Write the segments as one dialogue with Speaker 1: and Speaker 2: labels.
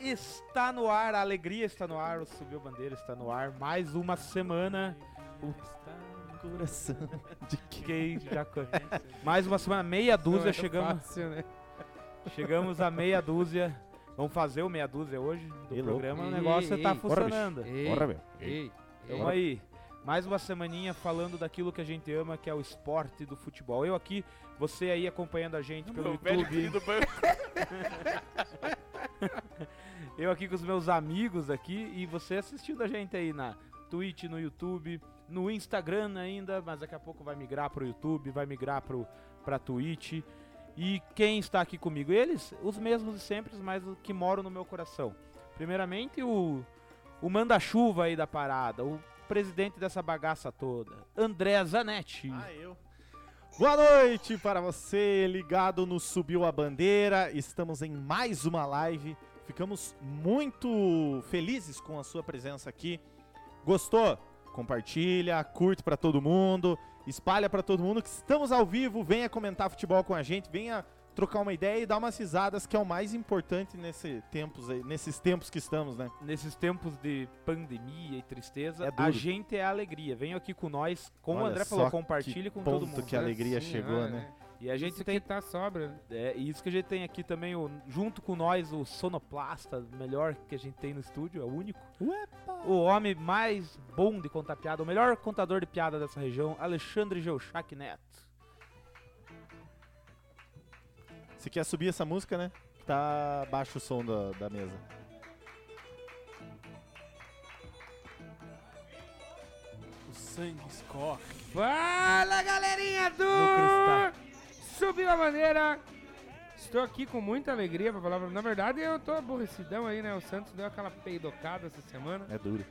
Speaker 1: Está no ar, a alegria está no ar, o Subiu Bandeira está no ar. Mais uma semana.
Speaker 2: Coração de
Speaker 1: Quem
Speaker 2: quem
Speaker 1: já conhece? Mais uma semana, meia dúzia.
Speaker 2: é. não é
Speaker 1: chegamos,
Speaker 2: fácil, né?
Speaker 1: chegamos a meia dúzia. Vamos fazer o meia dúzia hoje do
Speaker 2: Ei, louco.
Speaker 1: programa. O
Speaker 3: Ei,
Speaker 1: negócio
Speaker 3: ei,
Speaker 1: tá
Speaker 3: ei,
Speaker 2: bora, bicho.
Speaker 1: funcionando.
Speaker 3: Ei,
Speaker 2: Bora, meu.
Speaker 3: ei, ei.
Speaker 1: Então aí, mais uma semaninha falando daquilo que a gente ama, que é o esporte do futebol. Eu aqui, você aí acompanhando a gente pelo
Speaker 4: Meu velho
Speaker 1: YouTube.
Speaker 4: querido banco.
Speaker 1: Eu aqui com os meus amigos aqui e você assistindo a gente aí na Twitch, no YouTube, no Instagram ainda, mas daqui a pouco vai migrar pro YouTube, vai migrar pro, pra Twitch. E quem está aqui comigo? Eles, os mesmos de sempre, mas os que moram no meu coração. Primeiramente, o, o manda-chuva aí da parada, o presidente dessa bagaça toda, André Zanetti.
Speaker 4: Ah, eu.
Speaker 2: Boa noite para você ligado no Subiu a Bandeira. Estamos em mais uma live. Ficamos muito felizes com a sua presença aqui. Gostou? Compartilha, curte para todo mundo, espalha para todo mundo que estamos ao vivo. Venha comentar futebol com a gente, venha trocar uma ideia e dar umas risadas que é o mais importante nesse tempos aí- nesses tempos que estamos, né?
Speaker 1: Nesses tempos de pandemia e tristeza,
Speaker 2: É
Speaker 1: a
Speaker 2: duro.
Speaker 1: gente é a alegria. Venham aqui com nós, como o
Speaker 2: Olha
Speaker 1: André
Speaker 2: só
Speaker 1: falou, compartilhe
Speaker 2: que
Speaker 1: com
Speaker 2: ponto
Speaker 1: todo mundo.
Speaker 2: que a alegria
Speaker 3: Nossa
Speaker 2: chegou,
Speaker 3: senhora,
Speaker 2: né?
Speaker 1: E a gente
Speaker 3: Isso
Speaker 1: tem
Speaker 3: que tá sobra. né?
Speaker 1: É, e isso que a gente tem aqui também, o- junto com nós, o sonoplasta melhor que a gente tem no estúdio, é o único. O homem mais bom de contar piada, o melhor contador de piada dessa região, Alexandre Geuchac Neto.
Speaker 2: Você quer subir essa música, né? Tá baixo o som da, da mesa.
Speaker 4: O sangue escorre.
Speaker 3: Fala galerinha
Speaker 1: No
Speaker 3: do Subiu a Bandeira. Estou aqui com muita alegria pra falar. pra- Na verdade, eu tô aborrecidão aí, né? O Santos deu aquela peidocada essa semana.
Speaker 2: É duro.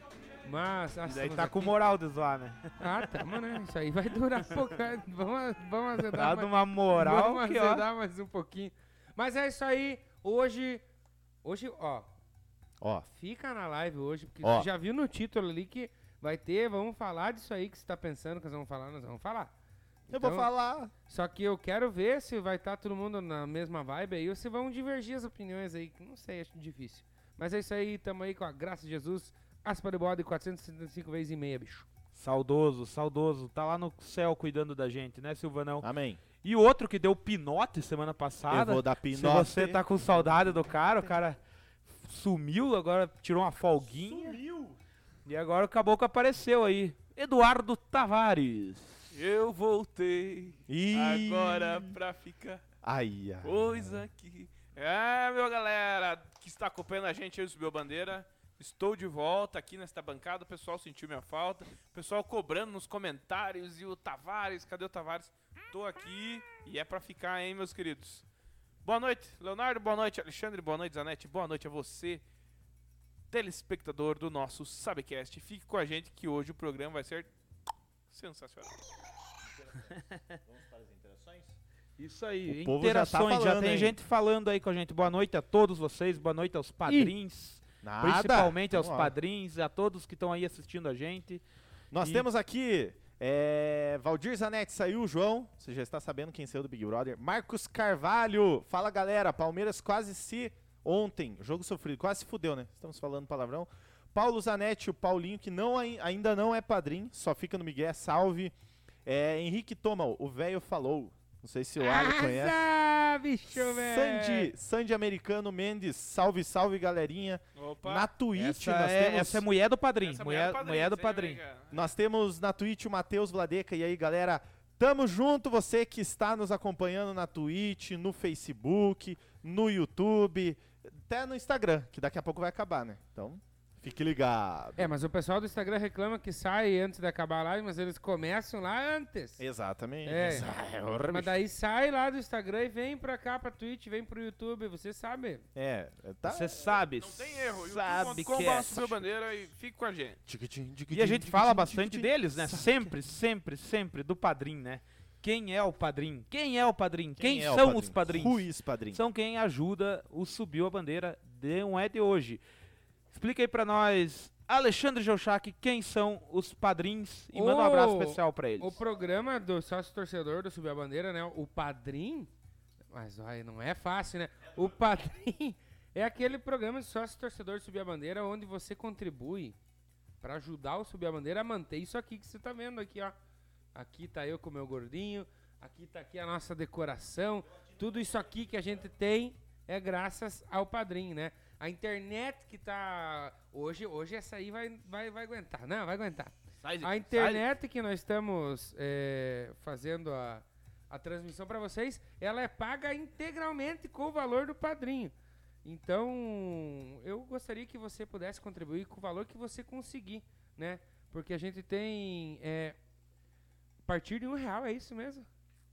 Speaker 3: Mas. ah,
Speaker 1: E daí
Speaker 3: estamos
Speaker 1: tá
Speaker 3: aqui.
Speaker 1: com moral de zoar, né?
Speaker 3: Ah, tá, mano. né? Isso aí vai durar um pouco. Vamos, vamos
Speaker 1: Tá
Speaker 3: azedar mais.
Speaker 1: numa moral
Speaker 3: Vamos
Speaker 1: que, ó,
Speaker 3: azedar mais um pouquinho. Mas é isso aí. Hoje. Hoje, ó.
Speaker 2: Ó,
Speaker 3: Fica na live hoje, porque
Speaker 2: Ó.
Speaker 3: você já viu no título ali que vai ter, vamos falar disso aí que você tá pensando que nós vamos falar, nós vamos falar.
Speaker 2: eu
Speaker 3: Então,
Speaker 2: vou falar.
Speaker 3: Só que eu quero ver se vai estar todo mundo na mesma vibe aí ou se vão divergir as opiniões aí, que não sei, acho difícil. Mas é isso aí, tamo aí com a graça de Jesus. Aspa de bode 475 vezes e meia, bicho.
Speaker 1: saudoso, saudoso, tá lá no céu cuidando da gente, né, Silvanão?
Speaker 2: Amém.
Speaker 1: E outro que deu pinote semana
Speaker 2: eu
Speaker 1: passada,
Speaker 2: vou dar
Speaker 1: se
Speaker 2: pinote.
Speaker 1: você tá com saudade do cara, o cara sumiu, agora tirou uma folguinha.
Speaker 4: Sumiu.
Speaker 1: E agora o caboclo apareceu aí. Eduardo Tavares.
Speaker 4: Eu voltei.
Speaker 2: Ih.
Speaker 4: Agora pra ficar.
Speaker 2: Aí, ai.
Speaker 4: Coisa que. É, meu galera que está acompanhando a gente aí, subiu a bandeira. Estou de volta aqui nesta bancada. O pessoal sentiu minha falta. O pessoal cobrando nos comentários. E o Tavares, cadê o Tavares? Tô aqui e é pra ficar, hein, meus queridos. Boa noite, Leonardo. Boa noite, Alexandre. Boa noite, Zanetti. Boa noite a você, telespectador do nosso Sabcast. Fique com a gente que hoje o programa vai ser sensacional.
Speaker 1: Isso aí,
Speaker 2: O povo já tá
Speaker 1: interações. Já,
Speaker 2: falando,
Speaker 1: tem
Speaker 2: hein?
Speaker 1: gente falando aí com a gente. Boa noite a todos vocês, boa noite aos padrinhos.
Speaker 2: Nada.
Speaker 1: Principalmente aos
Speaker 2: Vamos lá.
Speaker 1: padrinhos, a todos que estão aí assistindo a gente.
Speaker 2: Nós
Speaker 1: E-
Speaker 2: temos aqui. é, Valdir Zanetti saiu, João. Você já está sabendo quem saiu do Big Brother. Marcos Carvalho. Fala, galera. Palmeiras quase se. Ontem, jogo sofrido, quase se fudeu, né? Estamos falando palavrão. Paulo Zanetti, o Paulinho, que não, ai- ainda não é padrinho, só fica no Miguel, salve. É, Henrique Tomal, o velho falou. Não sei se o Alho conhece.
Speaker 3: Arrasa, bicho, velho!
Speaker 2: Sandy, Sandy Americano Mendes, salve, salve galerinha.
Speaker 4: Opa.
Speaker 2: Na Twitch
Speaker 1: Essa,
Speaker 2: nós
Speaker 1: é,
Speaker 2: temos.
Speaker 1: essa é mulher do padrinho.
Speaker 4: Essa é
Speaker 1: mulher, mulher do
Speaker 4: sem
Speaker 1: padrinho.
Speaker 4: briga.
Speaker 2: Nós temos na Twitch o Matheus Vladeca. E aí, galera, tamo junto. Você que está nos acompanhando na Twitch, no Facebook, no YouTube, até no Instagram, que daqui a pouco vai acabar, né? Então, fique ligado.
Speaker 3: É, mas o pessoal do Instagram reclama que sai antes de acabar a live, mas eles começam lá antes.
Speaker 2: Exatamente.
Speaker 3: É.
Speaker 2: Exa-
Speaker 3: Mas daí sai lá do Instagram e vem pra cá, pra Twitch, vem pro YouTube, você sabe.
Speaker 2: É, tá.
Speaker 1: Você sabe.
Speaker 4: Não tem erro.
Speaker 1: Sabe que é.
Speaker 4: é. bandeira e fique com a gente.
Speaker 1: E a gente fala bastante deles, né? Sempre, sempre, sempre do padrinho, né? Quem é o padrinho? Quem é o padrinho? Quem,
Speaker 2: é o
Speaker 1: são os
Speaker 2: padrinho?
Speaker 1: padrinhos?
Speaker 2: Ruiz Padrinho.
Speaker 1: são quem ajuda o Subiu a Bandeira de um é de hoje. Explica aí pra nós, Alexandre Geuchac, quem são os padrinhos e manda um
Speaker 3: Ô,
Speaker 1: abraço especial pra
Speaker 3: O
Speaker 1: eles.
Speaker 3: programa do sócio torcedor do Subir a Bandeira, né? O Padrim. Mas olha, não é fácil, né? O Padrim É aquele programa de sócio torcedor de subir a bandeira onde você contribui pra ajudar o subir a bandeira a manter isso aqui que você tá vendo aqui, ó. Aqui tá eu com o meu gordinho, aqui tá aqui a nossa decoração, tudo isso aqui que a gente tem é graças ao padrinho, né? A internet que tá hoje, hoje essa aí vai vai, vai aguentar, não, vai aguentar.
Speaker 4: Sai,
Speaker 3: A
Speaker 4: sai.
Speaker 3: internet que nós estamos eh, fazendo a, a transmissão para vocês, ela é paga integralmente com o valor do padrinho. Então, eu gostaria que você pudesse contribuir com o valor que você conseguir, né? Porque a gente tem eh, a partir de um real, é isso mesmo?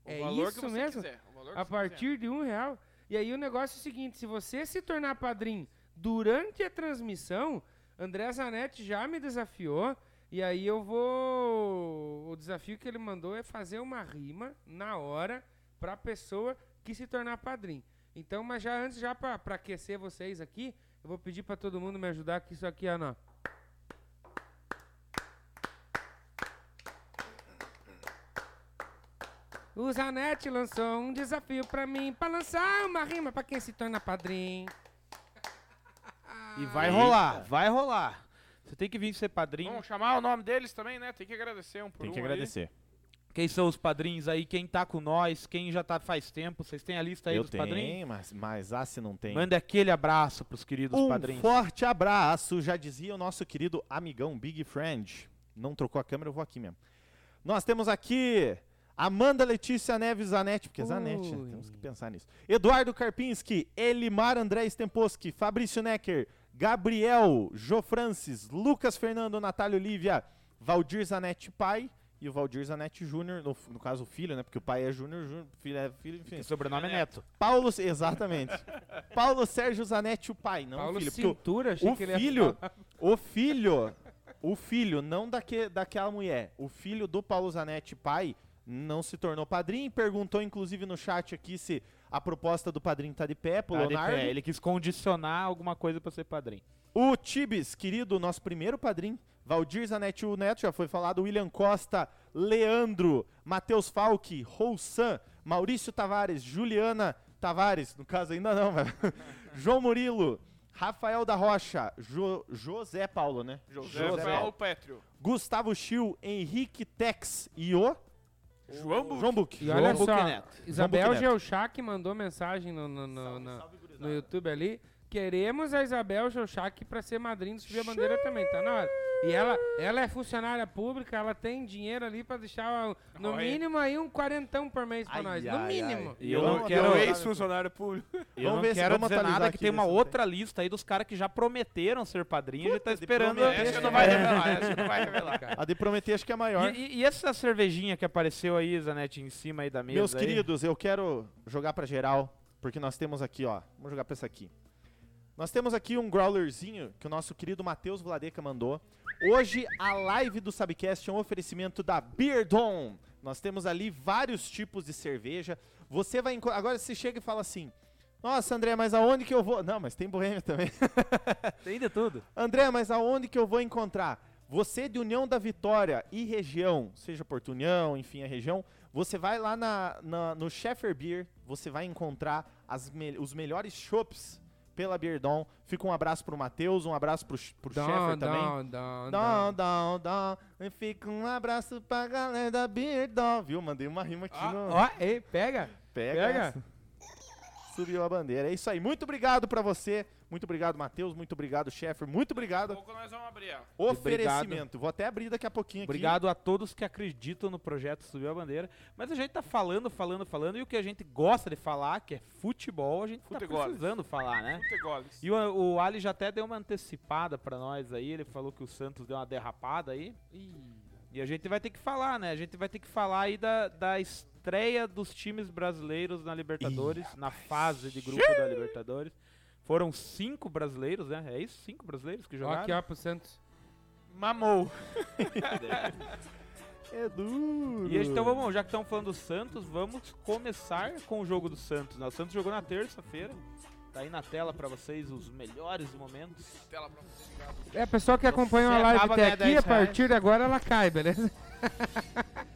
Speaker 4: O
Speaker 3: é
Speaker 4: valor
Speaker 3: isso
Speaker 4: que você
Speaker 3: mesmo?
Speaker 4: quiser, o valor que
Speaker 3: A
Speaker 4: você
Speaker 3: partir de um real. E aí o negócio é o seguinte: se você se tornar padrinho durante a transmissão, André Zanetti já me desafiou. E aí eu vou. O desafio que ele mandou é fazer uma rima na hora pra pessoa que se tornar padrinho. Então, mas já antes, já pra, pra aquecer vocês aqui, eu vou pedir pra todo mundo me ajudar que isso aqui, ó, não. O Zanetti lançou um desafio pra mim, pra lançar uma rima pra quem se torna padrinho.
Speaker 1: E vai rolar, vai rolar. Você tem que vir ser
Speaker 4: quiser.
Speaker 1: padrinho.
Speaker 4: Vamos chamar o nome deles também, né? Tem que agradecer um por
Speaker 2: Tem
Speaker 4: um
Speaker 2: que
Speaker 4: aí.
Speaker 2: agradecer.
Speaker 1: Quem são os padrinhos aí? Quem tá com nós? Quem já tá faz tempo? Vocês têm a lista aí
Speaker 2: Eu
Speaker 1: dos
Speaker 2: tenho,
Speaker 1: padrinhos?
Speaker 2: mas, mas ah, se não tem.
Speaker 1: Manda aquele abraço pros queridos
Speaker 2: um
Speaker 1: padrinhos.
Speaker 2: forte abraço, já dizia o nosso querido amigão Big Friend. Não trocou a câmera, eu vou aqui mesmo. Nós temos aqui Amanda Letícia Neves Zanetti, porque é Zanetti, né?
Speaker 3: Ui.
Speaker 2: temos que pensar nisso. Eduardo Karpinski, Elimar André Stemposki, Fabrício Necker, Gabriel, Jo Francis, Lucas Fernando, Natália Olivia, Valdir Zanetti pai e o Valdir Zanetti Júnior, no, no caso o filho, né? Porque o pai é Júnior, Júnior, filho é filho, enfim.
Speaker 1: O sobrenome é Neto.
Speaker 2: Paulo, exatamente. Paulo Sérgio Zanetti o pai, não
Speaker 3: Paulo
Speaker 2: o filho, porque o-
Speaker 3: Cintura, achei
Speaker 2: o
Speaker 3: que ele ia
Speaker 2: filho, o filho, o filho, não daque, daquela mulher, o filho do Paulo Zanetti, pai, não se tornou padrinho e perguntou, inclusive, no chat aqui se a proposta do padrinho tá de pé pro
Speaker 1: Tá de
Speaker 2: Leonardo.
Speaker 1: pé, Ele quis condicionar alguma coisa pra ser padrinho.
Speaker 2: O Tibis, querido, nosso primeiro padrinho, Valdir Zanetti, o Neto, já foi falado, William Costa, Leandro, Matheus Falck, Roussan, Maurício Tavares, Juliana Tavares, no caso ainda não, mas João Murilo, Rafael da Rocha, Jo- José Paulo, né?
Speaker 4: José
Speaker 2: José
Speaker 4: Paulo
Speaker 2: Paulo.
Speaker 4: Petrio.
Speaker 2: Gustavo Chil, Henrique Tex e o
Speaker 4: João Buc.
Speaker 2: João Buck.
Speaker 3: E olha
Speaker 1: João
Speaker 3: só,
Speaker 1: Buqueneto.
Speaker 3: Isabel
Speaker 2: João Buqueneto.
Speaker 3: Geuchac mandou mensagem no, no, no, na- no YouTube ali. Queremos a Isabel Geuchac para ser madrinha do Subir a Bandeira também, tá na hora. E ela, ela é funcionária pública, ela tem dinheiro ali para deixar, no
Speaker 4: Olha.
Speaker 3: mínimo, aí um quarentão por mês para
Speaker 2: Ai,
Speaker 3: nós.
Speaker 2: ai,
Speaker 3: Ah, no
Speaker 2: ai.
Speaker 3: mínimo.
Speaker 1: E eu
Speaker 2: Vamos
Speaker 1: não
Speaker 2: atualizar
Speaker 1: quero,
Speaker 2: aqui.
Speaker 4: ex-funcionário público.
Speaker 1: eu
Speaker 2: Vamos
Speaker 1: não
Speaker 2: ver se-
Speaker 1: quero
Speaker 2: vamos
Speaker 1: dizer
Speaker 2: atualizar
Speaker 1: nada que
Speaker 2: aqui,
Speaker 1: tem
Speaker 2: ver
Speaker 1: uma
Speaker 2: se não
Speaker 1: outra lista aí dos caras que já prometeram ser padrinho. A gente tá esperando.
Speaker 2: promete,
Speaker 1: esse
Speaker 4: Essa não
Speaker 1: ano.
Speaker 4: vai
Speaker 1: É.
Speaker 4: revelar, essa não vai revelar.
Speaker 2: A de Prometer acho que é a maior.
Speaker 1: E, e- e essa cervejinha que apareceu aí, Zanetti, em cima aí da mesa?
Speaker 2: Meus
Speaker 1: aí?
Speaker 2: queridos, eu quero jogar pra geral, porque nós temos aqui, ó. Vamos jogar pra essa aqui. Nós temos aqui um growlerzinho que o nosso querido Matheus Vladeca mandou. Hoje a live do Subcast é um oferecimento da Beardon. Nós temos ali vários tipos de cerveja. Você vai enco- agora você chega e fala assim: "Nossa, André, mas aonde que eu vou?" Não, mas tem boêmia também.
Speaker 1: Tem de tudo.
Speaker 2: André, mas aonde que eu vou encontrar? Você de União da Vitória e região, seja Porto União, enfim, a região, você vai lá na, na- no Sheffer Beer, você vai encontrar as me- os melhores shops pela Beardon. Fica um abraço pro Matheus, um abraço pro, Sh- pro Sheffer também.
Speaker 3: down,
Speaker 2: Dom, dom, dom. E fica um abraço pra galera da Beardon. Viu? Mandei uma rima aqui
Speaker 3: Ah, Ó,
Speaker 2: no...
Speaker 3: ó, ei, pega.
Speaker 2: Pega.
Speaker 3: Pega.
Speaker 2: essa. Subiu a bandeira. É isso aí. Muito obrigado pra você. Muito obrigado, Matheus. Muito obrigado, Sheffer. Muito obrigado.
Speaker 4: Pouco nós vamos abrir, ó.
Speaker 2: Oferecimento. Vou até abrir daqui a pouquinho aqui.
Speaker 1: Obrigado a todos que acreditam no projeto Subiu a Bandeira. Mas a gente tá falando, falando, falando, e o que a gente gosta de falar, que é futebol, a gente tá
Speaker 4: Futegoles.
Speaker 1: precisando falar, né?
Speaker 4: Puta goles.
Speaker 1: E o, o Ali já até deu uma antecipada pra nós aí, ele falou que o Santos deu uma derrapada aí. E a gente vai ter que falar, né? A gente vai ter que falar aí da, da estreia dos times brasileiros na Libertadores, na fase de grupo da Libertadores. Foram cinco brasileiros, né? É isso? Cinco brasileiros que
Speaker 3: Ó,
Speaker 1: jogaram?
Speaker 3: aqui, ó, pro Santos.
Speaker 4: Mamou.
Speaker 2: É duro.
Speaker 1: E hoje, então vamos, já que estamos falando do Santos, vamos começar com o jogo do Santos. né? O Santos jogou na terça-feira. Tá aí na tela pra vocês os melhores momentos.
Speaker 4: Tela pra você.
Speaker 3: É, pessoal que acompanha a
Speaker 1: Você
Speaker 3: live
Speaker 1: acaba
Speaker 3: até
Speaker 1: ganhando
Speaker 3: aqui, a
Speaker 1: 10 reais.
Speaker 3: partir de agora ela cai, beleza?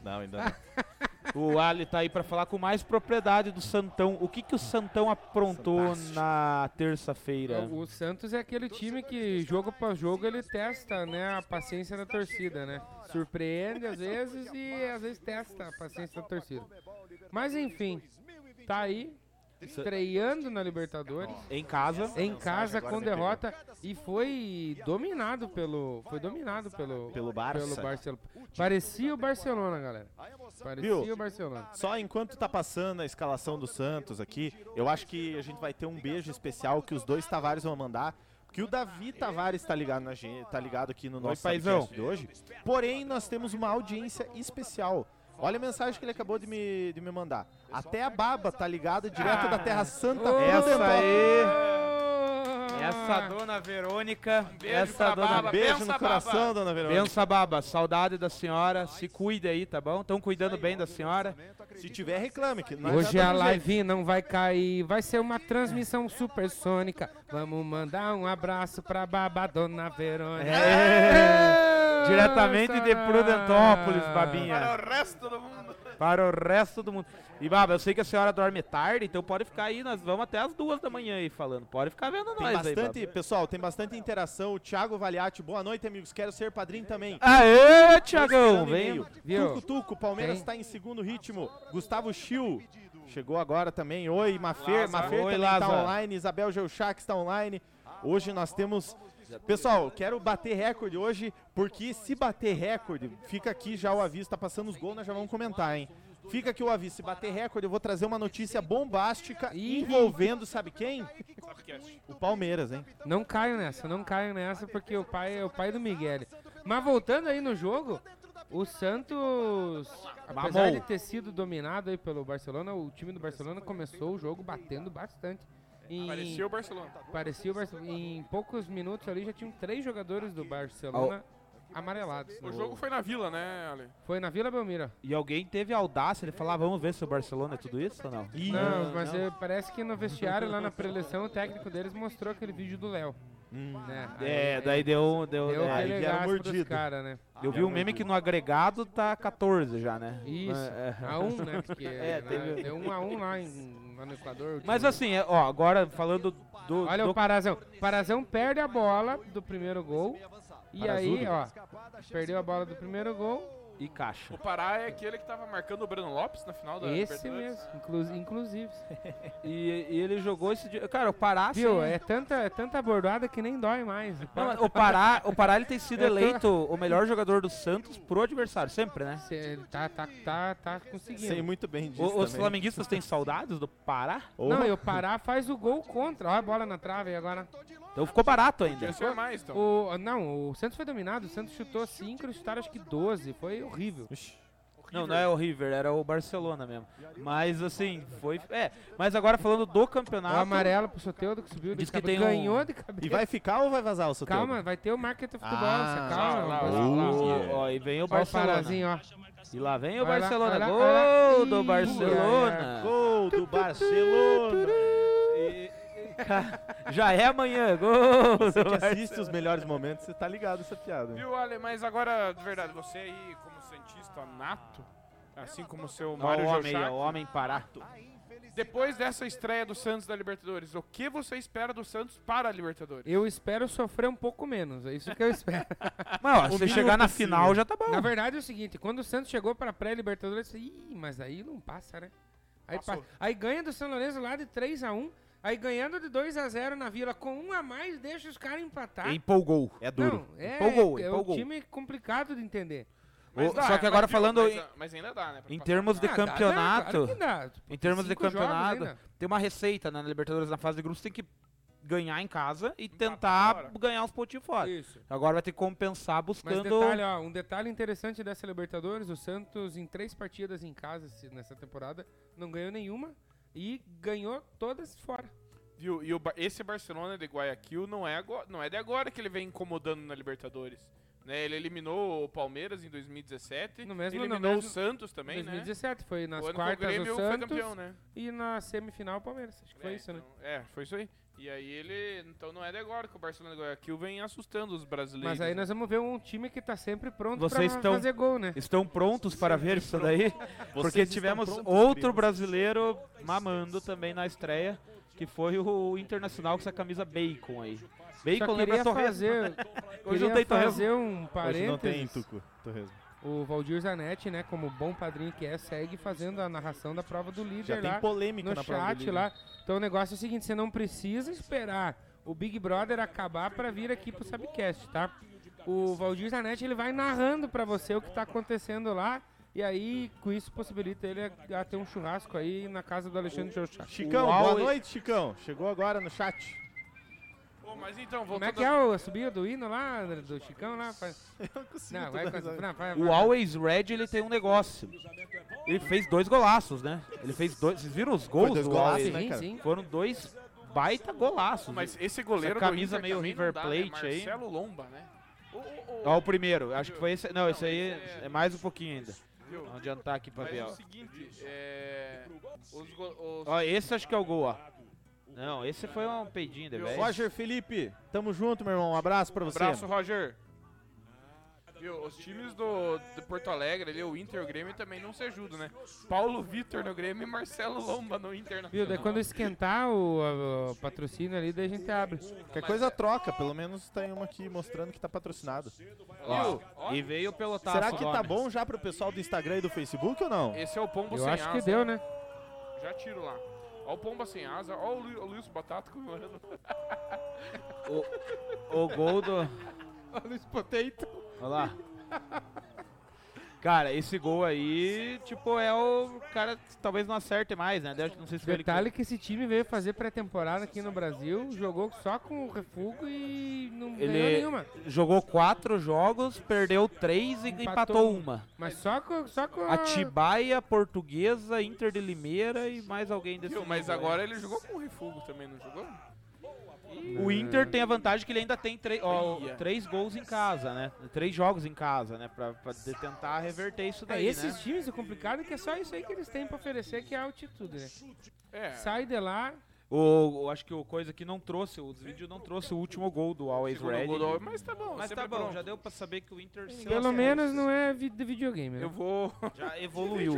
Speaker 2: Não, ainda não.
Speaker 1: O Ali tá aí pra falar com mais propriedade do Santão. O que, que o Santão aprontou
Speaker 2: Fantástico.
Speaker 1: na terça-feira?
Speaker 3: O Santos é aquele time que, jogo após jogo, ele testa né, a paciência da torcida, né? Surpreende às vezes e às vezes testa a paciência da torcida. Mas enfim, tá aí, estreando na Libertadores,
Speaker 1: Em casa.
Speaker 3: em casa com derrota e foi dominado pelo. Foi dominado pelo.
Speaker 2: Pelo Barça.
Speaker 3: pelo Barcelona. Parecia o Barcelona, galera. Parecia
Speaker 2: Viu?
Speaker 3: o Barcelona.
Speaker 2: Só enquanto tá passando a escalação do Santos aqui, eu acho que a gente vai ter um beijo especial que os dois Tavares vão mandar. Que o Davi Tavares tá ligado, na gente, tá ligado aqui no nosso
Speaker 1: paizão.
Speaker 2: podcast de hoje. Porém, nós temos uma audiência especial. Olha a mensagem que ele acabou de me, de me mandar. Até a Baba tá ligada direto da Terra Santa.
Speaker 1: Essa
Speaker 2: Pudendal. tá
Speaker 1: aí.
Speaker 3: Ah!
Speaker 1: Essa dona Verônica.
Speaker 4: beijo
Speaker 1: essa
Speaker 4: pra
Speaker 1: dona
Speaker 4: Bárbara.
Speaker 2: Beijo
Speaker 4: Bença,
Speaker 2: no coração,
Speaker 4: Baba.
Speaker 2: dona Verônica.
Speaker 1: Bença baba, saudade da senhora. Se cuida aí, tá bom? Estão cuidando bem da senhora.
Speaker 2: Se tiver, reclame. Que nós
Speaker 3: Hoje é
Speaker 2: já
Speaker 3: a
Speaker 2: damos tá jeito.
Speaker 3: live não vai cair, vai ser uma transmissão supersônica. Vamos mandar um abraço pra babá Dona Verônica.
Speaker 1: É. Diretamente de
Speaker 3: Nossa.
Speaker 1: Prudentópolis, babinha.
Speaker 4: Para o resto do mundo.
Speaker 1: Para o resto do mundo. E baba, eu sei que a senhora dorme tarde, então pode ficar aí. Nós vamos até as duas da manhã aí falando. Pode ficar vendo
Speaker 2: Tem
Speaker 1: nós
Speaker 2: bastante,
Speaker 1: aí. Baba.
Speaker 2: pessoal, tem bastante interação. O Thiago Valiati, boa noite, amigos. Quero ser padrinho também.
Speaker 1: Aê, Tiagão,
Speaker 2: Tiagão,
Speaker 1: vem.
Speaker 3: Viu?
Speaker 2: Tuco Tuco, Palmeiras
Speaker 3: Tem.
Speaker 2: está em segundo ritmo. Gustavo Schill chegou agora também. Oi, Mafer.
Speaker 1: Laza.
Speaker 2: Mafer
Speaker 1: Oi,
Speaker 2: também
Speaker 1: Laza.
Speaker 2: está online. Isabel Geuchac está online. Hoje nós temos. Pessoal, quero bater recorde hoje, porque se bater recorde, fica aqui já o aviso, tá passando os gols, nós já vamos comentar, hein? Fica aqui o aviso, se bater recorde, eu vou trazer uma notícia bombástica
Speaker 3: Ih.
Speaker 2: envolvendo, sabe quem?
Speaker 4: Podcast.
Speaker 2: O Palmeiras, hein?
Speaker 3: Não caio nessa, não caio nessa, porque o pai é o pai do Miguel. Mas voltando aí no jogo, o Santos, apesar
Speaker 1: Mamou.
Speaker 3: de ter sido dominado aí pelo Barcelona, o time do Barcelona começou o jogo batendo bastante. Em,
Speaker 4: Parecia o Barcelona.
Speaker 3: parecia o Barcelona. Em poucos minutos ali já tinham três jogadores do Barcelona amarelados.
Speaker 4: O jogo foi na Vila, né, Ale?
Speaker 3: Foi na Vila Belmiro.
Speaker 1: E alguém teve a audácia de falar, vamos ver se o Barcelona é tudo isso ou não?
Speaker 3: Não, mas eh, parece que no vestiário, lá na preleção, o técnico deles mostrou aquele vídeo do Léo. né?
Speaker 1: É,
Speaker 3: Aí-
Speaker 1: daí deu, deu,
Speaker 3: deu
Speaker 1: é,
Speaker 3: aquele
Speaker 2: aí vieram
Speaker 3: gasto
Speaker 2: mordido.
Speaker 3: pros caras, né?
Speaker 1: Eu vi um meme que no agregado tá 14 já, né?
Speaker 3: Isso,
Speaker 1: É, é.
Speaker 3: a um, né? Porque,
Speaker 1: É,
Speaker 3: né,
Speaker 1: teve-
Speaker 3: Deu um a um lá, em- lá no Equador. o time-
Speaker 1: Mas assim, é, ó, agora falando do.
Speaker 3: Olha
Speaker 1: do-
Speaker 3: o Parazão. Parazão perde a bola do primeiro gol. E aí, ó, perdeu a bola do primeiro gol.
Speaker 1: E caixa.
Speaker 4: O Pará é aquele que tava marcando o Breno Lopes na final da
Speaker 3: Esse
Speaker 4: Libertadores.
Speaker 3: mesmo, inclu- inclusive.
Speaker 1: E, e ele jogou esse dia. Cara, o Pará. assim,
Speaker 3: Viu? É tanta, é tanta bordoada que nem dói mais.
Speaker 1: não, mas o Pará, o Pará ele tem sido
Speaker 3: Eu tô-
Speaker 1: eleito o melhor jogador do Santos pro adversário, sempre, né?
Speaker 3: Cê- Tá, tá, tá, tá conseguindo.
Speaker 2: Sei muito bem disso.
Speaker 1: O- os
Speaker 2: também.
Speaker 1: flamenguistas têm saudades do Pará?
Speaker 2: Ou-
Speaker 3: Não, e o Pará faz o gol contra. Olha a bola na trave aí agora.
Speaker 1: Então ficou barato ainda.
Speaker 4: Podia ser mais, então.
Speaker 3: O, não, o Santos foi dominado. O Santos chutou 5, eles chutaram acho que 12. Foi horrível.
Speaker 2: Ixi.
Speaker 1: Não, não é o River, era o Barcelona mesmo. Mas assim, foi. É, mas agora falando do campeonato.
Speaker 3: o amarelo pro Soteudo que subiu. de
Speaker 1: Diz que tem
Speaker 3: cabeça.
Speaker 1: um-
Speaker 3: ganhou de cabeça.
Speaker 2: E vai ficar ou vai vazar o Soteldo?
Speaker 3: Calma, vai ter o Market of the
Speaker 2: Ah,
Speaker 3: Balance. Calma.
Speaker 4: lá, lá,
Speaker 3: Olha
Speaker 4: lá.
Speaker 1: O- ó, e vem o
Speaker 3: o
Speaker 1: Barcelona.
Speaker 3: Parazinho, ó.
Speaker 1: E lá vem o
Speaker 3: Vai lá,
Speaker 1: Barcelona.
Speaker 3: vai lá,
Speaker 1: Gol
Speaker 3: vai lá.
Speaker 1: do
Speaker 3: Ih,
Speaker 1: Barcelona.
Speaker 2: Gol do Barcelona!
Speaker 1: E- e- Já é amanhã. Gol do
Speaker 2: Que
Speaker 1: Barcelona.
Speaker 2: assiste os melhores momentos, você tá ligado essa piada. hein?
Speaker 4: Viu, Ale? Mas agora, de verdade, você aí, como Santista nato, assim como o seu Mário
Speaker 1: o homem,
Speaker 4: Jochak,
Speaker 1: o homem Pará.
Speaker 4: depois dessa estreia do Santos da Libertadores, o que você espera do Santos para a Libertadores?
Speaker 3: Eu espero sofrer um pouco menos. É isso que eu espero.
Speaker 1: Mas ó, se você chegar na final já tá bom.
Speaker 3: Na verdade é o seguinte: quando o Santos chegou para a pré-Libertadores, eu falei, Ih, mas aí não passa, né? Aí,
Speaker 4: Passou.
Speaker 3: passa. Aí ganha do São Lourenço lá de 3x1. Aí ganhando de 2x0 na vila com um a mais, deixa os caras empatar.
Speaker 1: Empolgou.
Speaker 2: É duro.
Speaker 3: Não, é,
Speaker 1: Empolgou,
Speaker 3: é,
Speaker 1: empolgou.
Speaker 3: um time complicado de entender.
Speaker 4: Mas
Speaker 1: O-
Speaker 4: dá,
Speaker 1: só que agora
Speaker 4: mas, viu,
Speaker 1: falando
Speaker 4: mas,
Speaker 1: em-
Speaker 4: ah, mas ainda dá, né? pra
Speaker 1: Em
Speaker 4: passar.
Speaker 1: termos de
Speaker 3: é, Ah, dá, dá,
Speaker 1: campeonato,
Speaker 3: claro que dá.
Speaker 1: em termos de
Speaker 3: Cinco jogos
Speaker 1: campeonato,
Speaker 3: ainda.
Speaker 1: tem uma receita né, na Libertadores na fase de grupos, tem que ganhar em casa e
Speaker 4: fora.
Speaker 1: tentar ganhar os pontinhos fora.
Speaker 3: Isso.
Speaker 1: Agora vai ter que compensar
Speaker 3: Mas
Speaker 1: buscando
Speaker 3: detalhe, ó, um detalhe interessante dessa Libertadores, o Santos em três partidas em casa se- nessa temporada não ganhou nenhuma e ganhou todas fora.
Speaker 4: Viu? E o Ba- esse Barcelona de Guayaquil não é, agora, não é de agora que ele vem incomodando na Libertadores. né? Ele eliminou o Palmeiras em 2017.
Speaker 3: No mesmo- no
Speaker 4: eliminou o
Speaker 3: mesmo-
Speaker 4: Santos também, né?
Speaker 3: 2017, foi nas
Speaker 4: o ano que o
Speaker 3: quartas
Speaker 4: Grêmio
Speaker 3: o
Speaker 4: foi
Speaker 3: Santos
Speaker 4: campeão, né?
Speaker 3: e na semifinal o Palmeiras. Acho que foi
Speaker 4: É,
Speaker 3: isso, né?
Speaker 4: então- É, foi isso aí. E aí ele. Então não é de agora que o Barcelona de Guayaquil vem assustando os brasileiros.
Speaker 3: Mas aí
Speaker 4: né?
Speaker 3: nós vamos ver um time que tá sempre pronto
Speaker 1: Vocês
Speaker 3: pra
Speaker 1: estão-
Speaker 3: fazer gol, né?
Speaker 1: Estão prontos para ver isso daí? Porque
Speaker 2: Vocês estão
Speaker 1: tivemos
Speaker 2: prontos,
Speaker 1: outro
Speaker 2: crianças?
Speaker 1: brasileiro mamando também na estreia, que foi o Internacional com essa camisa bacon aí. Bacon
Speaker 3: Só
Speaker 1: lembra
Speaker 3: queria
Speaker 1: torresmo. né?
Speaker 3: fazer,
Speaker 1: Hoje não tem
Speaker 3: queria
Speaker 1: torresmo.
Speaker 3: fazer um
Speaker 2: Hoje não tem
Speaker 3: parênteses.
Speaker 2: Tuco. Torresmo.
Speaker 3: O Valdir Zanetti, né, como bom padrinho que é, segue fazendo a narração da prova do
Speaker 2: Já
Speaker 3: líder
Speaker 2: tem
Speaker 3: lá
Speaker 2: polêmica
Speaker 3: no
Speaker 2: na prova do
Speaker 3: chat
Speaker 2: Lille.
Speaker 3: lá. Então o negócio é o seguinte, você não precisa esperar o Big Brother acabar pra vir aqui pro Subcast, tá? O Valdir Zanetti, ele vai narrando pra você o que tá acontecendo lá. E aí, com isso, possibilita ele a, a ter um churrasco aí na casa do Alexandre Chauchat.
Speaker 2: Chicão,
Speaker 1: Uau,
Speaker 2: boa
Speaker 1: e-
Speaker 2: noite, Chicão. Chegou agora no chat.
Speaker 4: Pô, mas então,
Speaker 3: Como
Speaker 4: voltando.
Speaker 3: é que é o- a subida do hino lá, André, do Chicão lá? Faz-
Speaker 2: Eu não consigo
Speaker 3: Não, vai,
Speaker 2: todas
Speaker 3: com
Speaker 2: as-
Speaker 3: essa- não, vai, vai.
Speaker 1: O Always Red, ele tem um negócio. Ele fez dois golaços, né? Ele fez dois, vocês viram os gols
Speaker 2: dois
Speaker 1: do
Speaker 2: golaços,
Speaker 1: Always?
Speaker 2: né?
Speaker 3: Ah, Sim,
Speaker 2: cara?
Speaker 3: sim.
Speaker 1: Foram dois baita golaços.
Speaker 4: Mas esse goleiro
Speaker 1: Essa camisa
Speaker 4: do Inter
Speaker 1: meio
Speaker 4: também
Speaker 1: River
Speaker 4: não dá, né?
Speaker 1: Plate aí.
Speaker 4: Marcelo Lomba, né? Ô, ô, ô,
Speaker 1: Ó, o primeiro, acho que foi esse. Não, esse aí
Speaker 4: esse é-
Speaker 1: é mais um pouquinho ainda.
Speaker 4: viu?
Speaker 1: Vamos adiantar aqui pra
Speaker 4: Mas
Speaker 1: ver,
Speaker 4: é o
Speaker 1: ó.
Speaker 4: seguinte, é, os go- os-
Speaker 1: Ó, esse acho que é o gol, ó. Não, esse foi um peidinho, de velho.
Speaker 2: Roger Felipe, tamo junto, meu irmão. Um abraço pra você.
Speaker 4: Abraço, Roger. Viu, os times do, de Porto Alegre, ali, o Inter e o Grêmio também não se ajudam, né? Paulo Vitor no Grêmio e Marcelo Lomba no Inter. né?
Speaker 3: Viu, daí quando esquentar o, a- o patrocínio ali, daí a gente abre.
Speaker 2: Qualquer coisa troca, pelo menos tem uma aqui mostrando que tá patrocinado.
Speaker 1: Ó,
Speaker 4: Ó.
Speaker 1: e veio o pelotaço.
Speaker 2: Será que
Speaker 1: ó,
Speaker 2: tá
Speaker 1: né?
Speaker 2: bom já pro pessoal do Instagram e do Facebook ou não?
Speaker 4: Esse é o Pombo
Speaker 3: Eu
Speaker 4: sem
Speaker 3: acho que
Speaker 4: asa.
Speaker 3: deu, né?
Speaker 4: Já tiro lá. Ó o Pomba sem asa, ó o, Lu, o Luiz Batata comemorando.
Speaker 1: O gol do.
Speaker 4: Ó o Luiz Potato.
Speaker 1: Olha lá. Cara, esse gol aí, tipo, é o cara que talvez não acerte mais, né? Deve- Não sei se foi ele que-
Speaker 3: Detalhe que esse time veio fazer pré-temporada aqui no Brasil, jogou só com o refugo e não ganhou
Speaker 1: Ele
Speaker 3: nenhuma.
Speaker 1: jogou quatro jogos, perdeu três e empatou,
Speaker 3: Empatou um.
Speaker 1: uma.
Speaker 3: Mas só com, só com a-
Speaker 1: Atibaia, Portuguesa, Inter de Limeira e mais alguém desse
Speaker 4: Viu, mas
Speaker 1: nível aí.
Speaker 4: agora ele jogou com o Refugo também, não jogou?
Speaker 1: O Inter tem a vantagem que ele ainda tem tre- ó,
Speaker 4: Ia.
Speaker 1: três gols em casa, né? Três jogos em casa, né? Pra, pra de- tentar reverter isso
Speaker 3: É,
Speaker 1: daí,
Speaker 3: esses
Speaker 1: né?
Speaker 3: times é complicado que é só isso aí que eles têm pra oferecer, que é a altitude, né?
Speaker 4: É.
Speaker 3: Sai de lá,
Speaker 1: O, o- acho que o coisa que não trouxe, os vídeos não trouxe o último gol do Always
Speaker 4: segundo
Speaker 1: Red.
Speaker 4: gol do- Mas tá bom,
Speaker 1: Mas
Speaker 4: sempre
Speaker 1: tá bom,
Speaker 4: pronto.
Speaker 1: já deu pra saber que o Inter se
Speaker 3: pelo
Speaker 1: lascou.
Speaker 3: menos não é vi- de videogame, né?
Speaker 4: Eu vou.
Speaker 1: já evoluiu.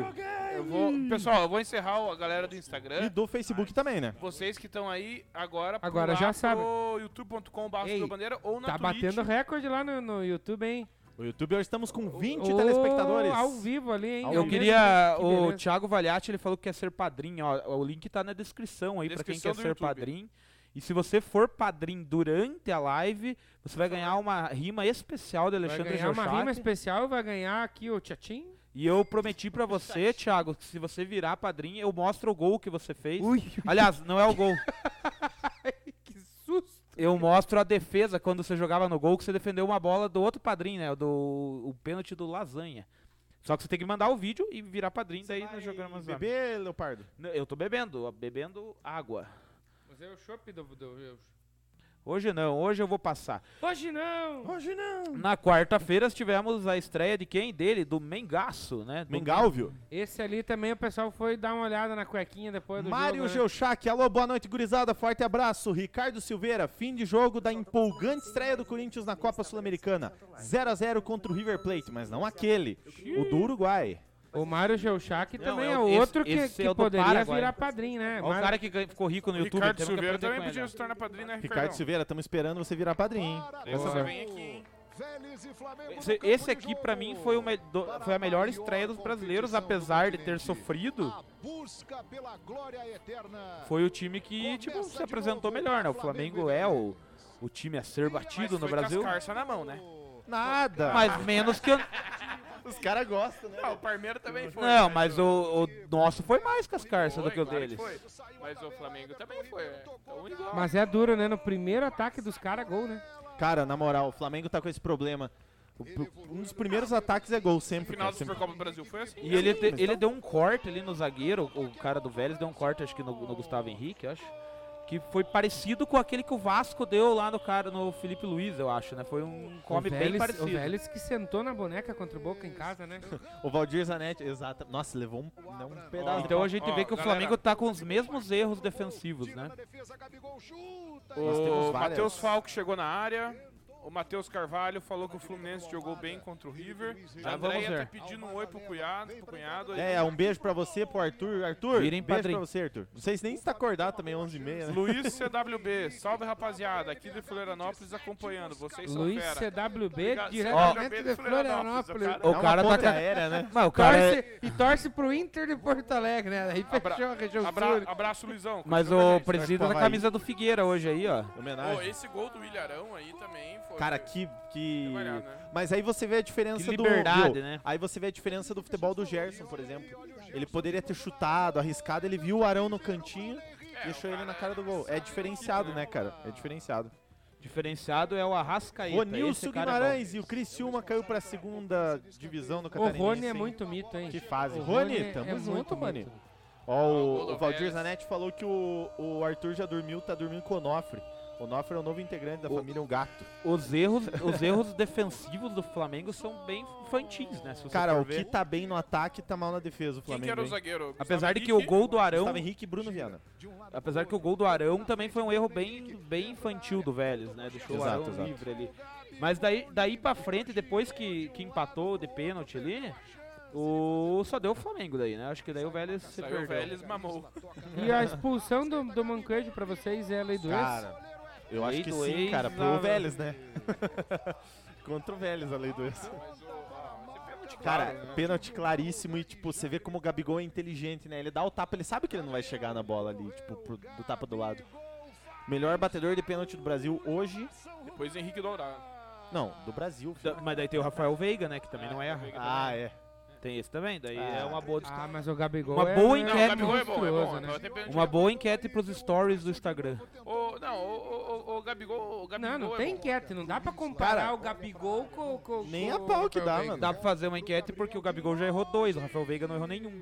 Speaker 4: Eu vou. Pessoal, eu vou encerrar o- a galera do
Speaker 3: É.
Speaker 4: Instagram.
Speaker 2: E do Facebook também, né?
Speaker 4: Vocês que estão aí agora,
Speaker 3: Agora
Speaker 4: pular
Speaker 3: já sabe.
Speaker 4: pro youtube.com.br
Speaker 3: Ei,
Speaker 4: bandeira ou na
Speaker 3: Tá
Speaker 4: Twitch.
Speaker 3: batendo recorde lá no, no YouTube, hein?
Speaker 2: O YouTube hoje estamos com 20
Speaker 3: Ô,
Speaker 2: telespectadores.
Speaker 3: Ao vivo ali, hein?
Speaker 2: Ao
Speaker 1: Eu
Speaker 2: vivo.
Speaker 1: queria.
Speaker 4: né?
Speaker 3: Que
Speaker 1: O
Speaker 3: beleza.
Speaker 1: Thiago Valiati ele falou que quer ser padrinho. Ó, o link tá na descrição aí pra quem
Speaker 4: Descrição
Speaker 1: quer
Speaker 4: do
Speaker 1: ser
Speaker 4: YouTube.
Speaker 1: padrinho. E se você for padrinho durante a live, você vai ganhar uma rima especial de
Speaker 3: Vai
Speaker 1: Alexandre
Speaker 3: ganhar uma rima
Speaker 1: Jorchat.
Speaker 3: especial, vai ganhar aqui o Tchatim.
Speaker 1: E eu prometi pra você, Thiago, que se você virar padrinho, eu mostro o gol que você fez.
Speaker 3: Ui.
Speaker 1: Aliás, não é o gol.
Speaker 3: Que susto!
Speaker 1: Eu mostro a defesa quando você jogava no gol, que você defendeu uma bola do outro padrinho, né? Do o pênalti do Lasanha. Só que você tem que mandar o vídeo e virar padrinho, daí nós jogamos lá.
Speaker 2: Bebê, Leopardo.
Speaker 1: Não, Eu tô bebendo, ó, bebendo água.
Speaker 3: Mas é o chopp do, do...
Speaker 1: Hoje não, hoje eu vou passar.
Speaker 3: Hoje não!
Speaker 2: Hoje não.
Speaker 1: Na quarta-feira tivemos a estreia de quem? Dele, do Mengaço, né? Do-
Speaker 2: Mengálvio.
Speaker 3: Esse ali também o pessoal foi dar uma olhada na cuequinha depois do
Speaker 2: Mário
Speaker 3: jogo, né?
Speaker 2: Geuchac, alô, boa noite, gurizada, forte abraço. Ricardo Silveira, fim de jogo da empolgante estreia do Corinthians na Copa Sul-Americana. 0 a 0 contra o River Plate, mas não aquele, o do Uruguai.
Speaker 3: O Mário Geuchac
Speaker 1: Não,
Speaker 3: também
Speaker 1: é
Speaker 3: é,
Speaker 1: o- esse-
Speaker 3: outro que,
Speaker 1: esse
Speaker 3: que
Speaker 1: é o do
Speaker 3: poderia
Speaker 1: Paraguai.
Speaker 3: virar padrinho, né?
Speaker 1: Ó, É o
Speaker 3: Mário-
Speaker 1: cara que ganha- ficou rico no YouTube.
Speaker 4: Ricardo
Speaker 1: temos que
Speaker 4: Silveira
Speaker 1: aprender
Speaker 4: também
Speaker 1: com ele,
Speaker 4: podia
Speaker 1: ó.
Speaker 4: se tornar padrinho, né,
Speaker 2: Ricardo
Speaker 4: Ricardão?
Speaker 2: Silveira, estamos esperando você virar padrinho. hein?
Speaker 4: Essa
Speaker 3: Boa.
Speaker 4: vem aqui, hein?
Speaker 5: Vélez e Flamengo no
Speaker 1: Esse,
Speaker 5: campo
Speaker 1: esse
Speaker 5: de
Speaker 1: aqui
Speaker 5: jogo.
Speaker 1: pra mim foi, uma, do- foi a melhor estreia dos brasileiros, apesar de ter sofrido.
Speaker 5: A busca pela glória eterna.
Speaker 1: Foi o time que tipo, se apresentou melhor, né? O Flamengo é o, o time a ser batido
Speaker 4: Mas
Speaker 1: no
Speaker 4: foi
Speaker 1: Brasil,
Speaker 4: cascarça na mão, né?
Speaker 2: Nada.
Speaker 1: mas menos que o
Speaker 2: os caras gostam, né?
Speaker 4: Ah, o Parmeira também foi.
Speaker 1: Não,
Speaker 4: né,
Speaker 1: mas
Speaker 4: Ju?
Speaker 1: o, o nosso foi mais cascarça
Speaker 4: Foi,
Speaker 1: do que o
Speaker 4: claro
Speaker 1: deles.
Speaker 4: foi. Mas o Flamengo também foi. é. Então, igual.
Speaker 3: Mas é duro, né? No primeiro ataque dos caras, gol, né?
Speaker 2: Cara, na moral, o Flamengo tá com esse problema. O pr- Um dos primeiros ataques é gol
Speaker 4: O
Speaker 2: sempre.
Speaker 4: final
Speaker 2: Cara,
Speaker 4: da
Speaker 2: sempre.
Speaker 4: Supercopa do Brasil foi assim.
Speaker 1: E ele, te- ele deu um corte ali no zagueiro, o cara do Vélez deu um corte, acho que no, no Gustavo Henrique, eu acho. Que foi parecido com aquele que o Vasco deu lá no cara no Felipe Luiz, eu acho, né? Foi um come bem
Speaker 3: Vélez-
Speaker 1: parecido. é um
Speaker 3: O Vélez que sentou na boneca contra o Boca em casa, né?
Speaker 2: O Valdir Zanetti, exato. Nossa, levou um, não, um pedaço. de
Speaker 1: Então
Speaker 2: pau.
Speaker 1: a gente
Speaker 4: Ó,
Speaker 1: vê que o
Speaker 4: galera.
Speaker 1: Flamengo tá com os mesmos erros defensivos,
Speaker 5: Tira
Speaker 1: né?
Speaker 5: da defesa, Gabigol chuta.
Speaker 2: Nós temos
Speaker 4: O
Speaker 2: várias.
Speaker 4: Matheus Falco chegou na área. O Matheus Carvalho falou que o Fluminense jogou bem contra o River.
Speaker 5: Já
Speaker 4: A
Speaker 1: vamos
Speaker 4: Andréia
Speaker 1: ver.
Speaker 4: tá pedindo um oi pro cunhado, pro cunhado.
Speaker 2: É, um beijo pra você, pro Arthur. Arthur,
Speaker 1: Virem
Speaker 2: beijo
Speaker 1: padrinho.
Speaker 2: pra você, Arthur. Não sei se nem se tá acordado também, 11h30, né?
Speaker 4: Luiz CWB, salve rapaziada, aqui de Florianópolis acompanhando, vocês são
Speaker 1: Tá
Speaker 3: Luiz
Speaker 4: fera.
Speaker 3: CWB,
Speaker 4: Obrigado,
Speaker 3: diretamente
Speaker 4: CWB
Speaker 3: de
Speaker 4: de Florianópolis,
Speaker 3: Florianópolis.
Speaker 4: o cara-
Speaker 1: O
Speaker 2: É uma
Speaker 1: cara tá
Speaker 2: ponte
Speaker 1: ca-
Speaker 2: aérea, né?
Speaker 1: Mas o cara é-
Speaker 3: Torce, e torce pro Inter de Porto Alegre, né? Aí fechou
Speaker 4: Abra-
Speaker 3: a região
Speaker 4: Abra-
Speaker 3: sul.
Speaker 4: abraço, Luizão.
Speaker 1: Mas
Speaker 4: Continua com a
Speaker 1: o
Speaker 4: gente.
Speaker 1: presidente tá
Speaker 2: Acho
Speaker 1: com
Speaker 2: que
Speaker 1: a
Speaker 2: vai.
Speaker 1: camisa do Figueira hoje aí, ó.
Speaker 4: Pô,
Speaker 2: Homenagem.
Speaker 4: esse é gol do Ilharão aí também foi.
Speaker 2: Cara, que. que...
Speaker 4: Trabalhar, né?
Speaker 2: Mas aí você vê a diferença
Speaker 1: Que
Speaker 2: do.
Speaker 1: liberdade,
Speaker 2: viu?
Speaker 1: né?
Speaker 2: Aí você vê a diferença do futebol do Gerson, por exemplo. Ele poderia ter chutado, arriscado, ele viu o Arão no cantinho, deixou ele na cara do gol. É diferenciado, né, cara? É diferenciado.
Speaker 1: Diferenciado é o
Speaker 4: tá,
Speaker 1: Arrascaeta.
Speaker 2: O
Speaker 1: esse
Speaker 2: Nilson
Speaker 1: cara é bom.
Speaker 2: Guimarães e o Criciúma caiu pra segunda divisão do
Speaker 3: O
Speaker 2: Catarinense.
Speaker 3: Rony é
Speaker 2: hein?
Speaker 3: muito mito, hein?
Speaker 2: Que fase.
Speaker 3: O
Speaker 2: Rony,
Speaker 3: Rony
Speaker 2: tamo
Speaker 3: é
Speaker 2: junto,
Speaker 3: muito
Speaker 2: Rony.
Speaker 3: mito.
Speaker 2: Ó,
Speaker 4: o
Speaker 2: o,
Speaker 4: gol
Speaker 2: o
Speaker 4: do
Speaker 2: Valdir
Speaker 4: Vélez.
Speaker 2: Zanetti falou que o, o Arthur já dormiu, tá dormindo com o Onofre. O Onofre é o novo integrante da
Speaker 1: O-
Speaker 2: família O Gato.
Speaker 1: Os erros, os erros defensivos do Flamengo são bem infantis, né? Se você
Speaker 2: Cara,
Speaker 1: for
Speaker 2: o
Speaker 1: ver.
Speaker 2: que tá bem no ataque tá mal na defesa, o
Speaker 4: Quem que era
Speaker 2: Flamengo.
Speaker 4: o
Speaker 2: hein?
Speaker 4: zagueiro? Gustavo
Speaker 1: Apesar de que o
Speaker 4: Henrique?
Speaker 1: gol do Arão,
Speaker 2: Gustavo Henrique e Bruno Viana.
Speaker 1: apesar que o gol do Arão também foi um erro bem, bem infantil do Vélez, né? Deixou
Speaker 2: Exato,
Speaker 1: o Arão
Speaker 2: exato.
Speaker 1: livre ali. Mas daí, daí pra frente, depois que, que empatou de pênalti ali, o só deu o Flamengo daí, né? Acho que daí o Vélez se
Speaker 4: Saiu o
Speaker 1: perdeu.
Speaker 4: Vélez mamou.
Speaker 3: E a expulsão do, do Mancuejo pra vocês é lei do ex?
Speaker 2: Cara, eu acho
Speaker 1: Lei
Speaker 2: que
Speaker 1: do
Speaker 2: sim,
Speaker 1: ex,
Speaker 2: cara.
Speaker 1: ah,
Speaker 2: Pro Vélez, né? Contra o Vélez, a lei do ex. Cara,
Speaker 1: né?
Speaker 2: pênalti claríssimo e, tipo, você vê como o Gabigol é inteligente, né? Ele dá o tapa, ele sabe que ele não vai chegar na bola ali, tipo, pro- do tapa do lado. Melhor batedor de pênalti do Brasil hoje.
Speaker 4: Depois Henrique Dourado.
Speaker 2: Não, do Brasil. filho.
Speaker 1: Da- Mas daí tem o Rafael Veiga, né? Que também não erra.
Speaker 2: Ah, é.
Speaker 1: Tem esse também, daí
Speaker 2: Ah.
Speaker 1: é uma boa discussão.
Speaker 3: Ah, mas o Gabigol
Speaker 1: Uma
Speaker 3: é,
Speaker 1: boa
Speaker 3: é
Speaker 4: Não,
Speaker 1: É
Speaker 4: o Gabigol é bom, é bom.
Speaker 3: monstruoso, né?
Speaker 4: Não, tem pênalti.
Speaker 1: Uma boa enquete pros stories do Instagram.
Speaker 4: Ô, não, o, o, o Gabigol, o Gabigol
Speaker 3: Não, não
Speaker 4: é
Speaker 3: tem
Speaker 4: bom.
Speaker 3: enquete, não dá pra comparar
Speaker 2: Cara,
Speaker 3: o Gabigol com, com
Speaker 2: nem
Speaker 3: com
Speaker 2: a pau
Speaker 3: o Tá
Speaker 2: que dá,
Speaker 3: Rafael
Speaker 2: mano.
Speaker 1: Dá pra fazer uma enquete porque o Gabigol já errou dois, o Rafael Veiga não errou nenhum.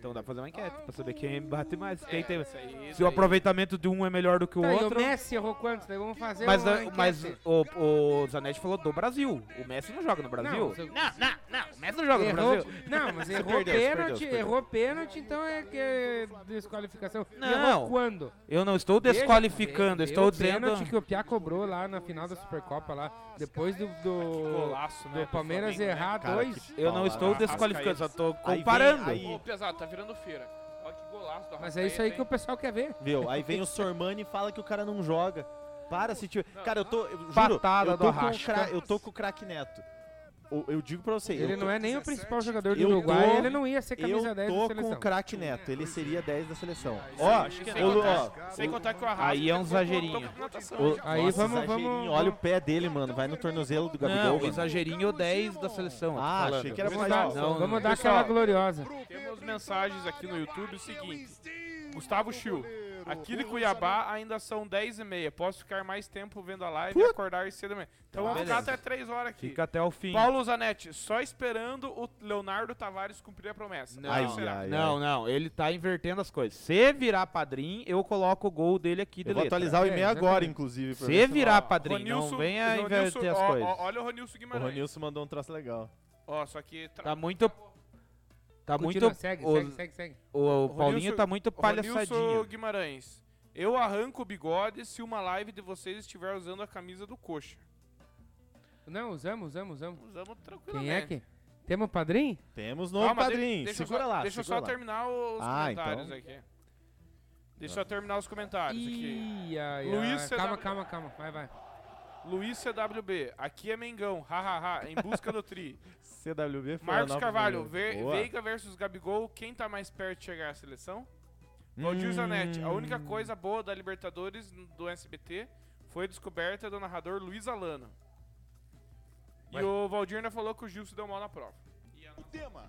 Speaker 1: Então dá pra fazer uma enquete pra saber quem bate mais. Quem tem-
Speaker 4: É, Isso aí, isso
Speaker 1: se o
Speaker 4: aí.
Speaker 1: aproveitamento de um é melhor do que o
Speaker 3: Tá, e
Speaker 1: outro.
Speaker 3: o Messi errou quantos? Daí vamos fazer
Speaker 1: Mas,
Speaker 3: uma
Speaker 1: a-
Speaker 3: enquete.
Speaker 1: mas o, o Zanetti falou do Brasil. O Messi não joga no
Speaker 3: Não,
Speaker 1: Brasil.
Speaker 3: você-
Speaker 1: o Messi não joga
Speaker 3: errou,
Speaker 1: no Brasil.
Speaker 3: Não, mas errou
Speaker 2: Perdeu,
Speaker 3: pênalti,
Speaker 2: perdeu, perdeu.
Speaker 3: errou pênalti, então é que é desqualificação. E
Speaker 1: Não.
Speaker 3: Errou quando?
Speaker 1: Eu não estou desqualificando, eu
Speaker 3: Veja,
Speaker 1: estou
Speaker 3: veja o
Speaker 1: dizendo.
Speaker 3: pênalti que o Piá cobrou lá na final da Supercopa lá, depois do do,
Speaker 4: Golaço, né?
Speaker 3: do Palmeiras
Speaker 4: Flamengo, né?
Speaker 3: errar
Speaker 2: Cara,
Speaker 3: dois.
Speaker 2: que
Speaker 1: Eu
Speaker 2: pau
Speaker 1: não
Speaker 2: lá,
Speaker 1: estou
Speaker 2: né?
Speaker 1: desqualificando, só
Speaker 4: Arrascaeta.
Speaker 1: estou
Speaker 2: vem-
Speaker 1: comparando.
Speaker 2: aí-
Speaker 4: Ô, pesado, tá virando feira. Olha que golaço do
Speaker 3: Mas é isso aí que o pessoal quer ver.
Speaker 2: Viu? Aí vem o Sormani e fala que o cara não joga. Para se tiver. Cara, eu tô. Eu juro,
Speaker 1: Patada
Speaker 2: eu
Speaker 1: do
Speaker 2: tô, com o
Speaker 1: Arrasca.
Speaker 2: cra... eu tô com o craque neto. Eu, eu digo pra você.
Speaker 3: Ele
Speaker 2: eu
Speaker 3: não
Speaker 2: tô...
Speaker 3: é nem o principal jogador do
Speaker 2: eu
Speaker 3: Uruguai,
Speaker 2: tô-
Speaker 3: ele não ia ser camisa
Speaker 2: Eu
Speaker 3: 10
Speaker 2: tô
Speaker 3: da
Speaker 2: com
Speaker 3: seleção.
Speaker 2: o craque neto. Ele seria 10 da seleção.
Speaker 4: Isso
Speaker 2: Ó,
Speaker 4: aí, isso aí
Speaker 2: o Lu- ó,
Speaker 4: acontece. Sem contar que o Arrasca...
Speaker 1: Aí é um exagerinho.
Speaker 2: o-
Speaker 3: Aí
Speaker 2: Então, nossa,
Speaker 3: vamos-
Speaker 2: exagerinho.
Speaker 3: vamos-
Speaker 2: Olha o pé dele, mano. Vai no tornozelo do Gabigol.
Speaker 1: Não,
Speaker 2: mano.
Speaker 1: exagerinho 10 da seleção. eu tô
Speaker 2: Ah,
Speaker 1: falando.
Speaker 2: achei que era
Speaker 3: Vamos
Speaker 2: mais
Speaker 3: dar,
Speaker 2: alto.
Speaker 1: Não,
Speaker 3: vamos
Speaker 1: não.
Speaker 3: dar
Speaker 4: Pessoal,
Speaker 3: aquela gloriosa.
Speaker 4: Temos mensagens aqui no
Speaker 1: é
Speaker 4: YouTube, o seguinte. Gustavo Chiu, aqui de Cuiabá ainda são 10 e meia. Posso ficar mais tempo vendo a live e acordar cedo amanhã. Então vamos ficar
Speaker 1: Beleza.
Speaker 4: até 3 horas aqui.
Speaker 1: Fica até o fim.
Speaker 4: Paulo Zanetti, só esperando o Leonardo Tavares cumprir a promessa.
Speaker 1: Não.
Speaker 4: Aí
Speaker 2: Ai,
Speaker 4: será.
Speaker 2: ai,
Speaker 1: Não, não, ele tá invertendo as coisas. Se virar padrinho, eu coloco o gol dele aqui de
Speaker 2: Eu vou
Speaker 1: letra.
Speaker 2: atualizar o
Speaker 3: É,
Speaker 2: e-mail
Speaker 3: exatamente.
Speaker 2: agora, inclusive. pra ver
Speaker 1: Se virar
Speaker 4: Ó,
Speaker 1: padrinho,
Speaker 4: Ronilson-
Speaker 1: não venha
Speaker 4: Ronilson-
Speaker 1: inverter as
Speaker 4: ó,
Speaker 1: coisas.
Speaker 4: ó, olha o Ronilson
Speaker 2: O
Speaker 4: Guimarães.
Speaker 2: Ronilson mandou um troço legal.
Speaker 4: Ó, só que... tra-
Speaker 1: Tá muito... Tá
Speaker 3: Continua,
Speaker 1: muito...
Speaker 3: segue,
Speaker 1: o,
Speaker 3: segue, segue, segue.
Speaker 1: o Paulinho
Speaker 4: Ronilson-
Speaker 1: tá muito palhaçadinho.
Speaker 4: Ronilson Guimarães, eu arranco o bigode se uma live de vocês estiver usando a camisa do coxa.
Speaker 3: Não, usamos, usamos, usamos.
Speaker 4: Usamos tranquilamente.
Speaker 3: Quem é que? Temos padrinho?
Speaker 2: Temos novo
Speaker 4: Calma, de-
Speaker 2: padrinho.
Speaker 4: deixa eu
Speaker 2: segura
Speaker 4: só,
Speaker 2: lá.
Speaker 4: Deixa eu
Speaker 2: segura
Speaker 4: só
Speaker 2: lá.
Speaker 4: terminar os
Speaker 2: Ah,
Speaker 4: comentários
Speaker 2: então.
Speaker 4: aqui. Deixa eu terminar os comentários aqui.
Speaker 3: Ih, ai, ai.
Speaker 4: Luiz
Speaker 3: Calma,
Speaker 4: CW.
Speaker 2: tá-
Speaker 3: calma, calma. Vai, vai.
Speaker 4: Luiz CWB, aqui é Mengão, hahaha, em busca do tri.
Speaker 2: CWB foi
Speaker 4: Marcos
Speaker 2: a nova
Speaker 4: Carvalho,
Speaker 2: bandeira.
Speaker 4: Ve-
Speaker 2: Boa.
Speaker 4: Veiga versus Gabigol, quem tá mais perto de chegar à seleção? Valdir
Speaker 2: Hum.
Speaker 4: Zanetti, a única coisa boa da Libertadores do SBT foi a descoberta do narrador Luiz Alano. E o Valdir ainda falou que o Gil se deu mal na prova.
Speaker 5: é O tema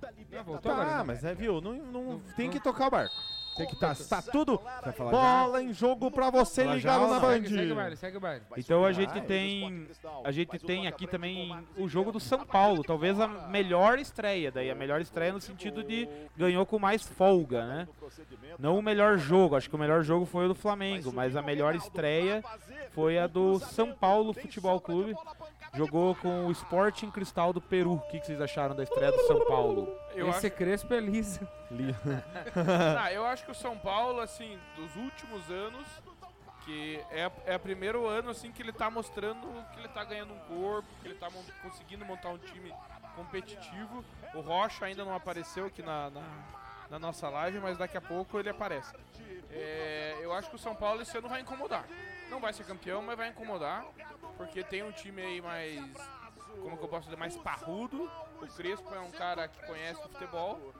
Speaker 5: da
Speaker 3: Já voltou
Speaker 2: Tá,
Speaker 3: agora? né?
Speaker 2: mas é, viu? Não, não,
Speaker 3: Não-
Speaker 2: tem
Speaker 3: não-
Speaker 2: que tocar o barco. Tem que estar. Tá, tudo.
Speaker 1: Vai falar já?
Speaker 2: Bola em jogo pra você
Speaker 1: Fala já
Speaker 2: ligado
Speaker 1: ou não?
Speaker 2: na Band. É
Speaker 3: Segue, segue o baile, segue o baile.
Speaker 1: Então a gente tem. A gente
Speaker 5: um
Speaker 1: tem aqui também o jogo do São Paulo, talvez a melhor estreia, daí a melhor estreia no sentido de ganhou com mais folga, né? Não o melhor jogo, acho que o melhor jogo foi o tá do Flamengo, mas a melhor estreia foi a do São Paulo Futebol Clube.
Speaker 5: é
Speaker 1: Jogou com o Sporting Cristal do Peru. O que que vocês acharam da estreia do São Paulo?
Speaker 4: Eu
Speaker 3: Esse
Speaker 4: acho,
Speaker 3: é Crespo é liso.
Speaker 4: tá, eu acho que o São Paulo, assim, dos últimos anos, que é, é o primeiro ano, assim, que ele tá mostrando que ele tá ganhando um corpo, que ele tá mon- conseguindo montar um time competitivo. O Rocha ainda não apareceu aqui na, na, na nossa live, mas daqui a pouco ele aparece. É, eu acho que o São Paulo esse ano vai incomodar. Não vai ser campeão, mas vai incomodar, porque tem um time aí mais... Como que eu posso dizer? Mais parrudo. O Crespo é um cara que conhece o futebol.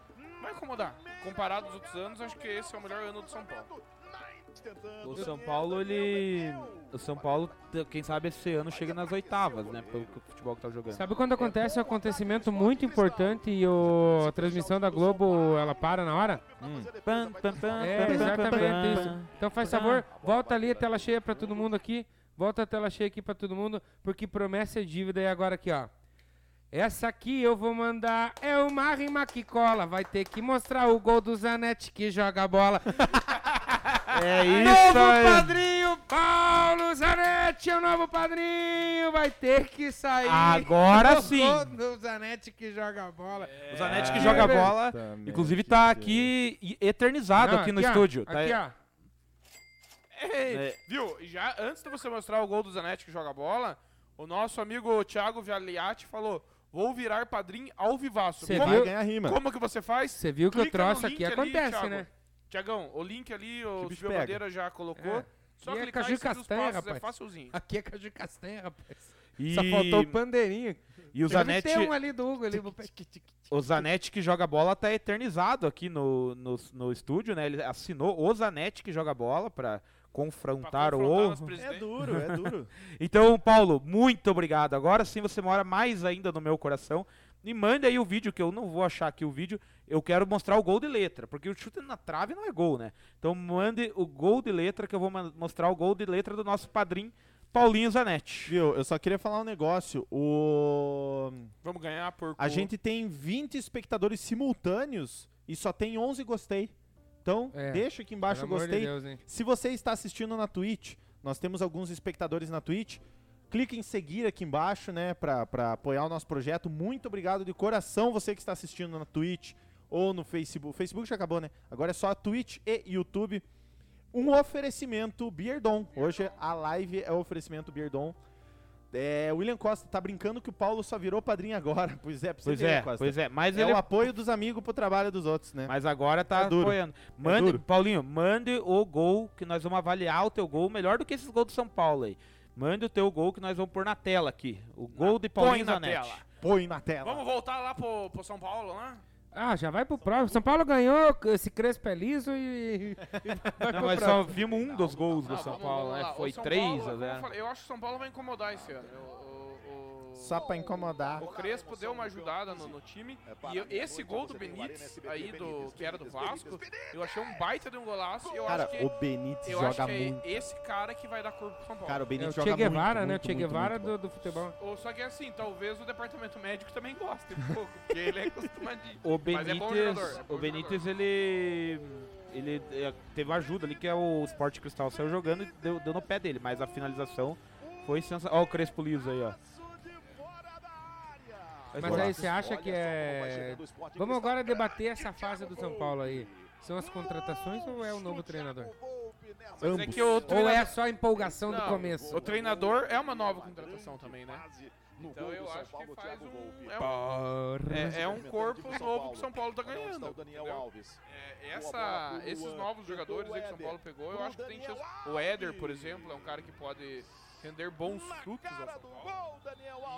Speaker 4: Vai incomodar. Comparado aos outros anos, acho que esse é o melhor ano do São Paulo.
Speaker 1: O São Paulo, ele. O São Paulo, quem sabe esse ano chega nas oitavas, né? Pelo que o futebol que tá jogando.
Speaker 3: Sabe quando acontece um acontecimento muito importante e o- a transmissão da Globo ela para na hora?
Speaker 1: Hum, Pam, pam, pam,
Speaker 3: É,
Speaker 1: pam, pam, pam,
Speaker 3: exatamente
Speaker 1: pam.
Speaker 3: isso. Então faz favor, volta ali a tela cheia pra todo mundo aqui. Volta a tela cheia aqui pra todo mundo, porque promessa é dívida e agora aqui, ó. Essa aqui eu vou mandar é uma rima que cola, vai ter que mostrar o gol do Zanetti que joga a bola.
Speaker 1: É
Speaker 3: novo
Speaker 1: isso aí.
Speaker 3: padrinho Paulo Zanetti, é o novo padrinho, vai ter que sair.
Speaker 1: Agora
Speaker 3: o
Speaker 1: sim.
Speaker 3: gol do Zanetti que joga a bola.
Speaker 1: O Zanetti que
Speaker 3: É,
Speaker 1: joga bola, inclusive tá aqui e- eternizado
Speaker 3: Não,
Speaker 1: aqui no
Speaker 3: ó,
Speaker 1: estúdio. tá?
Speaker 3: Aqui, ó.
Speaker 1: É.
Speaker 4: Viu? E Já antes de você mostrar o gol do Zanetti que joga bola, o nosso amigo Thiago Vialiati falou: vou virar padrinho ao vivaço.
Speaker 3: Cê
Speaker 4: Como,
Speaker 2: Vai
Speaker 3: viu?
Speaker 2: ganhar rima.
Speaker 4: como que você faz?
Speaker 3: Você viu que o
Speaker 4: Clica no
Speaker 3: troço
Speaker 4: link
Speaker 3: aqui
Speaker 4: ali,
Speaker 3: acontece,
Speaker 4: Thiago.
Speaker 3: né?
Speaker 4: Tiagão, o link ali, o
Speaker 2: bicho
Speaker 4: Silvio
Speaker 2: pega.
Speaker 4: Bandeira já colocou.
Speaker 3: É.
Speaker 4: Só
Speaker 3: E é
Speaker 4: clicar
Speaker 3: caju
Speaker 4: e seguir os
Speaker 3: castanha,
Speaker 4: passos, é
Speaker 3: rapaz.
Speaker 4: facilzinho.
Speaker 3: Aqui é caju castanha, rapaz.
Speaker 1: E,
Speaker 3: Só faltou o pandeirinho.
Speaker 1: e o Zanetti,
Speaker 3: Tem um ali do Hugo ali. vou pe-
Speaker 1: o Zanetti que joga bola tá eternizado aqui no, no, no estúdio, né? Ele assinou o Zanetti que joga bola pra
Speaker 4: Pra
Speaker 1: confrontar o
Speaker 4: confrontar
Speaker 1: ovo.
Speaker 4: nosso
Speaker 2: É
Speaker 4: presidente.
Speaker 2: duro, é duro.
Speaker 1: Então, Paulo, muito obrigado. Agora sim você mora mais ainda no meu coração. Me manda aí o vídeo, que eu não vou achar aqui o vídeo. Eu quero mostrar o gol de letra, porque o chute na trave não é gol, né? Então mande o gol de letra, que eu vou ma- mostrar o gol de letra do nosso padrinho, Paulinho Zanetti.
Speaker 2: Viu, eu só queria falar um negócio. O...
Speaker 4: Vamos ganhar por.
Speaker 2: A gente tem 20 espectadores simultâneos e só tem 11 gostei. Então,
Speaker 3: É,
Speaker 2: deixa aqui embaixo o
Speaker 3: Pelo amor de
Speaker 2: gostei.
Speaker 3: Deus, hein?
Speaker 2: Se você está assistindo na Twitch, nós temos alguns espectadores na Twitch. Clique em seguir aqui embaixo, né, pra, pra apoiar o nosso projeto. Muito obrigado de coração você que está assistindo na Twitch ou no Facebook. O Facebook já acabou, né? Agora é só a Twitch e YouTube. Um oferecimento Beardon. Hoje a live é o oferecimento Beardon. É, o William Costa tá brincando que o Paulo só virou padrinho agora. Pois é, pra você
Speaker 1: Pois
Speaker 2: ver,
Speaker 1: é,
Speaker 2: Costa.
Speaker 1: pois é. Mas,
Speaker 2: É
Speaker 1: ele,
Speaker 2: o apoio dos amigos pro trabalho dos outros, né?
Speaker 1: mas agora tá
Speaker 2: É duro.
Speaker 1: apoiando. Mande,
Speaker 2: duro.
Speaker 1: Paulinho, mande o gol, que nós vamos avaliar o teu gol, melhor do que esses gols do São Paulo aí. Mande o teu gol que nós vamos pôr na tela aqui. O gol de Paulinho
Speaker 4: na
Speaker 1: Zanetti.
Speaker 4: tela.
Speaker 2: Põe na Ah, tela.
Speaker 4: Vamos voltar lá pro, pro São Paulo, né?
Speaker 3: Ah, já vai pro próximo. São Paulo ganhou esse Crespo é liso e.
Speaker 1: Não, nós só vimos um dos gols do
Speaker 4: Ah,
Speaker 1: São
Speaker 4: vamos-
Speaker 1: Paulo,
Speaker 4: vamos lá.
Speaker 1: né?
Speaker 4: O
Speaker 1: Foi
Speaker 4: São
Speaker 1: 3
Speaker 4: Paulo,
Speaker 1: a
Speaker 4: como eu
Speaker 1: 0.
Speaker 4: falei, Eu acho que o São Paulo vai incomodar esse ano. O, o- o-
Speaker 2: Só pra incomodar.
Speaker 4: o Crespo deu uma ajudada no, no
Speaker 2: É,
Speaker 4: time.
Speaker 5: É,
Speaker 4: E eu- esse gol do Benítez, aí, do, que era do Vasco, eu achei um baita de um golaço. e Eu
Speaker 2: Cara,
Speaker 4: acho que,
Speaker 2: o Benítez
Speaker 4: eu acho
Speaker 2: joga
Speaker 4: que
Speaker 2: muito.
Speaker 4: é esse cara que vai dar corpo pro São Paulo.
Speaker 2: Cara, o
Speaker 3: É o
Speaker 2: Benítez joga
Speaker 3: Che Guevara,
Speaker 2: muito,
Speaker 3: né?
Speaker 2: muito,
Speaker 3: o Che
Speaker 2: muito,
Speaker 3: Guevara
Speaker 2: muito bom.
Speaker 3: do, do futebol.
Speaker 4: Ou só que assim, talvez o departamento médico também goste um pouco, porque ele é acostumadinho.
Speaker 1: O
Speaker 4: Mas é bom
Speaker 1: Benítez,
Speaker 4: jogador, é bom
Speaker 1: o Benítez ele ele é, teve uma ajuda ali que é o Sport Cristal saiu jogando e deu, deu no pé dele, mas a finalização foi sensacional. Ó o Crespo liso aí, ó. Mas
Speaker 3: Mas
Speaker 5: é
Speaker 1: Olá.
Speaker 3: aí você acha que é. Vamos agora debater essa fase do São Paulo aí. São as contratações ou é o novo treinador?
Speaker 5: né?
Speaker 4: Mas é que o
Speaker 3: Ou
Speaker 4: treinador,
Speaker 3: é só a empolgação do
Speaker 4: Não,
Speaker 3: começo?
Speaker 4: o treinador é uma nova contratação também, né?
Speaker 5: Então eu acho que faz um...
Speaker 4: é um,
Speaker 3: Porra.
Speaker 4: é, é um corpo novo que o São Paulo tá ganhando. entendeu?
Speaker 5: Alves.
Speaker 4: É, essa, esses novos jogadores aí que o São Paulo pegou, eu acho que tem chance. O Éder, por exemplo, é um cara que pode render bons frutos ao São Paulo.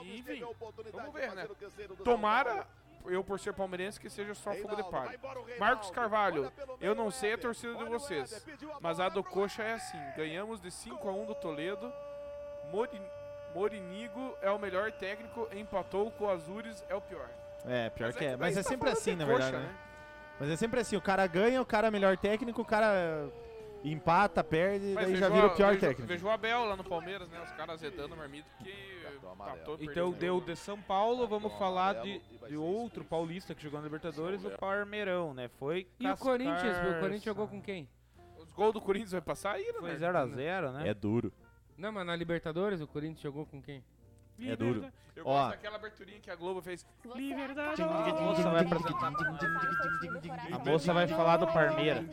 Speaker 5: E,
Speaker 4: Enfim,
Speaker 5: enfim,
Speaker 4: vamos
Speaker 5: vamos
Speaker 4: ver,
Speaker 5: ver,
Speaker 4: né?
Speaker 5: né?
Speaker 4: Tomara, eu por ser palmeirense, que seja só fogo de palha. Marcos Carvalho, eu não sei a torcida de vocês, mas a do Coxa é assim. Ganhamos de 5 a 1 do Toledo. Mori, Morinigo é o melhor técnico, empatou com o Azures, é o pior.
Speaker 2: É, pior que é.
Speaker 4: daí
Speaker 2: Mas é
Speaker 4: você tá
Speaker 2: sempre
Speaker 4: falando
Speaker 2: assim,
Speaker 4: de
Speaker 2: na verdade,
Speaker 4: Coxa,
Speaker 2: né? Mas é sempre assim, o cara ganha, o cara é melhor técnico, o cara empata, perde,
Speaker 4: Mas
Speaker 2: daí
Speaker 4: vejo
Speaker 2: já vira
Speaker 4: a-
Speaker 2: o pior
Speaker 4: vejo-
Speaker 2: técnico.
Speaker 4: Vejo o Abel lá no Palmeiras, né? Os caras azedando o marmito que tá
Speaker 5: Cartão amarelo.
Speaker 4: empatou, perdeu
Speaker 1: Então
Speaker 4: o
Speaker 1: deu
Speaker 4: jogo.
Speaker 1: de São Paulo, vamos
Speaker 5: Cartão
Speaker 1: falar de,
Speaker 5: amarelo e vai
Speaker 1: de
Speaker 5: ser
Speaker 1: outro
Speaker 5: expulso.
Speaker 1: paulista que jogou na Libertadores, o Parmeirão, né? Foi
Speaker 3: E o Corinthians, pô, o
Speaker 1: cascarça.
Speaker 3: Corinthians jogou com quem?
Speaker 4: Os gols do Corinthians vai passar aí, né?
Speaker 1: Foi 0x0, né?
Speaker 2: É duro.
Speaker 3: Não, mas na Libertadores o Corinthians jogou com quem?
Speaker 2: É duro.
Speaker 4: Eu
Speaker 2: Ó.
Speaker 4: gosto daquela aberturinha que a Globo fez. Liberdade.
Speaker 1: A moça vai apresentar- A moça vai falar do Parmeira.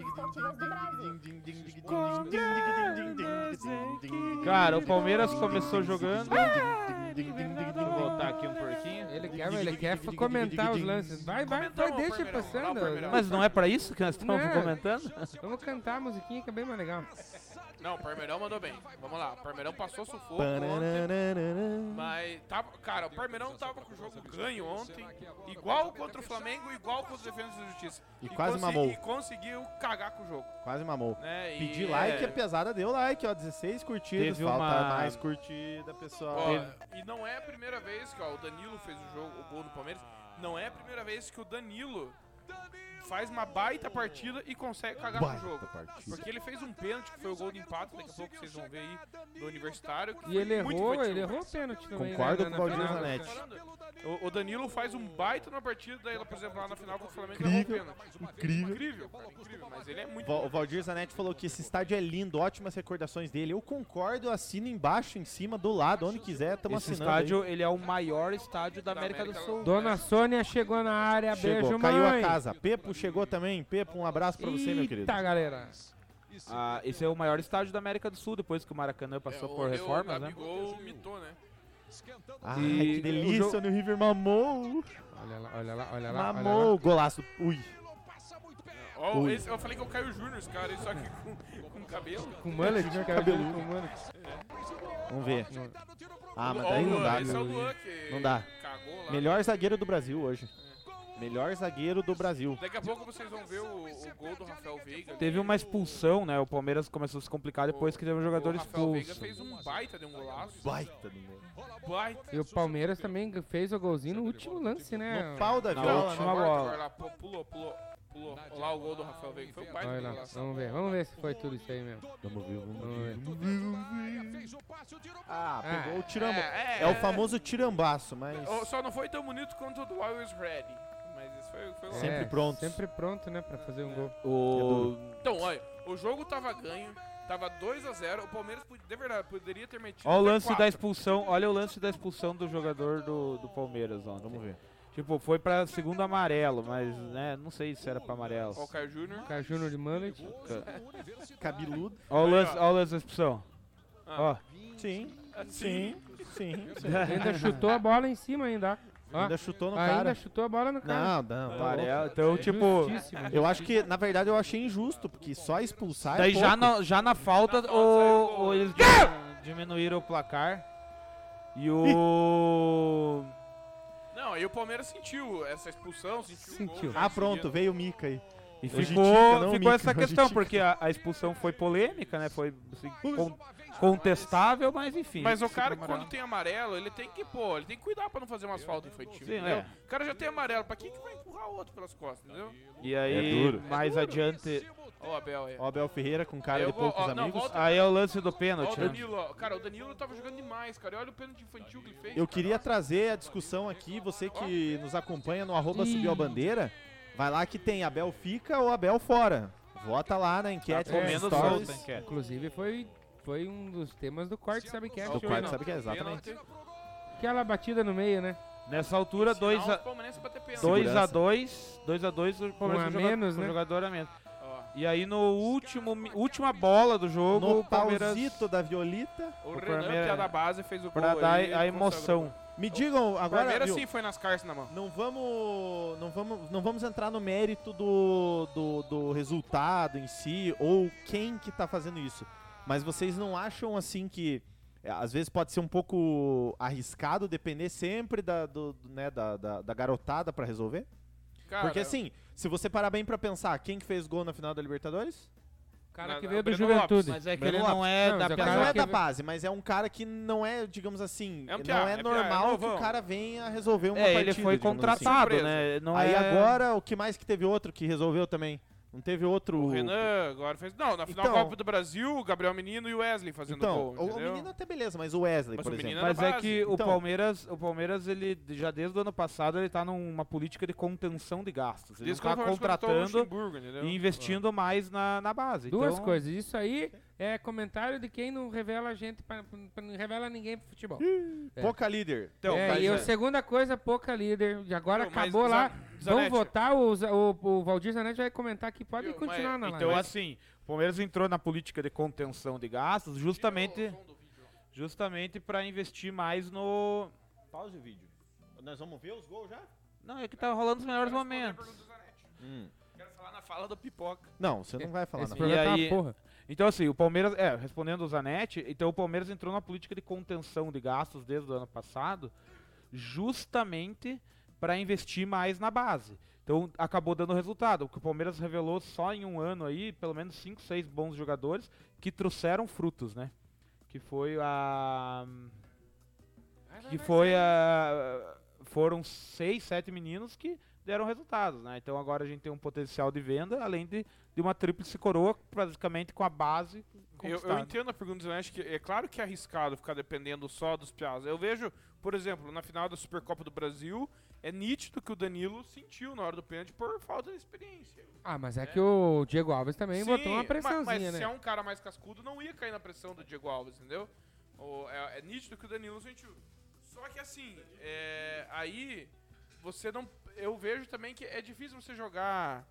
Speaker 1: Cara, o Palmeiras começou jogando. Vou botar aqui um porquinho.
Speaker 3: Ele quer, ele quer f- comentar os lances. Vai, vai,
Speaker 4: Comentamos,
Speaker 3: vai, deixa
Speaker 4: Palmeirão,
Speaker 3: passando.
Speaker 4: lá, Palmeirão.
Speaker 1: Mas não é pra isso que nós estamos
Speaker 3: Né?
Speaker 1: comentando?
Speaker 3: Vamos cantar a musiquinha que é bem mais legal.
Speaker 4: Não, o Parmeirão mandou bem. Vamos lá, o Parmeirão passou sufoco ontem.
Speaker 2: Pananana.
Speaker 4: Mas, tava, cara, o Parmeirão tava com o jogo ganho ontem, igual contra o Flamengo, igual contra o Defesa da Justiça.
Speaker 2: E quase mamou.
Speaker 4: E conseguiu cagar com o jogo.
Speaker 2: Quase mamou.
Speaker 4: Né? E
Speaker 2: Pedir like
Speaker 4: é-
Speaker 2: é pesada, deu like, ó. 16 curtidas,
Speaker 1: Teve
Speaker 2: falta
Speaker 1: uma-
Speaker 2: mais curtida, pessoal.
Speaker 4: Ó, e não é a primeira vez que ó, o Danilo fez o jogo, o gol do Palmeiras. Não é a primeira vez que o Danilo faz uma baita partida e consegue cagar
Speaker 2: Baita
Speaker 4: no jogo.
Speaker 2: partida.
Speaker 4: Porque ele fez um pênalti que foi o gol de empate, daqui a pouco vocês vão ver aí do universitário. que
Speaker 3: E
Speaker 4: foi
Speaker 3: ele
Speaker 4: muito
Speaker 3: errou,
Speaker 4: infantil.
Speaker 3: ele errou o pênalti também.
Speaker 2: Concordo com
Speaker 3: né, na-
Speaker 2: o Valdir
Speaker 3: na final.
Speaker 2: Zanetti.
Speaker 4: O, o Danilo faz um baita na partida, daí, por exemplo, lá na final contra o Flamengo ele errou o pênalti.
Speaker 2: Incrível.
Speaker 4: Incrível, cara, incrível. Mas ele é muito.
Speaker 2: Va- O Valdir Zanetti falou que esse estádio é lindo, ótimas recordações dele. Eu concordo, assino embaixo, em cima, do lado, onde quiser, estamos
Speaker 1: Esse
Speaker 2: assinando.
Speaker 1: estádio, ele é o maior estádio da
Speaker 4: Da
Speaker 1: América do
Speaker 4: América
Speaker 1: Sul.
Speaker 3: Dona Sônia chegou na área,
Speaker 2: aí. Chegou,
Speaker 3: beijo,
Speaker 2: caiu
Speaker 3: mãe.
Speaker 2: a casa. Pepo chegou também. Pepo, um abraço pra você, meu querido.
Speaker 3: Eita, galera.
Speaker 1: Ah, esse é o maior estádio da América do Sul, depois que o Maracanã passou
Speaker 4: É,
Speaker 1: por reformas, né?
Speaker 4: Gol mitou, né?
Speaker 2: Ai,
Speaker 1: E
Speaker 2: que
Speaker 1: o
Speaker 2: delícia,
Speaker 1: jogo-
Speaker 2: onde o River mamou.
Speaker 3: Olha lá, olha lá, olha lá. olha lá.
Speaker 2: Mamou, golaço. Ui.
Speaker 4: Ó,
Speaker 2: Ui.
Speaker 4: esse- eu falei que é o Caio Júnior, esse cara, só que com, com cabelo.
Speaker 3: Com o mullet, né, cara?
Speaker 2: Cabeludo.
Speaker 3: Com o mullet.
Speaker 2: Vamos ver. Ah, mas
Speaker 4: Ó,
Speaker 2: daí
Speaker 4: o
Speaker 2: não
Speaker 4: Luan,
Speaker 2: dá,
Speaker 4: Esse é o
Speaker 2: meu.
Speaker 4: Luan que
Speaker 2: Não dá.
Speaker 4: Cagou lá.
Speaker 2: Melhor zagueiro do Brasil hoje. Melhor zagueiro do Brasil.
Speaker 4: Daqui a pouco vocês vão ver o, o gol do Rafael Veiga.
Speaker 1: Teve uma expulsão, né? O Palmeiras começou a se complicar depois que teve um jogador
Speaker 4: O Rafael Veiga
Speaker 1: expulso.
Speaker 4: fez um baita de um golaço.
Speaker 2: Baita do mundo.
Speaker 4: Baita.
Speaker 3: E o Palmeiras também fez o golzinho
Speaker 4: é
Speaker 3: no último lance, né?
Speaker 2: No pau da
Speaker 1: Na
Speaker 2: viola,
Speaker 1: última
Speaker 2: né?
Speaker 4: Agora,
Speaker 1: bola.
Speaker 4: agora lá, pô, Pulou, pulou, pulou. Olha lá o gol do Rafael Veiga. Foi um baita de
Speaker 3: Olha
Speaker 4: um
Speaker 3: lá,
Speaker 4: golaço.
Speaker 3: vamos ver, vamos ver se foi tudo isso aí mesmo.
Speaker 2: Vamos ver, vamos
Speaker 3: Vamos ver.
Speaker 2: ver. vamos ver, vamos ver. Ah, pegou o tirambo.
Speaker 4: É, é,
Speaker 2: É o
Speaker 4: é.
Speaker 2: famoso tirambaço, mas
Speaker 4: Oh, Só não foi tão bonito quanto o do Always Ready. Mas isso foi, foi lá.
Speaker 2: Sempre
Speaker 3: É,
Speaker 2: pronto.
Speaker 3: Sempre pronto, né, pra fazer um gol.
Speaker 1: O...
Speaker 4: Então, olha, o jogo tava ganho. Tava 2x0. O Palmeiras, pod- de verdade, poderia ter metido.
Speaker 1: Olha o
Speaker 4: até
Speaker 1: lance da
Speaker 4: quatro.
Speaker 1: expulsão, olha o lance da expulsão do jogador do, do Palmeiras ontem.
Speaker 2: vamos ver.
Speaker 1: Tipo, foi pra segundo amarelo, mas né, não sei se era pra amarelo.
Speaker 4: Ó, o Caio Júnior.
Speaker 3: Caio Júnior de mullet.
Speaker 2: Cabeludo?
Speaker 1: Olha o lance, olha o lance da expulsão. Ó,
Speaker 2: Sim,
Speaker 4: Assim.
Speaker 2: sim, sim. sim.
Speaker 3: Ainda chutou a bola em cima ainda. ó.
Speaker 2: Ainda chutou no
Speaker 3: ainda
Speaker 2: cara.
Speaker 3: chutou a bola no cara.
Speaker 2: Não, não, tá louco.
Speaker 1: amarelo. Então, tipo,
Speaker 3: Justíssimo.
Speaker 2: Eu acho que, na verdade, eu achei injusto, porque só expulsar é
Speaker 1: daí já
Speaker 2: pouco.
Speaker 1: na, já na falta,
Speaker 4: Na falta saiu o
Speaker 1: o,
Speaker 4: gol,
Speaker 1: o-
Speaker 4: né?
Speaker 1: eles diminuíram- diminuíram o placar. E o.
Speaker 4: Não, aí o Palmeiras sentiu essa expulsão, sentiu, o
Speaker 3: Sentiu.
Speaker 4: gol. já
Speaker 2: Ah, pronto,
Speaker 4: seguia.
Speaker 2: veio o Mica aí.
Speaker 1: E
Speaker 2: Hoje
Speaker 1: ficou,
Speaker 2: tica, não
Speaker 1: ficou
Speaker 2: mica,
Speaker 1: essa
Speaker 2: hoje
Speaker 1: questão,
Speaker 2: tica.
Speaker 1: porque a, a expulsão foi polêmica, né? Foi assim, con- contestável, mas enfim.
Speaker 4: Mas o cara,
Speaker 1: segundo amarelo.
Speaker 4: quando tem amarelo, ele tem que, pô, ele tem que cuidar pra não fazer umas faltas infantil.
Speaker 1: Sim,
Speaker 4: entendeu?
Speaker 1: é.
Speaker 4: O cara já tem amarelo, pra quem que vai empurrar o outro pelas costas, entendeu?
Speaker 1: E aí,
Speaker 2: É duro.
Speaker 1: mais adiante.
Speaker 4: Ó, o Abel aí.
Speaker 2: Ó, Abel Ferreira com cara de
Speaker 4: Eu vou-
Speaker 2: poucos
Speaker 4: ó, não,
Speaker 2: amigos.
Speaker 4: volta-
Speaker 1: Aí é o lance do
Speaker 4: Ó,
Speaker 1: pênalti,
Speaker 4: o
Speaker 1: né?
Speaker 4: Danilo, ó. Cara, o Danilo tava jogando demais, cara. E olha o pênalti infantil que ele fez.
Speaker 2: Eu
Speaker 4: cara.
Speaker 2: queria trazer a discussão aqui, você que nos acompanha no arroba
Speaker 3: Ih.
Speaker 2: subiu a bandeira, vai lá que tem Abel fica ou Abel fora. Vota lá na enquete.
Speaker 1: Tá comendo
Speaker 2: nos
Speaker 1: solta,
Speaker 2: stories.
Speaker 1: hein, cara?
Speaker 3: Inclusive foi, foi um dos temas do corte, sabe que é?
Speaker 2: Do
Speaker 3: hoje,
Speaker 2: Corte
Speaker 3: não.
Speaker 2: Sabe Que É, exatamente.
Speaker 4: Pênalti.
Speaker 3: Aquela batida no meio, né?
Speaker 1: Nessa altura, 2
Speaker 4: Sinal
Speaker 1: a
Speaker 4: do Palmeirense pra ter pênalti.
Speaker 1: 2 a
Speaker 2: Segurança. Um
Speaker 1: 2, 2 a 2, o Palmeiras
Speaker 3: a
Speaker 1: com joga-
Speaker 3: menos,
Speaker 1: com
Speaker 3: né?
Speaker 1: jogador a menos.
Speaker 4: Ó,
Speaker 1: E aí no último mi- última bola do jogo,
Speaker 2: No
Speaker 1: o Palmeiras
Speaker 2: pauzito da Violita.
Speaker 4: O,
Speaker 1: O
Speaker 4: Renan,
Speaker 1: Palmeiras-
Speaker 4: que é da base, fez o gol
Speaker 1: pra dar
Speaker 4: aí,
Speaker 1: a
Speaker 4: ele
Speaker 1: emoção.
Speaker 2: Me digam
Speaker 4: consagrou. O
Speaker 2: agora,
Speaker 4: Palmeiras
Speaker 2: viu,
Speaker 4: sim foi nas cartas na mão.
Speaker 2: não vamos, não vamos, não vamos entrar no mérito do, do, do resultado em si ou quem que tá fazendo isso. Mas vocês não acham assim que é, às vezes pode ser um pouco arriscado depender sempre da, do, do, né, da, da, da garotada pra resolver?
Speaker 4: Cara,
Speaker 2: Porque assim, se você parar bem pra pensar, quem que fez gol na final da Libertadores?
Speaker 3: cara
Speaker 4: Não,
Speaker 3: que
Speaker 4: não,
Speaker 3: veio do
Speaker 4: Breno Lopes.
Speaker 3: Juventude.
Speaker 6: Mas é que
Speaker 2: Breno
Speaker 6: ele não é
Speaker 3: Não,
Speaker 6: da
Speaker 3: mas é
Speaker 2: Mas
Speaker 3: o
Speaker 6: piada.
Speaker 2: não
Speaker 3: cara
Speaker 2: é
Speaker 3: que
Speaker 2: da
Speaker 3: vê-
Speaker 2: base, mas é um cara que não é, digamos assim,
Speaker 4: É um piá,
Speaker 2: não
Speaker 4: é
Speaker 2: é
Speaker 4: piá,
Speaker 2: normal
Speaker 4: é
Speaker 2: que
Speaker 4: novão.
Speaker 2: o cara venha resolver uma
Speaker 1: É,
Speaker 2: partida.
Speaker 1: ele foi
Speaker 2: digamos assim.
Speaker 1: contratado,
Speaker 4: Surpresa.
Speaker 1: né? Não
Speaker 2: Aí
Speaker 1: é-
Speaker 2: agora, o que mais que teve outro que resolveu também? Não teve outro...
Speaker 4: O Renan agora fez. Não, na final
Speaker 2: Então-
Speaker 4: da Copa do Brasil, o Gabriel Menino e o Wesley fazendo
Speaker 2: Então,
Speaker 4: gol.
Speaker 2: o- o
Speaker 4: entendeu?
Speaker 2: menino até beleza, mas o Wesley,
Speaker 4: Mas
Speaker 2: por
Speaker 4: o
Speaker 2: exemplo.
Speaker 4: menino
Speaker 1: Mas
Speaker 4: na
Speaker 1: é
Speaker 4: base.
Speaker 1: que o
Speaker 2: Então-
Speaker 1: Palmeiras, o Palmeiras, ele já desde o ano passado, ele tá numa política de contenção de gastos. Ele
Speaker 2: tá
Speaker 4: Desde
Speaker 1: está
Speaker 4: quando o Palmeiras contratou o né?
Speaker 1: contratando
Speaker 4: Luxemburgo, entendeu?
Speaker 1: e investindo mais na, na base.
Speaker 3: Duas
Speaker 1: Então,
Speaker 3: coisas. Isso aí é comentário de quem não revela a gente, pra, pra- não revela ninguém pro futebol. É.
Speaker 2: Pouca líder.
Speaker 4: Então,
Speaker 3: é,
Speaker 4: mas
Speaker 3: e a
Speaker 4: é.
Speaker 3: segunda coisa, pouca líder. de Agora
Speaker 4: Não, mas
Speaker 3: acabou lá.
Speaker 4: Zan-
Speaker 3: Vão
Speaker 4: Zanetti,
Speaker 3: votar, o, Za- o, o Valdir Zanetti vai comentar aqui. Pode
Speaker 4: Viu,
Speaker 3: continuar na
Speaker 4: mas-
Speaker 1: Então,
Speaker 3: live.
Speaker 1: assim, o Palmeiras entrou na política de contenção de gastos justamente, justamente para investir mais no.
Speaker 2: Pause o vídeo. Nós vamos ver os gols já?
Speaker 1: Não, é que tá rolando os melhores
Speaker 4: Quero responder a
Speaker 1: momentos.
Speaker 4: pergunta do Zanetti. Quero falar na fala do Pipoca.
Speaker 2: Não, você não vai falar
Speaker 3: Esse
Speaker 2: nada.
Speaker 3: programa
Speaker 1: E
Speaker 3: tá uma
Speaker 1: aí-
Speaker 3: porra.
Speaker 1: Então, assim, o Palmeiras, é, respondendo o Zanetti, então o Palmeiras entrou na política de contenção de gastos desde o ano passado, justamente para investir mais na base. Então, acabou dando resultado, porque o Palmeiras revelou só em um ano aí, pelo menos 5, 6 bons jogadores que trouxeram frutos, né? Que foi a. Que foi a. Foram 6, 7 meninos que deram resultados, né? Então agora a gente tem um potencial de venda, além de, de uma tríplice coroa, praticamente com a base.
Speaker 4: Eu,
Speaker 3: tá,
Speaker 4: eu
Speaker 3: né?
Speaker 1: conquistada.
Speaker 4: entendo a pergunta do Zanetti, que é claro que é arriscado ficar dependendo só dos Piazza. Eu vejo, por exemplo, na final da Supercopa do Brasil, é nítido que o Danilo sentiu na hora do pênalti por falta de experiência.
Speaker 3: Ah, mas é que o Diego Alves também
Speaker 4: Sim,
Speaker 3: botou uma
Speaker 4: ma-
Speaker 3: pressãozinha,
Speaker 4: mas,
Speaker 3: né?
Speaker 4: se é um cara mais cascudo, não ia cair na pressão do Diego Alves, entendeu? O- é, é nítido que o Danilo sentiu. Só que assim, é, aí você não. Eu vejo também que é difícil você jogar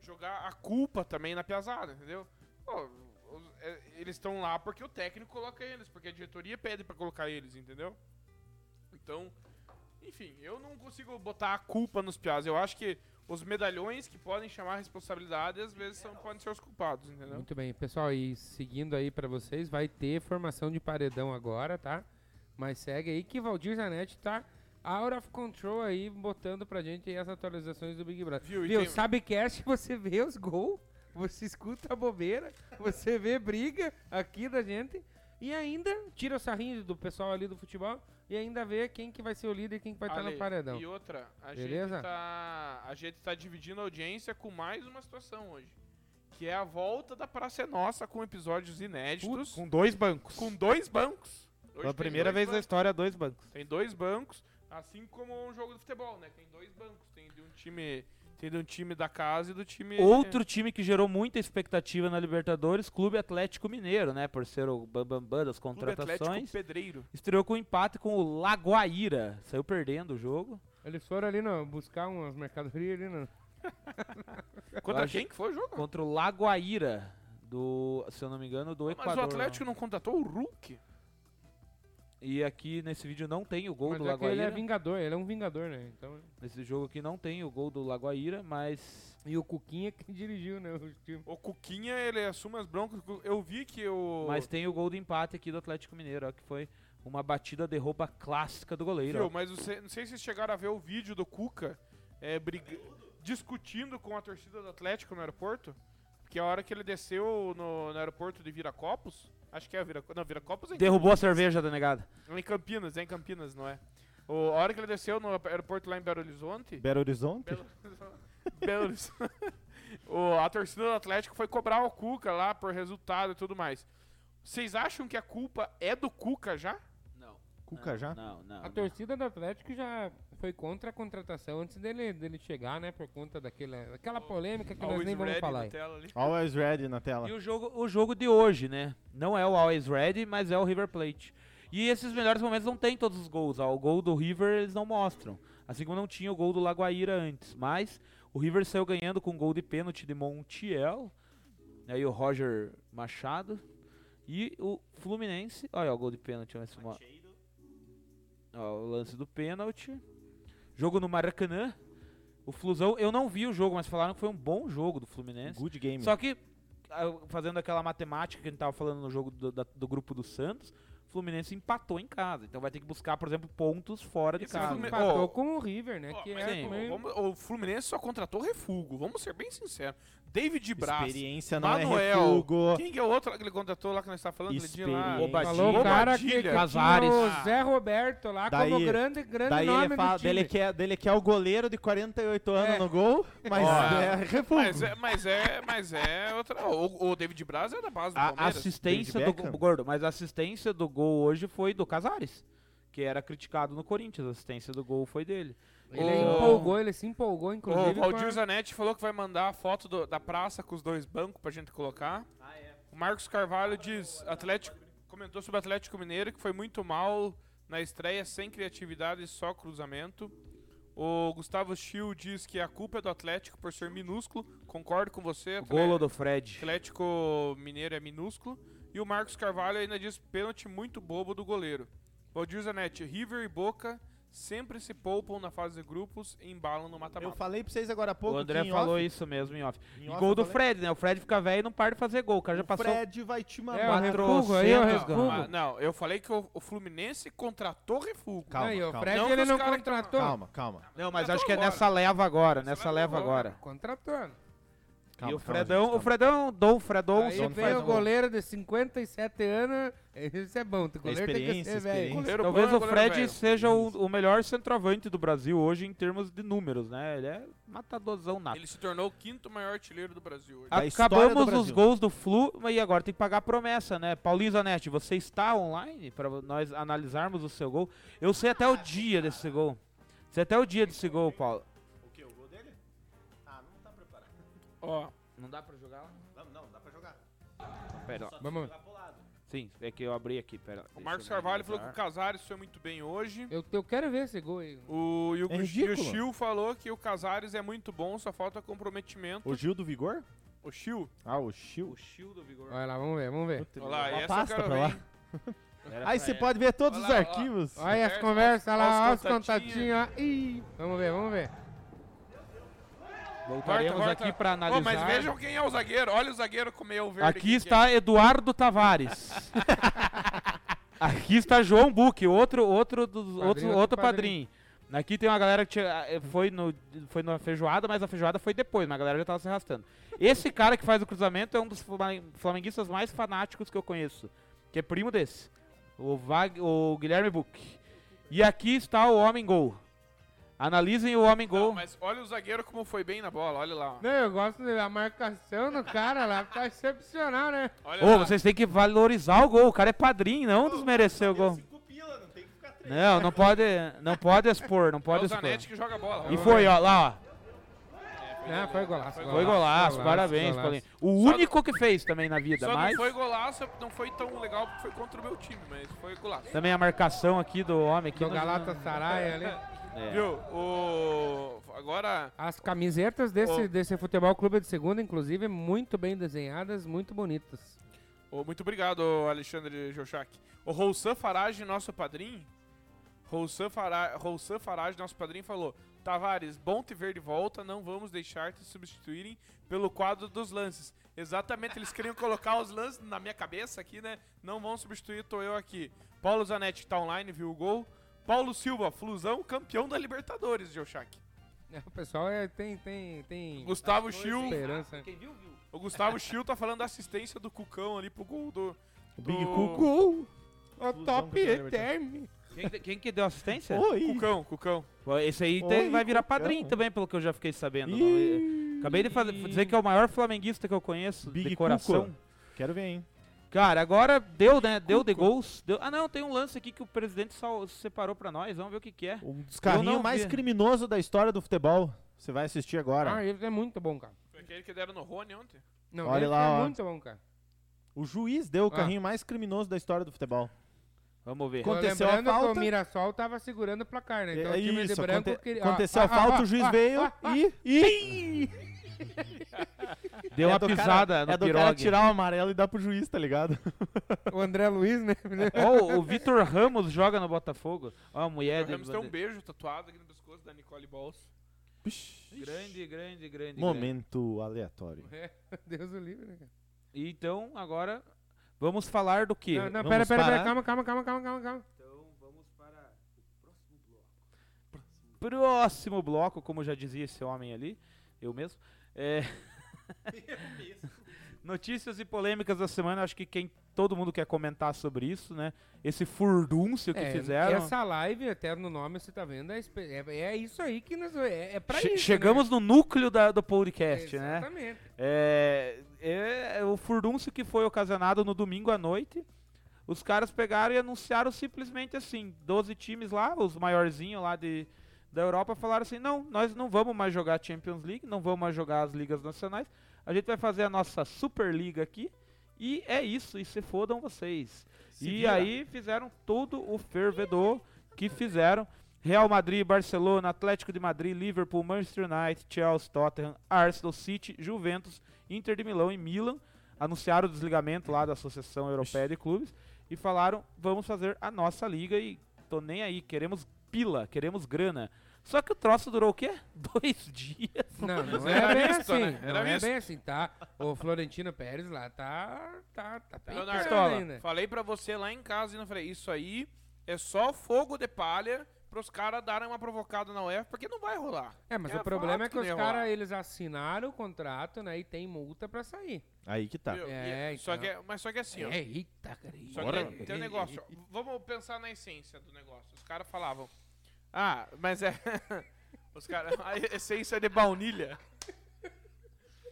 Speaker 4: jogar a culpa também na piazada, entendeu? Pô, os- é, eles estão lá porque o técnico coloca eles, porque a diretoria pede pra colocar eles, entendeu? Então, enfim, eu não consigo botar a culpa nos piás. Eu acho que os medalhões que podem chamar a responsabilidade às vezes são, podem ser os culpados, entendeu?
Speaker 3: Muito bem, pessoal, e seguindo aí pra vocês, vai ter formação de paredão agora, tá? Mas segue aí que Valdir Zanetti tá out of control aí, botando pra gente aí as atualizações do Big Brother.
Speaker 4: Viu? E
Speaker 3: Viu,
Speaker 4: tem-
Speaker 3: sabe cast, você vê os gols, você escuta a bobeira, você vê briga aqui da gente e ainda tira o sarrinho do pessoal ali do futebol e ainda vê quem que vai ser o líder e quem que vai
Speaker 1: tá
Speaker 3: estar
Speaker 4: Ale,
Speaker 3: no paredão.
Speaker 4: E outra, a
Speaker 3: Beleza?
Speaker 4: gente tá. A gente tá dividindo a audiência com mais uma situação hoje. Que é a volta da Praça é Nossa com episódios inéditos.
Speaker 1: Com dois bancos.
Speaker 4: com dois bancos. Hoje
Speaker 1: Pela
Speaker 4: tem
Speaker 1: primeira
Speaker 4: dois
Speaker 1: vez na
Speaker 4: bancos.
Speaker 1: história, dois bancos.
Speaker 4: Tem dois bancos, assim como um jogo de futebol, né? Tem dois bancos, tem de um time, tem de um time da casa e do time né,
Speaker 1: Outro time que gerou muita expectativa na Libertadores, Clube Atlético Mineiro, né? Por ser o bambambam das
Speaker 4: Clube Atlético
Speaker 1: contratações.
Speaker 4: Pedreiro.
Speaker 1: Estreou com um empate com o Lagoaíra. Saiu perdendo o jogo.
Speaker 3: Eles foram ali no, buscar umas mercadorias ali no...
Speaker 4: Contra
Speaker 1: acho-
Speaker 4: quem que foi o jogo?
Speaker 1: Contra o Lagoaíra, do, se eu não me engano, do
Speaker 4: Mas
Speaker 1: Equador. né?
Speaker 4: o Atlético não contratou o Hulk.
Speaker 1: E aqui nesse vídeo não tem o gol
Speaker 3: Mas
Speaker 1: do
Speaker 3: é que ele
Speaker 1: Lagoaíra.
Speaker 3: é
Speaker 4: né?
Speaker 3: vingador, ele é um vingador, né? Então...
Speaker 1: Nesse jogo aqui não tem o gol do Lagoaíra, mas.
Speaker 3: E o Cuquinha que dirigiu, né? O time.
Speaker 4: O Cuquinha, ele assume as broncas. Eu vi que o.
Speaker 1: Mas tem o gol de empate aqui do Atlético Mineiro, ó, que foi uma batida de rouba clássica do goleiro.
Speaker 4: Viu,
Speaker 1: ó.
Speaker 4: mas você- não sei se vocês chegaram a ver o vídeo do Cuca é, briga- discutindo com a torcida do Atlético no aeroporto. Porque a hora que ele desceu no, no aeroporto de Viracopos, acho que é Viracopos. Não, Viracopos é em
Speaker 1: Derrubou a cerveja tá da negada.
Speaker 4: É Em Campinas, é em Campinas, não é? O, a hora que ele desceu no aeroporto lá em Belo Horizonte.
Speaker 2: Belo Horizonte?
Speaker 4: Belo, Belo Horizonte. o, a torcida do Atlético foi cobrar o Cuca lá por resultado e tudo mais. Vocês acham que a culpa é do Cuca já?
Speaker 1: Não.
Speaker 2: Cuca já?
Speaker 1: Não, não.
Speaker 3: A torcida do Atlético já foi contra a contratação antes dele, dele chegar, né? Por conta daquela, daquela polêmica que nós nem vamos falar. aí.
Speaker 2: Always ready na tela.
Speaker 1: E o jogo, o jogo de hoje, né? Não é o Always Ready, mas é o River Plate. E esses melhores momentos não tem todos os gols. Ó. O gol do River eles não mostram. Assim como não tinha o gol do Lagoaíra antes. Mas o River saiu ganhando com um gol de pênalti de Montiel. Aí o Roger Machado. E o Fluminense. Olha ó, o gol de pênalti. vamos ver se mo- Ó, o lance do pênalti. Jogo no Maracanã. O Flusão, eu não vi o jogo, mas falaram que foi um bom jogo do
Speaker 4: né?
Speaker 1: Fluminense.
Speaker 2: Good game.
Speaker 1: Só que, ah, fazendo aquela matemática que a gente tava falando no jogo do, da- do grupo do Santos, o Fluminense empatou em casa. Então vai ter que buscar, por exemplo, pontos fora de
Speaker 4: Esse
Speaker 1: casa.
Speaker 4: Fluminense-
Speaker 3: Empatou
Speaker 4: Ó,
Speaker 3: com o River, né? que
Speaker 4: mas assim,
Speaker 3: é
Speaker 1: sim,
Speaker 3: também-
Speaker 4: Vamos- o Fluminense só contratou refúgio, vamos ser bem sinceros. David Braz.
Speaker 2: Experiência não é
Speaker 4: Manuel.
Speaker 2: refugo.
Speaker 4: Quem que é o outro lá que ele contratou lá que nós estávamos falando? aquele dia lá?
Speaker 2: Experiência.
Speaker 1: Bobadilha.
Speaker 3: Falou o cara que, que
Speaker 4: Bobadilha.
Speaker 1: Casares.
Speaker 3: tinha o Zé Roberto lá
Speaker 2: Daí-
Speaker 3: como grande, grande
Speaker 2: Daí
Speaker 3: nome
Speaker 2: ele fala
Speaker 3: do time.
Speaker 2: dele que, é, dele que é o goleiro de 48 anos
Speaker 3: É.
Speaker 2: no gol, mas
Speaker 4: Ó,
Speaker 2: é refugo.
Speaker 4: Mas é, mas é, mas é outra. O, o David Braz é da base do
Speaker 1: A
Speaker 4: Palmeiras.
Speaker 1: assistência do
Speaker 2: David
Speaker 1: gol,
Speaker 2: Beckham?
Speaker 1: gordo, mas a assistência do gol hoje foi do Casares, que era criticado no Corinthians. A assistência do gol foi dele.
Speaker 3: Ele é
Speaker 4: O-
Speaker 3: empolgou, ele se empolgou, inclusive.
Speaker 4: O Valdir
Speaker 3: com a-
Speaker 4: Zanetti falou que vai mandar a foto do- da praça com os dois bancos pra gente colocar. O Marcos Carvalho diz, Atlético comentou sobre o Atlético Mineiro que foi muito mal na estreia, sem criatividade e só cruzamento. O Gustavo Schill diz que a culpa é do Atlético por ser minúsculo. Concordo com você.
Speaker 1: O golo do
Speaker 2: Um
Speaker 1: Fred.
Speaker 4: Atlético Mineiro é minúsculo. E o Marcos Carvalho ainda diz pênalti muito bobo do goleiro. Valdir Zanetti, River e Boca sempre se poupam na fase de grupos e embalam no
Speaker 2: Eu
Speaker 4: mata-mata.
Speaker 2: falei pra vocês agora há pouco
Speaker 1: O André
Speaker 2: que em
Speaker 1: falou
Speaker 2: off,
Speaker 1: isso mesmo em off.
Speaker 2: em
Speaker 1: E
Speaker 2: off
Speaker 1: gol
Speaker 2: eu
Speaker 1: do
Speaker 2: falei,
Speaker 1: Fred, né? O Fred fica velho e não para de fazer gol. O cara já
Speaker 2: O
Speaker 1: passou
Speaker 2: Fred vai te
Speaker 3: É, o
Speaker 2: mamar.
Speaker 3: refugo aí,
Speaker 2: Ah,
Speaker 3: o
Speaker 1: 400
Speaker 3: refugo.
Speaker 1: gols.
Speaker 4: Mas, Ah, não, eu falei que o, o Fluminense contratou refugo.
Speaker 2: Calma,
Speaker 3: Aí, o
Speaker 2: calma.
Speaker 3: Fred
Speaker 4: Não que
Speaker 3: ele
Speaker 4: os
Speaker 3: não
Speaker 4: cara que tá-
Speaker 3: contratou.
Speaker 2: Calma, calma.
Speaker 1: Não, mas
Speaker 4: Contratou
Speaker 1: acho que é
Speaker 4: agora.
Speaker 1: nessa leva agora,
Speaker 4: Nessa
Speaker 1: nessa
Speaker 4: leva
Speaker 1: leva
Speaker 4: agora.
Speaker 1: agora.
Speaker 3: Contratando.
Speaker 2: calma
Speaker 1: e o
Speaker 2: calma,
Speaker 1: Fredão,
Speaker 2: gente,
Speaker 1: o Fredão, Dom Fredon,
Speaker 3: Aí
Speaker 2: dono
Speaker 3: vem
Speaker 2: faz
Speaker 3: o
Speaker 2: gol.
Speaker 3: goleiro de 57 anos. Isso é bom. O goleiro tem que
Speaker 2: experiência,
Speaker 3: ser velho.
Speaker 2: experiência.
Speaker 4: Goleiro
Speaker 1: Talvez
Speaker 4: bom,
Speaker 1: o
Speaker 4: goleiro
Speaker 1: Fred
Speaker 4: velho.
Speaker 1: seja o, o melhor centroavante do Brasil hoje em termos de números, né? Ele é matadorzão nato.
Speaker 4: Ele se tornou o quinto maior artilheiro do Brasil
Speaker 1: Ah,
Speaker 4: hoje.
Speaker 2: Da história do
Speaker 1: Acabamos os
Speaker 2: Brasil.
Speaker 1: gols do Flu e agora tem que pagar a promessa, né? Paulinho Zanetti, você está online para nós analisarmos o seu gol? Eu sei até o dia desse gol. Sei até o dia desse gol, Paulo.
Speaker 2: O que? O gol dele? Ah, não tá preparado.
Speaker 4: Ó,
Speaker 1: Não dá para jogar lá?
Speaker 2: Não, não, dá pra jogar.
Speaker 1: Pera, ó.
Speaker 3: Vamos.
Speaker 1: sim, é que eu abri aqui, pera.
Speaker 4: o Marcos Carvalho falou que o Casares foi muito bem hoje.
Speaker 3: Eu, eu quero ver esse gol aí.
Speaker 4: O, e o,
Speaker 2: É
Speaker 4: Gu- e o
Speaker 2: ridículo.
Speaker 4: Chiu falou que o Casares é muito bom, só falta comprometimento.
Speaker 2: O Gil do Vigor?
Speaker 4: O Chiu.
Speaker 2: Ah, o Gil.
Speaker 1: shield do Vigor.
Speaker 3: Olha lá, vamos ver, vamos ver.
Speaker 4: Olha lá,
Speaker 2: Uma
Speaker 4: essa
Speaker 2: pasta
Speaker 4: eu quero
Speaker 2: pra
Speaker 4: ver,
Speaker 2: lá.
Speaker 4: hein?
Speaker 2: Aí você pode ver todos
Speaker 4: Olha
Speaker 2: os
Speaker 4: lá, ó.
Speaker 2: arquivos.
Speaker 3: Olha as
Speaker 4: Conversa,
Speaker 3: conversas lá, olha
Speaker 4: olha
Speaker 3: os
Speaker 4: os
Speaker 3: contatinhos. ó. Ih, vamos ver, vamos ver.
Speaker 1: Voltaremos
Speaker 4: Volta, volta.
Speaker 1: aqui para
Speaker 4: Ó,
Speaker 1: analisar.
Speaker 4: mas vejam quem é o zagueiro. Olha o zagueiro com meio verde.
Speaker 1: Aqui está Eduardo Tavares. Aqui está João Buque, outro outro dos- outro,
Speaker 3: do
Speaker 1: outro
Speaker 3: padrinho.
Speaker 1: padrinho. Aqui tem uma galera que tinha- eh, foi no foi na feijoada, mas a feijoada foi depois, mas a galera já tava se arrastando. Esse cara que faz o cruzamento é um dos fla- flamenguistas mais fanáticos que eu conheço, que é primo desse, o Vag, o Guilherme Buque. E aqui está o homem gol. Analisem o homem
Speaker 4: Não,
Speaker 1: gol.
Speaker 4: mas olha o zagueiro como foi bem na bola, olha lá. ó.
Speaker 3: Não, eu gosto da marcação do cara lá, tá excepcional, né?
Speaker 4: Olha
Speaker 1: Ô,
Speaker 4: lá.
Speaker 1: vocês têm que valorizar o gol. O cara é padrinho, não desmerecer o gol. Não, não pode, não pode expor, não
Speaker 4: É
Speaker 1: pode
Speaker 4: o
Speaker 1: expor.
Speaker 4: Zanetti que né? joga a bola.
Speaker 1: E foi, ó, lá, ó.
Speaker 3: É, foi golaço.
Speaker 1: Foi golaço, parabéns, Paulinho. O
Speaker 4: Só
Speaker 1: único que fez também na vida,
Speaker 4: Só
Speaker 1: mas
Speaker 4: não foi golaço, não foi tão legal porque foi contra o meu time, mas foi golaço.
Speaker 1: também a marcação aqui do homem aqui.
Speaker 3: Do
Speaker 1: não-
Speaker 3: Galatasaray ali.
Speaker 1: É.
Speaker 4: Viu? O... Agora,
Speaker 3: As camisetas desse,
Speaker 4: Ô.
Speaker 3: desse futebol clube de segunda, inclusive, muito bem desenhadas, muito bonitas.
Speaker 4: ô, muito obrigado, Alexandre Jochak. O Roussan Farage, nosso padrinho, Roussan, Fara... Roussan Farage, nosso padrinho, falou Tavares, bom te ver de volta, não vamos deixar te substituírem pelo quadro dos lances. Exatamente, eles queriam colocar os lances na minha cabeça aqui, né? Não vão substituir, tô eu aqui. Paulo Zanetti tá online, viu o gol. Paulo Silva, Flusão, campeão da Libertadores, Jochak.
Speaker 3: É, O pessoal é, tem, tem, tem
Speaker 4: Gustavo Chiu,
Speaker 3: esperança.
Speaker 4: O Gustavo Schill tá falando da assistência do Cucão ali pro gol do.
Speaker 2: O Big
Speaker 4: do-
Speaker 2: Cuco.
Speaker 3: Gol! O
Speaker 2: Fusão
Speaker 3: top
Speaker 2: campeão da
Speaker 3: eterno.
Speaker 1: Quem, quem que deu assistência?
Speaker 2: Oi.
Speaker 4: Cucão, Cucão.
Speaker 1: Pô, Esse aí tem-
Speaker 2: Oi,
Speaker 1: vai virar
Speaker 2: Cucão.
Speaker 1: padrinho também, pelo que eu já fiquei sabendo.
Speaker 2: Ih.
Speaker 1: Acabei de fazer- dizer que é o maior flamenguista que eu conheço,
Speaker 2: Big
Speaker 1: de coração.
Speaker 2: Cuco. Quero ver, hein?
Speaker 1: Cara, agora deu, né? Deu de gols. Deu- Ah, não, tem um lance aqui que o presidente só separou pra nós. Vamos ver o que, que é.
Speaker 2: Um dos
Speaker 1: Eu
Speaker 2: carrinhos
Speaker 1: não
Speaker 2: mais
Speaker 1: vi.
Speaker 2: criminosos da história do futebol. Você vai assistir agora.
Speaker 3: Ah, ele é muito bom, cara.
Speaker 4: Foi aquele que deram no Rony ontem.
Speaker 3: Não,
Speaker 2: Olha
Speaker 3: ele
Speaker 2: lá,
Speaker 3: é
Speaker 2: ó.
Speaker 3: muito bom, cara.
Speaker 2: O juiz deu o
Speaker 3: Ah.
Speaker 2: carrinho mais criminoso da história do futebol.
Speaker 1: Vamos ver.
Speaker 2: Co- Aconteceu a
Speaker 3: Lembrando que
Speaker 2: falta.
Speaker 3: o Mirassol tava segurando o placar, né? Então
Speaker 2: É
Speaker 3: o time
Speaker 2: isso,
Speaker 3: de branco
Speaker 2: aconte-
Speaker 3: queria... Ah, ó,
Speaker 2: aconteceu
Speaker 3: ó,
Speaker 2: a falta,
Speaker 3: ó,
Speaker 2: o juiz
Speaker 3: ó,
Speaker 2: veio
Speaker 3: ó, ó.
Speaker 2: e... e...
Speaker 1: Deu
Speaker 2: É
Speaker 1: uma
Speaker 2: do cara-
Speaker 1: pisada no
Speaker 2: é do cara
Speaker 1: pirogue.
Speaker 2: tirar o amarelo e dar pro juiz, tá ligado?
Speaker 3: O André Luiz, né?
Speaker 1: Ó, o- o Vitor Ramos joga no Botafogo. Ó, a
Speaker 3: É,
Speaker 1: mulher
Speaker 4: o Ramos
Speaker 1: de-
Speaker 4: tem um beijo tatuado aqui no pescoço da Nicole Balls.
Speaker 1: Grande, grande, grande. grande.
Speaker 2: Momento aleatório.
Speaker 3: É, Deus o livre, né, cara?
Speaker 1: E Então, agora vamos falar do quê?
Speaker 3: Não, não,
Speaker 2: Vamos
Speaker 3: pera, pera, pera,
Speaker 2: parar?
Speaker 3: calma, calma, calma, calma, calma, calma.
Speaker 1: Próximo bloco, como já dizia esse homem ali, eu mesmo. é, Notícias e polêmicas da semana, acho que quem todo mundo quer comentar sobre isso, né? Esse furdúncio que
Speaker 3: É,
Speaker 1: fizeram.
Speaker 3: Essa live, até no nome você tá vendo, é, espe- é, é isso aí que nós. É, é pra
Speaker 1: Che-
Speaker 3: isso.
Speaker 1: chegamos no núcleo da- do
Speaker 3: né?
Speaker 1: podcast, né?
Speaker 3: Exatamente.
Speaker 1: É, é o furdúncio que foi ocasionado no domingo à noite. Os caras pegaram e anunciaram simplesmente assim, 12 times lá, os maiorzinhos lá de, da Europa, falaram assim, não, nós não vamos mais jogar Champions League, não vamos mais jogar as ligas nacionais, a gente vai fazer a nossa Superliga aqui, e é isso, e se fodam vocês.
Speaker 2: Se
Speaker 1: e
Speaker 2: vira.
Speaker 1: aí fizeram todo o fervedor que fizeram. Real Madrid, Barcelona, Atlético de Madrid, Liverpool, Manchester United, Chelsea, Tottenham, Arsenal, City, Juventus, Inter de Milão e Milan anunciaram o desligamento lá da Associação Europeia de Clubes e falaram: vamos fazer a nossa liga e tô nem aí, queremos pila, queremos grana. Só que o troço durou o quê? Dois dias.
Speaker 3: Não, não é
Speaker 4: Era
Speaker 3: bem
Speaker 4: misto,
Speaker 3: assim.
Speaker 4: né? Era
Speaker 3: Não é
Speaker 4: misto.
Speaker 3: bem assim, tá? O Florentino Pérez lá tá. tá, tá pintando
Speaker 4: Leonardo,
Speaker 1: pistola.
Speaker 3: ainda.
Speaker 4: falei pra você lá em casa e não falei, isso aí é só fogo de palha pros caras darem uma provocada na UEFA, porque não vai rolar.
Speaker 3: É, mas
Speaker 4: É
Speaker 3: o problema é
Speaker 4: fato
Speaker 3: que
Speaker 4: que
Speaker 3: os
Speaker 4: não ia
Speaker 3: caras,
Speaker 4: rolar.
Speaker 3: eles assinaram o contrato, né? E tem multa pra sair.
Speaker 2: Aí que tá.
Speaker 4: Viu?
Speaker 3: É,
Speaker 4: E- só
Speaker 3: então.
Speaker 4: que é- mas só que é assim, ó.
Speaker 3: É, eita, cara. eita.
Speaker 4: Só
Speaker 2: Bora.
Speaker 4: que tem um negócio. ó, Vamos pensar na essência do negócio. Os caras falavam. Ah, mas é. Os caras. A essência é de baunilha.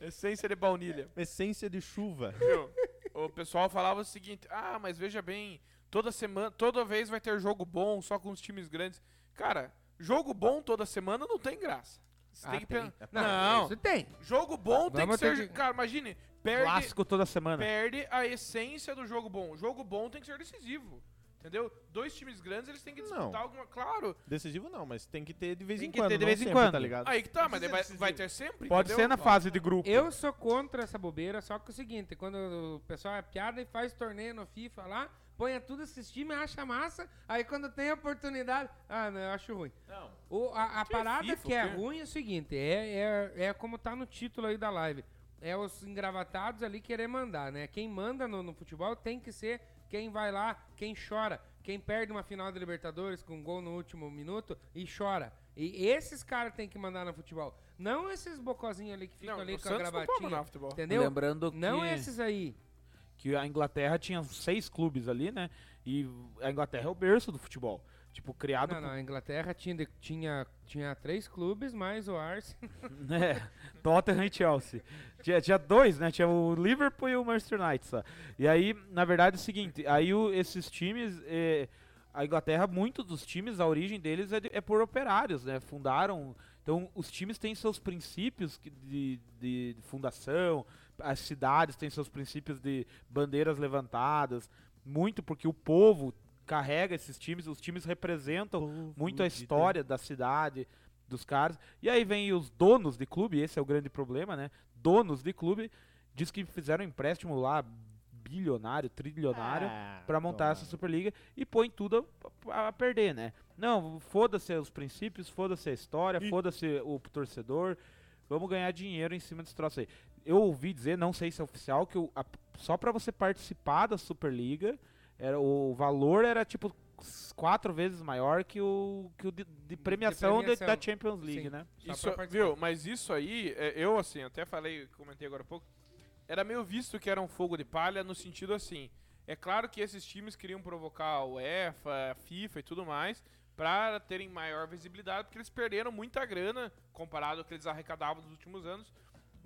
Speaker 4: Essência de baunilha.
Speaker 2: Essência de chuva.
Speaker 4: Viu? O pessoal falava o seguinte: Ah, mas veja bem, toda semana, toda vez vai ter jogo bom, só com os times grandes. Cara, jogo bom toda semana não tem graça. Você
Speaker 3: Ah,
Speaker 4: tem que
Speaker 3: tem.
Speaker 2: É,
Speaker 4: pensar.
Speaker 3: Não,
Speaker 4: Não,
Speaker 3: isso tem.
Speaker 4: jogo bom tem que
Speaker 3: Vamos ter né?
Speaker 4: ser.
Speaker 3: que-
Speaker 4: Cara, imagine, perde,
Speaker 1: Clássico toda semana.
Speaker 4: perde a essência do jogo bom. O jogo bom tem que ser decisivo. Entendeu? Dois times grandes, eles têm que disputar
Speaker 2: Não.
Speaker 4: alguma. Claro.
Speaker 2: Decisivo não, mas tem que ter de vez
Speaker 1: Tem
Speaker 2: em
Speaker 1: que ter
Speaker 2: quando.
Speaker 1: de
Speaker 2: não
Speaker 1: vez em
Speaker 2: sempre,
Speaker 1: quando.
Speaker 2: Tá ligado?
Speaker 4: Aí que tá, mas
Speaker 2: Precisa
Speaker 4: daí vai,
Speaker 2: ser
Speaker 4: vai
Speaker 2: decisivo.
Speaker 4: ter sempre.
Speaker 1: Pode
Speaker 4: entendeu?
Speaker 1: ser na fase de grupo.
Speaker 3: Eu sou contra essa bobeira, só que é o seguinte, quando o pessoal é piada e faz torneio no FIFA lá, põe tudo esses times, acha massa, aí quando tem oportunidade. Ah, não, eu acho ruim.
Speaker 4: Não.
Speaker 3: O- a a parada
Speaker 4: FIFA,
Speaker 3: que é
Speaker 4: o quê?
Speaker 3: ruim é o seguinte, é, é, é como tá no título aí da live. É os engravatados ali querer mandar, né? Quem manda no, no futebol tem que ser quem vai lá, quem chora, quem perde uma final da Libertadores com um gol no último minuto e chora. E esses caras tem que mandar no futebol. Não esses bocozinhos ali que ficam
Speaker 4: Não,
Speaker 3: ali
Speaker 4: o
Speaker 3: com a
Speaker 4: Santos não pode
Speaker 3: gravatinha.
Speaker 4: mandar futebol.
Speaker 3: Entendeu?
Speaker 1: Lembrando
Speaker 3: Não
Speaker 1: que-
Speaker 3: esses aí.
Speaker 1: que a Inglaterra tinha seis clubes ali, né? E a Inglaterra é o berço do futebol. Tipo, criado
Speaker 3: Não, não,
Speaker 1: por,
Speaker 3: a Inglaterra tinha, de- tinha, tinha três clubes, mais o Arsenal.
Speaker 1: né? Tottenham e Chelsea. Tinha, tinha dois, né? Tinha o Liverpool e o Manchester United só. E aí, na verdade, é o seguinte, aí o- esses times. eh, a Inglaterra, muitos dos times, a origem deles é, de- é por operários, né? Fundaram. Então, os times têm seus princípios que- de, de fundação, as cidades têm seus princípios de bandeiras levantadas, muito porque o povo carrega esses times, os times representam muito a história da cidade, dos caras. E aí vem os donos de clube, esse é o grande problema, né? Donos de clube diz que fizeram um empréstimo lá bilionário, trilionário
Speaker 2: Ah,
Speaker 1: pra montar
Speaker 2: toma.
Speaker 1: essa Superliga e põe tudo a, a perder, né? Não, foda-se os princípios, foda-se a história, foda-se o torcedor. Vamos ganhar dinheiro em cima desse troço aí. Eu ouvi dizer, não sei se é oficial, que o- a- só pra você participar da Superliga, era, o valor era tipo s- quatro vezes maior que o, que o de, de premiação, de-
Speaker 3: premiação.
Speaker 1: da Champions League,
Speaker 3: Sim.
Speaker 1: né?
Speaker 3: Só
Speaker 4: Isso,
Speaker 3: pra participar.
Speaker 4: viu, mas isso aí, é, eu assim, até falei, comentei agora há pouco, era meio visto que era um fogo de palha no sentido assim, é claro que esses times queriam provocar a UEFA, a FIFA e tudo mais, para terem maior visibilidade, porque eles perderam muita grana comparado ao que eles arrecadavam nos últimos anos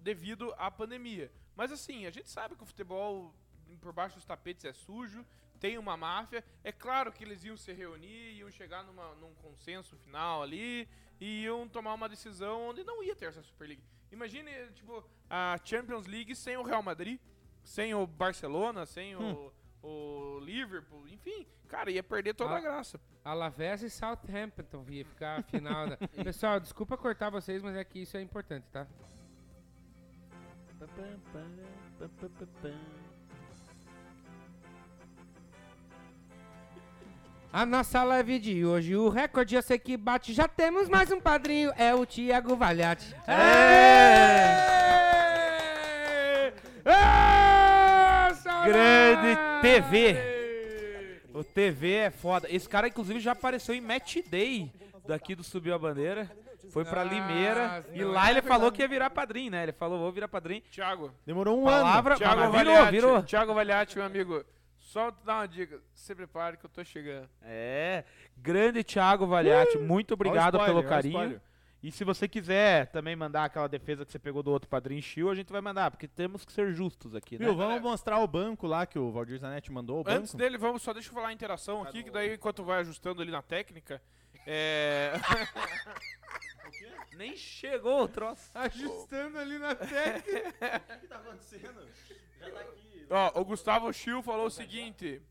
Speaker 4: devido à pandemia. Mas assim, a gente sabe que o futebol por baixo dos tapetes é sujo, tem uma máfia. É claro que eles iam se reunir, iam chegar numa- num consenso final ali e iam tomar uma decisão onde não ia ter essa Superliga. Imagine, tipo, a Champions League sem o Real Madrid, sem o Barcelona, sem o, o Liverpool, enfim. Cara, ia perder toda
Speaker 3: Ah.
Speaker 4: a graça.
Speaker 3: Alavés e Southampton ia ficar a final da... Pessoal, desculpa cortar vocês, mas é que isso é importante, tá? A nossa live de hoje, o recorde eu sei que bate, já temos mais um padrinho, é o Thiago Valhati.
Speaker 4: É.
Speaker 1: É! Grande TV! é O TV é foda. Esse cara, inclusive, já apareceu em Match Day daqui do Subiu a Bandeira. Foi pra
Speaker 3: Ah,
Speaker 1: Limeira e
Speaker 3: não,
Speaker 1: lá
Speaker 3: é
Speaker 1: ele
Speaker 3: verdade.
Speaker 1: falou que ia virar padrinho, né? Ele falou, vou virar padrinho.
Speaker 4: Thiago,
Speaker 2: Demorou um ano.
Speaker 1: Palavra,
Speaker 4: Thiago
Speaker 1: mas virou,
Speaker 4: Valiati,
Speaker 1: virou.
Speaker 4: Thiago Valiati, meu amigo. Só te dar uma dica, se prepare que eu tô chegando.
Speaker 1: É, grande Thiago Valiati, muito obrigado
Speaker 2: spoiler, olha
Speaker 1: pelo
Speaker 2: o
Speaker 1: carinho.
Speaker 2: spoiler.
Speaker 1: E se você quiser também mandar aquela defesa que você pegou do outro padrinho Chiu, a gente vai mandar, porque temos que ser justos aqui, né?
Speaker 2: Viu, vamos mostrar o banco lá que o Valdir Zanetti mandou, o banco.
Speaker 4: Antes dele, vamos só deixa eu falar a interação aqui, que daí enquanto vai ajustando ali na técnica, é...
Speaker 1: Nem chegou o troço.
Speaker 3: Ajustando ali na técnica.
Speaker 4: Ó, o Gustavo Schill falou o seguinte.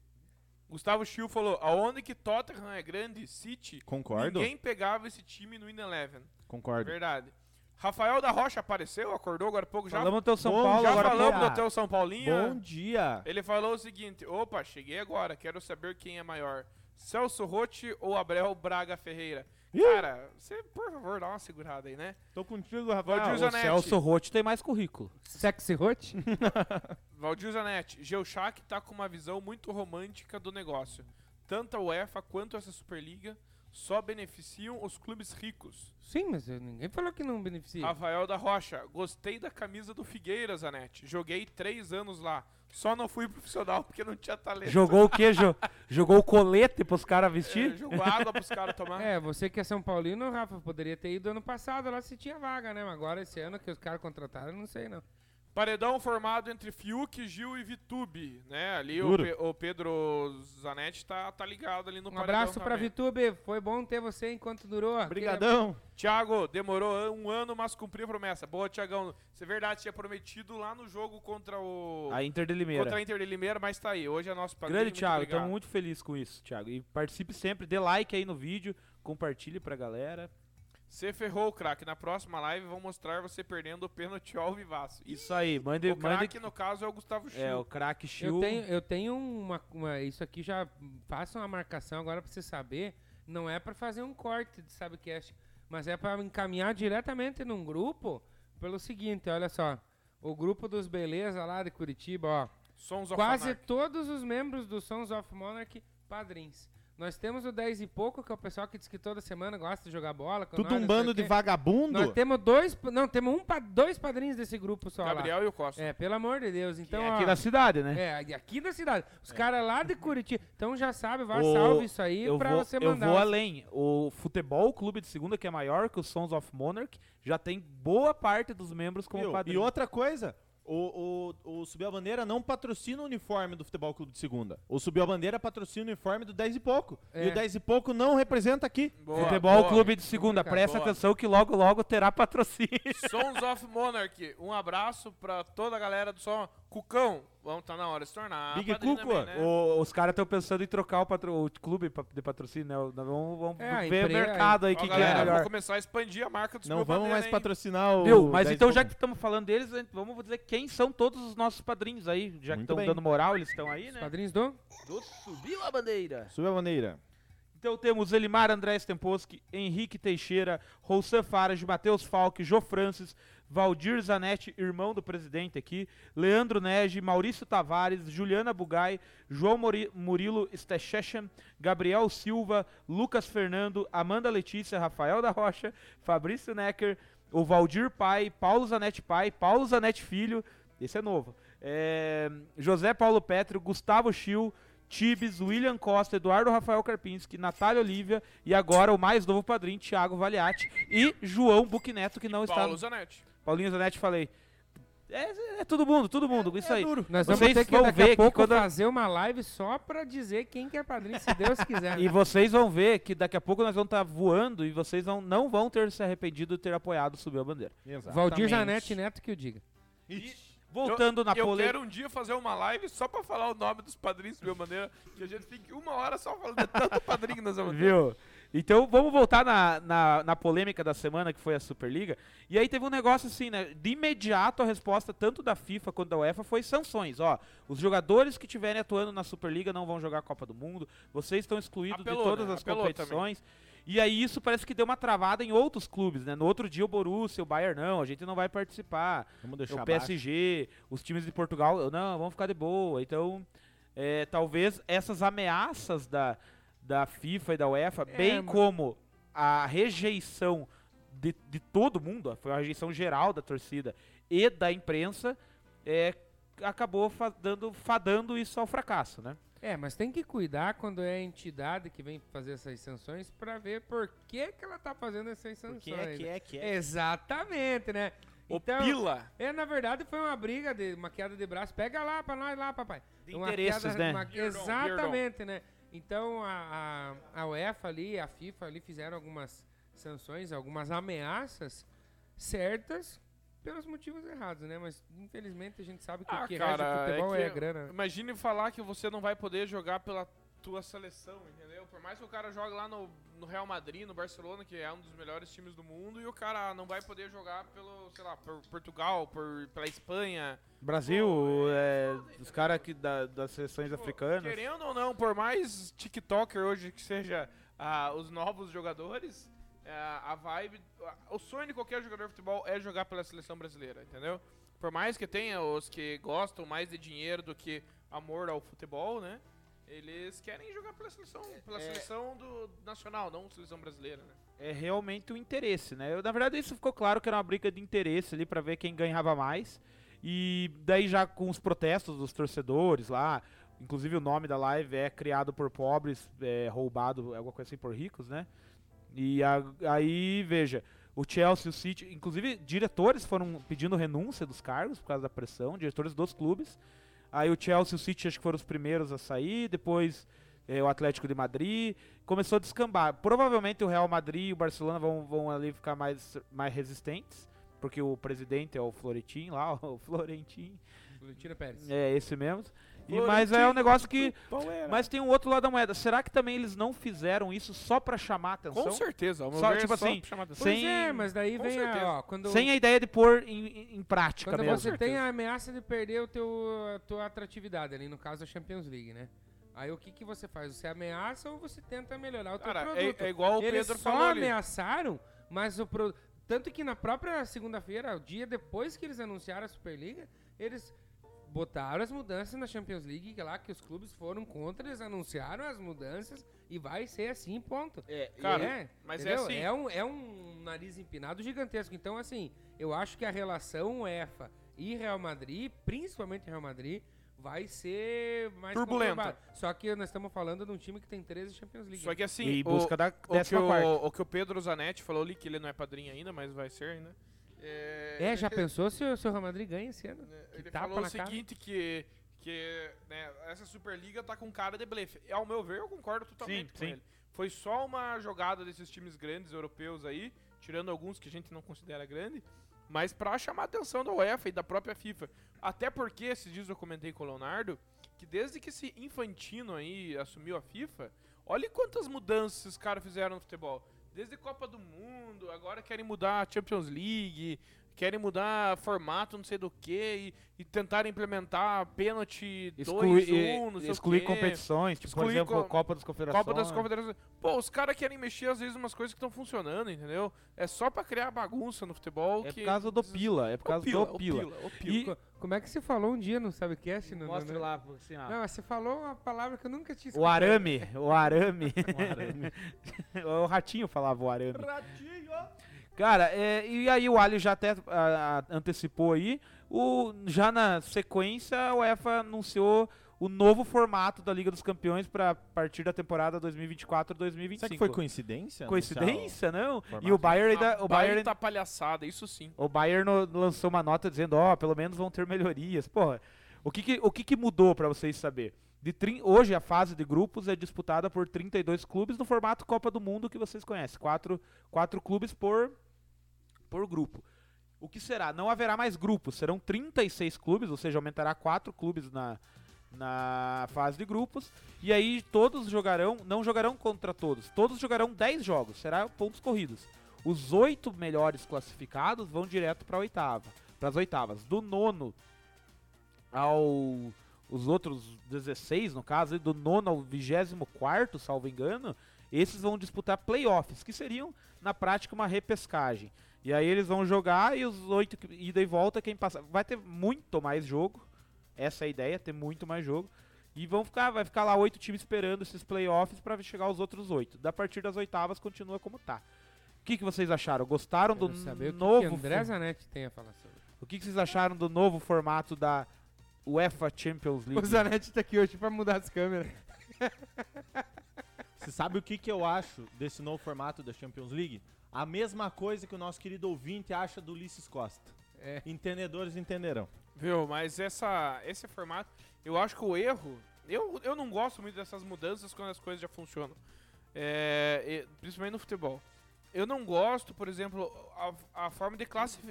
Speaker 4: Gustavo Schill falou, aonde que Tottenham é grande, City,
Speaker 2: Concordo,
Speaker 4: ninguém pegava esse time no In Eleven. é
Speaker 2: concordo.
Speaker 4: Verdade. Rafael da Rocha apareceu, acordou agora há pouco, já,
Speaker 1: Falamos do teu São
Speaker 2: Bom,
Speaker 1: Paulo
Speaker 4: já
Speaker 1: agora.
Speaker 4: falamos do
Speaker 1: pouco.
Speaker 4: hotel São Paulinho.
Speaker 2: Bom dia.
Speaker 4: Ele falou o seguinte, opa, cheguei agora, quero saber quem é maior, Celso Rotti ou Abrel Braga Ferreira? Cara, você, por favor, dá uma segurada aí, né?
Speaker 2: Tô contigo,
Speaker 4: Valdir
Speaker 1: Ah, O
Speaker 4: Zanetti.
Speaker 1: Celso Rotti tem mais currículo.
Speaker 3: Sexy hot?
Speaker 4: Valdir Zanetti, Geuchac tá com uma visão muito romântica do negócio. Tanto a UEFA quanto essa Superliga só beneficiam os clubes ricos.
Speaker 3: Sim, mas eh, ninguém falou que não beneficia.
Speaker 4: Rafael da Rocha, gostei da camisa do Figueira, Zanetti. Joguei três anos lá. Só não fui profissional porque não tinha talento.
Speaker 1: Jogou o quê? Jo- Jogou o colete pros caras
Speaker 4: É,
Speaker 1: vestir?
Speaker 4: jogou água pros caras tomar.
Speaker 3: É, você que é São Paulino, Rafa, poderia ter ido ano passado lá se tinha vaga, né? Mas agora esse ano que os caras contrataram, eu não sei não.
Speaker 4: Paredão formado entre Fiuk, Gil e Vitube, né? Ali o,
Speaker 2: Duro.
Speaker 4: Pe- o Pedro Zanetti tá, tá ligado ali no
Speaker 3: Um
Speaker 4: paredão
Speaker 3: abraço pra
Speaker 4: também.
Speaker 3: Vitube, foi bom ter você enquanto durou. Aquele
Speaker 2: Obrigadão.
Speaker 4: Thiago, demorou um ano, mas cumpriu a promessa. Boa, Thiagão. Isso é verdade, tinha prometido lá no jogo contra o.
Speaker 1: A Inter de Limeira.
Speaker 4: contra a Inter de Limeira, mas tá aí. Hoje é nosso padrinho.
Speaker 1: Grande
Speaker 4: muito
Speaker 1: Thiago,
Speaker 4: obrigado.
Speaker 1: estamos muito felizes com isso, Thiago. E participe sempre, dê like aí no vídeo, compartilhe pra galera.
Speaker 4: Você ferrou, craque. Na próxima live vão mostrar você perdendo o pênalti ao vivaço. Isso.
Speaker 1: Isso aí, mande,
Speaker 4: O
Speaker 1: mande
Speaker 4: craque, no caso, é o Gustavo Chiu.
Speaker 1: É, o craque
Speaker 3: Eu
Speaker 1: Chiu.
Speaker 3: tenho, eu tenho uma, uma- Isso aqui já. Faça uma marcação agora pra você saber. Não é pra fazer um corte de Sabcast, mas é pra encaminhar diretamente num grupo pelo seguinte: olha só. O grupo dos Beleza lá de Curitiba, ó.
Speaker 4: Sons of
Speaker 3: Quase
Speaker 4: Anarchy.
Speaker 3: todos os membros do Sons of Monarch padrinhos. Nós temos o 10 e pouco, que é o pessoal que diz que toda semana gosta de jogar bola. com
Speaker 2: Tudo
Speaker 3: nós,
Speaker 2: um
Speaker 3: não sei
Speaker 2: bando
Speaker 3: o
Speaker 2: de
Speaker 3: quê.
Speaker 2: vagabundo.
Speaker 3: Nós temos dois. Não, temos um, pa- dois padrinhos desse grupo só. lá.
Speaker 4: Gabriel e o Costa.
Speaker 3: É, pelo amor de Deus. Então,
Speaker 1: é
Speaker 3: ó,
Speaker 1: aqui da cidade, né? É.
Speaker 3: é, e aqui da cidade. Os caras lá de Curitiba. Então já sabe, vai
Speaker 1: O-
Speaker 3: salve isso aí
Speaker 1: eu
Speaker 3: pra
Speaker 1: vou,
Speaker 3: você
Speaker 1: eu
Speaker 3: mandar.
Speaker 1: vou além. O futebol, o clube de segunda, que é maior que o Sons of Monarch, já tem boa parte dos membros como
Speaker 2: Viu?
Speaker 1: padrinho.
Speaker 2: E outra coisa, o, o, o Subiu a Bandeira não patrocina o uniforme do Futebol Clube de Segunda. O Subiu a Bandeira patrocina o uniforme do 10 e pouco.
Speaker 3: É.
Speaker 2: E o 10 e pouco não representa aqui.
Speaker 4: Boa,
Speaker 1: futebol,
Speaker 4: boa.
Speaker 1: clube de segunda,
Speaker 3: Boa.
Speaker 1: presta atenção que logo, logo terá patrocínio.
Speaker 4: Sons of Monarch. Um abraço pra toda a galera do som. Cucão, vamos tá na hora de se tornar.
Speaker 2: Big
Speaker 4: padrinho
Speaker 2: Cuco,
Speaker 4: também, né?
Speaker 1: O- os caras estão pensando em trocar o, patro- o clube pa- de patrocínio, né? Nós Vamos, vamos
Speaker 3: É, a
Speaker 1: ver o
Speaker 3: empre-
Speaker 1: mercado aí
Speaker 4: Ó,
Speaker 1: que, que é
Speaker 4: galera, vou
Speaker 1: melhor.
Speaker 4: começar a expandir a marca dos
Speaker 2: Não vamos mais
Speaker 4: patrocinar.
Speaker 2: patrocinar o.
Speaker 1: Viu? Mas
Speaker 2: 10 e
Speaker 1: então, já que
Speaker 2: pouco.
Speaker 1: estamos falando deles, a gente- vamos dizer quem são todos os nossos padrinhos aí. Já que
Speaker 2: Muito
Speaker 1: estão
Speaker 2: bem.
Speaker 1: dando moral, eles estão aí,
Speaker 3: Os
Speaker 1: né?
Speaker 3: padrinhos do.
Speaker 1: Subiu a bandeira.
Speaker 2: Subiu a Bandeira.
Speaker 1: Então temos Elimar André Stemposki, Henrique Teixeira, Roussan Farage, Matheus Falck, Jô Francis, Valdir Zanetti, irmão do presidente aqui, Leandro Nege, Maurício Tavares, Juliana Bugai, João Mori- Murilo Stechechan, Gabriel Silva, Lucas Fernando, Amanda Letícia, Rafael da Rocha, Fabrício Necker, o Valdir Pai, Paulo Zanetti Pai, Paulo Zanetti Filho, esse é novo, é, José Paulo Petro, Gustavo Schill, Tibes, William Costa, Eduardo Rafael Karpinski, Natália Olivia e agora o mais novo padrinho, Thiago Valiati e João Buquineto, que não
Speaker 4: Paulo
Speaker 1: está.
Speaker 4: Zanetti.
Speaker 1: Paulinho Zanetti, falei. É, é todo mundo, todo mundo, isso aí.
Speaker 3: Nós
Speaker 1: Vocês
Speaker 3: vamos ter que
Speaker 1: vão
Speaker 3: daqui
Speaker 1: ver
Speaker 3: a
Speaker 1: que
Speaker 3: pouco
Speaker 1: quando-
Speaker 3: fazer uma live só pra dizer quem que é padrinho, se Deus quiser. né?
Speaker 1: E vocês vão ver que daqui a pouco nós vamos estar voando e vocês vão- não vão ter se arrependido de ter apoiado subir a bandeira.
Speaker 3: Valdir Janete Neto que eu diga.
Speaker 1: Voltando
Speaker 4: eu,
Speaker 1: na
Speaker 4: eu
Speaker 1: polêmica.
Speaker 4: quero um dia fazer uma live só pra falar o nome dos padrinhos do meu maneira, que a gente fique uma hora só falando de tanto padrinho que nós vamos ter.
Speaker 1: Viu? Então vamos voltar na, na, na polêmica da semana que foi a Superliga. E aí teve um negócio assim, né? De imediato a resposta tanto da FIFA quanto da UEFA foi sanções. Ó, os jogadores que estiverem atuando na Superliga não vão jogar a Copa do Mundo. Vocês estão excluídos
Speaker 4: Apelou,
Speaker 1: de todas
Speaker 4: né?
Speaker 1: as
Speaker 4: Apelou também.
Speaker 1: competições. E aí isso parece que deu uma travada em outros clubes, né? No outro dia o Borussia, o Bayern não, a gente não vai participar
Speaker 2: Vamos deixar
Speaker 1: o
Speaker 2: abaixo.
Speaker 1: PSG, os times de Portugal, não, vão ficar de boa. Então, é, talvez essas ameaças da, da FIFA e da UEFA,
Speaker 3: É,
Speaker 1: bem
Speaker 3: mas-
Speaker 1: como a rejeição de, de todo mundo, ó, foi uma rejeição geral da torcida e da imprensa, é, acabou fa- dando- fadando isso ao fracasso, né?
Speaker 3: É, mas tem que cuidar quando é a entidade que vem fazer essas sanções pra ver por que, que ela tá fazendo essas sanções.
Speaker 2: Que é, que é, que é.
Speaker 3: Exatamente, né?
Speaker 4: O
Speaker 3: Então,
Speaker 4: Pila.
Speaker 3: é, na verdade foi uma briga de uma queda de braço. Pega lá pra nós lá, papai.
Speaker 1: De
Speaker 3: uma
Speaker 1: interesses, né?
Speaker 3: uma-
Speaker 4: Beardon,
Speaker 3: exatamente, né? Então a, a, a UEFA ali, a FIFA ali fizeram algumas sanções, algumas ameaças certas pelos motivos errados, né? Mas infelizmente a gente sabe que
Speaker 4: Ah,
Speaker 3: o que rege o
Speaker 4: cara, é
Speaker 3: futebol é,
Speaker 4: que
Speaker 3: a grana.
Speaker 4: imagine falar que você não vai poder jogar pela tua seleção, entendeu? Por mais que o cara jogue lá no, no Real Madrid, no Barcelona, que é um dos melhores times do mundo, e o cara não vai poder jogar pelo, sei lá, por Portugal, por, pela Espanha.
Speaker 1: Brasil,
Speaker 4: Pô,
Speaker 1: é, os caras das seleções
Speaker 4: Pô,
Speaker 1: africanas.
Speaker 4: Querendo ou não, por mais TikToker hoje que seja ah, os novos jogadores, ah, a vibe. ah, o sonho de qualquer jogador de futebol é jogar pela seleção brasileira, entendeu? Por mais que tenha os que gostam mais de dinheiro do que amor ao futebol, né? Eles querem jogar pela seleção, pela seleção do nacional, não seleção brasileira, né?
Speaker 1: É realmente o interesse, né? Eu, na verdade, isso ficou claro que era uma briga de interesse ali pra ver quem ganhava mais. E daí já com os protestos dos torcedores lá, inclusive o nome da live é criado por pobres, é, roubado, alguma coisa assim por ricos, né? E a- aí, veja, o Chelsea, o City, inclusive diretores foram pedindo renúncia dos cargos por causa da pressão, diretores dos clubes. Aí o Chelsea e o City acho que foram os primeiros a sair, depois é, o Atlético de Madrid. Começou a descambar. Provavelmente o Real Madrid e o Barcelona vão, vão ali ficar mais, mais resistentes, porque o presidente é o Florentin lá, o Florentin.
Speaker 3: Florentino Pérez.
Speaker 1: É esse mesmo. E, mas é um negócio que.
Speaker 4: Palmeiras.
Speaker 1: Mas tem um outro lado da moeda. Será que também eles não fizeram isso só pra chamar a atenção?
Speaker 4: Com certeza, ao meu
Speaker 1: Só,
Speaker 4: ver,
Speaker 1: tipo
Speaker 4: só
Speaker 1: assim,
Speaker 4: pra chamar atenção.
Speaker 3: Pois
Speaker 1: sem-
Speaker 3: é, mas daí
Speaker 4: com
Speaker 3: vem
Speaker 4: certeza.
Speaker 3: a, ó, quando
Speaker 1: Sem a ideia de pôr em, em- em prática
Speaker 3: Quando
Speaker 1: mesmo.
Speaker 3: você tem a ameaça de perder o teu, a tua atratividade ali, no caso a Champions League, né? Aí o que, que você faz? Você ameaça ou você tenta melhorar o teu
Speaker 4: Cara, é,
Speaker 3: produto?
Speaker 4: é igual o
Speaker 3: Eles
Speaker 4: Pedro
Speaker 3: só
Speaker 4: falou ali.
Speaker 3: ameaçaram, mas o pro... tanto que na própria segunda-feira, o dia depois que eles anunciaram a Superliga, eles botaram as mudanças na Champions League, que é lá que os clubes foram contra, eles anunciaram as mudanças e vai ser assim, ponto.
Speaker 5: É,
Speaker 4: Cara,
Speaker 3: É,
Speaker 4: mas é
Speaker 3: entendeu?
Speaker 4: assim.
Speaker 3: um, é um nariz empinado gigantesco. Então, assim, eu acho que a relação UEFA e Real Madrid, principalmente Real Madrid, vai ser mais
Speaker 4: Turbulenta.
Speaker 3: conturbada. Só que nós estamos falando de um time que tem 13 Champions League.
Speaker 4: Só que assim,
Speaker 1: é, e em
Speaker 4: o-
Speaker 1: busca da
Speaker 4: O que,
Speaker 1: décima quarta.
Speaker 4: o, o que o Pedro Zanetti falou ali, que ele não é padrinho ainda, mas vai ser ainda. É,
Speaker 3: É, já pensou se o, se o Real Madrid ganha esse ano? que
Speaker 4: Ele
Speaker 3: tapa
Speaker 4: falou o
Speaker 3: na cara.
Speaker 4: seguinte, que, que né, essa Superliga tá com cara de blefe. E, Ao meu ver, eu concordo totalmente
Speaker 1: Sim,
Speaker 4: com
Speaker 1: sim.
Speaker 4: ele. Foi só uma jogada desses times grandes europeus aí, tirando alguns que a gente não considera grande, mas pra chamar a atenção da UEFA e da própria FIFA. Até porque, esses dias eu comentei com o Leonardo, que desde que esse Infantino aí assumiu a FIFA, olha quantas mudanças esses caras fizeram no futebol. Desde Copa do Mundo, agora querem mudar a Champions League, querem mudar formato, não sei do que, e, e tentar implementar pênalti 2-1,
Speaker 1: Exclui-
Speaker 4: não sei
Speaker 1: excluir
Speaker 4: o quê.
Speaker 1: competições, tipo, por
Speaker 4: Excluir
Speaker 1: exemplo,
Speaker 4: co-
Speaker 1: Copa das Confederações. É
Speaker 4: Copa das Confederações. Pô, os caras querem mexer às vezes umas coisas que estão funcionando, entendeu? É só pra criar bagunça no futebol.
Speaker 1: É
Speaker 4: que...
Speaker 1: por causa do Pila, é por causa
Speaker 4: o Pila,
Speaker 1: do
Speaker 4: o
Speaker 1: Pila.
Speaker 4: Pila, o Pila.
Speaker 1: E,
Speaker 3: Co- Como é que você falou um dia no Subcast? No, no-
Speaker 1: mostra
Speaker 3: no-
Speaker 1: lá, assim, ó.
Speaker 3: Não, mas você falou uma palavra que é? eu nunca tinha
Speaker 1: O arame, o arame.
Speaker 2: Um arame.
Speaker 1: o ratinho falava o arame. Ratinho! Cara, é, e aí o Alho já até ah, ah, antecipou aí. O, já na sequência, a UEFA anunciou o novo formato da Liga dos Campeões para partir da temporada 2024-2025.
Speaker 2: Será que foi coincidência?
Speaker 1: coincidência, não? E
Speaker 2: formato.
Speaker 1: o Bayern, ainda-
Speaker 4: A
Speaker 1: o Bayern
Speaker 4: baita palhaçada, isso sim.
Speaker 1: O Bayern no- lançou uma nota dizendo, ó, pelo menos vão ter melhorias. Porra, o que, que- o que, que mudou pra vocês saber? De trin- hoje a fase de grupos é disputada por 32 clubes no formato Copa do Mundo que vocês conhecem. Quatro, quatro clubes por, por grupo. O que será? Não haverá mais grupos, serão 36 clubes, ou seja, aumentará quatro clubes na, na fase de grupos. E aí todos jogarão, não jogarão contra todos, todos jogarão 10 jogos, será pontos corridos. Os oito melhores classificados vão direto para oitava, para as oitavas. Do nono ao os outros 16, no caso, e do nono ao 24, salvo engano, esses vão disputar playoffs, que seriam na prática uma repescagem. E aí eles vão jogar e os oito que- ida e volta quem passar, vai ter muito mais jogo. Essa é a ideia, ter muito mais jogo. E vão ficar, vai ficar lá oito times esperando esses playoffs para chegar aos outros oito. Da partir das oitavas continua como tá. O que, que vocês acharam? Gostaram do
Speaker 3: Quero saber o que,
Speaker 1: novo?
Speaker 3: que André
Speaker 1: fo-
Speaker 3: Zanetti tem a falar sobre.
Speaker 1: O que, que vocês acharam do novo formato da UEFA Champions
Speaker 3: O
Speaker 1: League?
Speaker 3: Zanetti tá aqui hoje pra mudar as câmeras.
Speaker 2: Você sabe o que, que eu acho desse novo formato da Champions League? A mesma coisa que o nosso querido ouvinte acha do Ulisses Costa.
Speaker 3: É.
Speaker 2: Entendedores entenderão.
Speaker 4: Viu, mas essa, esse formato, eu acho que o erro. Eu, eu não gosto muito dessas mudanças quando as coisas já funcionam. É, e- principalmente no futebol. Eu não gosto, por exemplo, a, a forma de classi-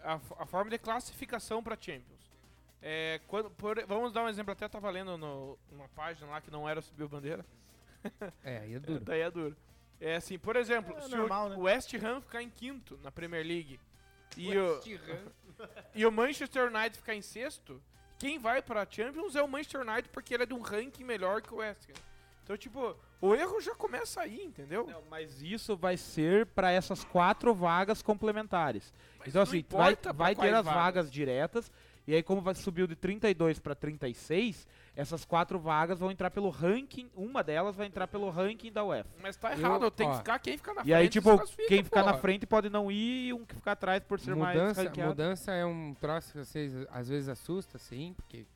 Speaker 4: a, f- a forma de classificação para Champions. É, quando, por- vamos dar um exemplo, até tava lendo no, numa página lá que não era subir bandeira.
Speaker 3: É, aí é duro.
Speaker 4: Daí é duro. É assim, por exemplo,
Speaker 2: É
Speaker 4: se
Speaker 2: normal,
Speaker 4: o
Speaker 2: né?
Speaker 4: West Ham ficar em quinto na Premier League e o, e o Manchester United ficar em sexto, quem vai pra Champions é o Manchester United porque ele é de um ranking melhor que o West Ham. Então, tipo, o erro já começa aí, entendeu?
Speaker 1: Não, Então, mas isso vai ser para essas quatro vagas complementares.
Speaker 4: Mas
Speaker 1: então,
Speaker 4: não
Speaker 1: assim, vai,
Speaker 4: importa pra
Speaker 1: vai ter
Speaker 4: quais
Speaker 1: as
Speaker 4: vagas.
Speaker 1: vagas diretas. E aí, como vai, subiu de 32 para 36, essas quatro vagas vão entrar pelo ranking. Uma delas vai entrar pelo ranking da UEFA.
Speaker 4: Mas tá errado,
Speaker 3: Eu-
Speaker 4: tem que
Speaker 3: ó.
Speaker 4: ficar quem fica na frente.
Speaker 1: E aí,
Speaker 4: se
Speaker 1: tipo,
Speaker 4: classifica,
Speaker 1: quem ficar na
Speaker 4: porra.
Speaker 1: frente pode não ir e um que ficar atrás por ser mais
Speaker 3: mudança,
Speaker 1: ranqueado.
Speaker 3: mudança é um troço que vocês às vezes assusta, sim, porque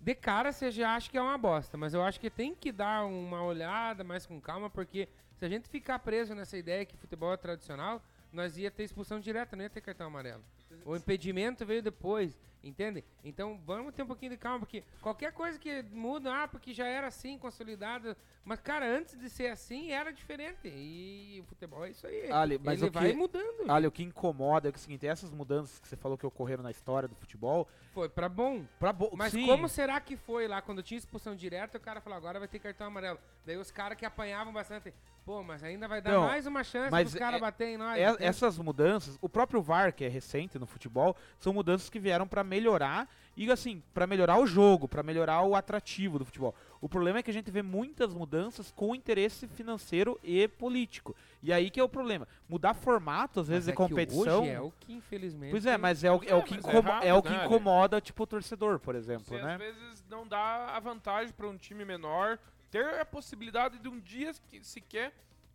Speaker 3: de cara você já acha que é uma bosta, mas eu acho que tem que dar uma olhada mais com calma, porque se a gente ficar preso nessa ideia que futebol é tradicional, nós ia ter expulsão direta, não ia ter cartão amarelo. O impedimento veio depois, entende? Então vamos ter um pouquinho de calma, porque qualquer coisa que muda, ah, porque já era assim, consolidado. Mas, cara, antes de ser assim, era diferente. E o futebol é isso aí.
Speaker 1: Ali, Ah, mas
Speaker 3: Ele
Speaker 1: o que-
Speaker 3: vai mudando.
Speaker 1: Olha, o que incomoda é que é o seguinte, essas mudanças que você falou que ocorreram na história do futebol,
Speaker 3: Foi pra bom.
Speaker 1: pra bo-
Speaker 3: Mas
Speaker 1: sim,
Speaker 3: como será que foi lá? Quando tinha expulsão direta, o cara falou, agora vai ter cartão amarelo. Daí os caras que apanhavam bastante, pô, mas ainda vai dar
Speaker 1: Não,
Speaker 3: mais uma chance
Speaker 1: mas
Speaker 3: pros caras
Speaker 1: é-
Speaker 3: baterem em nós.
Speaker 1: É-
Speaker 3: entende?
Speaker 1: essas mudanças, o próprio VAR, que é recente no futebol, são mudanças que vieram pra melhorar e assim, pra melhorar o jogo, pra melhorar o atrativo do futebol. O problema é que a gente vê muitas mudanças com interesse financeiro e político. E aí que é o problema. Mudar formato às
Speaker 3: Mas
Speaker 1: vezes
Speaker 3: é
Speaker 1: de
Speaker 3: que
Speaker 1: competição.
Speaker 3: hoje é o que, infelizmente...
Speaker 1: Pois é, mas é o, é o que,
Speaker 4: mas é
Speaker 1: incomo- é o que
Speaker 4: rápido, né,
Speaker 1: incomoda tipo o torcedor, por exemplo,
Speaker 4: Você,
Speaker 1: né?
Speaker 4: Às vezes não dá a vantagem pra um time menor ter a possibilidade de um dia que sequer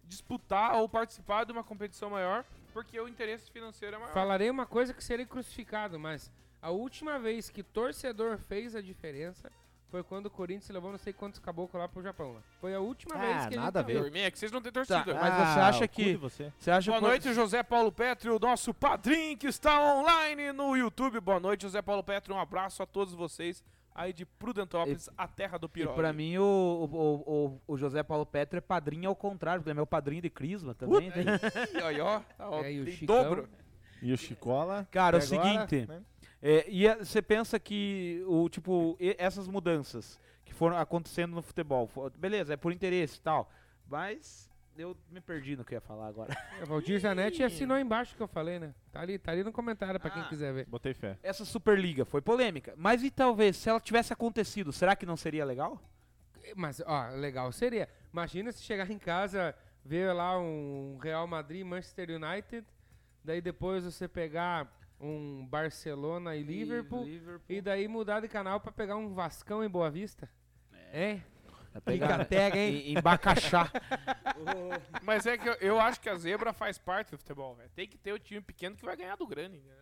Speaker 4: disputar ou participar de uma competição maior, porque o interesse financeiro é maior.
Speaker 3: Falarei uma coisa que serei crucificado, mas a última vez que torcedor fez a diferença foi quando o Corinthians levou não sei quantos caboclos lá pro Japão. Lá. Foi a última
Speaker 2: Ah,
Speaker 3: vez que
Speaker 2: nada a
Speaker 3: ele...
Speaker 2: ver.
Speaker 4: Dormir, é que vocês não têm torcida.
Speaker 1: Tá, Mas você acha
Speaker 2: Ah, o cu
Speaker 1: que-
Speaker 2: de Você.
Speaker 1: Você acha
Speaker 4: Boa
Speaker 1: que-
Speaker 4: noite, José Paulo Petri, o nosso padrinho que está online no YouTube. Boa noite, José Paulo Petri. Um abraço a todos vocês aí de Prudentópolis, a terra do
Speaker 1: E
Speaker 4: Piró.
Speaker 1: pra mim, o, o, o, o José Paulo Petra é padrinho ao contrário, porque ele é meu padrinho de crisma também. entende?
Speaker 4: Aí, ó, tá ó,
Speaker 3: É, e o
Speaker 4: tem
Speaker 3: Chicão?
Speaker 4: dobro.
Speaker 2: E o Chicola.
Speaker 1: Cara, é o
Speaker 2: que agora,
Speaker 1: seguinte,
Speaker 2: né?
Speaker 1: é, e a- você pensa que, o tipo, e- essas mudanças que foram acontecendo no futebol, fo- beleza, é por interesse e tal, mas eu me perdi no que eu ia falar agora.
Speaker 3: É, Valdir Zanetti assinou embaixo o que eu falei, né? Tá ali, tá ali no comentário pra quem
Speaker 1: Ah.
Speaker 3: quiser ver.
Speaker 2: Botei fé.
Speaker 1: Essa Superliga foi polêmica, mas e talvez, se ela tivesse acontecido, será que não seria legal?
Speaker 3: Mas, ó, legal seria. Imagina se chegar em casa, ver lá um Real Madrid, Manchester United, daí depois você pegar um Barcelona e Liverpool, e daí mudar de canal pra pegar um Vascão em Boa Vista. É.
Speaker 1: Pega, hein? Em Bacaxá.
Speaker 4: Mas é que eu, eu acho que a zebra faz parte do futebol, velho. Tem que ter o time pequeno que vai ganhar do grande, entendeu?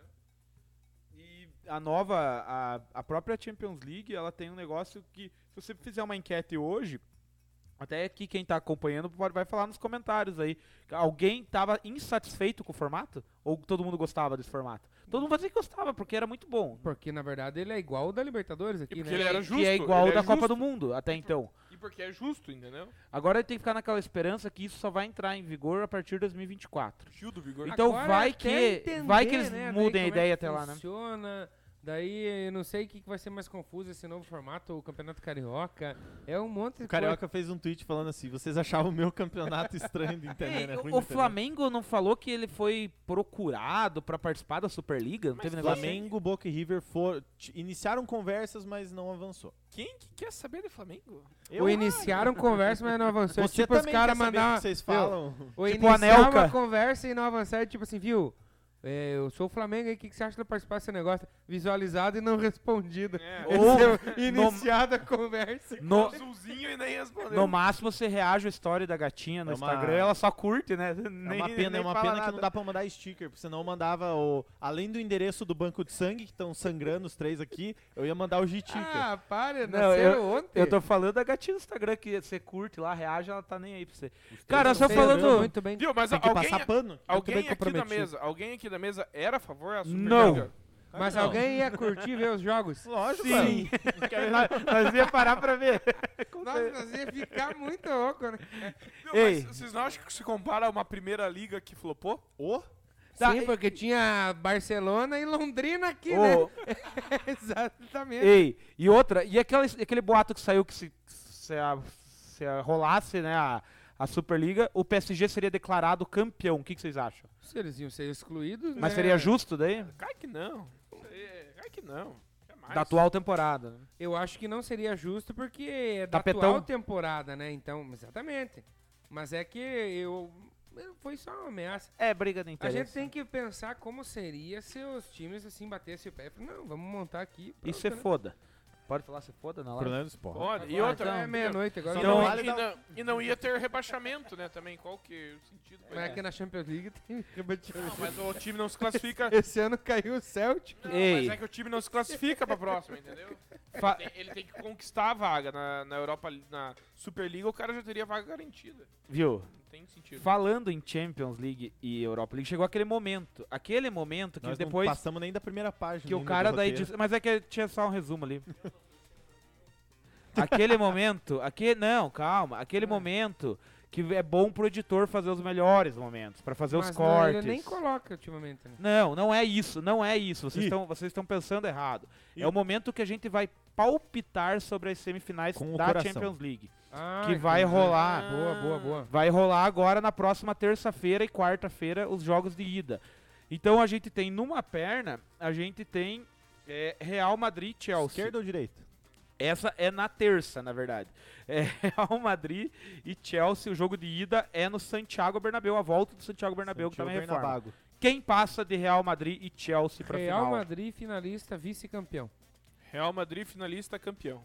Speaker 1: E a nova, a, a própria Champions League, ela tem um negócio que, se você fizer uma enquete hoje, até aqui quem tá acompanhando pode, vai falar nos comentários aí. Alguém tava insatisfeito com o formato? Ou todo mundo gostava desse formato? Todo mundo vai dizer que gostava, porque era muito bom.
Speaker 3: Porque, na verdade, ele é igual o da Libertadores
Speaker 4: E
Speaker 3: aqui,
Speaker 4: porque
Speaker 3: né?
Speaker 4: ele era justo.
Speaker 1: que é igual
Speaker 4: ele
Speaker 1: o da
Speaker 4: é
Speaker 1: Copa
Speaker 4: justo.
Speaker 1: do Mundo, até então.
Speaker 4: E porque é justo, entendeu?
Speaker 1: Agora tem que ficar naquela esperança que isso só vai entrar em vigor a partir de 2024.
Speaker 4: Gil do Vigor.
Speaker 1: Então
Speaker 3: Agora é
Speaker 1: vai
Speaker 3: até
Speaker 1: que- vai que eles mudem a
Speaker 3: daí como é que
Speaker 1: ideia até lá, né?
Speaker 3: Funciona. Daí, eu não sei o que que vai ser mais confuso esse novo formato, o Campeonato Carioca. É um monte de
Speaker 2: O Carioca fez um tweet falando assim: vocês achavam o meu campeonato estranho de entender, né?
Speaker 1: Ei,
Speaker 2: Ruim de
Speaker 1: É, o
Speaker 2: entender.
Speaker 1: Flamengo não falou que ele foi procurado pra participar da Superliga? Não
Speaker 4: Mas
Speaker 1: teve negócio? assim?
Speaker 2: Flamengo, Boca e River for- t- iniciaram conversas, mas não avançou.
Speaker 4: Quem que quer saber de Flamengo?
Speaker 3: Ou iniciaram conversa, mas não
Speaker 1: é
Speaker 3: avançou. tipo, os
Speaker 2: também quer
Speaker 3: caras
Speaker 2: saber o que
Speaker 3: mandaram.
Speaker 2: vocês falam.
Speaker 3: Ou
Speaker 1: Tipo
Speaker 3: iniciar
Speaker 1: Anelka.
Speaker 3: uma conversa e não avançar, tipo assim, viu? É, eu sou o Flamengo aí, o que, que você acha de eu participar desse negócio? Visualizada e não respondida.
Speaker 4: É.
Speaker 3: Ou iniciada a conversa.
Speaker 1: assim? No,
Speaker 4: Azulzinho e nem respondeu.
Speaker 1: no máximo você reage a história da gatinha no
Speaker 2: É uma-
Speaker 1: Instagram, ela só curte, né?
Speaker 2: É uma pena, é uma pena que não dá pra mandar sticker, porque senão eu mandava o. Além do endereço do banco de sangue, que estão sangrando os três aqui, eu ia mandar o G-Ticker.
Speaker 3: Ah, para,
Speaker 1: Não,
Speaker 3: nasceram ontem.
Speaker 1: Eu tô falando da gatinha no Instagram, que você curte lá, reage, ela tá nem aí pra você.
Speaker 3: Eu
Speaker 1: Cara, eu
Speaker 3: não
Speaker 1: só
Speaker 3: sei,
Speaker 1: falando.
Speaker 3: eu tô Muito bem.
Speaker 4: Viu, mas
Speaker 2: Tem que
Speaker 4: alguém,
Speaker 2: passar pano.
Speaker 4: alguém aqui da
Speaker 3: comprometido.
Speaker 4: mesa, alguém aqui da mesa era a favor da
Speaker 1: Não.
Speaker 4: Superliga?
Speaker 3: Mas
Speaker 2: Não.
Speaker 3: alguém ia curtir ver os jogos?
Speaker 2: Lógico,
Speaker 1: Sim. nós, nós ia parar pra ver.
Speaker 3: Nossa, nós ia ficar muito louco, né?
Speaker 4: Não,
Speaker 1: Ei.
Speaker 4: Mas vocês não acham que se compara a uma primeira liga que flopou?
Speaker 2: O?
Speaker 1: Tá,
Speaker 3: Sim,
Speaker 1: e-
Speaker 3: porque tinha Barcelona e Londrina aqui,
Speaker 1: Ô,
Speaker 3: né? Exatamente.
Speaker 1: Ei, e outra, e aquela, aquele boato que saiu que se, se, a- se a- rolasse, né, a, a Superliga, o PSG seria declarado campeão. O que, que vocês acham?
Speaker 3: Se eles iam ser excluídos,
Speaker 1: Mas
Speaker 3: né?
Speaker 1: seria justo daí?
Speaker 4: Cai que não. É, Cai que não. Jamais.
Speaker 1: Da atual temporada. né?
Speaker 3: Eu acho que não seria justo porque é da
Speaker 1: Tapetão.
Speaker 3: atual temporada, né? Então, exatamente. Mas é que eu... eu- Foi só uma ameaça.
Speaker 1: É, briga de
Speaker 3: A
Speaker 1: interesse.
Speaker 3: gente tem que pensar como seria se os times assim batessem o pé. Não, vamos montar aqui.
Speaker 1: E
Speaker 3: pronto,
Speaker 1: se
Speaker 3: né?
Speaker 1: é foda. Pode falar se foda na live?
Speaker 2: Problema é do esporte.
Speaker 4: Olha, e
Speaker 3: Agora
Speaker 4: outra.
Speaker 3: já é meia-noite agora.
Speaker 1: Então,
Speaker 4: e,
Speaker 2: vale
Speaker 4: e
Speaker 2: dar-
Speaker 4: não, e não ia ter rebaixamento, né? Também. Qual que é o sentido?
Speaker 3: Mas aqui na Champions League tem
Speaker 4: Não, mas o time não se classifica.
Speaker 3: Esse ano caiu o Celtic.
Speaker 4: Não,
Speaker 1: Ei.
Speaker 4: mas é que o time não se classifica pra próxima, entendeu?
Speaker 1: Fa-
Speaker 4: Tem- ele tem que conquistar a vaga na, na Europa, na Superliga, o cara já teria vaga garantida.
Speaker 1: Viu?
Speaker 4: Não tem sentido.
Speaker 1: Falando em Champions League e Europa League, chegou aquele momento. Aquele momento que
Speaker 2: Nós
Speaker 1: depois
Speaker 2: não passamos nem da primeira página.
Speaker 1: que o
Speaker 2: ainda do
Speaker 1: cara daí
Speaker 2: roteiro.
Speaker 1: disse, Mas é que tinha só um resumo ali. aquele momento. Aque, não, calma.
Speaker 2: É.
Speaker 1: Aquele momento que é bom pro editor fazer os melhores momentos, pra fazer os
Speaker 3: Mas não,
Speaker 1: cortes.
Speaker 3: Ele nem coloca ultimamente. Né?
Speaker 1: Não, não é isso, não é isso. Vocês
Speaker 2: Ih.
Speaker 1: estão vocês estão pensando errado.
Speaker 2: Ih.
Speaker 1: É o momento que a gente vai palpitar sobre as semifinais
Speaker 2: Com o
Speaker 1: da
Speaker 2: coração.
Speaker 1: Champions League,
Speaker 3: Ah,
Speaker 1: que vai
Speaker 3: entendi.
Speaker 1: rolar.
Speaker 3: Boa, boa, boa.
Speaker 1: Vai rolar agora na próxima terça-feira e quarta-feira os jogos de ida. Então a gente tem numa perna, a gente tem é, Real Madrid e Chelsea.
Speaker 2: Esquerda ou direita?
Speaker 1: Essa é na terça, na verdade. É Real Madrid e Chelsea, o jogo de ida é no Santiago Bernabéu, a volta do Santiago Bernabéu que
Speaker 2: Santiago
Speaker 1: também é reforma.
Speaker 2: Bernabéu.
Speaker 1: Quem passa de Real Madrid e Chelsea pra
Speaker 3: Real
Speaker 1: final?
Speaker 3: Madrid, finalista, vice-campeão.
Speaker 4: Real Madrid, finalista, campeão.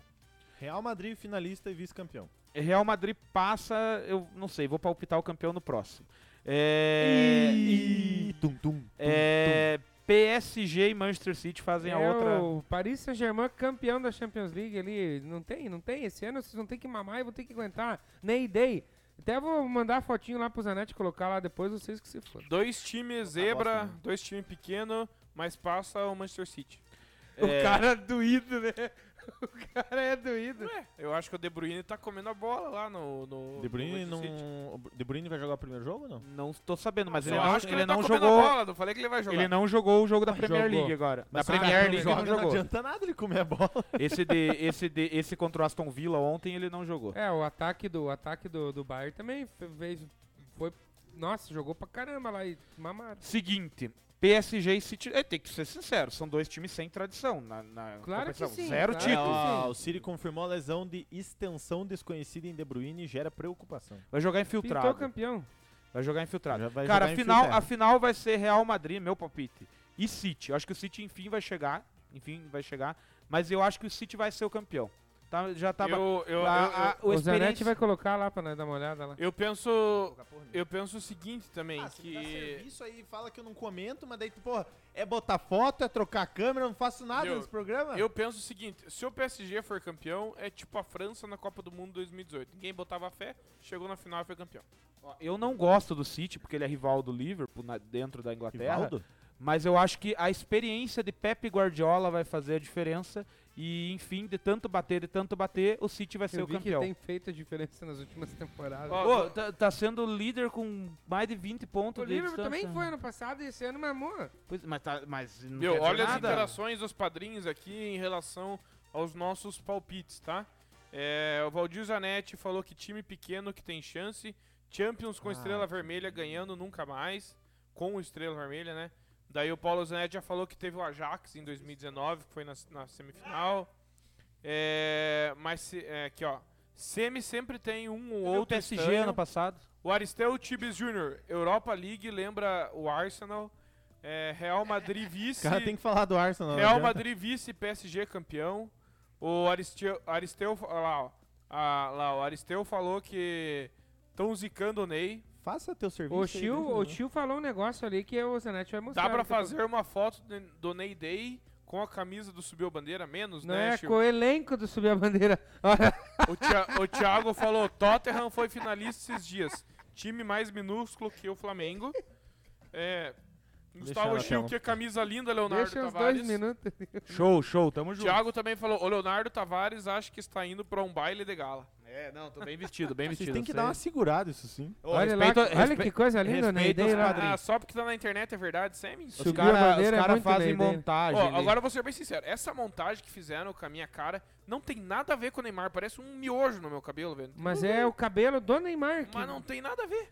Speaker 2: Real Madrid, finalista e vice-campeão.
Speaker 1: Real Madrid passa, eu não sei, vou palpitar o campeão no próximo. É,
Speaker 2: Ih, tum, tum, tum,
Speaker 1: é, PSG e Manchester City fazem a
Speaker 3: É
Speaker 1: outra.
Speaker 3: O Paris Saint-Germain, campeão da Champions League ali. Não tem, não tem. Esse ano vocês vão ter que mamar e vão ter que aguentar. Nem dei. Até vou mandar a fotinho lá pro Zanetti colocar lá depois, vocês que se foram.
Speaker 4: Dois times zebra, dois times pequeno, mas passa o Manchester City.
Speaker 1: É.
Speaker 3: cara é doído, né? O cara é doído.
Speaker 4: Ué, eu acho que o De Bruyne tá comendo a bola lá no. no
Speaker 2: tum. De Bruyne
Speaker 4: no
Speaker 2: não.
Speaker 4: Manchester City.
Speaker 2: o De Bruyne vai jogar o primeiro jogo ou não?
Speaker 1: Não tô sabendo, mas
Speaker 4: Eu
Speaker 1: ele não,
Speaker 4: acho que
Speaker 1: ele
Speaker 4: ele, tá
Speaker 1: não
Speaker 4: comendo
Speaker 1: jogou.
Speaker 4: a bola, não falei que ele vai jogar.
Speaker 1: Ele não jogou o jogo da Premier
Speaker 3: Jogou.
Speaker 1: League agora.
Speaker 2: Mas
Speaker 1: da
Speaker 2: se o
Speaker 1: Premier
Speaker 2: cara
Speaker 1: League
Speaker 2: não
Speaker 1: ele não
Speaker 2: joga, não
Speaker 1: jogou.
Speaker 2: adianta nada ele comer a bola.
Speaker 1: Esse de, esse de, esse contra o Aston Villa ontem ele não jogou.
Speaker 3: É, o ataque do, o ataque do, do Bayern também fe- fez. Foi. Nossa, jogou pra caramba lá e mamaram.
Speaker 1: Seguinte, PSG e City, é, tem que ser sincero, são dois times sem tradição na, na
Speaker 3: Claro que
Speaker 1: competição.
Speaker 3: sim,
Speaker 1: Zero
Speaker 3: claro.
Speaker 1: título.
Speaker 2: Ah,
Speaker 3: Tipo, sim.
Speaker 2: o Ciri confirmou a lesão de extensão desconhecida em De Bruyne e gera preocupação.
Speaker 1: Vai jogar
Speaker 3: Pintou
Speaker 1: infiltrado.
Speaker 3: campeão.
Speaker 1: Vai jogar infiltrado.
Speaker 2: Já vai
Speaker 1: Tá. Cara,
Speaker 3: tá
Speaker 2: jogar
Speaker 1: a final,
Speaker 2: infiltrado.
Speaker 1: a final vai ser Real Madrid, meu palpite. E City. Eu acho que o City, enfim, vai chegar. Enfim, vai chegar. Mas eu acho que o City vai ser o campeão. Tá, já tá. ba-
Speaker 4: Eu,
Speaker 1: a-
Speaker 4: eu, eu- eu-
Speaker 1: a-
Speaker 3: O,
Speaker 1: experiência-
Speaker 3: Zanetti vai colocar lá pra nós dar uma olhada lá.
Speaker 4: eu penso. Eu penso o seguinte também,
Speaker 2: Ah, se me dá
Speaker 4: que.
Speaker 2: serviço aí, fala que eu não comento, mas daí, porra, é botar foto, é trocar câmera, eu não faço nada
Speaker 4: Eu-
Speaker 2: nesse programa.
Speaker 4: Eu penso o seguinte, se o PSG for campeão, é tipo a França na Copa do Mundo 2018. Ninguém botava fé, chegou na final e foi campeão.
Speaker 1: Ó, Eu não gosto do City, porque ele é rival do Liverpool na- dentro da Inglaterra.
Speaker 2: Rivaldo?
Speaker 1: Mas eu acho que a experiência de Pepe Guardiola vai fazer a diferença. E, enfim, de tanto bater, de tanto bater, o City vai ser
Speaker 3: Eu
Speaker 1: é o
Speaker 3: vi
Speaker 1: campeão.
Speaker 3: que tem feito a diferença nas últimas temporadas.
Speaker 4: Ó,
Speaker 1: Ô, tá, tá sendo líder com mais de 20 pontos
Speaker 3: o
Speaker 1: de
Speaker 3: Liverpool
Speaker 1: distância.
Speaker 3: também foi ano passado e esse ano mamou.
Speaker 1: Pois- mas, tá, mas não
Speaker 4: Meu,
Speaker 1: quer dizer
Speaker 4: olha as
Speaker 1: nada.
Speaker 4: interações dos padrinhos aqui em relação aos nossos palpites, tá? É, o Valdir Zanetti falou que time pequeno que tem chance. Champions
Speaker 1: Ah,
Speaker 4: com estrela vermelha ganhando nunca mais. Com estrela vermelha, né? Daí o Paulo Zanetti já falou que teve o Ajax em 2019, que foi na, na semifinal. É, mas se- é, aqui, ó. Semi sempre tem um ou
Speaker 1: Ou o
Speaker 4: outro.
Speaker 1: PSG
Speaker 4: estranho.
Speaker 1: ano passado.
Speaker 4: O Aristel Tibes Jr., Europa League, lembra o Arsenal. É, É, Real Madrid vice.
Speaker 2: O cara tem que falar do Arsenal. né? não
Speaker 4: Real
Speaker 2: adianta.
Speaker 4: Madrid vice, PSG campeão. O Aristeu, Aristeu olha lá, ó. Ah, lá, o Aristeu falou que estão zicando o Ney.
Speaker 2: Faça teu
Speaker 1: né,
Speaker 2: serviço.
Speaker 3: O
Speaker 2: aí, né?
Speaker 3: tio,
Speaker 2: deixa eu
Speaker 3: o
Speaker 2: ver.
Speaker 3: tio falou um negócio ali que o Zanetti vai mostrar. né,
Speaker 4: Dá pra
Speaker 3: daqui a pouco.
Speaker 4: fazer uma foto de- do Ney Day com a camisa do Subiu a Bandeira, menos,
Speaker 3: Não
Speaker 4: né,
Speaker 3: é
Speaker 4: Chico?
Speaker 3: com o elenco do Subir a Bandeira. Olha,
Speaker 4: O, Thi- o Thiago falou, Tottenham foi finalista esses dias. Time mais minúsculo que o Flamengo. É, Gustavo
Speaker 2: ela,
Speaker 4: Chiu,
Speaker 2: Thelma.
Speaker 4: que camisa linda, Leonardo
Speaker 3: deixa uns
Speaker 4: Tavares.
Speaker 3: dois minutos.
Speaker 1: Show, show, tamo junto.
Speaker 4: Thiago também falou, o Leonardo Tavares acha que está indo pra um baile de gala.
Speaker 5: É, não, tô bem
Speaker 1: Vestido, bem
Speaker 2: Vocês
Speaker 1: vestido.
Speaker 2: têm que
Speaker 1: você-
Speaker 2: dar uma segurada, isso sim.
Speaker 5: Ô,
Speaker 3: Olha lá,
Speaker 1: respeito-
Speaker 3: olha
Speaker 1: respe-
Speaker 3: que coisa linda, né?
Speaker 1: respeito
Speaker 3: Ideia
Speaker 1: aos
Speaker 3: lá.
Speaker 1: padrinhos.
Speaker 4: Ah, só porque tá na internet é verdade, Semi?
Speaker 1: Os
Speaker 3: Subiu a
Speaker 1: caras
Speaker 3: bandeira é muito
Speaker 1: fazem
Speaker 3: bem, né?
Speaker 1: montagem.
Speaker 4: Ó,
Speaker 1: ali.
Speaker 4: agora eu vou ser bem sincero, essa montagem que fizeram com a minha cara não tem nada a ver com o Neymar, parece um miojo no meu cabelo, velho.
Speaker 3: Mas é o cabelo do Neymar. Que...
Speaker 4: Mas não tem nada a ver.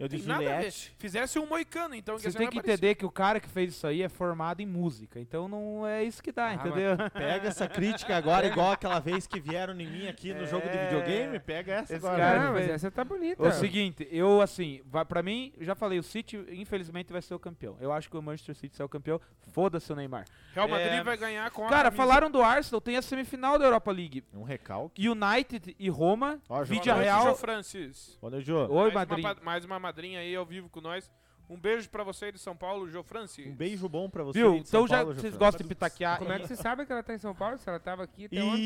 Speaker 2: Eu
Speaker 4: Tem
Speaker 2: disse
Speaker 4: nada a ver.
Speaker 2: Juliette.
Speaker 4: Fizesse um moicano, então.
Speaker 1: Vocês
Speaker 4: assim,
Speaker 1: têm
Speaker 4: não
Speaker 1: que
Speaker 4: aparecia.
Speaker 1: entender que o cara que fez isso aí é formado em música, então não é isso que dá,
Speaker 3: Ah,
Speaker 1: entendeu?
Speaker 2: Pega essa crítica agora, igual aquela vez que vieram em mim aqui no jogo de
Speaker 1: É.
Speaker 2: videogame. Pega essa
Speaker 1: Esse
Speaker 2: agora.
Speaker 1: cara-
Speaker 3: não, mas
Speaker 1: velho.
Speaker 3: essa tá bonita.
Speaker 1: É O seguinte, eu assim, vai, pra mim, já falei, o City infelizmente vai ser o campeão. Eu acho que o Manchester City será o campeão, foda-se o Neymar.
Speaker 4: Real Madrid
Speaker 1: É.
Speaker 4: vai ganhar com a
Speaker 1: Cara,
Speaker 4: camisa-
Speaker 1: falaram do Arsenal, tem a semifinal da Europa League.
Speaker 2: Um recalque.
Speaker 1: United e Roma,
Speaker 2: Ó, João,
Speaker 1: Vídea
Speaker 4: Boa noite, João
Speaker 1: Real...
Speaker 4: Francis.
Speaker 2: Olha, Jô.
Speaker 1: Oi,
Speaker 4: mais
Speaker 1: Madrid.
Speaker 4: Uma, pa- mais uma madrinha aí ao vivo com nós. Um beijo pra você aí de São Paulo, João Francis.
Speaker 2: Um beijo bom pra você.
Speaker 1: Viu?
Speaker 2: aí de São
Speaker 1: Então já
Speaker 2: Paulo, Jô
Speaker 1: vocês
Speaker 2: Fran.
Speaker 1: gostam de pitaquear.
Speaker 3: Como é que você sabe que ela tá em São Paulo? Se ela tava aqui até ontem.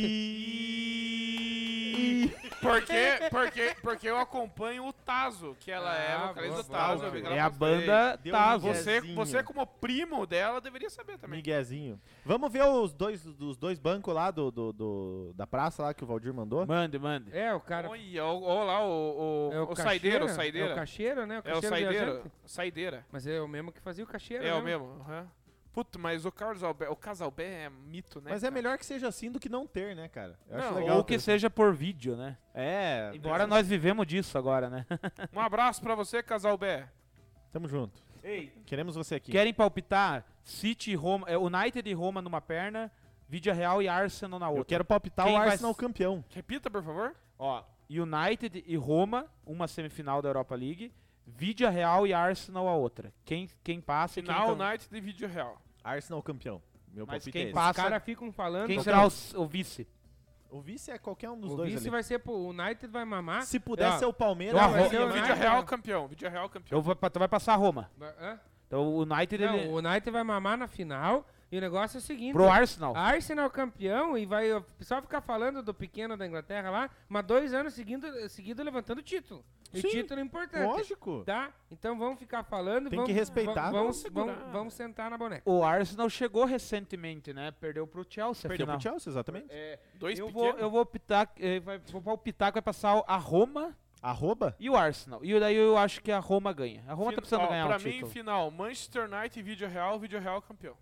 Speaker 2: E...
Speaker 4: Porque, porque, porque eu acompanho o Tazo, que ela é
Speaker 3: Ah,
Speaker 4: vocalista do
Speaker 3: boa,
Speaker 4: Tazo.
Speaker 2: boa.
Speaker 4: eu vi que ela
Speaker 1: É a
Speaker 4: postei.
Speaker 1: banda
Speaker 2: Deu
Speaker 1: Tazo.
Speaker 2: ninguém.
Speaker 4: Você,
Speaker 2: Zezinho.
Speaker 4: você, como primo dela, deveria saber também.
Speaker 2: Miguezinho. Vamos ver os dois, os dois bancos lá do, do- do- da praça lá que o Valdir mandou?
Speaker 1: Mande, mande.
Speaker 3: É, o cara.
Speaker 4: Olha, olha lá o, o,
Speaker 3: é
Speaker 4: o, saideiro, o
Speaker 3: Cacheira? É o
Speaker 4: saideira.
Speaker 3: cacheiro, né? O
Speaker 4: É o
Speaker 3: cacheiro
Speaker 4: saideiro,
Speaker 3: viajante.
Speaker 4: saideira.
Speaker 3: Mas é o mesmo que fazia o cacheiro.
Speaker 4: É o
Speaker 3: né?
Speaker 4: mesmo. aham. Puto, mas o Carlos Albert, o Casalbé é mito, né?
Speaker 2: Mas é
Speaker 4: cara?
Speaker 2: melhor que seja assim do que não ter, né, cara? Eu acho
Speaker 4: Não,
Speaker 2: legal.
Speaker 1: Ou que seja por vídeo, né?
Speaker 2: É,
Speaker 1: Embora nós vivemos disso agora, né?
Speaker 4: Um abraço pra você, Casalbé.
Speaker 2: tamo junto. Queremos você aqui.
Speaker 1: Querem palpitar City e Roma, é, United e Roma numa perna, Vidia Real e Arsenal na
Speaker 2: Eu
Speaker 1: outra.
Speaker 2: quero palpitar
Speaker 1: Quem
Speaker 2: o
Speaker 1: vai
Speaker 2: Arsenal
Speaker 1: s-
Speaker 2: campeão.
Speaker 4: Repita, por favor.
Speaker 1: Ó, United e Roma, uma semifinal da Europa League, Vidia Real e Arsenal a outra. Quem, quem passa e
Speaker 4: Final né?
Speaker 1: quem, cam-
Speaker 4: Night de vídeo real.
Speaker 2: Arsenal campeão. Meu
Speaker 1: Mas
Speaker 2: palpite
Speaker 1: quem
Speaker 2: é esse.
Speaker 1: passa-
Speaker 3: Os caras ficam falando.
Speaker 1: quem
Speaker 3: que
Speaker 1: será o, s- o vice?
Speaker 2: O vice é qualquer um dos
Speaker 3: o
Speaker 2: dois
Speaker 3: vice
Speaker 2: ali.
Speaker 3: vai ser pro o United vai mamar.
Speaker 2: Se puder
Speaker 3: Ó,
Speaker 2: ser o Palmeiras,
Speaker 1: eu
Speaker 2: vai
Speaker 1: arro-
Speaker 2: ser-
Speaker 3: eu-
Speaker 4: Vídeo
Speaker 3: United,
Speaker 4: real
Speaker 3: né?
Speaker 4: campeão. Vídeo real campeão.
Speaker 1: Então vai, pa- vai passar a Roma.
Speaker 3: Ba- hã?
Speaker 1: Então o United ele-
Speaker 3: Não, o United vai mamar na final. E o negócio é o seguinte.
Speaker 1: pro Arsenal.
Speaker 3: Arsenal campeão e vai ó, só ficar falando do pequeno da Inglaterra lá, mas dois anos seguindo, seguido levantando título. E
Speaker 2: Sim,
Speaker 3: título é importante.
Speaker 2: Lógico.
Speaker 3: Tá? Então vamos ficar falando.
Speaker 2: Tem
Speaker 3: vamos,
Speaker 2: que respeitar,
Speaker 3: Vamos,
Speaker 4: vamos
Speaker 3: vamos,
Speaker 4: segurar.
Speaker 3: vamos sentar na boneca.
Speaker 1: O Arsenal chegou recentemente, né? Perdeu pro Chelsea
Speaker 2: Perdeu
Speaker 1: afinal.
Speaker 2: pro Chelsea, exatamente.
Speaker 4: Dois
Speaker 1: Eu vou,
Speaker 4: pequenos.
Speaker 1: eu vou optar, eh, vai, vou palpitar que vai passar a Roma
Speaker 2: Arroba?
Speaker 1: e o Arsenal. E daí eu acho que a Roma ganha. A Roma
Speaker 4: Fin-
Speaker 1: tá precisando
Speaker 4: ó,
Speaker 1: ganhar
Speaker 4: pra
Speaker 1: um
Speaker 4: mim,
Speaker 1: título.
Speaker 4: final, Manchester United e vídeo real, vídeo real campeão.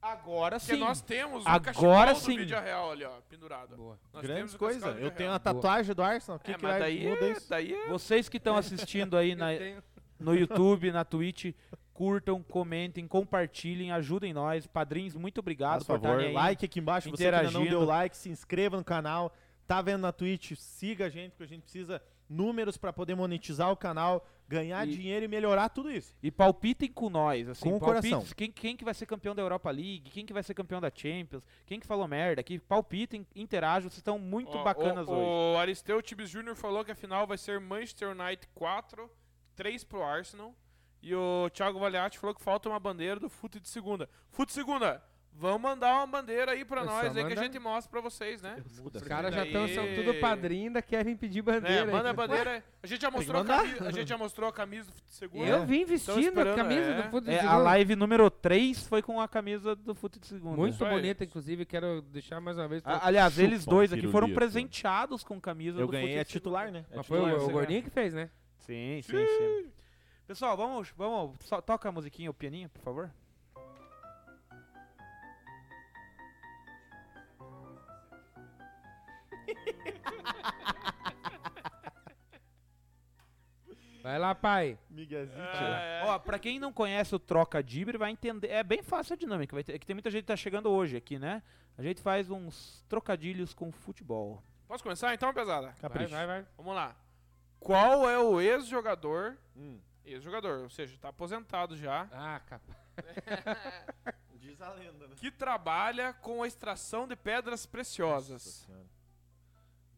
Speaker 1: Agora
Speaker 4: Porque
Speaker 1: sim.
Speaker 4: nós temos
Speaker 1: Agora
Speaker 4: o cachecol
Speaker 1: sim.
Speaker 4: do vídeo real ali, ó, pendurado.
Speaker 3: Boa.
Speaker 4: Nós temos
Speaker 2: Grande
Speaker 4: o
Speaker 2: coisa.
Speaker 4: cachecol do
Speaker 2: Eu
Speaker 4: Vídeo
Speaker 2: tenho
Speaker 4: Real.
Speaker 2: a tatuagem do Arsenal. O que,
Speaker 4: É,
Speaker 2: que
Speaker 4: mas
Speaker 2: vai
Speaker 4: daí
Speaker 2: mudar
Speaker 4: é,
Speaker 2: isso?
Speaker 4: daí é...
Speaker 1: Vocês que estão assistindo aí na-
Speaker 3: Eu
Speaker 4: tá
Speaker 3: tenho-
Speaker 1: no YouTube, na Twitch, curtam, comentem, compartilhem, ajudem nós. Padrinhos, muito obrigado
Speaker 2: Por favor,
Speaker 1: estarem aí.
Speaker 2: like aqui embaixo. Você que ainda não
Speaker 1: interagindo.
Speaker 2: deu like, se inscreva no canal. Tá vendo na Twitch? Siga a gente, porque a gente precisa números pra poder monetizar o canal, ganhar
Speaker 1: E-
Speaker 2: dinheiro e melhorar tudo isso.
Speaker 1: E palpitem com nós, assim,
Speaker 2: Com o
Speaker 1: palpites,
Speaker 2: coração.
Speaker 1: Quem, quem que vai ser campeão da Europa League, quem que vai ser campeão da Champions, quem que falou merda aqui, palpitem, interajam, vocês estão muito
Speaker 4: Ó,
Speaker 1: bacanas
Speaker 4: o,
Speaker 1: hoje.
Speaker 4: O Aristeu Tibes Júnior falou que a final vai ser Manchester United 4, 3 pro Arsenal. E o Thiago Valiati falou que falta uma bandeira do Fute de segunda. Fute de segunda, vão mandar uma bandeira aí pra
Speaker 3: É só
Speaker 4: nós aí que a
Speaker 3: mandar.
Speaker 4: gente mostra pra vocês, né?
Speaker 2: Muda.
Speaker 3: Os caras já
Speaker 4: Daí-
Speaker 3: tão, são tudo padrinho, ainda querem pedir
Speaker 4: É,
Speaker 3: bandeira.
Speaker 4: manda a
Speaker 3: ainda.
Speaker 4: bandeira. A gente já mostrou a
Speaker 2: mandar.
Speaker 4: camisa, a gente já mostrou a camisa do É, Fute de segunda.
Speaker 3: Eu vim
Speaker 4: Tão
Speaker 3: vestindo
Speaker 4: esperando,
Speaker 3: a camisa
Speaker 4: é.
Speaker 3: do futebol.
Speaker 1: É, a live número 3 foi com a camisa do Fute de Segunda.
Speaker 3: Muito
Speaker 4: Isso aí.
Speaker 3: bonita, inclusive. Quero deixar mais uma vez.
Speaker 1: A- aliás,
Speaker 2: Chupa,
Speaker 1: eles dois aqui foram
Speaker 2: pirulito.
Speaker 1: presenteados com camisa
Speaker 2: Eu
Speaker 1: do
Speaker 2: ganhei,
Speaker 1: Fute
Speaker 2: é
Speaker 1: de Segunda.
Speaker 2: titular, né? É
Speaker 3: Mas foi o-
Speaker 2: titular,
Speaker 3: o,
Speaker 2: né?
Speaker 3: gordinho que fez, né?
Speaker 1: Sim, sim, sim. Pessoal, vamos, vamos só toca a musiquinha, o pianinho, por favor.
Speaker 3: Vai lá, pai.
Speaker 2: Miguelzinho.
Speaker 4: É,
Speaker 1: Ó, pra quem não conhece o Troca Dibre, vai entender. É bem fácil a dinâmica. Vai ter, é que tem muita gente que tá chegando hoje aqui, né? A gente faz uns trocadilhos com futebol.
Speaker 4: Posso
Speaker 1: Tá
Speaker 4: começar então, pesada?
Speaker 3: Vai,
Speaker 2: Capricho.
Speaker 3: vai, vai.
Speaker 4: Vamos lá. Qual é o ex-jogador
Speaker 2: Hum.
Speaker 4: Ex-jogador, ou seja, tá aposentado já.
Speaker 3: Ah, capaz.
Speaker 2: Diz a lenda, né?
Speaker 4: Que trabalha com a extração de pedras preciosas.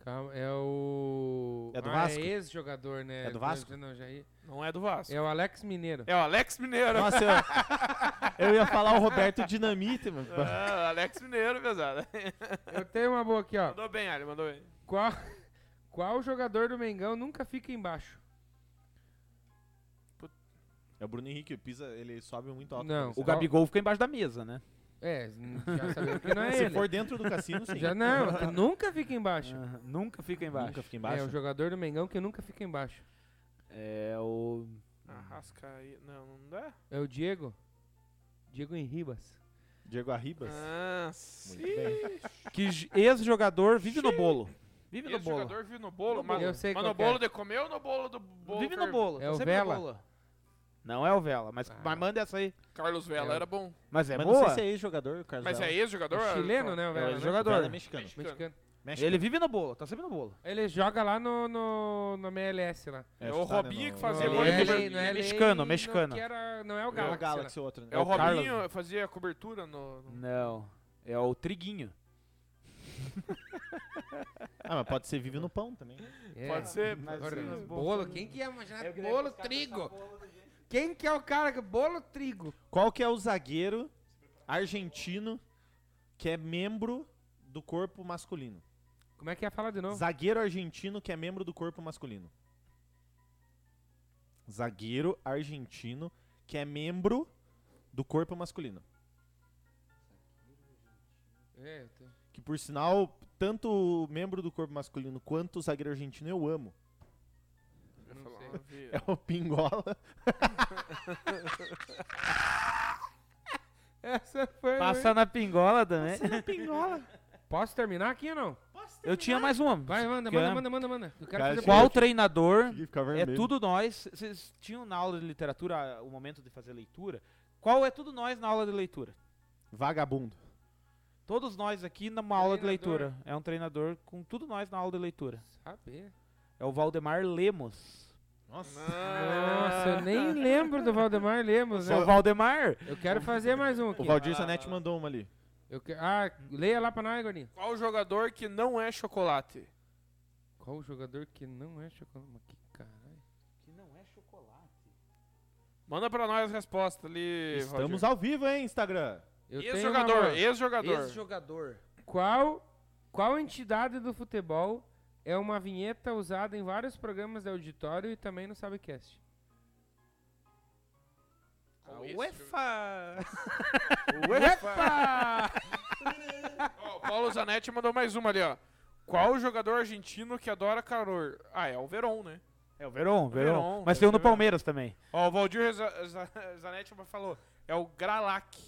Speaker 3: Calma, é o.
Speaker 2: É do
Speaker 3: Ah,
Speaker 2: Vasco?
Speaker 3: É ex-jogador, né?
Speaker 2: É do Vasco?
Speaker 3: Não, já ia-
Speaker 4: Não é do Vasco.
Speaker 3: É o Alex Mineiro.
Speaker 4: É o Alex Mineiro.
Speaker 2: Nossa, eu, eu ia falar o Roberto Dinamite, mano.
Speaker 4: Ah, Alex Mineiro, pesada.
Speaker 2: É.
Speaker 3: Eu tenho uma boa aqui, ó.
Speaker 4: Mandou bem, Ali, mandou bem.
Speaker 3: Qual, qual jogador do Mengão nunca fica embaixo?
Speaker 2: É o Bruno Henrique, o Pisa, ele sobe muito alto.
Speaker 3: Não.
Speaker 1: O
Speaker 3: Qual-
Speaker 1: Gabigol fica embaixo da mesa, né?
Speaker 3: É, já sabemos que não é
Speaker 2: Se
Speaker 3: ele.
Speaker 2: for dentro do cassino, sim.
Speaker 3: Já não, que nunca fica embaixo.
Speaker 1: Aham, Nunca fica embaixo.
Speaker 2: Nunca fica
Speaker 3: É,
Speaker 2: embaixo.
Speaker 3: o jogador do Mengão que nunca fica embaixo.
Speaker 1: É o.
Speaker 4: Arrasca aí. Não, não dá.
Speaker 3: É o Diego. Diego Henribas.
Speaker 2: Diego Arribas.
Speaker 4: Ah,
Speaker 2: Muito
Speaker 4: sim.
Speaker 2: bem.
Speaker 1: Que j- ex-jogador vive no bolo. Vive no
Speaker 4: Esse
Speaker 1: bolo.
Speaker 4: jogador viu no bolo,
Speaker 1: No
Speaker 4: mas,
Speaker 3: bolo. Eu sei
Speaker 4: mas
Speaker 3: qual
Speaker 4: no
Speaker 3: que é.
Speaker 4: bolo de comer ou no bolo do bolo?
Speaker 1: Vive no
Speaker 4: fervido?
Speaker 1: bolo.
Speaker 3: É
Speaker 1: tá
Speaker 3: o
Speaker 1: sempre no
Speaker 3: Vela.
Speaker 1: bolo. Não é o Vela, mas,
Speaker 3: Ah.
Speaker 1: mas manda essa aí.
Speaker 4: Carlos Vela
Speaker 3: É.
Speaker 4: era bom.
Speaker 1: Mas é
Speaker 2: Mas
Speaker 1: boa.
Speaker 2: não sei se é ex-jogador, o Carlos
Speaker 4: Mas é
Speaker 2: Vela.
Speaker 4: ex-jogador?
Speaker 3: É chileno,
Speaker 4: Só-
Speaker 3: né, o
Speaker 1: É
Speaker 3: Vela,
Speaker 1: o
Speaker 3: né?
Speaker 1: jogador.
Speaker 2: Vela é mexicano.
Speaker 4: Mexicano.
Speaker 3: Mexicano.
Speaker 2: Mexicano.
Speaker 1: Ele vive no bolo, tá sempre no bolo.
Speaker 3: Ele joga lá no, no, no MLS lá. é
Speaker 4: É o
Speaker 2: chutado,
Speaker 4: Robinho
Speaker 2: né, no-
Speaker 4: que fazia
Speaker 1: Não,
Speaker 4: gol de
Speaker 1: ele-
Speaker 4: cobertura.
Speaker 1: ele- Mexicano,
Speaker 3: não,
Speaker 1: mexicano.
Speaker 3: que era- não é o
Speaker 2: É o
Speaker 3: Galaxy. lá.
Speaker 2: Galaxy, outro, né?
Speaker 4: É o
Speaker 1: É o Carlos.
Speaker 4: Robinho fazia cobertura no. no-
Speaker 1: Não. É o Triguinho.
Speaker 2: Ah, mas pode ser vive no pão também.
Speaker 3: É.
Speaker 4: Pode ser.
Speaker 3: Agora,
Speaker 1: Sim, mas
Speaker 3: bolo, quem que é, ia imaginar bolo trigo? Quem que é o cara que bolo trigo?
Speaker 2: Qual que é o zagueiro argentino que é membro do corpo masculino?
Speaker 3: Como é que ia falar de novo?
Speaker 2: Zagueiro argentino que é membro do corpo masculino. Zagueiro argentino que é membro do corpo masculino.
Speaker 3: É, eu tô-
Speaker 2: Que por sinal, tanto o membro do corpo masculino quanto o zagueiro argentino eu amo.
Speaker 4: Eu
Speaker 3: não
Speaker 4: falava,
Speaker 3: sei.
Speaker 4: vi-
Speaker 2: É o Pingola.
Speaker 3: Essa foi.
Speaker 1: Passa na pingola também.
Speaker 2: Pingola.
Speaker 3: Posso terminar aqui ou não?
Speaker 1: Eu tinha mais uma.
Speaker 3: Vai, manda,
Speaker 1: Que é-
Speaker 3: manda, manda, manda, manda. Eu quero
Speaker 2: Cara,
Speaker 3: fazer
Speaker 1: Qual
Speaker 2: Qual
Speaker 1: treinador
Speaker 2: Fica
Speaker 1: é
Speaker 2: vermelho.
Speaker 1: tudo nós? Vocês tinham na aula de literatura ah, o momento de fazer leitura? Qual é tudo nós na aula de leitura?
Speaker 2: Vagabundo.
Speaker 1: Todos nós aqui numa aula de
Speaker 3: Treinador.
Speaker 1: leitura. É um treinador com tudo nós na aula de leitura.
Speaker 3: Saber.
Speaker 1: É o Valdemar Lemos.
Speaker 2: Nossa.
Speaker 3: Nossa, eu nem lembro do Valdemar Lemos, né?
Speaker 1: É o Valdemar?
Speaker 3: Eu quero fazer mais um aqui.
Speaker 2: O Valdir Zanetti mandou uma ali.
Speaker 3: Eu que- Ah, leia lá pra nós, Gordinho.
Speaker 4: Qual jogador que não é chocolate?
Speaker 3: Qual o jogador que não é chocolate? Mas que caralho.
Speaker 1: Que não é chocolate.
Speaker 4: Manda pra nós a resposta ali.
Speaker 2: Estamos ao vivo, hein, Instagram?
Speaker 3: Eu tenho uma
Speaker 4: Ex-jogador,
Speaker 3: boa.
Speaker 4: ex-jogador.
Speaker 1: Ex-jogador.
Speaker 3: Qual, qual entidade do futebol é uma vinheta usada em vários programas de auditório e também no Sabcast?
Speaker 1: A
Speaker 4: Ex-
Speaker 1: UEFA.
Speaker 4: Uefa! Ó, o Paulo Zanetti mandou mais uma ali, ó. Qual jogador argentino que adora calor? Ah, é o Verón, né?
Speaker 1: É o Verón, Verón.
Speaker 4: Verón,
Speaker 1: Mas
Speaker 4: deve
Speaker 1: tem um no
Speaker 4: ser Verón.
Speaker 1: Palmeiras também.
Speaker 4: Ó, o Valdir Za- Za- Zanetti falou, é o Gralac.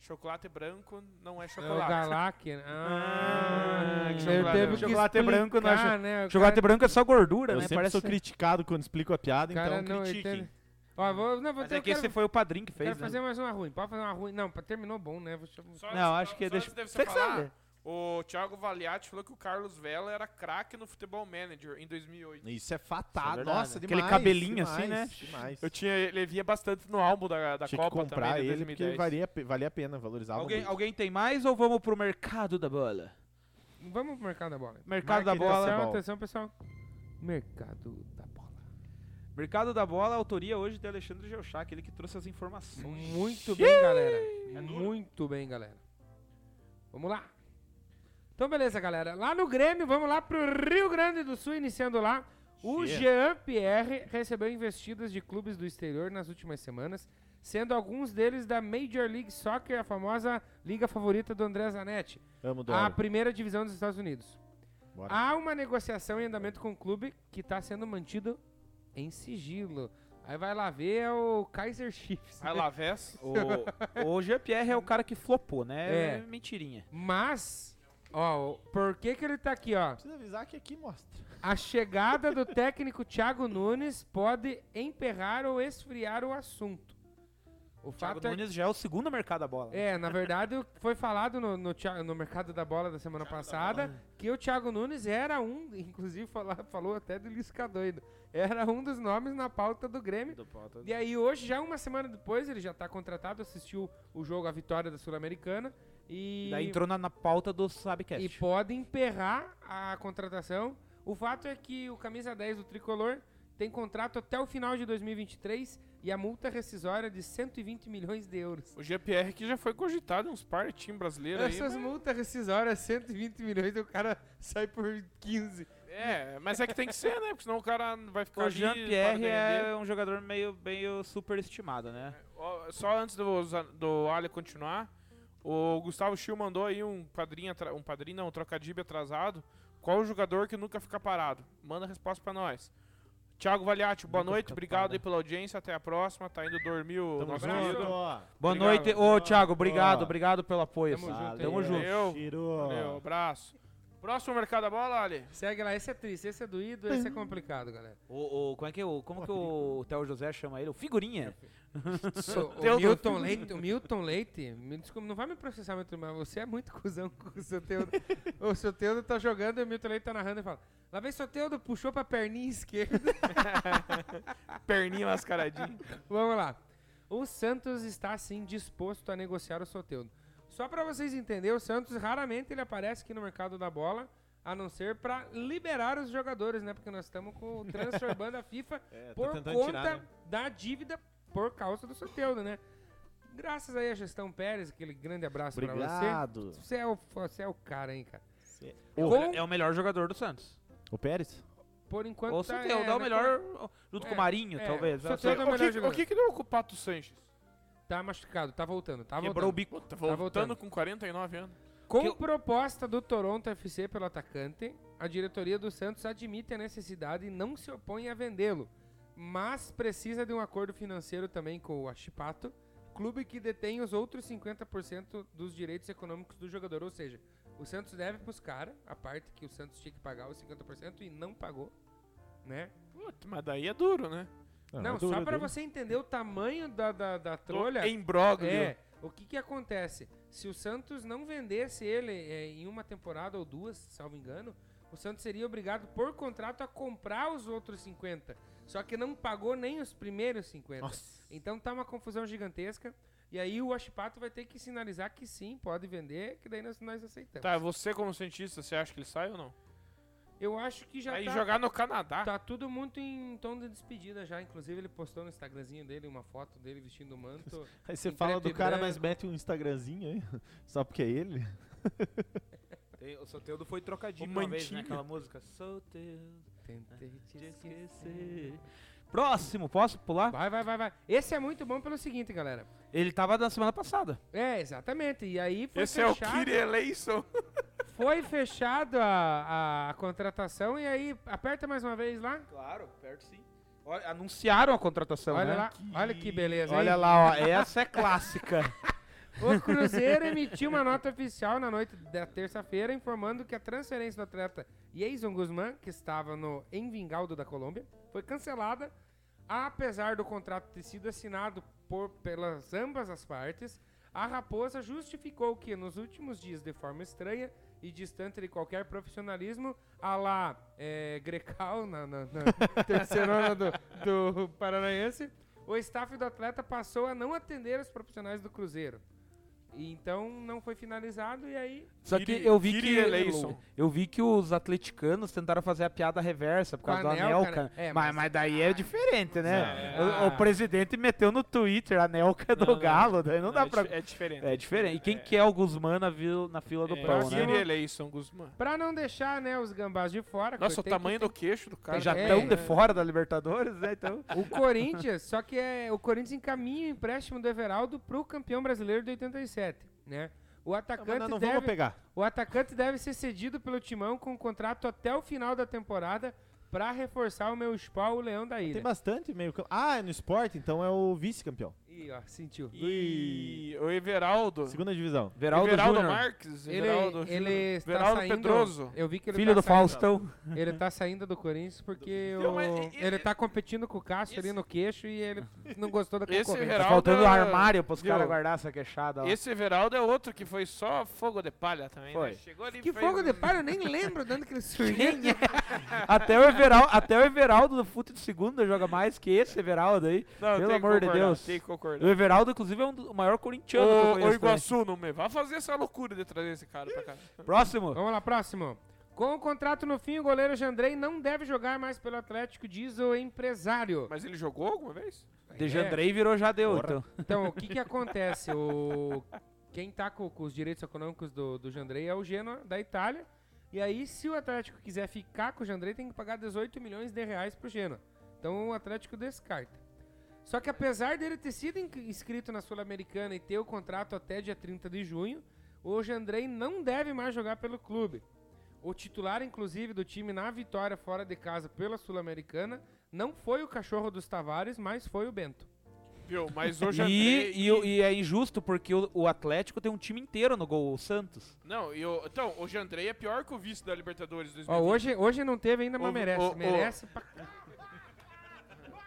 Speaker 4: Chocolate branco não é
Speaker 3: É o
Speaker 4: chocolate.
Speaker 3: Galac. né? Ah,
Speaker 4: Ah, que
Speaker 3: ele
Speaker 4: chocolate,
Speaker 3: teve
Speaker 4: né?
Speaker 3: que
Speaker 1: Chocolate branco não é
Speaker 3: explicar,
Speaker 1: cho-
Speaker 3: né? O
Speaker 1: Chocolate
Speaker 3: cara-
Speaker 1: branco é só gordura,
Speaker 2: Eu
Speaker 1: né?
Speaker 2: sempre sou criticado quando explico a piada,
Speaker 3: o cara
Speaker 2: então
Speaker 3: não
Speaker 2: critiquem.
Speaker 3: entende. Ó, vou, não, vou
Speaker 1: Mas
Speaker 3: ter,
Speaker 1: é
Speaker 3: eu
Speaker 1: que
Speaker 3: quero,
Speaker 1: esse foi o padrinho que
Speaker 3: quero
Speaker 1: fez.
Speaker 3: fazer um
Speaker 1: né?
Speaker 3: mais uma ruim. Pode fazer uma ruim? Não, pra- terminou bom, né? Deixa eu-
Speaker 4: Só
Speaker 1: Não,
Speaker 4: antes-
Speaker 1: acho que
Speaker 4: só
Speaker 1: deixa.
Speaker 4: antes deve
Speaker 1: Você
Speaker 4: ser
Speaker 1: que
Speaker 4: falar,
Speaker 1: sabe.
Speaker 4: O Thiago Valiati falou que o Carlos Vela era craque no Futebol Manager em 2008.
Speaker 2: Isso é
Speaker 1: Isso é
Speaker 2: fatado.
Speaker 1: verdade.
Speaker 2: Nossa, demais.
Speaker 1: Aquele cabelinho
Speaker 2: demais,
Speaker 1: assim, né?
Speaker 2: Demais.
Speaker 4: Eu tinha, ele via bastante no álbum da, da
Speaker 2: Tinha
Speaker 4: Copa
Speaker 2: que comprar
Speaker 3: né,
Speaker 4: também, de
Speaker 2: ele porque
Speaker 4: 2010.
Speaker 2: valia, valia a pena valorizar
Speaker 1: Alguém, alguém tem mais ou vamos pro mercado da bola?
Speaker 3: Vamos pro mercado da bola. então.
Speaker 1: Mercado da
Speaker 2: Marketing da
Speaker 1: bola.
Speaker 2: semana.
Speaker 3: Atenção,
Speaker 2: bola.
Speaker 3: atenção, pessoal. Mercado da bola.
Speaker 1: Mercado da bola, autoria hoje de Alexandre Geuchá, aquele que trouxe as informações.
Speaker 3: Muito bem, galera. Muito bem, galera. Vamos lá. Então, beleza, galera. Lá no Grêmio, vamos lá pro Rio Grande do Sul, iniciando lá. O
Speaker 2: Sim.
Speaker 3: Jean Pierre recebeu investidas de clubes do exterior nas últimas semanas, sendo alguns deles da Major League Soccer, a famosa liga favorita do André Zanetti,
Speaker 2: Amo
Speaker 3: a
Speaker 2: dólar.
Speaker 3: primeira divisão dos Estados Unidos.
Speaker 2: Bora.
Speaker 3: Há uma negociação em andamento com o clube que está sendo mantido em sigilo. Aí vai lá ver é o Kaiser Chiefs.
Speaker 4: Vai lá, Vess.
Speaker 1: O, o Jean-Pierre é o cara que flopou, né?
Speaker 3: É.
Speaker 1: Mentirinha.
Speaker 3: Mas, ó, o- por que que ele tá aqui, ó?
Speaker 2: Precisa avisar que aqui mostra.
Speaker 3: A chegada do técnico Thiago Nunes pode emperrar ou esfriar o assunto. O fato
Speaker 1: Thiago
Speaker 3: é
Speaker 1: Nunes já é o segundo mercado da bola.
Speaker 3: É, na verdade, foi falado no, no, Thi- no mercado da bola da semana passada que o Thiago Nunes era um, inclusive fala- falou até do Lisca doido, era um dos nomes na pauta do Grêmio.
Speaker 1: Do Potter.
Speaker 3: E aí hoje, já uma semana depois, ele já tá contratado, assistiu o jogo, a vitória da Sul-Americana e,
Speaker 1: Daí entrou na, na pauta do Sabcast.
Speaker 3: e pode emperrar a contratação. O fato é que o camisa 10 do Tricolor tem contrato até o final de 2023 e a multa rescisória é de 120 milhões de euros.
Speaker 4: O GPR que já foi cogitado em uns par de time brasileiro
Speaker 2: É,
Speaker 4: aí.
Speaker 3: Essas
Speaker 4: mas-
Speaker 3: multas rescisórias, 120 milhões, e o cara sai por 15.
Speaker 4: É, mas é que tem que ser, né? Porque senão o cara vai ficar
Speaker 1: O
Speaker 4: ali, para
Speaker 1: Jean-Pierre
Speaker 4: de render.
Speaker 1: é um jogador meio, meio superestimado, né?
Speaker 4: Ó, Só antes do, Za- do Ali continuar, o Gustavo Chiu mandou aí um padrinho, atra- um padrinho não, um trocadilho atrasado. Qual o jogador que nunca fica parado? Manda a resposta pra nós. Thiago Valiati, boa
Speaker 1: Nunca
Speaker 4: noite,
Speaker 1: fica
Speaker 4: obrigado
Speaker 1: parado.
Speaker 4: aí pela audiência, até a próxima, tá indo dormir o
Speaker 2: Tamo
Speaker 4: nosso
Speaker 3: junto.
Speaker 4: querido.
Speaker 2: ó.
Speaker 1: Boa
Speaker 4: Obrigado.
Speaker 1: noite. Ô, Thiago, obrigado,
Speaker 2: Ó.
Speaker 1: obrigado pelo apoio.
Speaker 3: Tamo
Speaker 1: sabe?
Speaker 3: junto aí,
Speaker 1: Tamo
Speaker 3: ó.
Speaker 1: junto.
Speaker 4: Valeu,
Speaker 2: Tiro.
Speaker 4: valeu, abraço. Próximo mercado da bola, Ali.
Speaker 3: Segue lá, esse é triste, esse é doído, esse é complicado, galera.
Speaker 1: O, o- como é que, o, como que o Theo José chama ele? O Figurinha.
Speaker 3: O, o Milton Leite, o Milton Leite, me desculpa, não vai me processar, Milton, mas você é muito cuzão com o Soteudo. o Soteudo tá jogando e o Milton Leite tá narrando e fala, lá vem Soteudo, puxou pra perninha esquerda.
Speaker 4: Perninha mascaradinha.
Speaker 3: Vamos lá. O Santos está, sim, disposto a negociar o Soteudo. Só pra vocês entenderem, o Santos raramente ele aparece aqui no mercado da bola, a não ser pra liberar os jogadores, né? Porque nós estamos com transformando a FIFA
Speaker 2: É, tô
Speaker 3: por
Speaker 2: tentando
Speaker 3: conta
Speaker 2: tirar, né?
Speaker 3: da dívida por causa do Soteudo, né? Graças aí à gestão Pérez, aquele grande abraço pra
Speaker 2: Obrigado.
Speaker 3: você. Você é, o, você é o cara, hein, cara.
Speaker 1: É o
Speaker 3: Com-
Speaker 1: melhor- É o melhor jogador do Santos.
Speaker 2: O Pérez?
Speaker 3: Por enquanto
Speaker 1: Ou o
Speaker 3: tá,
Speaker 1: Santel,
Speaker 3: é,
Speaker 1: dá o
Speaker 3: né,
Speaker 1: melhor junto
Speaker 3: é,
Speaker 1: com o Marinho,
Speaker 3: é,
Speaker 1: talvez. né?
Speaker 3: o
Speaker 1: não sei.
Speaker 3: Santel é
Speaker 4: o que,
Speaker 3: jogador.
Speaker 4: o que que deu com o Pato Sanches?
Speaker 3: Tá machucado, tá voltando, tá
Speaker 1: Quebrou o
Speaker 3: voltando.
Speaker 1: bico.
Speaker 4: Tá voltando,
Speaker 3: voltando.
Speaker 4: com 49 anos.
Speaker 3: Com
Speaker 1: Que eu-
Speaker 3: proposta do Toronto FC pelo atacante, a diretoria do Santos admite a necessidade e não se opõe a vendê-lo, mas precisa de um acordo financeiro também com o Achipato, clube que detém os outros 50% dos direitos econômicos do jogador, ou seja, o Santos deve buscar a parte que o Santos tinha que pagar os 50% e não pagou, né?
Speaker 4: Puta, mas daí é duro, né?
Speaker 3: Não,
Speaker 2: é duro,
Speaker 3: só
Speaker 2: é
Speaker 3: para
Speaker 2: duro.
Speaker 3: você entender o tamanho da, da, da trolha.
Speaker 4: Imbróglio.
Speaker 3: É, o que que acontece? Se o Santos não vendesse ele é, em uma temporada ou duas, salvo engano, o Santos seria obrigado por contrato a comprar os outros 50. Só que não pagou nem os primeiros 50.
Speaker 2: Nossa.
Speaker 3: Então tá uma confusão gigantesca. E aí o Achipato vai ter que sinalizar que sim, pode vender, que daí nós, nós aceitamos.
Speaker 4: Tá, você como cientista, você acha que ele sai ou não?
Speaker 3: Eu acho que já
Speaker 4: Aí
Speaker 3: tá,
Speaker 4: jogar no Canadá.
Speaker 3: tá tudo muito em tom de despedida já. Inclusive ele postou no Instagramzinho dele uma foto dele vestindo o manto.
Speaker 2: Aí você
Speaker 3: em
Speaker 2: fala
Speaker 3: preto
Speaker 2: do
Speaker 3: e
Speaker 2: cara,
Speaker 3: branco.
Speaker 2: mas mete um Instagramzinho aí. Só porque é ele.
Speaker 1: Tem- O Soteldo foi trocadinho
Speaker 4: O
Speaker 1: uma vez, né?
Speaker 4: Mantinho.
Speaker 1: Aquela música. Soteldo,
Speaker 3: Tentei te
Speaker 1: te
Speaker 3: esquecer.
Speaker 1: esquecer. Próximo, posso pular?
Speaker 3: Vai, vai, vai, vai. Esse é muito bom pelo seguinte, galera.
Speaker 1: Ele tava na semana passada.
Speaker 3: É, exatamente. E aí foi
Speaker 4: Esse é o é.
Speaker 3: fechado,
Speaker 4: Kiri Eleison.
Speaker 3: foi fechado a, a contratação e aí aperta mais uma vez lá.
Speaker 1: Claro, perto sim. anunciaram a contratação,
Speaker 3: Olha
Speaker 1: né?
Speaker 3: lá, olha que beleza. hein?
Speaker 1: Olha lá, ó, essa é clássica.
Speaker 3: O Cruzeiro emitiu uma nota oficial na noite da terça-feira informando que a transferência do atleta Jason Guzmán, que estava no Envingaldo da Colômbia, foi cancelada, apesar do contrato ter sido assinado por, pelas ambas as partes. A Raposa justificou que, nos últimos dias, de forma estranha e distante de qualquer profissionalismo, a lá é, Grecal, na, na, na terceirona do, do Paranaense, o staff do atleta passou a não atender os profissionais do Cruzeiro. E então não foi finalizado e aí.
Speaker 1: Só que
Speaker 4: Kiri-
Speaker 1: eu vi
Speaker 4: Kiri
Speaker 1: que
Speaker 4: Eleison.
Speaker 1: eu vi que os atleticanos tentaram fazer a piada reversa por
Speaker 3: Com
Speaker 1: causa do
Speaker 3: a Anelka,
Speaker 1: Anelka.
Speaker 3: né? É,
Speaker 1: mas,
Speaker 3: mas-
Speaker 1: mas daí é diferente, né?
Speaker 4: Não,
Speaker 1: O, o presidente meteu no Twitter a Anelka é do
Speaker 4: Não, não.
Speaker 1: Galo, daí não, dá
Speaker 4: é,
Speaker 1: pra.
Speaker 4: di- é diferente.
Speaker 1: É diferente. E quem que é o Guzmán na, vil- na fila do
Speaker 4: É,
Speaker 1: pão,
Speaker 4: Kiri
Speaker 1: né?
Speaker 3: Brasil-
Speaker 4: Eleison, Guzmán.
Speaker 3: Pra não deixar né, os gambás de fora.
Speaker 4: Nossa, o
Speaker 3: coitado,
Speaker 4: tamanho do queixo do cara.
Speaker 1: Já
Speaker 3: É,
Speaker 1: tão de
Speaker 3: é.
Speaker 1: fora da Libertadores, né? Então.
Speaker 3: O Corinthians, só que é, o Corinthians encaminha o empréstimo do Everaldo pro campeão brasileiro de 87, né? O
Speaker 2: Mas
Speaker 3: atacante,
Speaker 2: nós não vamos
Speaker 3: deve,
Speaker 2: pegar.
Speaker 3: o atacante deve ser cedido pelo Timão com um contrato até o final da temporada pra reforçar o meu spawn, o Leão da
Speaker 2: Tem
Speaker 3: Ilha.
Speaker 2: bastante meio campo. Ah, é no esporte, então é o vice-campeão.
Speaker 3: Ih, ó, sentiu.
Speaker 4: E o Everaldo.
Speaker 2: Segunda divisão.
Speaker 1: Veraldo,
Speaker 4: Everaldo
Speaker 1: Júnior,
Speaker 4: Marques.
Speaker 3: Ele,
Speaker 4: Everaldo
Speaker 3: ele
Speaker 4: Júnior,
Speaker 3: está
Speaker 4: Everaldo
Speaker 3: saindo.
Speaker 4: Pedroso.
Speaker 3: Eu vi que ele
Speaker 1: filho
Speaker 3: tá
Speaker 1: do
Speaker 3: saindo,
Speaker 1: Faustão.
Speaker 3: Ele tá saindo do Corinthians porque
Speaker 4: Não,
Speaker 3: o-
Speaker 4: Então, mas e-
Speaker 3: ele
Speaker 4: e-
Speaker 3: tá competindo com o Cássio ali
Speaker 4: esse-
Speaker 3: no queixo e ele não gostou da
Speaker 4: Esse
Speaker 3: concorrência.
Speaker 4: Everaldo-
Speaker 1: Tá faltando
Speaker 4: é-
Speaker 1: armário pros
Speaker 4: Viu?
Speaker 1: caras guardar essa queixada lá.
Speaker 4: Esse Everaldo é outro que foi só fogo de palha também. né?
Speaker 1: Foi.
Speaker 4: Chegou ali e
Speaker 3: Que
Speaker 4: foi-
Speaker 3: fogo de palha, eu nem lembro dando aquele surginho.
Speaker 4: é
Speaker 1: Até o, Everal, até o Everaldo do Fute de Segunda joga mais que esse Everaldo aí.
Speaker 4: Não,
Speaker 1: Pelo
Speaker 4: tem que
Speaker 1: amor de
Speaker 4: concordar,
Speaker 1: Deus.
Speaker 4: Tem que
Speaker 1: O
Speaker 4: concordar.
Speaker 1: Everaldo, inclusive, é um do- o maior corintiano que eu
Speaker 4: Ô,
Speaker 1: conheço.
Speaker 4: ô
Speaker 1: também.
Speaker 4: Iguaçu, não me vá fazer essa loucura de trazer esse cara pra cá.
Speaker 1: Próximo.
Speaker 3: Vamos lá, próximo. Com o contrato no fim, o goleiro Jandrei não deve jogar mais pelo Atlético, diz o empresário.
Speaker 4: Mas ele jogou alguma vez?
Speaker 1: Dejandrei virou Jadeu,
Speaker 2: Porra.
Speaker 1: então.
Speaker 3: Então, o que que acontece? O... Quem tá co- com, os direitos econômicos do, do Jandrei é o Genoa, da Itália. E aí, se o Atlético quiser ficar com o Jandrei, tem que pagar 18 milhões de reais pro Genoa. Então, o Atlético descarta. Só que apesar dele ter sido in- inscrito na Sul-Americana e ter o contrato até dia 30 de junho, o Jandrei não deve mais jogar pelo clube. O titular, inclusive, do time na vitória fora de casa pela Sul-Americana não foi o cachorro dos Tavares, mas foi o Bento.
Speaker 4: Viu? Mas hoje
Speaker 1: E, e, o- e é injusto porque o, o Atlético tem um time inteiro no gol, o Santos.
Speaker 4: Não, e o- então, hoje Andrei é pior que o vice da Libertadores
Speaker 3: Ó,
Speaker 4: 2020.
Speaker 3: hoje, hoje não teve ainda, mas
Speaker 4: Ô,
Speaker 3: merece.
Speaker 4: ô, ô.
Speaker 3: merece pra...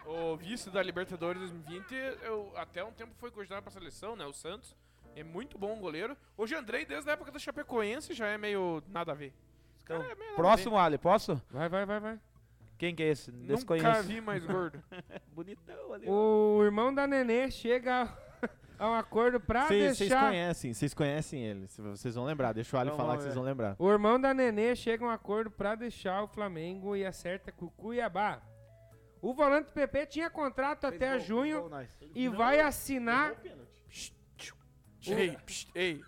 Speaker 4: O vice da Libertadores 2020, eu, até um tempo foi cogitado pra seleção, né? O Santos. É muito bom um goleiro. Hoje Andrei, desde a época da Chapecoense, já é meio nada a ver. Esse cara é meio nada a
Speaker 1: Próximo, Ali, posso?
Speaker 3: Vai, vai, vai, vai.
Speaker 1: Quem que é esse?
Speaker 4: ver. Nunca
Speaker 1: Desconheço.
Speaker 4: vi mais gordo.
Speaker 1: Bonitão ali.
Speaker 3: O irmão da Nenê chega a, a um acordo pra
Speaker 2: Vocês vocês
Speaker 3: deixar...
Speaker 2: conhecem, vocês conhecem ele. se- Vocês vão lembrar. Deixa o Ali
Speaker 1: Então,
Speaker 2: falar
Speaker 1: vamos
Speaker 2: que vocês
Speaker 1: ver.
Speaker 2: vão lembrar.
Speaker 3: O irmão da Nenê chega a um acordo pra deixar o Flamengo e acerta com o Cuiabá. O volante PP tinha contrato até junho e vai assinar...
Speaker 4: ei, psh, ei.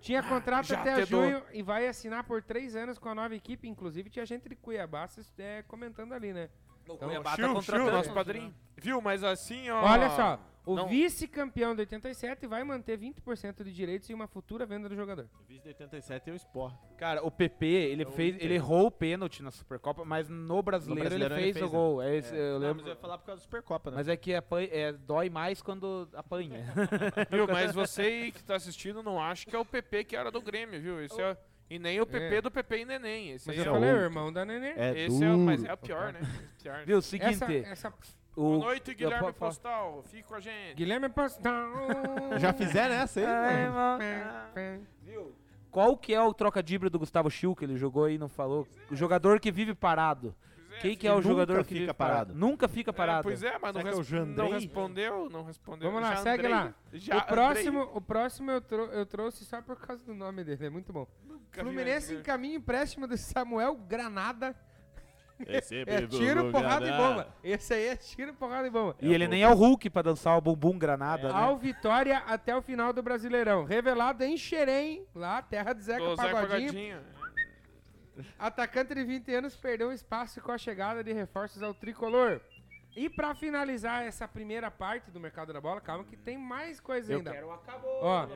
Speaker 3: Tinha contrato
Speaker 4: Já
Speaker 3: até
Speaker 4: te dou.
Speaker 3: junho e vai assinar por três anos com a nova equipe. Inclusive tinha gente de Cuiabá se, é, comentando ali, né? Então,
Speaker 1: Cuiabá tá
Speaker 4: É Chiu,
Speaker 1: contratando.
Speaker 4: chiu, nosso padrinho. Viu, mas assim, ó...
Speaker 3: Olha só, o
Speaker 4: não.
Speaker 3: vice-campeão de 87 vai manter 20% de direitos e uma futura venda do jogador.
Speaker 2: O vice de 87 é o Sport.
Speaker 1: Cara, o PP, ele,
Speaker 2: Eu
Speaker 1: fez, ele
Speaker 2: entendo.
Speaker 1: errou o pênalti na Supercopa, mas no brasileiro,
Speaker 2: Brasileiro
Speaker 1: ele,
Speaker 2: ele
Speaker 1: fez
Speaker 2: fez,
Speaker 1: o
Speaker 2: né?
Speaker 1: gol. É esse- eu lembro.
Speaker 2: mas eu ia falar por causa do Supercopa, né?
Speaker 1: Mas é que apan- é, dói mais quando apanha.
Speaker 4: Viu, mas você aí que tá assistindo não acha que é o PP que era do Grêmio, viu? Esse é... E nem o PP
Speaker 3: É.
Speaker 4: do PP e Neném. Esse
Speaker 3: Mas eu
Speaker 4: aí é,
Speaker 2: é
Speaker 4: o...
Speaker 3: falei, o
Speaker 2: outro.
Speaker 3: irmão da Nenê.
Speaker 2: É
Speaker 4: Esse é o... Mas
Speaker 2: duro.
Speaker 4: é o pior, né? Pior, né?
Speaker 1: Viu? Seguinte.
Speaker 3: Essa, é essa
Speaker 1: O...
Speaker 4: Boa noite,
Speaker 1: Eu
Speaker 4: Guilherme
Speaker 1: po- po-
Speaker 4: Postal. Fica com a gente.
Speaker 3: Guilherme Postal.
Speaker 2: Já fizeram essa aí?
Speaker 1: Ai,
Speaker 2: mano?
Speaker 1: mano. Qual que é o trocadilho do Gustavo Schill que ele jogou aí e não falou? O jogador que vive parado. Quem que é o
Speaker 2: nunca
Speaker 1: jogador que
Speaker 2: fica
Speaker 1: vive
Speaker 2: parado.
Speaker 1: Nunca fica
Speaker 4: É,
Speaker 1: parado.
Speaker 4: pois é, mas não,
Speaker 2: Será que é o
Speaker 4: res-
Speaker 2: Jandrei?
Speaker 4: não respondeu, não respondeu.
Speaker 3: Vamos lá, segue
Speaker 4: Jandrei.
Speaker 3: lá.
Speaker 4: Já-
Speaker 3: o próximo, o próximo eu, trou- eu trouxe só por causa do nome dele, é muito bom.
Speaker 4: Andrei.
Speaker 3: Fluminense
Speaker 4: Caminho-
Speaker 3: encaminha empréstimo de Samuel Granada. É
Speaker 2: tiro,
Speaker 3: tiro, porrada e bomba. Esse aí é tiro, porrada e bomba.
Speaker 1: E ele nem é o Hulk pra dançar o bumbum granada, né?
Speaker 3: Ao Vitória até o final do Brasileirão. Revelado em Xerém, lá, terra de Zeca
Speaker 4: Do Zé
Speaker 3: Pagodinho.
Speaker 4: Pagodinho.
Speaker 3: Atacante de 20 anos perdeu espaço com a chegada de reforços ao tricolor. E pra finalizar essa primeira parte do mercado da bola, calma que tem mais coisa ainda. Ó,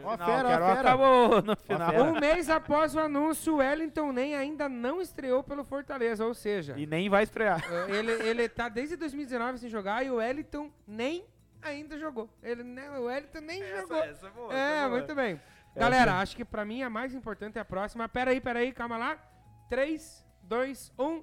Speaker 2: Ó,
Speaker 1: Não,
Speaker 2: fera,
Speaker 1: quero
Speaker 2: ó, fera.
Speaker 1: acabou no final.
Speaker 2: fera.
Speaker 3: um mês após o anúncio, o Wellington nem ainda não estreou pelo Fortaleza, ou seja,
Speaker 1: E nem vai estrear.
Speaker 3: eh, ele, ele tá desde 2019 sem jogar e o Wellington nem ainda jogou. Ele, né, o Wellington nem jogou. é,
Speaker 1: então,
Speaker 3: muito bem. Galera, acho que pra mim a mais importante é a próxima. Pera aí, pera aí, calma lá. 3, 2, 1.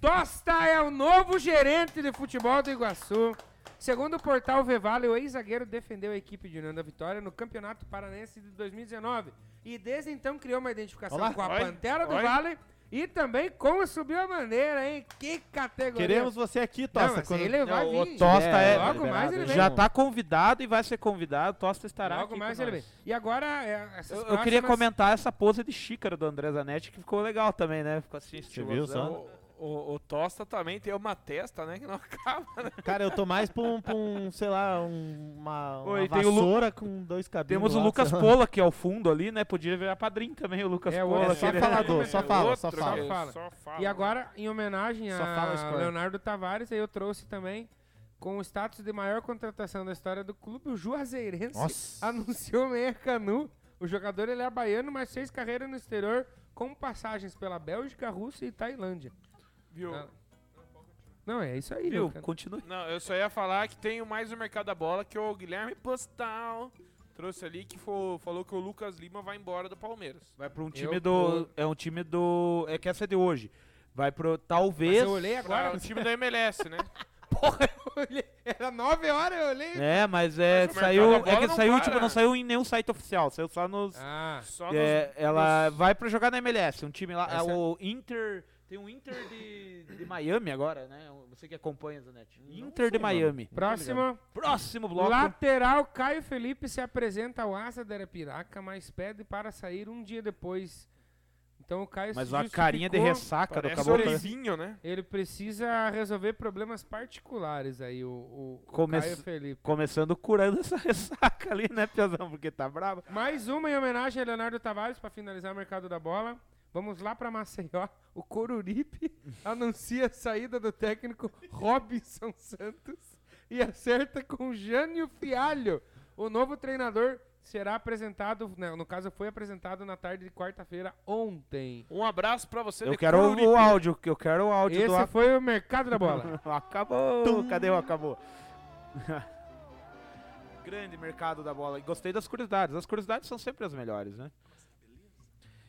Speaker 3: Tosta é o novo gerente de futebol do Iguaçu. Segundo o portal Vevale, o ex-zagueiro defendeu a equipe de União da Vitória no Campeonato Paranense de 2019. E desde então criou uma identificação
Speaker 2: Olá.
Speaker 3: com a
Speaker 4: Oi.
Speaker 3: Pantera do
Speaker 4: Oi.
Speaker 3: Vale e também com o Subiu a Bandeira, hein? Que categoria.
Speaker 2: Queremos você aqui,
Speaker 3: Não,
Speaker 2: Tosta.
Speaker 3: mas
Speaker 2: quando...
Speaker 3: ele vai
Speaker 1: o
Speaker 3: vir.
Speaker 1: Tosta
Speaker 2: É,
Speaker 1: é.
Speaker 3: Logo mais ele vem.
Speaker 1: Já tá convidado e vai ser convidado. Tosta estará
Speaker 3: Logo
Speaker 1: aqui
Speaker 3: mais
Speaker 1: com
Speaker 3: ele
Speaker 1: nós.
Speaker 3: vem. E agora, é,
Speaker 1: Eu,
Speaker 3: essas
Speaker 1: eu queria
Speaker 3: próximas-
Speaker 1: comentar essa pose de xícara do André Zanetti, que ficou legal também, né? Ficou assim,
Speaker 2: Você viu
Speaker 1: estilosão.
Speaker 2: só?
Speaker 4: O, o- o Tosta também tem uma testa, né, que não acaba, né?
Speaker 2: tá- Cara, eu tô mais pra um, pra um, sei lá, um- uma, uma
Speaker 1: Oi, tem o Lu-
Speaker 2: vassoura com dois cabelos.
Speaker 1: Temos o
Speaker 2: lá,
Speaker 1: Lucas
Speaker 2: sei lá.
Speaker 1: Pola, que é o fundo ali, né? Podia virar padrinho também o Lucas
Speaker 3: É, o
Speaker 1: Pola.
Speaker 3: outro
Speaker 1: que
Speaker 2: Só
Speaker 1: ele-
Speaker 2: falador, só
Speaker 4: É
Speaker 2: fala, só
Speaker 4: outro
Speaker 2: fala.
Speaker 4: que
Speaker 3: fala.
Speaker 4: só fala.
Speaker 3: E agora, em homenagem
Speaker 2: Só fala
Speaker 3: a
Speaker 2: score.
Speaker 3: Leonardo Tavares, aí eu trouxe também, com o status de maior contratação da história do clube, o Juazeirense
Speaker 2: Nossa.
Speaker 3: Ah, anunciou meia canu. O jogador ele é baiano, mas fez carreira no exterior com passagens pela Bélgica, Rússia e Tailândia.
Speaker 4: Viu?
Speaker 3: Ah. Não, é isso aí,
Speaker 1: Viu?
Speaker 3: né, cara?
Speaker 1: Continua.
Speaker 4: Não, eu só ia falar que tem mais o mercado da bola que é o Guilherme Postal trouxe ali que fo- falou que o Lucas Lima vai embora do Palmeiras.
Speaker 1: Vai para um
Speaker 3: Eu
Speaker 1: time do.
Speaker 3: tô-
Speaker 1: É um time do. É que essa é de hoje. Vai pro. Talvez.
Speaker 3: Mas eu olhei
Speaker 4: Agora
Speaker 3: agora,
Speaker 4: É o time da MLS, né?
Speaker 3: olhei- era 9 horas, eu olhei.
Speaker 1: É, mas é.
Speaker 4: Mas o
Speaker 1: saiu.
Speaker 4: mercado da
Speaker 1: É que
Speaker 4: bola não
Speaker 1: saiu,
Speaker 4: para.
Speaker 1: tipo, não saiu em nenhum site oficial. Saiu só nos.
Speaker 3: Ah,
Speaker 4: Só
Speaker 1: é,
Speaker 4: nos-
Speaker 1: ela
Speaker 4: nos-
Speaker 1: vai pra jogar na MLS. Um time lá. é
Speaker 3: Essa-
Speaker 1: o Inter. Tem um Inter de, de Miami agora, né? Você que acompanha, Zanetti. Inter de Miami.
Speaker 3: próxima.
Speaker 1: Próximo bloco.
Speaker 3: Lateral Caio Felipe se apresenta ao Asa da Arapiraca, mas pede para sair um dia depois. Então o Caio
Speaker 1: Mas
Speaker 3: se
Speaker 1: uma carinha de
Speaker 3: justificou.
Speaker 1: ressaca do
Speaker 4: Parece
Speaker 1: caboclo.
Speaker 4: Olivinho, né?
Speaker 3: Ele precisa resolver problemas particulares aí, o, o- o
Speaker 1: Come-
Speaker 3: Caio Felipe.
Speaker 1: Começando curando essa ressaca ali, né, Piazão? Porque tá brava.
Speaker 3: Mais uma em homenagem a Leonardo Tavares para finalizar o mercado da bola. Vamos lá para Maceió. O Coruripe anuncia a saída do técnico Robinson Santos e acerta com Jânio Fialho. O novo treinador será apresentado, né, no caso foi apresentado na tarde de quarta-feira ontem.
Speaker 4: Um abraço pra você.
Speaker 1: Eu
Speaker 4: de
Speaker 1: quero
Speaker 4: Curitiba.
Speaker 1: o áudio, que eu quero o áudio do
Speaker 3: Esse
Speaker 1: Acabou.
Speaker 3: foi o mercado da bola.
Speaker 1: acabou. Cadê o acabou? Grande mercado da bola. E Gostei das curiosidades. As curiosidades são sempre as melhores, né?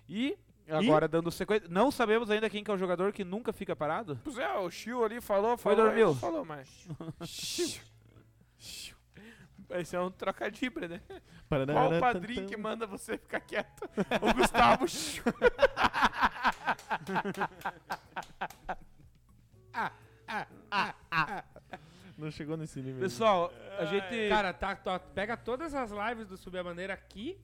Speaker 1: E agora dando sequência, não sabemos ainda quem que é o jogador que nunca fica parado?
Speaker 4: Pois é, o Chiu ali falou, falou.
Speaker 1: Foi
Speaker 4: aí
Speaker 1: dormiu.
Speaker 4: não Falou, mas. Esse é um trocadibra, né? Qual o padrinho que manda você ficar quieto? O Gustavo Chiu.
Speaker 2: Não chegou nesse nível.
Speaker 1: Pessoal, a gente
Speaker 3: Cara, tá, tá- pega todas as lives do Subir a Bandeira aqui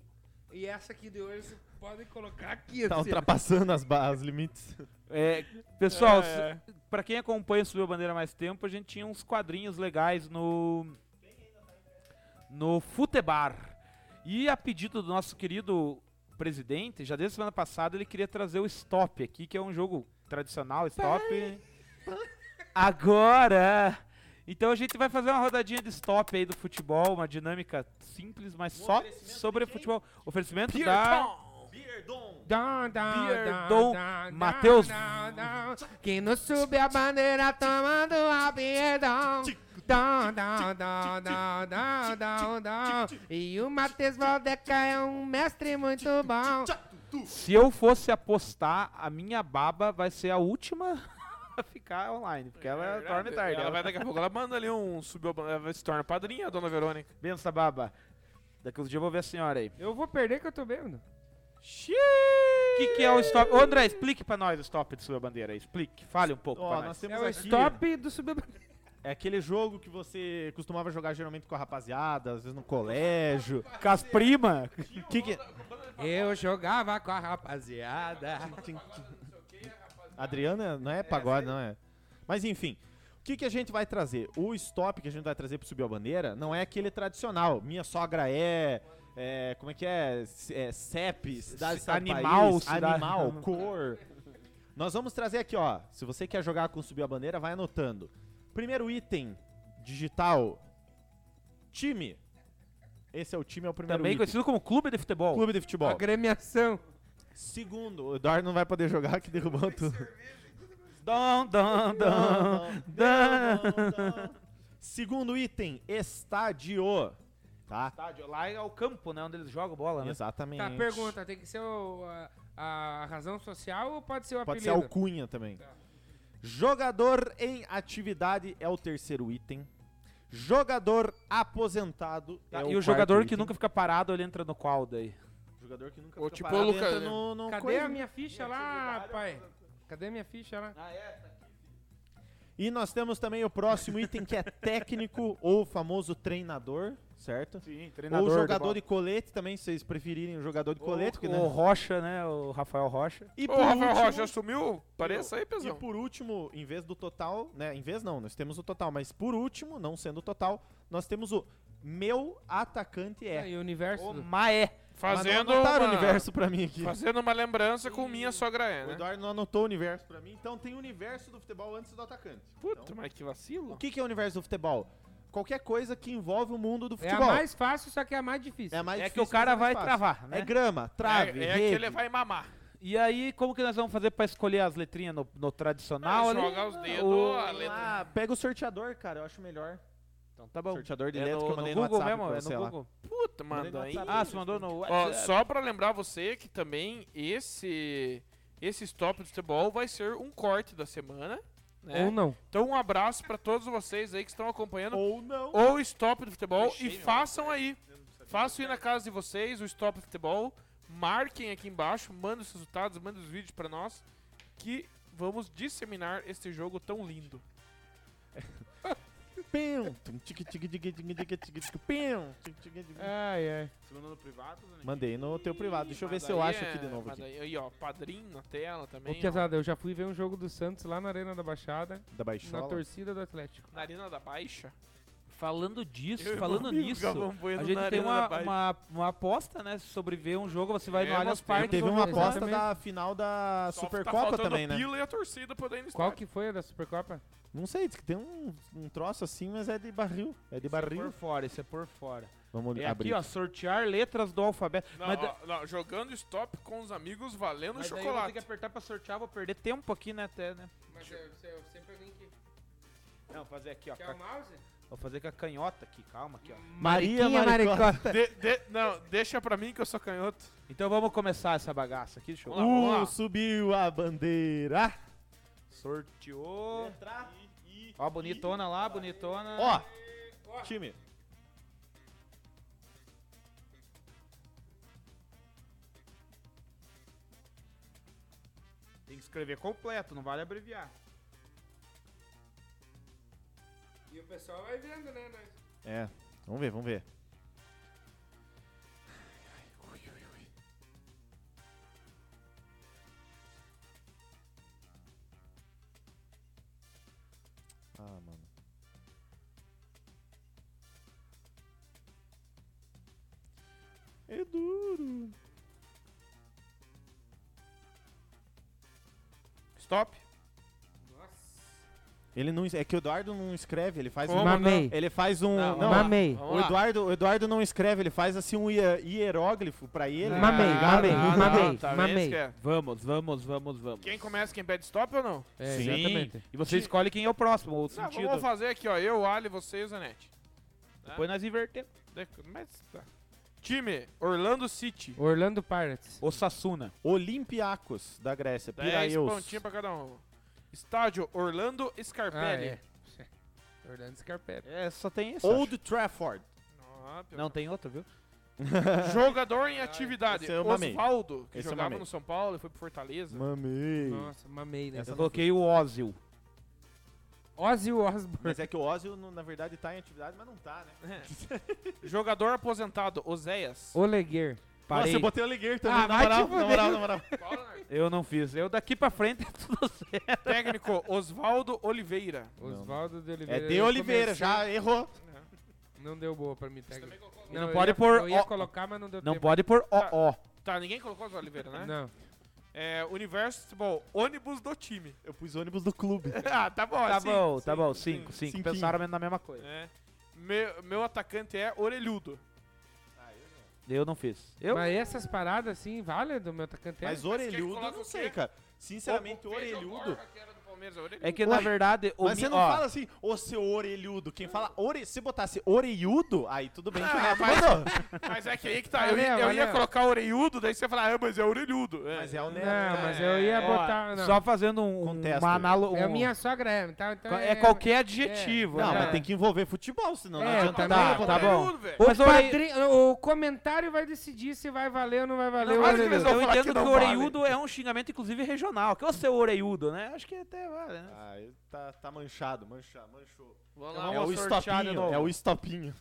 Speaker 3: e essa aqui de hoje você pode colocar aqui.
Speaker 2: tá
Speaker 3: assim.
Speaker 2: ultrapassando as ba- os limites.
Speaker 1: É, pessoal,
Speaker 4: É, é.
Speaker 1: s- pra quem acompanha o Subiu a Bandeira há mais tempo, a gente tinha uns quadrinhos legais no no Futebar. E a pedido do nosso querido presidente, já desde semana passada ele queria trazer o Stop aqui, que é um jogo tradicional, Stop. Agora, então a gente vai fazer uma rodadinha de Stop aí do futebol, uma dinâmica simples, mas só sobre futebol. Oferecimento da
Speaker 4: então.
Speaker 3: Dá, dá, dá,
Speaker 1: Bierdon
Speaker 3: dá, dá,
Speaker 1: Matheus.
Speaker 3: dá, dá. Quem não sube a bandeira tomando a Bierdon. Dá, dá, dá, dá, dá, dá, dá. E o Matheus Valdeca é um mestre muito bom.
Speaker 1: Se eu fosse apostar, a minha baba vai ser a última a ficar online, porque ela é dorme tarde.
Speaker 4: Ela
Speaker 1: Ela
Speaker 4: vai daqui a pouco, ela manda ali um subiu, ela vai se torna padrinha, a dona Verônica.
Speaker 1: Bença, baba. Daqui uns dias eu vou ver a senhora aí.
Speaker 3: Eu vou perder que eu tô vendo.
Speaker 1: O que, que é o stop? Ô, André, explique pra nós o stop de sua bandeira aí. Explique, fale um pouco
Speaker 2: Ó,
Speaker 1: pra
Speaker 2: nós
Speaker 1: nós.
Speaker 2: temos
Speaker 3: É o
Speaker 2: aqui-
Speaker 3: stop do subir a bandeira.
Speaker 2: É aquele jogo que você costumava jogar geralmente com a rapaziada, às vezes no colégio.
Speaker 1: Com as primas.
Speaker 2: Que que-
Speaker 3: Eu jogava com a rapaziada.
Speaker 2: Adriana não é pagode, não é. Mas enfim, o que, que a gente vai trazer? O stop que a gente vai trazer pro Subir a Bandeira não é aquele tradicional. Minha sogra é. é, como é que é? C- é CEP, cidade
Speaker 1: C-
Speaker 2: Estado,
Speaker 1: animal,
Speaker 2: país,
Speaker 1: cidade-
Speaker 2: animal, cor. Nós vamos trazer aqui, ó. Se você quer jogar com Subir a Bandeira, vai anotando. Primeiro item digital: time. Esse é o time, é o primeiro
Speaker 1: Também
Speaker 2: item.
Speaker 1: conhecido como clube de futebol.
Speaker 2: Clube de futebol.
Speaker 3: Agremiação.
Speaker 2: Segundo, o Eduardo não vai poder jogar que derrubou tudo.
Speaker 1: Dom, dom, dom.
Speaker 2: Segundo item, estádio. Tá?
Speaker 1: Estádio, lá é o campo, né? Onde eles jogam bola, né?
Speaker 2: Exatamente.
Speaker 3: Tá, pergunta, tem que ser o- a, a razão social ou pode ser o
Speaker 2: Pode ser
Speaker 3: apelido? Tá.
Speaker 2: alcunha também. Jogador em atividade é o terceiro item. Jogador aposentado
Speaker 1: Tá, e
Speaker 2: é o
Speaker 1: o
Speaker 2: quarto
Speaker 1: jogador que
Speaker 2: item.
Speaker 1: nunca fica parado, ele entra no qual daí?
Speaker 2: Jogador que nunca
Speaker 4: Ou
Speaker 2: fica
Speaker 4: tipo
Speaker 2: parado
Speaker 4: o Lucas,
Speaker 2: entra
Speaker 4: né?
Speaker 2: no, no
Speaker 3: Cadê
Speaker 2: coisa.
Speaker 3: a minha ficha lá, pai? Cadê a minha ficha lá?
Speaker 2: E nós temos também o próximo item que é técnico ou famoso treinador, certo?
Speaker 1: Sim,
Speaker 2: Ou jogador de, colete também, se vocês preferirem o jogador de colete. porque,
Speaker 1: o,
Speaker 2: né?
Speaker 1: o Rocha, né? O Rafael Rocha.
Speaker 2: E
Speaker 4: Ô,
Speaker 2: por
Speaker 4: Rafael
Speaker 2: último-
Speaker 4: Rocha, sumiu? Pareça aí,
Speaker 2: E
Speaker 4: pessoal.
Speaker 2: por último, em vez do total, né? Em vez não, nós temos o total, mas por último, não sendo o total, nós temos o meu atacante é.
Speaker 3: Aí, o universo.
Speaker 1: O
Speaker 3: do-
Speaker 1: Maé.
Speaker 2: Mas
Speaker 4: Fazendo
Speaker 2: não anotaram
Speaker 4: uma,
Speaker 2: o um universo pra mim aqui.
Speaker 4: fazendo uma lembrança com minha sogra é,
Speaker 2: O
Speaker 4: né?
Speaker 2: Eduardo não anotou o universo pra mim, então tem o universo do futebol antes do atacante.
Speaker 4: Puta,
Speaker 2: Então,
Speaker 4: mas que
Speaker 2: o
Speaker 4: vacilo.
Speaker 2: que, que é o universo do futebol? Qualquer coisa que envolve o mundo do
Speaker 3: É a
Speaker 2: futebol.
Speaker 3: mais fácil, só que é a mais difícil.
Speaker 2: a mais
Speaker 1: É que
Speaker 2: difícil,
Speaker 1: o cara
Speaker 2: mas é
Speaker 1: vai
Speaker 2: mais fácil.
Speaker 1: travar, né?
Speaker 2: É grama, trave,
Speaker 4: é é que
Speaker 2: rede.
Speaker 4: ele vai mamar.
Speaker 1: E aí, como que nós vamos fazer pra escolher as letrinhas no, no tradicional? ali?
Speaker 4: Joga os dedos,
Speaker 1: o-
Speaker 4: a letra.
Speaker 2: Ah, pega o sorteador, cara, eu acho melhor.
Speaker 1: Então tá bom.
Speaker 2: Sorteador de
Speaker 4: É
Speaker 2: letra que
Speaker 4: no-
Speaker 2: eu
Speaker 4: no
Speaker 2: mandei no,
Speaker 1: Google
Speaker 2: WhatsApp
Speaker 1: mesmo?
Speaker 2: pra
Speaker 1: É
Speaker 2: você
Speaker 1: no
Speaker 2: lá.
Speaker 1: Google?
Speaker 4: Puta,
Speaker 2: Mandei no
Speaker 4: mandou aí.
Speaker 2: WhatsApp.
Speaker 1: Ah, você mandou no
Speaker 4: Ó,
Speaker 1: WhatsApp.
Speaker 4: só pra lembrar você que também esse esse stop do futebol vai ser um corte da semana, né?
Speaker 3: Ou não.
Speaker 4: Então um abraço pra todos vocês aí que estão acompanhando
Speaker 2: Ou não.
Speaker 4: o stop do futebol
Speaker 5: Fechei,
Speaker 4: e
Speaker 5: meu.
Speaker 4: façam aí. Façam aí na casa de vocês o stop do futebol, marquem aqui embaixo, mandem os resultados, mandem os vídeos pra nós que vamos disseminar este jogo tão lindo.
Speaker 2: Pim, tum, tique, tique, tique, tique, tique, tique, tique, pim, tique, tique, tique.
Speaker 3: Ai, ai.
Speaker 4: Segundo no privado,
Speaker 2: Mandei no teu privado, deixa eu ver se eu acho aqui de novo.
Speaker 4: Mas
Speaker 2: Aqui,
Speaker 4: aí, aí, ó, padrinho na tela também.
Speaker 3: Ô,
Speaker 4: ó.
Speaker 3: Piazada, eu já fui ver um jogo do Santos lá na Arena da Baixada,
Speaker 2: da
Speaker 3: na
Speaker 2: Baixola.
Speaker 3: torcida do Atlético.
Speaker 4: Na Arena da Baixa.
Speaker 1: Falando disso,
Speaker 4: Eu e meu
Speaker 1: falando
Speaker 4: amigo
Speaker 1: nisso,
Speaker 4: Galvão Bueno
Speaker 1: a gente
Speaker 4: na
Speaker 1: tem
Speaker 4: Arena
Speaker 1: uma,
Speaker 4: da Baixa.
Speaker 1: uma, uma aposta, né? Sobre ver um jogo, você vai
Speaker 4: É,
Speaker 1: no Allianz
Speaker 4: nós temos.
Speaker 1: Parque.
Speaker 2: Teve
Speaker 1: vamos
Speaker 2: uma
Speaker 1: ver.
Speaker 2: aposta
Speaker 3: Exatamente.
Speaker 2: da final da
Speaker 4: Só tá
Speaker 2: Supercopa
Speaker 4: faltando
Speaker 2: também,
Speaker 4: o
Speaker 2: né?
Speaker 4: Pila e a torcida podendo estar.
Speaker 3: Qual que foi a da Supercopa?
Speaker 2: Não sei, diz que tem um, um troço assim, mas é de barril. É de
Speaker 1: Isso é por
Speaker 2: barril.
Speaker 1: fora, isso é por fora.
Speaker 2: Vamos
Speaker 1: É
Speaker 2: abrir.
Speaker 1: aqui, ó, sortear letras do alfabeto.
Speaker 4: Não,
Speaker 1: mas
Speaker 4: ó, não, jogando stop com os amigos valendo
Speaker 1: mas daí eu vou ter
Speaker 4: chocolate.
Speaker 1: que apertar pra sortear, vou perder tempo aqui, né, até, né?
Speaker 3: Mas eu sempre alguém que
Speaker 1: Não, fazer aqui, ó.
Speaker 3: o mouse?
Speaker 1: Vou fazer com a canhota aqui, calma aqui, ó.
Speaker 2: Maria Maricota.
Speaker 4: De- de- não, deixa pra mim que eu sou canhoto.
Speaker 1: Então vamos começar essa bagaça aqui, deixa eu
Speaker 4: Vamos lá, vamos lá.
Speaker 2: Uh, subiu a bandeira.
Speaker 1: Sorteou. Ó, bonitona lá, bonitona.
Speaker 2: Ó, time.
Speaker 1: Tem que escrever completo, não vale abreviar.
Speaker 3: E o pessoal vai vendo, né? Nós.
Speaker 2: É, vamos ver, vamos ver. Ah, mano. É duro.
Speaker 4: Stop.
Speaker 2: Ele não, es- é que o Eduardo não escreve, ele faz
Speaker 4: Como
Speaker 2: um,
Speaker 4: Mamei.
Speaker 2: ele faz um, não,
Speaker 4: vamos lá,
Speaker 6: Mamei.
Speaker 4: vamos
Speaker 2: o
Speaker 4: lá.
Speaker 2: Eduardo, o Eduardo não escreve, ele faz assim um hie- hieróglifo pra ele.
Speaker 4: Ah,
Speaker 6: Mamei,
Speaker 4: não,
Speaker 6: mamei,
Speaker 4: não,
Speaker 6: mamei,
Speaker 4: tá vendo?
Speaker 6: mamei.
Speaker 4: Esque-
Speaker 1: Vamos, vamos, vamos, vamos.
Speaker 4: Quem começa, quem pede stop ou não?
Speaker 3: É,
Speaker 2: Sim.
Speaker 3: exatamente.
Speaker 1: E você escolhe quem é o próximo, o
Speaker 4: Não,
Speaker 1: sentido.
Speaker 4: vamos fazer aqui, ó. Eu, Ali, você e o Zanetti.
Speaker 1: Depois nós invertemos.
Speaker 4: De- mas tá. Time, Orlando City.
Speaker 3: Orlando Pirates.
Speaker 1: O Sassuna.
Speaker 2: Olympiacos da Grécia,
Speaker 4: 10
Speaker 2: Piraeus.
Speaker 4: pontinhos pra cada um. Estádio, Orlando Scarpelli.
Speaker 3: Ah, é. Orlando Scarpelli.
Speaker 1: É, só tem esse.
Speaker 2: Old Trafford.
Speaker 4: Ó,
Speaker 1: Não, tem outro, viu?
Speaker 4: Jogador em atividade.
Speaker 2: Esse eu mamei.
Speaker 4: Osvaldo, que
Speaker 2: Esse eu
Speaker 4: jogava
Speaker 2: mamei.
Speaker 4: no São Paulo e foi pro Fortaleza.
Speaker 2: Mamei.
Speaker 3: Nossa, mamei, né?
Speaker 2: Essa
Speaker 1: Eu
Speaker 2: não
Speaker 1: coloquei o Ozil.
Speaker 3: Ozzy Osbourne.
Speaker 2: Mas é que o Ozio, no- na verdade, tá em atividade, mas não tá, né?
Speaker 4: Jogador aposentado, Oséias.
Speaker 3: Oleguer.
Speaker 1: Parei.
Speaker 2: botei o Liguer
Speaker 3: Ah, vai te fuder.
Speaker 2: na moral.
Speaker 1: Eu não fiz. Eu daqui pra frente é tudo certo.
Speaker 4: Técnico, Osvaldo Oliveira.
Speaker 3: Oswaldo de
Speaker 2: É
Speaker 3: Oliveira.
Speaker 2: de
Speaker 3: Eu
Speaker 2: Oliveira,
Speaker 3: comecei-
Speaker 2: já errou.
Speaker 3: Não deu boa pra mim, técnico. Não, eu
Speaker 1: pode
Speaker 3: ia-
Speaker 1: pôr
Speaker 3: Eu ia
Speaker 1: ó-
Speaker 3: colocar, mas não deu
Speaker 1: Não
Speaker 3: tempo.
Speaker 1: pode pôr ó, ó.
Speaker 4: Tá, ninguém colocou Osvaldo Oliveira, né?
Speaker 3: Não.
Speaker 4: É, Universo Futebol, ônibus do time.
Speaker 2: Eu pus ônibus do clube.
Speaker 4: ah, tá bom,
Speaker 1: Tá
Speaker 4: assim.
Speaker 1: bom, tá bom. Cinco, cinco.
Speaker 2: Cinquinho.
Speaker 1: Pensaram na mesma coisa.
Speaker 4: É. Meu, meu atacante é Orelhudo.
Speaker 1: Eu não fiz. Eu?
Speaker 3: Mas essas paradas, assim, vale do meu atacante?
Speaker 2: Mas
Speaker 4: quer que
Speaker 2: orelhudo,
Speaker 4: coloque
Speaker 2: não
Speaker 4: o
Speaker 2: sei,
Speaker 4: quê?
Speaker 2: cara. Sinceramente, orelhudo.
Speaker 1: É que na
Speaker 2: Ué,
Speaker 1: verdade o
Speaker 2: Mas
Speaker 1: mi-
Speaker 2: você não
Speaker 1: ó,
Speaker 2: fala assim, ô seu orelhudo. Quem fala ore... Se botasse orelhudo, aí tudo bem. que o
Speaker 4: Ah,
Speaker 2: Neto
Speaker 4: mas-
Speaker 2: mandou.
Speaker 4: Mas é que aí que tá. Eu, ia-
Speaker 3: Valeu,
Speaker 4: eu ia
Speaker 3: valeu.
Speaker 4: colocar orelhudo, daí você ia falar, ah, mas é orelhudo. É.
Speaker 2: Mas é o
Speaker 3: Não,
Speaker 2: Neto.
Speaker 3: mas eu ia
Speaker 1: ó,
Speaker 3: botar... Não.
Speaker 1: Só fazendo um,
Speaker 2: Contesto.
Speaker 1: uma analogia.
Speaker 3: É a minha sogra, é. Então, então
Speaker 1: É qualquer adjetivo.
Speaker 2: Não,
Speaker 1: né?
Speaker 2: mas tem que envolver futebol, senão
Speaker 4: Ah,
Speaker 2: não
Speaker 3: É,
Speaker 2: adianta
Speaker 3: tá,
Speaker 2: nada.
Speaker 1: tá bom.
Speaker 4: orelhudo, velho.
Speaker 3: O,
Speaker 1: Mas olha aí-
Speaker 2: é
Speaker 3: padrinho- o comentário vai decidir se vai valer ou não vai
Speaker 2: um
Speaker 3: valer
Speaker 4: Não,
Speaker 3: o
Speaker 4: olha que eles
Speaker 3: orelhudo.
Speaker 4: vão
Speaker 1: Eu
Speaker 4: falar
Speaker 1: entendo que,
Speaker 4: não
Speaker 1: o
Speaker 4: vale.
Speaker 1: oreiudo é um xingamento, inclusive, regional. Que você é o oreiudo, né? Acho que até vale, né?
Speaker 2: Ah, tá, tá manchado, mancha, manchou.
Speaker 4: Vamos
Speaker 1: lá.
Speaker 4: lá.
Speaker 1: Vamos
Speaker 2: é o
Speaker 1: sortear de
Speaker 2: estopinho,
Speaker 1: novo.
Speaker 2: é o estopinho.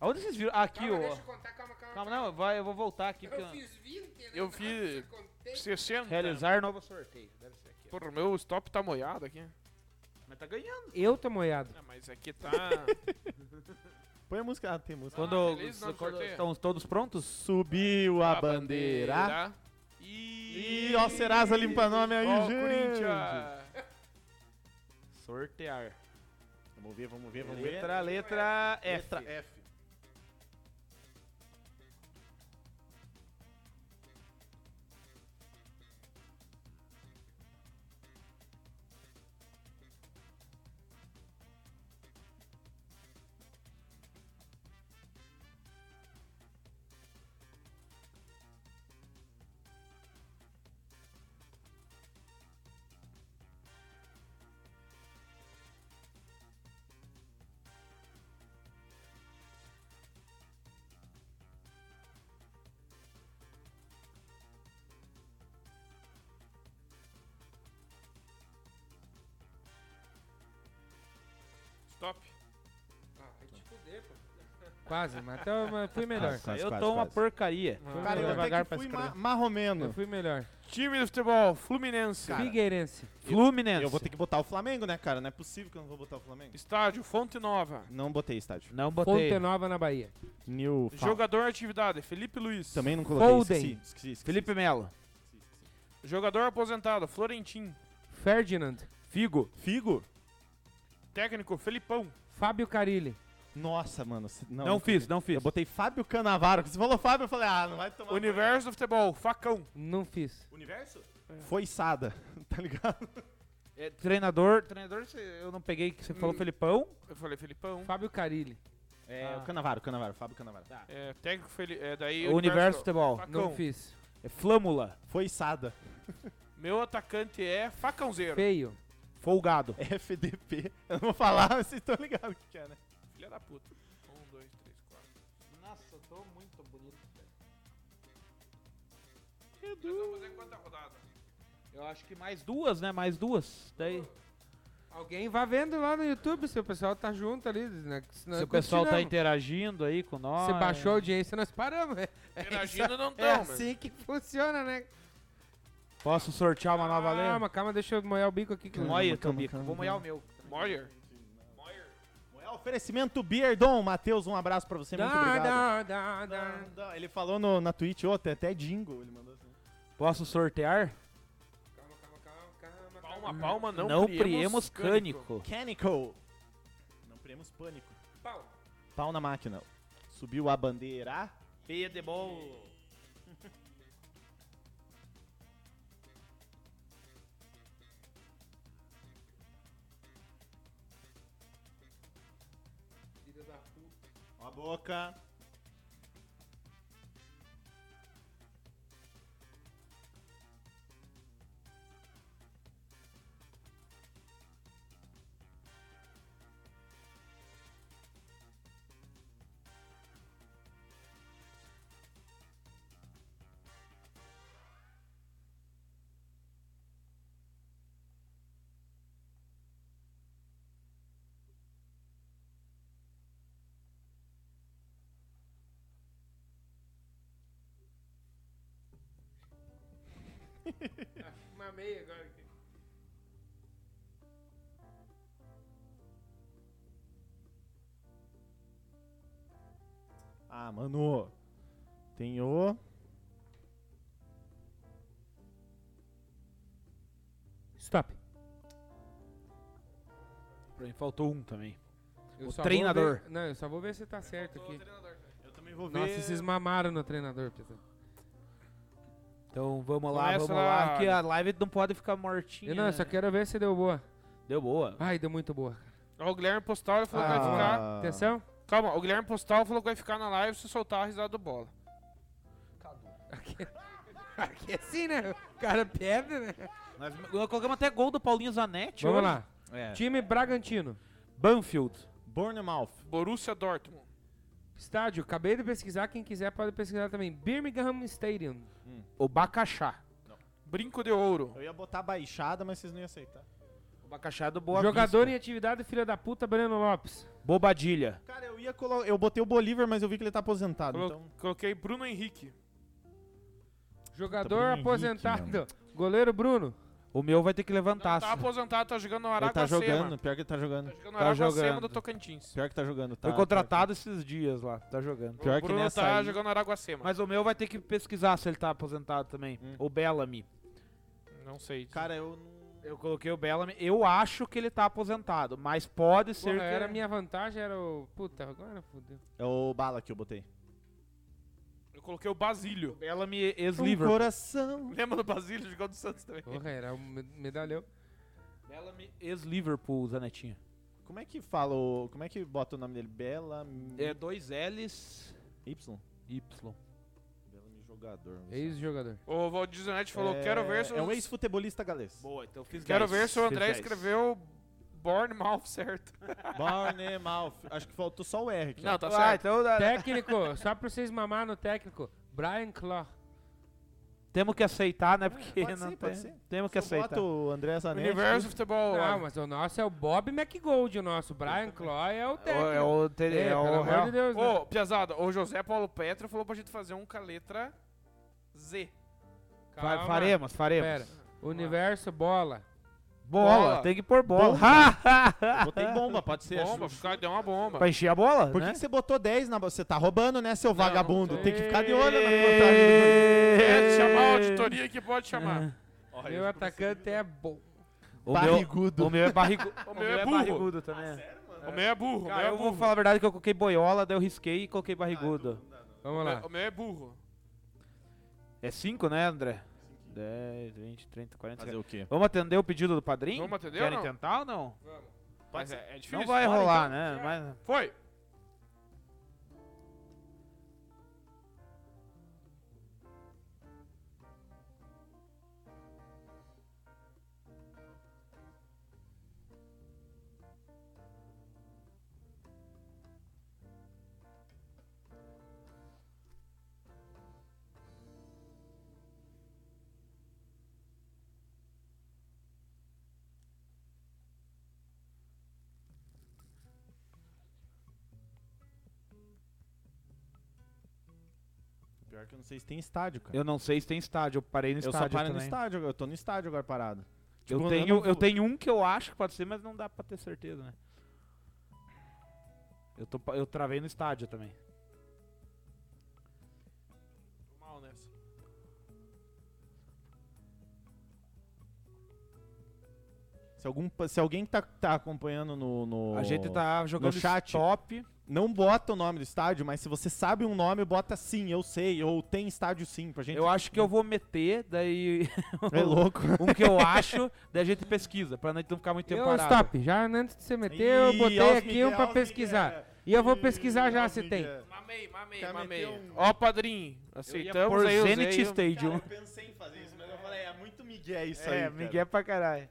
Speaker 1: Aonde vocês viram? Aqui, ó.
Speaker 3: contar, calma,
Speaker 1: Calma, não, vai, eu vou voltar aqui. porque-
Speaker 3: fiz 20, né?
Speaker 4: Eu fiz 60.
Speaker 1: Realizar novo sorteio. Deve ser aqui. ó.
Speaker 4: Porra, meu stop tá moiado aqui.
Speaker 1: Mas tá ganhando.
Speaker 3: Eu tô moiado.
Speaker 4: Ah, mas aqui tá.
Speaker 2: Põe a música, ah, tem música.
Speaker 1: Quando,
Speaker 4: feliz novo
Speaker 1: quando
Speaker 4: sorteio.
Speaker 1: estão todos prontos?
Speaker 2: Subiu a, bandeira.
Speaker 4: E.
Speaker 2: Ih, ó, o Serasa limpa nome aí,
Speaker 4: Ó, o
Speaker 2: gente.
Speaker 4: Corinthians.
Speaker 1: Sortear.
Speaker 2: Vamos ver, vamos ver, vamos ver.
Speaker 1: Letra, É, letra F.
Speaker 2: Letra F.
Speaker 4: Top.
Speaker 3: Quase, mas, então, mas fui melhor.
Speaker 2: Nossa. Quase,
Speaker 1: eu
Speaker 2: quase,
Speaker 1: tô uma
Speaker 2: quase.
Speaker 1: porcaria.
Speaker 2: Cara,
Speaker 3: Fui
Speaker 2: eu
Speaker 3: melhor.
Speaker 2: até
Speaker 1: Devagar
Speaker 2: que
Speaker 1: pra
Speaker 2: fui
Speaker 1: escrever.
Speaker 2: ma- marromeno.
Speaker 3: Eu fui melhor.
Speaker 4: Time de futebol, Fluminense.
Speaker 3: Figueirense.
Speaker 1: Fluminense.
Speaker 2: Eu vou ter que botar o Flamengo, né, cara? Não é possível que eu não vou botar o Flamengo.
Speaker 4: Estádio, Fonte Nova.
Speaker 2: Não botei estádio.
Speaker 1: Não botei.
Speaker 3: Ponte Nova na Bahia.
Speaker 2: New
Speaker 4: Jogador atividade, Felipe Luiz.
Speaker 2: Também não coloquei.
Speaker 1: Foden.
Speaker 2: Esqueci, esqueci, esqueci.
Speaker 1: Felipe Melo.
Speaker 4: Jogador aposentado, Florentim.
Speaker 3: Ferdinand.
Speaker 1: Figo.
Speaker 2: Figo?
Speaker 4: Técnico, Felipão.
Speaker 3: Fábio Carilli.
Speaker 2: Nossa, mano. se- Não,
Speaker 1: Não, fiz, não fiz.
Speaker 2: Eu botei Fábio Canavaro. Você falou Fábio, eu falei, ah, não vai tomar.
Speaker 4: Universo do futebol, Facão.
Speaker 3: Não fiz.
Speaker 2: Universo? Foi Sada, tá ligado?
Speaker 1: É, treinador, treinador, cê- eu não peguei que você falou
Speaker 2: Hum.
Speaker 1: Felipão.
Speaker 4: Eu falei Felipão.
Speaker 3: Fábio Carilli.
Speaker 2: É, Tá.
Speaker 1: Ah.
Speaker 2: o Canavaro, Canavaro, Fábio Canavaro.
Speaker 4: É, técnico, Felipe. É, daí
Speaker 1: O Universo Futebol.
Speaker 4: Facão.
Speaker 3: Não fiz.
Speaker 1: É Flâmula.
Speaker 2: Foi Sada.
Speaker 4: Meu atacante é Facãozeiro.
Speaker 3: Feio.
Speaker 1: Folgado.
Speaker 2: FDP. Eu não vou falar, mas vocês estão ligados o que que é, né?
Speaker 4: Filha da puta. Um, dois, três, quatro.
Speaker 1: Nossa, eu tô muito bonito.
Speaker 4: Nós vamos fazer quanta rodada?
Speaker 1: Eu acho que mais duas, né? Mais duas. Daí,
Speaker 3: Alguém vá vendo lá no YouTube se o pessoal tá junto ali. Né? que senão
Speaker 1: se o
Speaker 3: continuamos.
Speaker 1: pessoal tá Ah, é. interagindo aí com nós.
Speaker 3: Você baixou a audiência, nós paramos. É,
Speaker 4: Interagindo não
Speaker 3: é
Speaker 4: tão, mas-
Speaker 3: assim que funciona, né?
Speaker 1: Posso sortear uma nova lenda?
Speaker 3: Calma, calma, deixa eu molhar o bico aqui. Que eu-
Speaker 1: Moia,
Speaker 2: calma,
Speaker 1: Tambico.
Speaker 2: calma,
Speaker 1: Vou
Speaker 2: calma.
Speaker 1: moiar o meu.
Speaker 4: Moyer.
Speaker 2: É oferecimento Beardon. Matheus, um abraço pra você, muito
Speaker 3: Dá,
Speaker 2: obrigado.
Speaker 3: dá, dá, dá.
Speaker 2: Não, não, Ele falou no, na Twitch, ô, tem até jingle, ele mandou assim.
Speaker 1: Posso sortear?
Speaker 3: Calma, calma, calma, calma.
Speaker 4: Palma, palma, não,
Speaker 1: Não priemos
Speaker 4: priemos
Speaker 1: cânico.
Speaker 2: Mechanical. Não premos pânico.
Speaker 3: Pau.
Speaker 2: Pau na máquina. Subiu a bandeira.
Speaker 1: Pedebol.
Speaker 2: Ó a boca.
Speaker 3: Mamei agora. aqui.
Speaker 2: Ah, mano. Tem o.
Speaker 3: Stop.
Speaker 1: Pra mim faltou um também.
Speaker 3: Eu
Speaker 1: O
Speaker 3: só vou
Speaker 1: treinador.
Speaker 3: ver- Não, eu só vou ver se tá certo aqui.
Speaker 4: Eu também vou ver.
Speaker 3: Nossa, vocês mamaram no treinador, Pedro.
Speaker 1: Então vamos lá,
Speaker 4: Começa
Speaker 1: vamos lá.
Speaker 4: lá.
Speaker 1: Que a live não pode ficar
Speaker 3: Eu
Speaker 1: mortinha. né?
Speaker 3: não, eu só quero ver se deu boa.
Speaker 1: Deu boa.
Speaker 3: Ai, deu muito boa. cara.
Speaker 4: Ó, o Guilherme Postal ele falou que vai ficar.
Speaker 2: Ah.
Speaker 3: Atenção.
Speaker 4: Calma, o Guilherme Postal falou que vai ficar na live se soltar a risada do bola.
Speaker 3: Aqui, aqui é assim, né? O cara perde, né?
Speaker 1: Nós nós colocamos até gol do Paulinho Zanetti.
Speaker 3: Vamos
Speaker 1: hoje.
Speaker 3: lá.
Speaker 2: É.
Speaker 3: Time Bragantino.
Speaker 1: Banfield.
Speaker 2: Bournemouth.
Speaker 4: Borussia Dortmund.
Speaker 3: Estádio, acabei de pesquisar. Quem quiser pode pesquisar também. Birmingham Stadium.
Speaker 1: O Bacaxá.
Speaker 4: Brinco de ouro.
Speaker 2: Eu ia botar baixada, mas vocês não iam aceitar.
Speaker 1: O Bacaxá é do Boa
Speaker 3: Jogador em
Speaker 1: Vista.
Speaker 3: atividade, filha da puta, Breno Lopes.
Speaker 1: Bobadilha.
Speaker 2: Cara, eu ia colocar. Eu botei o Bolívar, mas eu vi que ele tá aposentado.
Speaker 4: Colo-
Speaker 2: Então.
Speaker 4: Coloquei Bruno Henrique.
Speaker 3: Jogador
Speaker 2: Bruno Henrique,
Speaker 3: aposentado. Goleiro Bruno.
Speaker 1: O meu vai ter que
Speaker 4: Não,
Speaker 1: levantar.
Speaker 4: tá aposentado, tá jogando no
Speaker 2: Ele tá
Speaker 4: Aracacema.
Speaker 2: jogando, pior que ele tá jogando.
Speaker 4: Tá jogando no
Speaker 1: Tá
Speaker 4: Aracacema
Speaker 1: jogando.
Speaker 4: do Tocantins.
Speaker 2: Pior que tá jogando, tá?
Speaker 1: Foi contratado esses dias lá. Tá jogando.
Speaker 2: Pior
Speaker 4: o
Speaker 2: que
Speaker 4: Bruno
Speaker 2: nessa
Speaker 4: tá
Speaker 2: aí-
Speaker 4: jogando no Araguacema.
Speaker 1: Mas o meu vai ter que pesquisar se ele tá aposentado também.
Speaker 2: Hum.
Speaker 1: O Bellamy.
Speaker 4: Não sei. disso.
Speaker 2: Cara, eu não.
Speaker 1: Eu coloquei o Bellamy. Eu acho que ele tá aposentado, mas pode ser
Speaker 3: Porra,
Speaker 1: que...
Speaker 3: era a minha vantagem, era o. Puta, agora fodeu.
Speaker 2: É o Bala que eu botei.
Speaker 4: Eu coloquei o Basílio.
Speaker 1: Bellamy
Speaker 2: Um
Speaker 1: ex-Liverpool.
Speaker 2: coração.
Speaker 4: Lembra do Basílio? Jogou do Santos também.
Speaker 3: Porra, era um med- medalhão.
Speaker 1: Bellamy ex-Liverpool, Zanetinho.
Speaker 2: Como é que fala o. Como é que bota o nome dele? Bela.
Speaker 1: É dois L's,
Speaker 2: Y?
Speaker 1: Y. Então
Speaker 2: Bela jogador.
Speaker 3: Ex-jogador.
Speaker 4: O Valdir Zanetti falou, quero ver se...
Speaker 2: É um
Speaker 4: os-
Speaker 2: ex-futebolista galês.
Speaker 1: Boa, então fiz
Speaker 4: Quero ver se o André escreveu Bournemouth certo.
Speaker 2: Bournemouth. Acho que faltou só o R aqui. ó.
Speaker 4: Não, tá
Speaker 1: Ah,
Speaker 4: certo.
Speaker 1: então... dá-
Speaker 3: Técnico, só pra vocês mamar no técnico. Brian Claw.
Speaker 1: Temos que aceitar, né? Porque
Speaker 2: pode
Speaker 1: não
Speaker 2: ser,
Speaker 1: tem.
Speaker 2: pode ser.
Speaker 1: Temos que
Speaker 2: Se eu
Speaker 1: aceitar.
Speaker 2: boto o André Zanetti.
Speaker 4: Universo Futebol.
Speaker 3: Não,
Speaker 4: ó.
Speaker 3: mas o nosso é o Bob McGold, o nosso. Brian Cloy é o técnico.
Speaker 6: É o, te-
Speaker 3: É,
Speaker 6: é o-
Speaker 3: pelo amor
Speaker 6: é-
Speaker 3: de Deus, né?
Speaker 4: Ô, Piazada, o José Paulo Petro falou pra gente fazer um com a letra Z.
Speaker 1: Fa-
Speaker 3: Calma.
Speaker 1: faremos, faremos.
Speaker 3: Pera. Universo, bola.
Speaker 1: Bola,
Speaker 4: Bola.
Speaker 1: tem que pôr bola.
Speaker 2: Bomba.
Speaker 1: Ha, ha, ha.
Speaker 2: Botei bomba, pode ser.
Speaker 4: Bomba, o cara deu uma bomba.
Speaker 1: pra encher a bola,
Speaker 2: Por que,
Speaker 1: né?
Speaker 2: que você botou 10 na bola? Você tá roubando, né, seu vagabundo?
Speaker 3: tô.
Speaker 2: Tem que ficar de olho na contagem.
Speaker 4: É,
Speaker 1: Pode
Speaker 4: chamar a auditoria É. que pode chamar. Olha,
Speaker 3: Meu atacante é bom.
Speaker 1: O meu,
Speaker 2: Barrigudo.
Speaker 1: o meu é barrigu-
Speaker 4: O
Speaker 1: o
Speaker 4: meu é burro.
Speaker 1: barrigudo
Speaker 2: Tá
Speaker 1: também.
Speaker 4: O meu é burro. O meu
Speaker 1: Cara,
Speaker 4: é
Speaker 1: eu vou
Speaker 4: burro.
Speaker 1: falar a verdade que eu coloquei boiola, daí eu risquei e coloquei barrigudo.
Speaker 3: Vamos
Speaker 4: O
Speaker 3: lá.
Speaker 4: meu- O meu é burro.
Speaker 1: É 5, né, André? 10, 20, 30, 40.
Speaker 2: Fazer o quê?
Speaker 1: Vamos atender o pedido do padrinho?
Speaker 4: Vamos atender
Speaker 1: Querem
Speaker 4: ou não?
Speaker 1: tentar ou não?
Speaker 4: Mas é, é difícil.
Speaker 1: não vai
Speaker 4: Bora,
Speaker 1: rolar,
Speaker 4: então.
Speaker 1: né? Mas
Speaker 4: Foi.
Speaker 2: Pior que eu não sei se tem estádio, cara.
Speaker 1: eu não sei se tem estádio. Eu parei no
Speaker 2: Eu só
Speaker 1: estádio
Speaker 2: paro no
Speaker 1: também.
Speaker 2: estádio, eu tô no estádio agora parado.
Speaker 1: Eu,
Speaker 2: Tipo, eu
Speaker 1: tenho,
Speaker 2: não vou-
Speaker 1: eu tenho um que eu acho que pode ser, mas não dá pra ter certeza, né? Eu, tô, pa- eu travei no estádio também.
Speaker 4: Mal nessa.
Speaker 2: Se, algum, se alguém tá, tá acompanhando no, no-
Speaker 1: A gente tá jogando
Speaker 2: chat.
Speaker 1: top.
Speaker 2: Não bota o nome do estádio, mas se você sabe um nome, bota sim, eu sei, ou tem estádio sim pra gente.
Speaker 1: Eu acho que eu vou meter, daí
Speaker 2: É louco.
Speaker 1: um que eu acho, daí a gente pesquisa, pra não então ficar muito tempo
Speaker 3: Eu,
Speaker 1: parado.
Speaker 3: stop, já antes de você meter, Um eu
Speaker 2: Ih,
Speaker 3: botei
Speaker 2: aos
Speaker 3: aqui
Speaker 2: Miguel,
Speaker 3: um pra
Speaker 2: aos
Speaker 3: pesquisar.
Speaker 2: Miguel.
Speaker 3: E eu vou
Speaker 2: Ih,
Speaker 3: pesquisar já
Speaker 2: aos
Speaker 3: se tem.
Speaker 2: Miguel.
Speaker 4: Mamei, mamei,
Speaker 2: Quer
Speaker 4: mamei.
Speaker 2: meter um-
Speaker 4: Ó, padrinho. Aceitamos
Speaker 1: Por
Speaker 4: aí o
Speaker 1: Zenit
Speaker 3: um-
Speaker 4: Zeio.
Speaker 1: Stadium.
Speaker 3: É,
Speaker 2: eu pensei em fazer isso, mas eu falei, é muito Miguel isso
Speaker 1: é, Miguel pra caralho.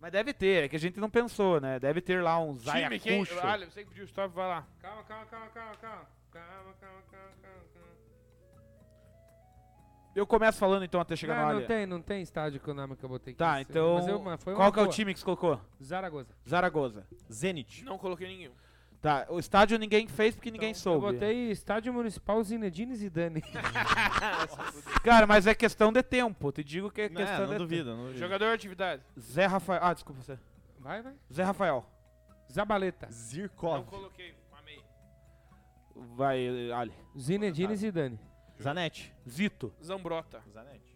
Speaker 1: Mas deve ter, é que a gente não pensou, né? Deve ter lá um
Speaker 4: Time, quem?
Speaker 1: Zayacucho.
Speaker 3: Ah,
Speaker 4: Olha, você que pediu o stop, vai lá.
Speaker 3: Calma, calma, calma, calma, calma. Calma, calma, calma, calma. calma.
Speaker 1: Eu começo falando então até chegar
Speaker 3: Não,
Speaker 1: na
Speaker 3: Ah, não
Speaker 1: área.
Speaker 3: tem, não tem estádio que o nome que eu botei aqui.
Speaker 1: Tá,
Speaker 3: Mas
Speaker 1: então.
Speaker 3: eu- mas foi uma
Speaker 1: qual que é o
Speaker 3: boa.
Speaker 1: time que você colocou?
Speaker 3: Zaragoza.
Speaker 1: Zaragoza.
Speaker 2: Zenit.
Speaker 4: Não coloquei nenhum.
Speaker 1: Tá, o estádio ninguém fez porque ninguém
Speaker 3: Então, Eu
Speaker 1: soube.
Speaker 3: botei Estádio Municipal Zinedine Zidane.
Speaker 1: Cara, mas é questão de tempo. Te digo que é
Speaker 2: Não,
Speaker 1: questão
Speaker 2: não,
Speaker 1: de
Speaker 2: duvido, não duvido.
Speaker 4: Jogador de atividade.
Speaker 1: tempo. Zé Rafael. Ah, desculpa você.
Speaker 3: Vai, vai.
Speaker 1: Zé Rafael.
Speaker 3: Zabaleta.
Speaker 4: Não
Speaker 2: Zirkov.
Speaker 4: coloquei. Mamei.
Speaker 1: Vai, Ali.
Speaker 3: Zinedine Zidane.
Speaker 2: Zanetti.
Speaker 1: Zito.
Speaker 4: Zambrota.
Speaker 2: Zanetti.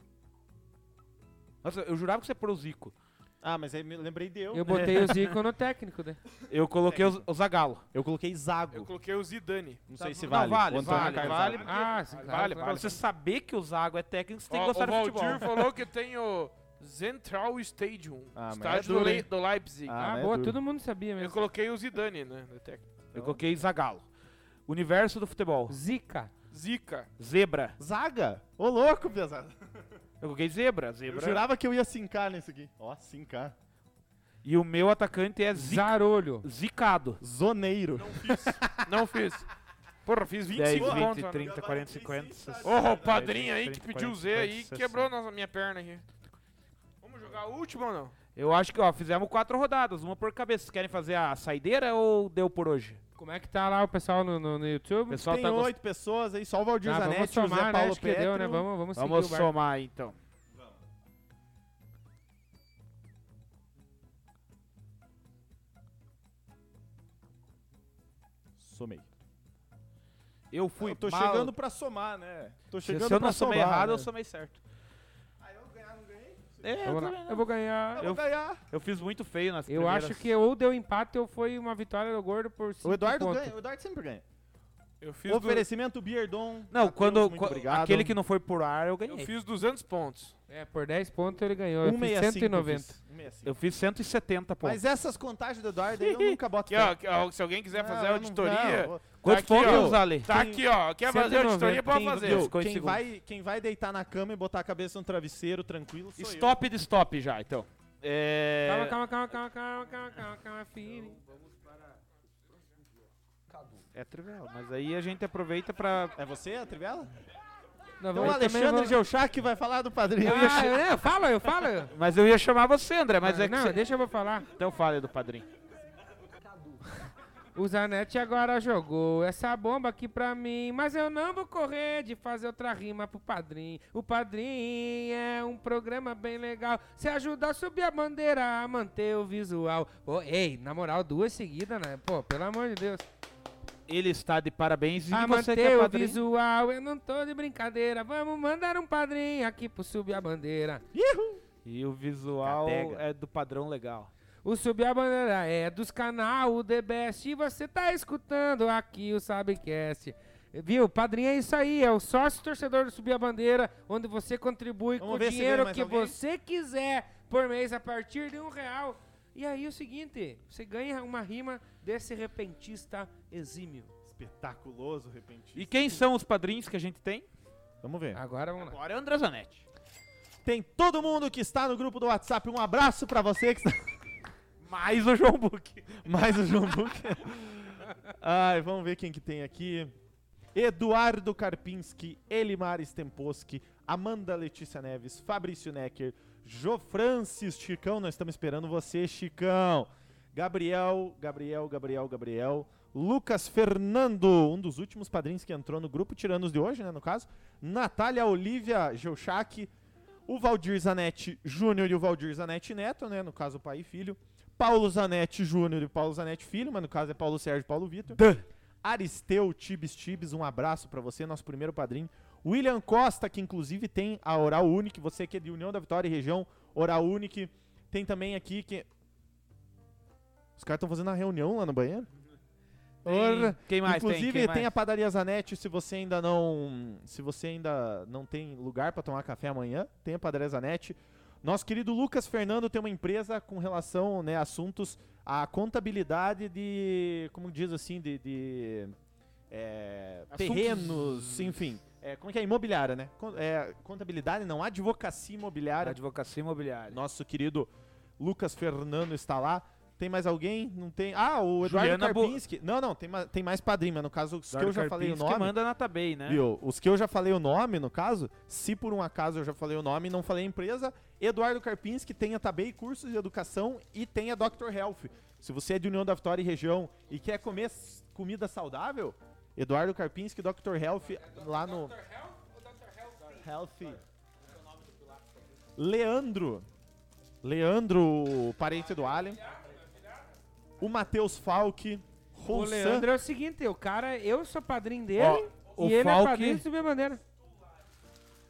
Speaker 1: Nossa, eu jurava que você pôr o Zico.
Speaker 2: Ah, mas aí me lembrei de eu.
Speaker 3: Eu né? botei o Zico no técnico, né?
Speaker 1: Eu coloquei o, o Zagalo.
Speaker 2: Eu coloquei Zago.
Speaker 4: Eu coloquei o Zidane.
Speaker 2: Não sei se
Speaker 1: Não,
Speaker 2: vale.
Speaker 1: vale,
Speaker 2: O Antônio
Speaker 1: vale,
Speaker 2: Carlos
Speaker 1: vale.
Speaker 2: Zago.
Speaker 3: Ah, sim, claro,
Speaker 4: vale,
Speaker 3: claro.
Speaker 1: Pra você saber que o Zago é técnico, você tem que
Speaker 4: Ó,
Speaker 1: gostar
Speaker 4: o
Speaker 1: de futebol.
Speaker 4: Valdir falou que tem o Central Stadium.
Speaker 2: Ah, mas é
Speaker 4: estádio
Speaker 2: duro,
Speaker 4: do, Le-
Speaker 2: hein?
Speaker 4: do Leipzig.
Speaker 2: Ah, é.
Speaker 3: Ah,
Speaker 2: mas é
Speaker 3: boa,
Speaker 2: duro.
Speaker 3: todo mundo sabia
Speaker 4: Eu
Speaker 3: mesmo.
Speaker 4: coloquei o Zidane, né? no técnico.
Speaker 1: Eu coloquei Zagalo. Universo do futebol.
Speaker 3: Zica.
Speaker 4: Zica.
Speaker 1: Zebra.
Speaker 2: Zaga? Ô, louco, pesado.
Speaker 1: Eu coloquei zebra.
Speaker 2: Eu
Speaker 1: Zebra.
Speaker 2: jurava que eu ia 5K nesse aqui. Ó, 5K.
Speaker 1: E o meu atacante é Zica.
Speaker 3: Zarolho.
Speaker 1: Zicado.
Speaker 2: Zoneiro.
Speaker 4: Não fiz. Porra, fiz
Speaker 1: 10,
Speaker 4: 25
Speaker 1: 20,
Speaker 4: pontos. mano.
Speaker 1: 30, 40, 50. 60.
Speaker 4: né? Ô, o padrinho aí que
Speaker 1: 30,
Speaker 4: pediu
Speaker 1: 40,
Speaker 4: o Z aí
Speaker 1: 60.
Speaker 4: quebrou nossa, minha perna aqui. Vamos jogar o último ou não?
Speaker 1: Eu acho que, ó, fizemos quatro rodadas, uma por cabeça. Vocês querem fazer a saideira ou deu por hoje?
Speaker 3: Como é que tá lá o pessoal no, no, no
Speaker 1: O
Speaker 3: YouTube?
Speaker 1: pessoal
Speaker 2: Tem
Speaker 1: tá gost-
Speaker 2: oito pessoas aí, só o Valdir
Speaker 3: Ah, vamos
Speaker 2: Zanetti, o Zé
Speaker 3: somar, né?
Speaker 2: Paulo
Speaker 3: Acho que deu, né?
Speaker 2: Petro.
Speaker 3: Vamos, vamos,
Speaker 1: Vamos
Speaker 3: seguir o barco.
Speaker 1: somar então.
Speaker 2: Somei.
Speaker 1: Eu fui.
Speaker 2: eu tô
Speaker 1: mal.
Speaker 2: chegando pra somar, né? Tô
Speaker 1: Se
Speaker 2: chegando
Speaker 1: eu
Speaker 2: pra
Speaker 1: não somei
Speaker 2: somar,
Speaker 1: errado,
Speaker 2: né?
Speaker 1: eu somei certo. Ah, eu ganhar, não
Speaker 3: Vamos
Speaker 1: ganhei? É, eu,
Speaker 3: lá.
Speaker 1: também
Speaker 3: Eu
Speaker 1: não.
Speaker 3: vou ganhar.
Speaker 2: Eu
Speaker 1: eu-
Speaker 2: vou ganhar.
Speaker 1: eu fiz muito feio nas
Speaker 3: Eu
Speaker 1: primeiras.
Speaker 3: acho que ou deu empate ou foi uma vitória do Gordo por cinco
Speaker 2: O Eduardo
Speaker 3: pontos.
Speaker 2: ganha, o Eduardo sempre ganha.
Speaker 4: Eu fiz, du-
Speaker 2: Oferecimento Beardon.
Speaker 1: Não,
Speaker 2: Matheus,
Speaker 1: quando,
Speaker 2: muito
Speaker 1: qua-
Speaker 2: obrigado.
Speaker 1: aquele que não foi por ar, eu
Speaker 4: eu
Speaker 1: ganhei.
Speaker 4: fiz 200 pontos.
Speaker 3: É, por 10 pontos ele ganhou. Eu fiz
Speaker 2: 165 eu
Speaker 3: 190.
Speaker 2: fiz. 165.
Speaker 1: Eu Um fiz 170 pontos.
Speaker 2: Mas essas contagens do Eduardo aí eu nunca boto
Speaker 4: Aqui, ó, aqui, ó, se alguém quiser fazer é
Speaker 2: a
Speaker 4: auditoria,
Speaker 1: Quantos
Speaker 4: aqui,
Speaker 1: pontos,
Speaker 4: ó.
Speaker 1: vamos, Ale?
Speaker 4: tá aqui, ó. Quer fazer
Speaker 3: 190,
Speaker 4: auditoria, pode
Speaker 1: quem
Speaker 4: fazer.
Speaker 1: viu?
Speaker 2: Quem,
Speaker 1: ficou em
Speaker 2: quem,
Speaker 1: segundo.
Speaker 2: vai, quem vai deitar na cama e botar a cabeça no travesseiro tranquilo sou eu.
Speaker 1: Stop de stop já, então. É...
Speaker 3: Calma, calma, calma, calma, calma, calma, calma, calma, filho.
Speaker 1: É trivial, mas é aí a gente aproveita pra.
Speaker 2: É você, a Trivela? Então
Speaker 3: Nós
Speaker 2: o
Speaker 3: vamos- também
Speaker 2: Alexandre
Speaker 3: vamos-
Speaker 2: Geuchac vai falar do padrinho.
Speaker 3: Ah, eu, eu falo, eu falo.
Speaker 1: Mas eu ia chamar você, André,
Speaker 2: Ah,
Speaker 1: mas é que
Speaker 3: não,
Speaker 1: você...
Speaker 3: deixa eu vou falar.
Speaker 1: Então fale do padrinho.
Speaker 3: O Zanetti agora jogou essa bomba aqui pra mim, mas eu não vou correr de fazer outra rima pro padrinho. O padrinho é um programa bem legal, se ajuda a subir a bandeira, a manter o visual. Ô, ei, na moral, duas seguidas, né? Pô, pelo amor de Deus.
Speaker 1: Ele está de parabéns e
Speaker 2: Ah,
Speaker 3: A
Speaker 1: você que é
Speaker 3: manter o
Speaker 1: padrinho.
Speaker 3: visual, eu não tô de brincadeira. Vamos mandar um padrinho aqui pro subir a bandeira.
Speaker 1: E o visual
Speaker 2: Catega.
Speaker 1: é do padrão legal.
Speaker 3: O Subir a Bandeira é dos canal o The Best e você tá escutando aqui o Sabcast. Viu? Padrinho é isso aí, é o sócio torcedor do Subir a Bandeira, onde você contribui
Speaker 2: Vamos
Speaker 3: com o
Speaker 2: ver se ganha
Speaker 3: dinheiro
Speaker 2: mais
Speaker 3: que
Speaker 2: alguém?
Speaker 3: você quiser por mês a partir de um real. E aí é o seguinte, você ganha uma rima desse repentista exímio.
Speaker 2: Espetaculoso, repentista.
Speaker 1: E quem são os padrinhos que a gente tem?
Speaker 2: Vamos ver.
Speaker 3: Agora vamos lá.
Speaker 1: Agora é o André Zanetti.
Speaker 2: Ah! Tem todo mundo que está no grupo do WhatsApp. Um abraço pra você que está...
Speaker 1: Mais o João Buck.
Speaker 2: Mais o João Bunker. Ai, vamos ver quem que tem aqui. Eduardo Karpinski, Elimar Stemposki, Amanda Letícia Neves, Fabrício Necker, Jo Francis, Chicão, nós estamos esperando você, Chicão. Gabriel, Gabriel, Gabriel, Gabriel. Lucas Fernando, um dos últimos padrinhos que entrou no grupo, tirando os de hoje, né, no caso. Natália Olivia Geuchac, o Valdir Zanetti Júnior e o Valdir Zanetti Neto, né, no caso pai e filho. Paulo Zanetti Júnior e Paulo Zanetti Filho, mas no caso é Paulo Sérgio e Paulo Vitor. Aristeu Tibes Tibes, um abraço pra você, nosso primeiro padrinho. William Costa, que inclusive tem a Oral Unique, você que é de União da Vitória e região, Oral Unique. Tem também aqui que... Os caras estão fazendo a reunião lá no banheiro? Ora,
Speaker 1: Quem mais
Speaker 2: Inclusive,
Speaker 1: tem? Quem mais?
Speaker 2: a padaria Zanetti, se você ainda não, se você ainda não tem lugar para tomar café amanhã, tem a padaria Zanetti. Nosso querido Lucas Fernando tem uma empresa com relação, né, a assuntos à contabilidade de, como diz assim, de, de, é,
Speaker 1: Assuntos-
Speaker 2: terrenos, enfim. É, como que é? Imobiliária, né? Con- é, contabilidade não, advocacia imobiliária.
Speaker 1: Advocacia Imobiliária.
Speaker 2: Nosso querido Lucas Fernando está lá. Tem mais alguém? Não tem. Ah, o Eduardo
Speaker 1: Juliana Bo-
Speaker 2: Karpinski. Não, não, tem, ma- tem mais padrinho, mas no caso, os que eu já falei o
Speaker 1: Karpinski
Speaker 2: nome.
Speaker 1: manda na Tabei, né?
Speaker 2: Viu? Os que eu já falei o nome, no caso, se por um acaso eu já falei o nome e não falei a empresa, Eduardo Karpinski tem a Tabei Cursos de Educação e tem a Dr. Health. Se você é de União da Vitória e região e quer comer s- comida saudável, Eduardo Karpinski, Dr. Health, lá no... Health. Leandro. Leandro, parente do Alien. O Matheus Falck.
Speaker 3: O
Speaker 2: Roussan-
Speaker 3: Leandro é o seguinte, o cara, eu sou padrinho dele
Speaker 1: Ó, o
Speaker 3: e ele é
Speaker 1: Falque-
Speaker 3: padrinho do Subir a Bandeira.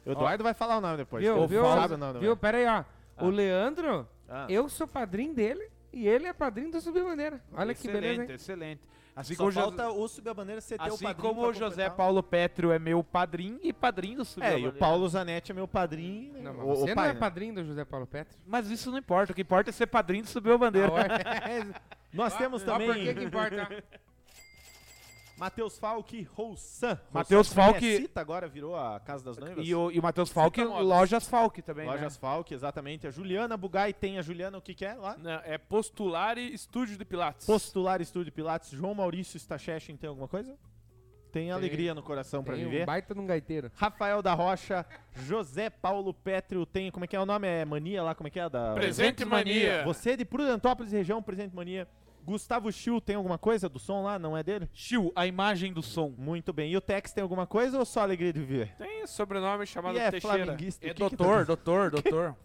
Speaker 2: Eduardo vai falar o nome depois.
Speaker 3: Viu,
Speaker 2: porque
Speaker 3: viu,
Speaker 2: ele sabe o nome,
Speaker 3: viu,
Speaker 2: né?
Speaker 3: pera aí, ó.
Speaker 2: Ah.
Speaker 3: O Leandro,
Speaker 2: Ah.
Speaker 3: eu sou padrinho dele e ele é padrinho do Subir Bandeira. Olha que
Speaker 1: excelente,
Speaker 3: beleza, hein?
Speaker 1: excelente. Assim
Speaker 2: Só
Speaker 1: como, o Jo-
Speaker 2: falta o subir a bandeira ser teu
Speaker 1: assim
Speaker 2: padrinho
Speaker 1: como
Speaker 2: pra
Speaker 1: o José
Speaker 2: completar.
Speaker 1: Paulo Petro é meu padrinho e padrinho do Subir a
Speaker 2: É, e o
Speaker 1: Bandeira.
Speaker 2: Paulo Zanetti é meu padrinho. né?
Speaker 3: Não, mas
Speaker 2: o,
Speaker 3: você
Speaker 2: o
Speaker 3: não
Speaker 2: pai,
Speaker 3: é
Speaker 2: né?
Speaker 3: padrinho do José Paulo Petro?
Speaker 1: Mas isso não importa, o que importa é ser padrinho do Subiu a
Speaker 3: Tá
Speaker 1: Bandeira.
Speaker 2: Ah, Nós temos
Speaker 3: Só por que
Speaker 2: também
Speaker 3: que importa?
Speaker 2: Matheus Falck, Roussan.
Speaker 1: Matheus
Speaker 2: Roussan também
Speaker 1: Falck-
Speaker 2: É cita agora virou a Casa das Noivas.
Speaker 1: e o, e o Matheus Falck,
Speaker 4: Cita Modas.
Speaker 1: Lojas Falck também,
Speaker 2: tá
Speaker 1: né?
Speaker 2: Lojas Falck, exatamente. A Juliana Bugai tem a Juliana, o que que é lá?
Speaker 4: Não, é postular e estúdio de Pilates.
Speaker 2: Postular Estúdio Pilates. João Maurício Stachechen tem alguma coisa? Tem, alegria no coração pra
Speaker 3: Tem um
Speaker 2: viver.
Speaker 3: baita num gaiteiro.
Speaker 2: Rafael da Rocha, José Paulo Petrio tem, como é que é o nome? É Mania lá, como é que é? Da...
Speaker 4: Presente mania.
Speaker 2: Você é de Prudentópolis, região Presente Mania. Gustavo Schill tem alguma coisa do som lá? Não é dele?
Speaker 1: né? Chiu, a imagem do som.
Speaker 2: Muito bem. E o Tex tem alguma coisa ou só alegria de viver?
Speaker 4: Tem sobrenome chamado
Speaker 2: E é
Speaker 4: Tá Teixeira.
Speaker 2: flamenguista,
Speaker 4: É
Speaker 2: o que que
Speaker 4: doutor.
Speaker 1: Doutor, doutor, doutor.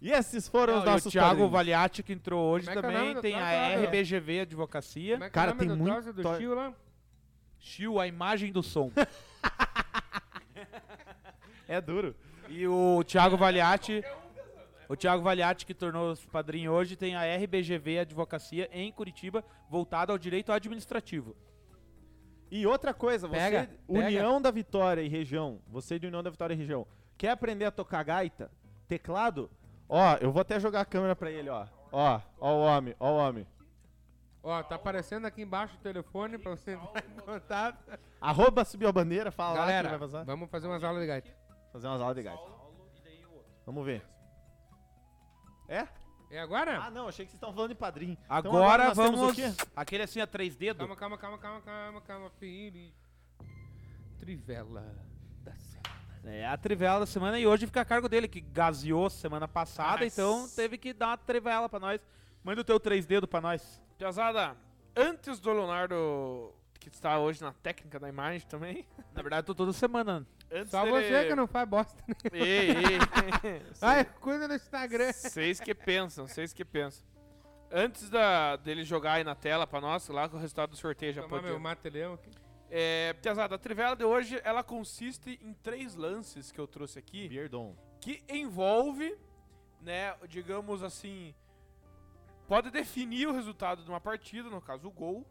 Speaker 2: E esses foram
Speaker 1: Não,
Speaker 2: os
Speaker 1: e
Speaker 2: nossos
Speaker 1: o Thiago
Speaker 2: padrinhos.
Speaker 1: Valiati, que entrou hoje
Speaker 3: Como é que é o nome
Speaker 1: também,
Speaker 3: do
Speaker 1: tem
Speaker 3: cara?
Speaker 1: a RBGV Advocacia.
Speaker 3: Como é que
Speaker 2: Cara,
Speaker 3: é o nome
Speaker 2: tem
Speaker 3: do
Speaker 2: muito
Speaker 3: troço do
Speaker 2: to-
Speaker 3: tio lá?
Speaker 1: Chiu, a imagem do som.
Speaker 2: É duro.
Speaker 1: E o Thiago Valiati. O Thiago Valiati, que tornou padrinho hoje, tem a RBGV Advocacia em Curitiba, voltada ao direito administrativo.
Speaker 2: E outra coisa, você,
Speaker 3: Pega, pega.
Speaker 2: União da Vitória e região, você é de União da Vitória e região, quer aprender a tocar gaita, teclado? Ó, eu vou até jogar a câmera pra ele, ó. Ó, ó o homem, ó o homem.
Speaker 3: Ó, tá aparecendo aqui embaixo o telefone pra você entrar em contato.
Speaker 2: Arroba subiu a bandeira, fala lá
Speaker 3: Galera,
Speaker 2: que vai passar.
Speaker 3: vamos fazer umas aulas de gaita.
Speaker 2: Fazer umas aulas de gaita. Vamos ver. É?
Speaker 3: É agora?
Speaker 2: Ah, não, achei que vocês estavam falando de padrinho. Então
Speaker 1: Agora
Speaker 2: nós temos
Speaker 1: vamos.
Speaker 2: o quê?
Speaker 1: Aquele assim a três dedos.
Speaker 3: Calma, calma, calma, calma, calma, calma, filho. Trivela da Selva.
Speaker 1: É a trivela da semana e hoje fica a cargo dele, que gaseou semana passada,
Speaker 4: Nice.
Speaker 1: então teve que dar uma trivela pra nós. Manda o teu três dedos pra nós.
Speaker 4: Piazada, antes do Leonardo, que está hoje na técnica da imagem também.
Speaker 1: Na verdade, eu tô toda semana.
Speaker 4: Antes
Speaker 3: Só
Speaker 4: dele-
Speaker 3: você que não faz bosta. né?
Speaker 4: Ei, ei.
Speaker 3: Ai, cuida no Instagram.
Speaker 4: Vocês que pensam, vocês que pensam. Antes da, dele jogar aí na tela pra nós, lá com o resultado do sorteio já
Speaker 3: Tomar
Speaker 4: pode.
Speaker 3: meu matelhão aqui.
Speaker 4: É, Piazada, a trivela de hoje ela consiste em três lances que eu trouxe aqui.
Speaker 2: Beardon.
Speaker 4: que envolve, né, digamos assim, pode definir o resultado de uma partida, no caso o gol,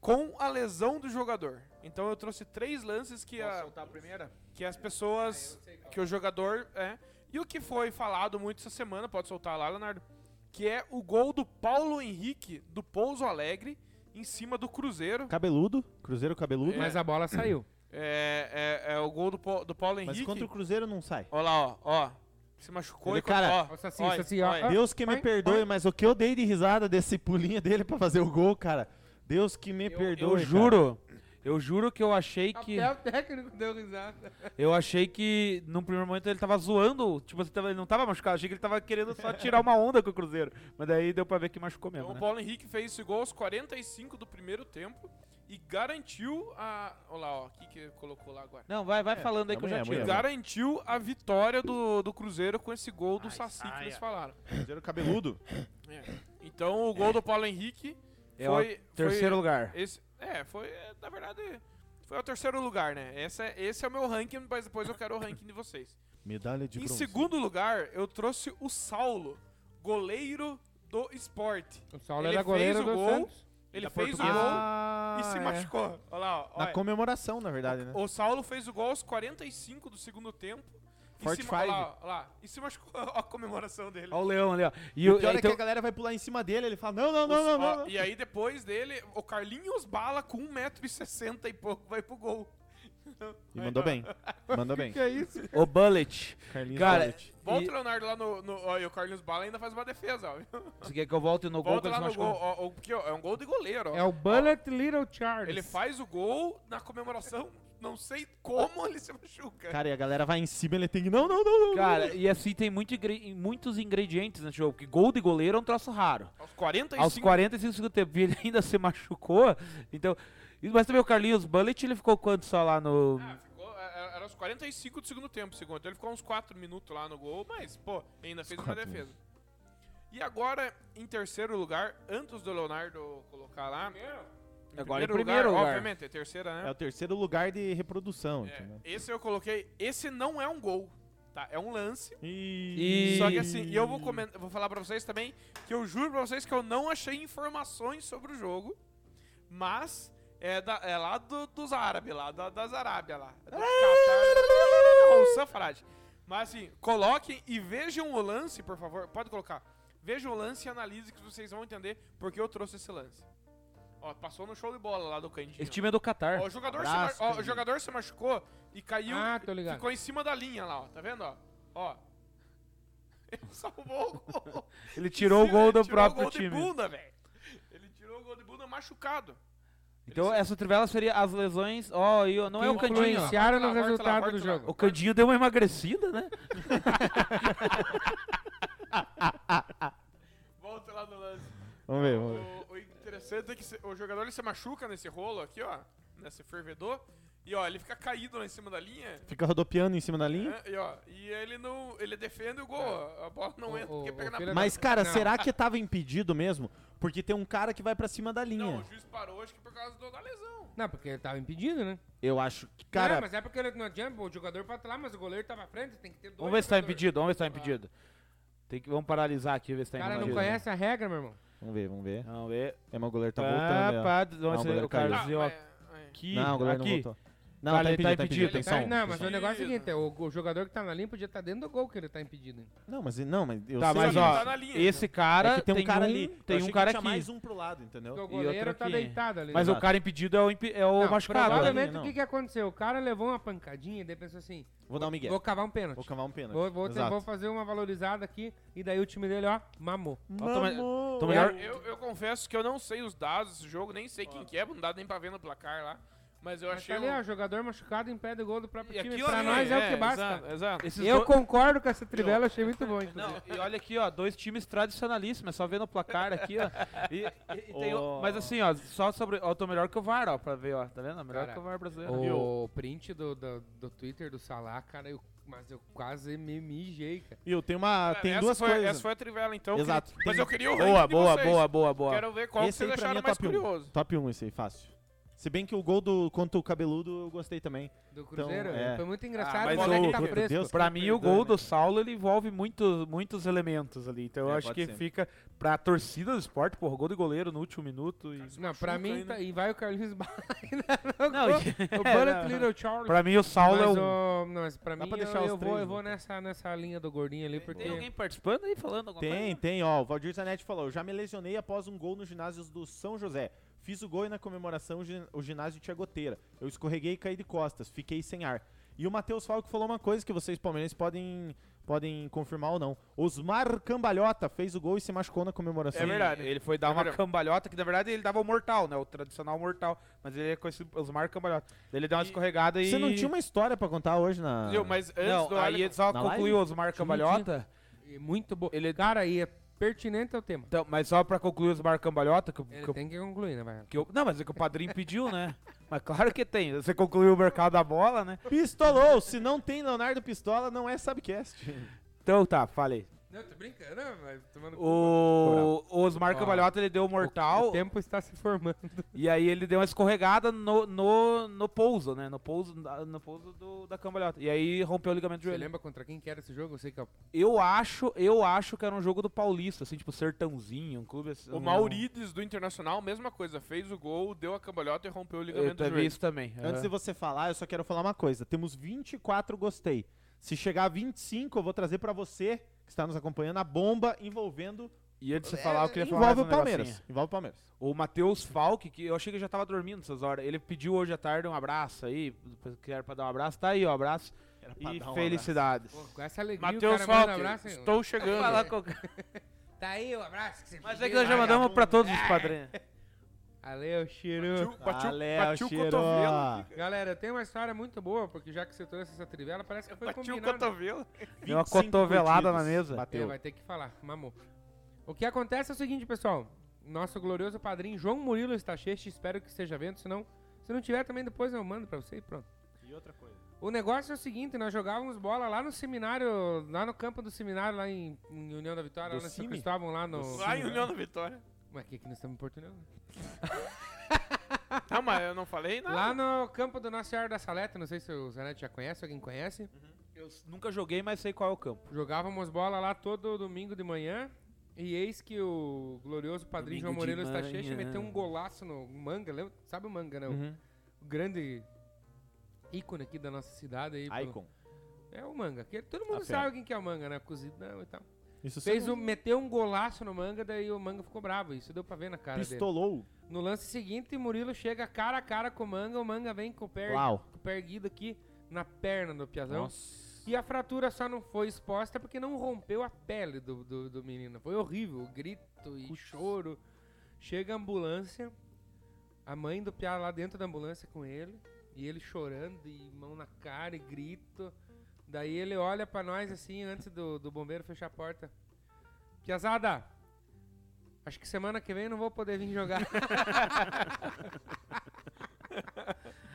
Speaker 4: com a lesão do jogador. Então eu trouxe três lances que, a-
Speaker 5: soltar a primeira? Ah,
Speaker 4: que as pessoas, que o jogador é. E o que foi falado muito essa semana, pode soltar lá, Leonardo, que é o gol do Paulo Henrique do Pouso Alegre em cima do Cruzeiro.
Speaker 2: Cabeludo. Cruzeiro cabeludo.
Speaker 3: Mas a bola saiu.
Speaker 4: É, é- é o gol do, Pau- do Paulo
Speaker 2: Mas
Speaker 4: Henrique.
Speaker 2: contra o Cruzeiro não sai.
Speaker 4: Olha lá, ó, ó. Se machucou
Speaker 2: Ele,
Speaker 4: e contra-
Speaker 2: cara,
Speaker 4: ó,
Speaker 3: Ó,
Speaker 5: assim,
Speaker 3: Saci,
Speaker 4: ó,
Speaker 3: Saci, ó.
Speaker 4: ó.
Speaker 2: Deus que me
Speaker 3: Oi,
Speaker 2: perdoe,
Speaker 3: oi.
Speaker 2: mas o que eu dei de risada desse pulinho dele pra fazer o gol, cara. Deus que me perdoe.
Speaker 1: Eu
Speaker 2: cara.
Speaker 1: juro. Eu juro que eu achei que.
Speaker 3: Até o técnico deu risada.
Speaker 1: Eu achei que num primeiro momento ele tava zoando. Tipo, ele, tava- ele não tava machucado. Achei que ele tava querendo só tirar uma onda com o Cruzeiro. Mas daí deu pra ver que machucou mesmo.
Speaker 4: Então, o
Speaker 1: né?
Speaker 4: Paulo Henrique fez esse gol aos 45 do primeiro tempo e garantiu a. Olha lá, ó, o que, que ele colocou lá agora?
Speaker 1: Não, vai, vai falando aí que eu já
Speaker 2: amanhã,
Speaker 1: tiro.
Speaker 2: amanhã.
Speaker 4: Garantiu a vitória do, do Cruzeiro com esse gol do Saci que
Speaker 1: saia.
Speaker 4: eles falaram.
Speaker 2: Cruzeiro cabeludo.
Speaker 4: Então o gol do Paulo Henrique
Speaker 1: É o
Speaker 4: foi.
Speaker 1: terceiro
Speaker 4: foi
Speaker 1: lugar.
Speaker 4: esse, é, foi, é, na verdade, foi o terceiro lugar, né? Esse é, esse é o meu ranking, mas depois eu quero o ranking de vocês.
Speaker 2: Medalha de
Speaker 4: em
Speaker 2: bronze.
Speaker 4: segundo lugar, eu trouxe o Saulo, goleiro do esporte.
Speaker 3: O Saulo
Speaker 4: Ele
Speaker 3: era goleiro
Speaker 4: fez o
Speaker 3: do
Speaker 4: gol.
Speaker 3: Santos.
Speaker 4: Ele
Speaker 1: Da
Speaker 4: fez o
Speaker 1: Portuguesa.
Speaker 4: gol.
Speaker 2: Ah,
Speaker 4: e se
Speaker 2: é.
Speaker 4: machucou. Olha lá, ó.
Speaker 2: Na
Speaker 4: Olha,
Speaker 2: comemoração, na verdade, né?
Speaker 4: O Saulo fez o gol aos 45 do segundo tempo.
Speaker 2: Forte
Speaker 4: e se, ma- olha
Speaker 2: five.
Speaker 4: lá, olha lá. E se machucou ó a comemoração dele.
Speaker 1: Olha o leão ali, ó. E
Speaker 2: E o
Speaker 1: o,
Speaker 2: pior é que
Speaker 1: então,
Speaker 2: a galera vai pular em cima dele, ele fala, não, não,
Speaker 4: Os-
Speaker 2: não, não,
Speaker 4: ó,
Speaker 2: não.
Speaker 4: E aí depois dele, o Carlinhos Bala com 1,60m e pouco vai pro gol.
Speaker 2: E mandou bem,
Speaker 1: Tá
Speaker 2: mandou bem.
Speaker 3: Que é isso?
Speaker 1: o Bullet.
Speaker 2: Carlinhos
Speaker 1: Cara,
Speaker 2: Bullet.
Speaker 4: Volta
Speaker 1: E-
Speaker 4: o Leonardo lá no... no ó, e o Carlinhos Bala ainda faz uma defesa, ó. viu?
Speaker 1: Você quer que eu volte no gol que
Speaker 4: Volta
Speaker 1: ele
Speaker 4: lá
Speaker 1: se
Speaker 4: no
Speaker 1: machucou?
Speaker 4: gol. ó, ó, porque ó, é um gol de goleiro, ó.
Speaker 3: É o Bullet Little Charles.
Speaker 4: Ele faz o gol na comemoração, não sei como ele se machuca.
Speaker 2: Cara, e a galera vai em cima, ele tem que, não, não, não, não.
Speaker 1: Cara, e assim tem muito ingre- muitos ingredientes nesse jogo, porque gol de goleiro é um troço raro.
Speaker 4: Aos 45
Speaker 1: Aos 45 segundos do tempo, e ele ainda se machucou. Então, e- mas também o Carlinhos Bullet, ele ficou quanto só lá no.
Speaker 4: Ah, ficou, era era os 45 do segundo tempo, segundo. Então ele ficou uns 4 minutos lá no gol, mas, pô, ainda fez uma
Speaker 2: Quatro
Speaker 4: defesa. E agora, em terceiro lugar, antes do Leonardo colocar lá. Em
Speaker 1: Agora em primeiro lugar.
Speaker 4: Obviamente, é terceira,
Speaker 2: É
Speaker 4: né?
Speaker 2: o terceiro lugar de reprodução,
Speaker 4: É,
Speaker 1: né?
Speaker 2: entendeu?
Speaker 4: esse eu coloquei. Esse não é um gol, tá? É um lance.
Speaker 1: E-
Speaker 4: Só que assim, e eu vou, comen- vou falar pra vocês também que eu juro pra vocês que eu não achei informações sobre o jogo, mas é, da- é lá do- dos árabes, lá da, das Arábia lá. É Do Catar, ou Safarad. Mas assim, coloquem e vejam o lance, por favor. Pode colocar. Vejam o lance e analise que vocês vão entender porque eu trouxe esse lance. Ó, passou no show de bola lá do cantinho.
Speaker 1: Esse time é do Qatar.
Speaker 4: Ó, o, jogador
Speaker 2: Abraço,
Speaker 4: se ma- ó, o
Speaker 2: Cantinho.
Speaker 4: jogador se machucou e caiu.
Speaker 3: Ah, tô ligado.
Speaker 4: Ficou em cima da linha lá, ó. Tá vendo, ó? Ó. Ele salvou o gol.
Speaker 1: Ele tirou o gol do
Speaker 4: Ele tirou o
Speaker 1: próprio
Speaker 4: gol
Speaker 1: time.
Speaker 4: De bunda, velho. Ele tirou o gol de bunda machucado.
Speaker 1: Então
Speaker 4: Ele-
Speaker 1: essa trivela seria as lesões. Ó, e não é o Candinho. ó.
Speaker 3: influenciaram no
Speaker 4: Corta lá, corta lá,
Speaker 3: resultado
Speaker 4: corta
Speaker 3: do
Speaker 4: lá.
Speaker 3: jogo.
Speaker 1: O Candinho deu uma emagrecida, né?
Speaker 4: Volta lá no lance.
Speaker 2: Vamos ver, vamos ver.
Speaker 4: O, o interessante é que se- o jogador ele se machuca nesse rolo aqui, ó. Nesse fervedor. E ó, ele fica caído lá em cima da linha.
Speaker 2: Fica rodopiando em cima da linha.
Speaker 4: né? E ó, e ele não. Ele defende o gol. ó. A bola não
Speaker 3: O-
Speaker 4: entra,
Speaker 3: o-
Speaker 4: porque pega
Speaker 3: o
Speaker 4: na
Speaker 3: filho da-
Speaker 2: Mas, cara,
Speaker 3: Não.
Speaker 2: será que tava impedido mesmo? Porque tem um cara que vai pra cima da linha.
Speaker 4: Não, o juiz parou, acho que por causa do- da lesão.
Speaker 3: Não, porque ele tava impedido, né?
Speaker 2: Eu acho que,
Speaker 3: Não,
Speaker 2: cara,
Speaker 3: mas é porque ele não adianta, o jogador pode estar lá, mas o goleiro tava à frente, tem que ter dois.
Speaker 1: Vamos ver se tá
Speaker 3: jogadores.
Speaker 1: impedido, vamos ver se tá impedido. Tem que, vamos paralisar aqui, ver se tá
Speaker 3: O cara
Speaker 1: impedido.
Speaker 3: não conhece a regra, meu irmão.
Speaker 2: vamos ver, vamos ver.
Speaker 1: Vamos ver.
Speaker 2: É, mas o goleiro tá
Speaker 1: Ah,
Speaker 2: voltando. aí, ó.
Speaker 1: pá, vamos
Speaker 2: Ah, o
Speaker 1: ver se
Speaker 2: goleiro
Speaker 1: o cara
Speaker 2: caiu.
Speaker 4: Tá,
Speaker 1: dizia, ó,
Speaker 4: mas- é.
Speaker 1: aqui,
Speaker 2: Não, o goleiro
Speaker 1: aqui.
Speaker 2: não voltou. Não,
Speaker 1: Tá,
Speaker 2: tá,
Speaker 1: ele
Speaker 2: impedido,
Speaker 1: tá
Speaker 2: tá impedido, tem
Speaker 1: impedido.
Speaker 2: som.
Speaker 3: Tá, não, mas
Speaker 2: tem
Speaker 3: o
Speaker 2: som.
Speaker 3: negócio é o seguinte, é, o, o jogador que tá na linha podia estar dentro do gol que ele tá impedido. né?
Speaker 2: Não, mas não, mas eu
Speaker 1: Tá,
Speaker 2: sei
Speaker 1: mas
Speaker 2: que-
Speaker 1: ó,
Speaker 4: tá na linha.
Speaker 1: esse cara
Speaker 2: É que tem um cara
Speaker 1: um-
Speaker 2: ali. Eu
Speaker 1: Tem
Speaker 2: achei
Speaker 1: um
Speaker 2: que
Speaker 1: cara
Speaker 2: tinha
Speaker 1: aqui.
Speaker 2: mais um pro lado,
Speaker 3: Porque
Speaker 2: entendeu?
Speaker 3: o
Speaker 1: E outro
Speaker 3: goleiro tá
Speaker 1: aqui.
Speaker 3: deitado ali.
Speaker 1: Mas
Speaker 3: né?
Speaker 1: o cara impedido é o, impe- é o
Speaker 3: Não,
Speaker 1: machucado. né?
Speaker 2: ali,
Speaker 3: Provavelmente
Speaker 2: não.
Speaker 3: o que, que aconteceu? O cara levou uma pancadinha e daí pensou assim:
Speaker 2: Vou dar um migué.
Speaker 3: vou
Speaker 2: Vou,
Speaker 3: cavar um pênalti. Vou,
Speaker 2: cavar um pênalti.
Speaker 3: vou, te-
Speaker 2: Exato.
Speaker 3: vou fazer uma valorizada aqui e daí o time dele, ó, mamou.
Speaker 1: Hum.
Speaker 2: Mamou.
Speaker 1: Tô melhor.
Speaker 4: é, Eu, eu confesso que eu não sei os dados desse jogo, nem sei quem que é, não dá nem pra ver no placar lá. Mas eu
Speaker 3: Mas tá ali,
Speaker 4: achei. um-
Speaker 3: ó, jogador machucado impede o gol do próprio
Speaker 4: E
Speaker 3: time.
Speaker 4: aquilo
Speaker 3: Pra
Speaker 4: ali,
Speaker 3: nós é, o que basta.
Speaker 4: Exato. exato.
Speaker 1: Esses
Speaker 3: Eu
Speaker 1: do-
Speaker 3: concordo com essa trivela, achei muito bom, inclusive.
Speaker 1: Não, e olha aqui, ó, dois times tradicionalíssimos, é só ver no placar aqui, ó. E- e- e tem o-
Speaker 2: Ó.
Speaker 1: Mas assim, ó, só sobre. Ó, tô melhor que o VAR, ó, pra ver, ó. Tá vendo? Melhor
Speaker 3: Cara,
Speaker 1: que o VAR brasileiro.
Speaker 3: O print do, do, do Twitter do Salah, cara, eu, mas eu quase me mijei, cara.
Speaker 2: E eu tenho uma. Tem
Speaker 4: Essa
Speaker 2: duas
Speaker 4: foi-
Speaker 2: coisas.
Speaker 4: Essa foi a trivela, então. que-
Speaker 2: Exato.
Speaker 4: Mas
Speaker 2: Tem-
Speaker 4: eu queria o
Speaker 1: Boa,
Speaker 4: ranking de
Speaker 1: boa,
Speaker 4: vocês.
Speaker 1: boa, boa, boa.
Speaker 4: Quero ver qual que
Speaker 2: Esse aí
Speaker 4: vocês
Speaker 2: pra mim
Speaker 4: acharam
Speaker 2: é
Speaker 4: mais
Speaker 2: top 1.
Speaker 4: curioso.
Speaker 2: Top 1 esse aí, fácil. Se bem que o gol do contra o cabeludo eu gostei também.
Speaker 3: Do Cruzeiro.
Speaker 2: é.
Speaker 3: Foi muito engraçado,
Speaker 4: mas
Speaker 3: o moleque
Speaker 4: o-
Speaker 3: tá
Speaker 4: meu
Speaker 3: fresco.
Speaker 2: Deus,
Speaker 1: Pra mim, o
Speaker 3: né?
Speaker 1: gol do Saulo ele envolve muito, muitos elementos ali. Então eu
Speaker 2: É,
Speaker 1: acho
Speaker 2: pode
Speaker 1: que
Speaker 2: ser.
Speaker 1: fica pra torcida do esporte, porra, gol de goleiro no último minuto. E...
Speaker 3: Não, pra mim,
Speaker 1: né?
Speaker 3: tá, e vai o Carlinhos Bala ainda
Speaker 1: Não,
Speaker 3: não, O Bullet Little Charles.
Speaker 1: Pra mim, o Saulo é
Speaker 3: mas,
Speaker 1: um.
Speaker 3: ô, não, mas pra
Speaker 2: Dá
Speaker 3: mim,
Speaker 2: pra
Speaker 3: eu,
Speaker 2: deixar os
Speaker 3: eu vou,
Speaker 2: três,
Speaker 3: eu vou
Speaker 2: né?
Speaker 3: nessa, nessa linha do gordinho ali, porque...
Speaker 1: participando aí falando alguma
Speaker 2: Tem, tem, ó. O Valdir Zanetti falou: Eu já me lesionei após um gol no ginásio do São José. Fiz o gol e na comemoração o gi- o ginásio tinha goteira. Eu escorreguei e caí de costas, fiquei sem ar. E o Matheus Falco falou uma coisa que vocês palmeirenses podem, podem confirmar ou não. Osmar Cambalhota fez o gol e se machucou na comemoração.
Speaker 1: É verdade, ele foi dar
Speaker 4: É
Speaker 1: uma
Speaker 4: verdade.
Speaker 1: cambalhota, que na verdade ele dava o mortal, né? O tradicional mortal. Mas ele é conhecido os Osmar Cambalhota. Daí Ele deu uma
Speaker 4: E-
Speaker 1: escorregada e.
Speaker 2: Você não tinha uma história pra contar hoje na.
Speaker 4: Viu, Mas antes
Speaker 1: Não,
Speaker 4: do
Speaker 1: aí
Speaker 4: Alien-
Speaker 1: ele só
Speaker 2: Na
Speaker 1: concluiu o Osmar Cambalhota.
Speaker 3: E Muito bom. Ele... Cara, e é pertinente ao tema.
Speaker 1: Então, mas só pra concluir o Osmar Cambalhota, que, eu-
Speaker 3: Ele
Speaker 1: que eu-
Speaker 3: tem que concluir, né, vai?
Speaker 1: que eu- Não, mas é que o padrinho pediu, né? Mas claro que tem. Você concluiu o mercado da bola, né?
Speaker 2: Pistolou! Se não tem Leonardo Pistola, não é Subcast.
Speaker 1: Então tá, falei.
Speaker 3: Não, tô brincando, vai tomando...
Speaker 1: O, o Osmar
Speaker 3: Ó,
Speaker 1: Cambalhota ele deu o mortal
Speaker 3: O tempo está se formando.
Speaker 1: e aí ele deu uma escorregada no, no, no pouso, né? No pouso, no pouso do- da cambalhota. E aí rompeu o ligamento do
Speaker 3: Você
Speaker 1: joelho.
Speaker 3: lembra contra quem que era esse jogo? Eu sei que é o
Speaker 1: Eu acho, eu acho que era um jogo do Paulista, assim, tipo Sertãozinho, um clube assim.
Speaker 4: O
Speaker 1: um-
Speaker 4: Maurides do Internacional, mesma coisa. Fez o gol, deu a cambalhota e rompeu o
Speaker 1: Eu
Speaker 4: ligamento do
Speaker 1: teve
Speaker 4: joelho.
Speaker 1: isso também.
Speaker 2: Antes
Speaker 1: aham.
Speaker 2: de você falar, eu só quero falar uma coisa. Temos 24 gostei. Se chegar a 25, eu vou trazer pra você que está nos acompanhando a bomba envolvendo
Speaker 1: E antes de você falar, eu queria falar mais
Speaker 2: envolve
Speaker 1: um
Speaker 2: o Palmeiras.
Speaker 1: negocinho.
Speaker 2: Envolve o Palmeiras.
Speaker 1: O Matheus Falck, que eu achei que já tava dormindo essas horas, ele pediu hoje à tarde um abraço aí, que era pra dar um abraço, tá aí, ó, abraço
Speaker 2: pra
Speaker 1: e
Speaker 2: dar um
Speaker 1: felicidades.
Speaker 3: Pô, com essa alegria
Speaker 4: Matheus
Speaker 3: o cara manda um
Speaker 4: Falque,
Speaker 3: abraço. hein?
Speaker 4: estou chegando.
Speaker 1: Falar com-
Speaker 3: Tá aí o abraço que você
Speaker 1: Mas é
Speaker 3: pediu.
Speaker 1: que nós já mandamos pra todos os padrinhos.
Speaker 3: Valeu, Chiru.
Speaker 4: Batiu, batiu,
Speaker 2: Ale,
Speaker 4: batiu o cotovelo.
Speaker 3: Galera, eu tenho uma história muito boa, porque já que você trouxe essa trivela, parece que foi
Speaker 4: Batiu o
Speaker 3: combinado.
Speaker 4: cotovelo.
Speaker 1: Deu uma cotovelada na mesa.
Speaker 3: É,
Speaker 2: Bateu.
Speaker 3: vai ter que falar, mamou. O que acontece é o seguinte, pessoal. Nosso glorioso padrinho João Murilo Estacheche, espero que esteja vendo, senão, se não tiver também depois eu mando pra você e pronto.
Speaker 2: E outra coisa.
Speaker 3: O negócio é o seguinte, nós jogávamos bola lá no seminário, lá no campo do seminário, lá em, em União da Vitória,
Speaker 2: Do
Speaker 3: lá no São
Speaker 2: Cime?
Speaker 3: Cristóvão, lá no...
Speaker 4: Lá em União da Vitória.
Speaker 3: Mas que aqui nós estamos em português.
Speaker 4: Não, mas eu não falei
Speaker 2: Ah.
Speaker 4: nada.
Speaker 3: Lá no campo do Nossa Senhora da Saleta, não sei se o Zanetti já conhece, alguém conhece.
Speaker 1: Eu s- nunca joguei, mas sei qual é o campo.
Speaker 3: Jogávamos bola lá todo domingo de manhã. E eis que o glorioso padrinho João
Speaker 1: Domingo
Speaker 3: Moreira
Speaker 1: de
Speaker 3: Stacheche
Speaker 1: manhã.
Speaker 3: meteu um golaço no manga, lembra? sabe o manga, né? O-
Speaker 2: Uhum.
Speaker 3: O grande ícone aqui da nossa cidade. Aí, pelo-
Speaker 2: Icon.
Speaker 3: É o manga. Que todo mundo
Speaker 2: Ah, fera.
Speaker 3: sabe quem que é o manga, né? Cozidão e tal.
Speaker 2: Isso
Speaker 3: Fez
Speaker 2: você
Speaker 3: um, meteu um golaço no manga, daí o manga ficou bravo. Isso deu pra ver na cara dele.
Speaker 2: pistolou.
Speaker 3: No lance seguinte, Murilo chega cara a cara com o manga, o manga vem com o pé,
Speaker 2: Uau.
Speaker 3: com o pé erguido aqui na perna do
Speaker 1: né?
Speaker 3: Piazão.
Speaker 2: Nossa.
Speaker 3: E a fratura só não foi exposta porque não rompeu a pele do, do, do menino. Foi horrível. Grito e choro. Chega a ambulância. A mãe do Piá lá dentro da ambulância com ele. E ele chorando e mão na cara e grito. Daí ele olha pra nós assim, antes do, do bombeiro fechar a porta. Piazada! Acho que semana que vem não vou poder vir jogar.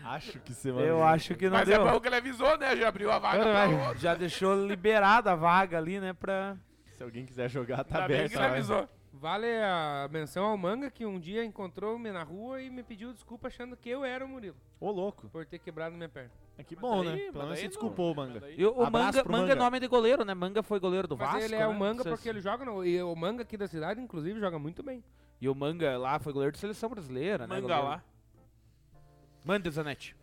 Speaker 2: Acho que você
Speaker 1: Eu acho que não
Speaker 4: Mas é
Speaker 1: deu.
Speaker 4: bom que ele avisou, né? Já abriu a vaga pra outro.
Speaker 1: Já deixou liberada a vaga ali, né, pra...
Speaker 2: Se alguém quiser jogar, tá
Speaker 4: Ainda bem
Speaker 2: aberto.
Speaker 4: que ele avisou.
Speaker 3: Vale a menção ao manga que um dia encontrou-me na rua e me pediu desculpa achando que eu era o Murilo
Speaker 2: Ô, louco.
Speaker 3: por ter quebrado minha perna.
Speaker 2: É que bom,
Speaker 4: daí-
Speaker 2: né?
Speaker 4: mas
Speaker 2: Pelo menos
Speaker 4: daí
Speaker 2: você
Speaker 4: não-
Speaker 2: desculpou o manga.
Speaker 1: E o- o
Speaker 2: Abraço
Speaker 1: manga,
Speaker 2: pro
Speaker 1: manga, é
Speaker 2: Manga.
Speaker 1: nome de goleiro, né? Manga foi goleiro do
Speaker 3: Mas
Speaker 1: Vasco,
Speaker 3: ele é o
Speaker 1: né?
Speaker 3: manga
Speaker 1: Não sei
Speaker 3: porque
Speaker 1: se-
Speaker 3: ele joga no. E o manga aqui da cidade, inclusive, joga muito bem.
Speaker 1: E o manga lá foi goleiro de seleção brasileira, né?
Speaker 4: Manga
Speaker 1: goleiro.
Speaker 4: lá.
Speaker 1: Manda, Zanetti.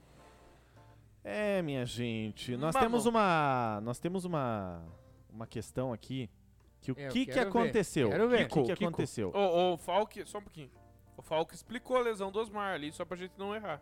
Speaker 2: É, minha gente, nós
Speaker 4: Vamos.
Speaker 2: temos uma, nós temos uma, uma questão aqui que o
Speaker 3: É, eu
Speaker 2: que que
Speaker 3: quero ver,
Speaker 2: aconteceu?
Speaker 3: quero ver.
Speaker 2: O que que
Speaker 1: Kiko, Kiko.
Speaker 2: aconteceu?
Speaker 4: O, o Falk, só um pouquinho. O Falk explicou a lesão do Osmar ali, só pra gente não errar.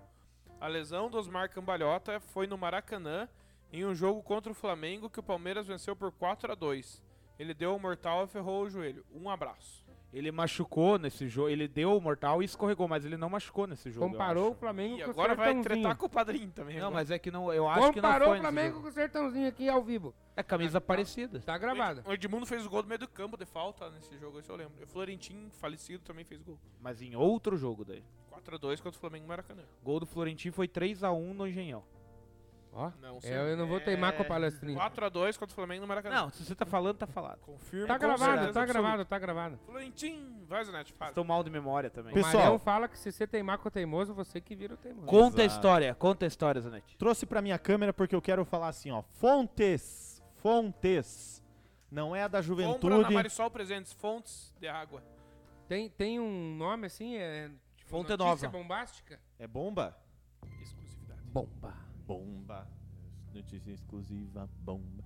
Speaker 4: A lesão do Osmar Cambalhota foi no Maracanã, em um jogo contra o Flamengo, que o Palmeiras venceu por 4 a 2 Ele deu o mortal e ferrou o joelho. Um abraço.
Speaker 1: Ele machucou nesse jogo, ele deu o mortal e escorregou, mas ele não machucou nesse jogo. eu
Speaker 3: Comparou o
Speaker 1: acho.
Speaker 3: Flamengo
Speaker 4: E
Speaker 3: com é um o
Speaker 4: agora vai
Speaker 3: Sertãozinho.
Speaker 4: tretar com o padrinho também.
Speaker 1: Não,
Speaker 4: agora.
Speaker 1: mas é que não, eu acho que não
Speaker 3: Comparou
Speaker 1: foi.
Speaker 3: o
Speaker 1: nesse
Speaker 3: Flamengo
Speaker 1: jogo.
Speaker 3: com o Sertãozinho aqui ao vivo.
Speaker 1: É camisa parecida.
Speaker 3: Tá gravado.
Speaker 4: O Edmundo fez o gol do meio do campo de falta nesse jogo, isso eu lembro. E o Florentin, falecido, também fez gol.
Speaker 1: Mas em outro jogo daí.
Speaker 4: 4x2 contra o Flamengo no Maracanã.
Speaker 1: Gol do Florentino foi 3x1 no Engenhão.
Speaker 3: Ó,
Speaker 4: Não,
Speaker 3: é, eu não vou teimar com a palestrinha.
Speaker 4: 4x2 contra o Flamengo no Maracanã.
Speaker 1: Não, se você tá falando, tá falado.
Speaker 4: Confirma.
Speaker 3: Tá
Speaker 4: com
Speaker 3: gravado,
Speaker 4: certeza
Speaker 3: tá
Speaker 4: absoluta.
Speaker 3: gravado, tá gravado.
Speaker 4: Florentin, vai, Zanetti, fala.
Speaker 1: Estou mal de memória também.
Speaker 3: O
Speaker 2: Pessoal-
Speaker 3: Marão fala que se você teimar com o teimoso, você que vira o teimoso.
Speaker 1: Conta a
Speaker 2: Exato.
Speaker 1: história, conta a história, Zanetti.
Speaker 2: Trouxe pra minha câmera porque eu quero falar assim, ó. Fontes, fontes. Não é a da
Speaker 4: Compra na
Speaker 2: juventude.
Speaker 4: Marisol Presentes, fontes de água.
Speaker 3: Tem, tem um nome assim? É, tipo,
Speaker 1: Fonte
Speaker 3: notícia
Speaker 1: Nova.
Speaker 3: bombástica?
Speaker 2: É bomba?
Speaker 4: Exclusividade.
Speaker 3: Bomba.
Speaker 2: Bomba. Notícia exclusiva, bomba.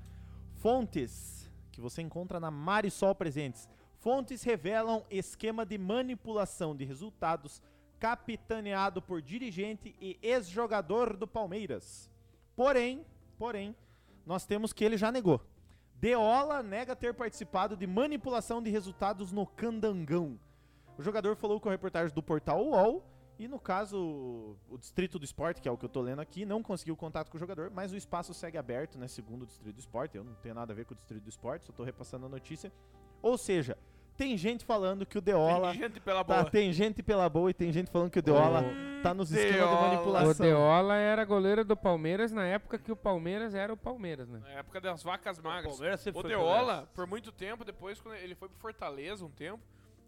Speaker 2: Fontes que você encontra na Marisol Presentes. Fontes revelam esquema de manipulação de resultados capitaneado por dirigente e ex-jogador do Palmeiras. Porém, porém, nós temos que ele já negou. Deola nega ter participado de manipulação de resultados no Candangão. O jogador falou com a reportagem do portal UOL e no caso, o Distrito do Esporte, que é o que eu tô lendo aqui, não conseguiu contato com o jogador, mas o espaço segue aberto, né? Segundo o Distrito do Esporte, eu não tenho nada a ver com o Distrito do Esporte, só tô repassando a notícia. Ou seja, tem gente falando que o Deola.
Speaker 4: Tem gente pela
Speaker 2: Tá,
Speaker 4: bola.
Speaker 2: tem gente pela boa e tem gente falando que o Deola tá nos esquemas de
Speaker 4: Deola.
Speaker 2: manipulação.
Speaker 3: O Deola era goleiro do Palmeiras na época que o Palmeiras era o Palmeiras, né?
Speaker 4: Na época das vacas magras.
Speaker 1: Palmeiras sempre
Speaker 4: O
Speaker 1: foi
Speaker 4: Deola,
Speaker 1: Palmeiras.
Speaker 4: por muito tempo, depois quando ele foi pro Fortaleza um tempo,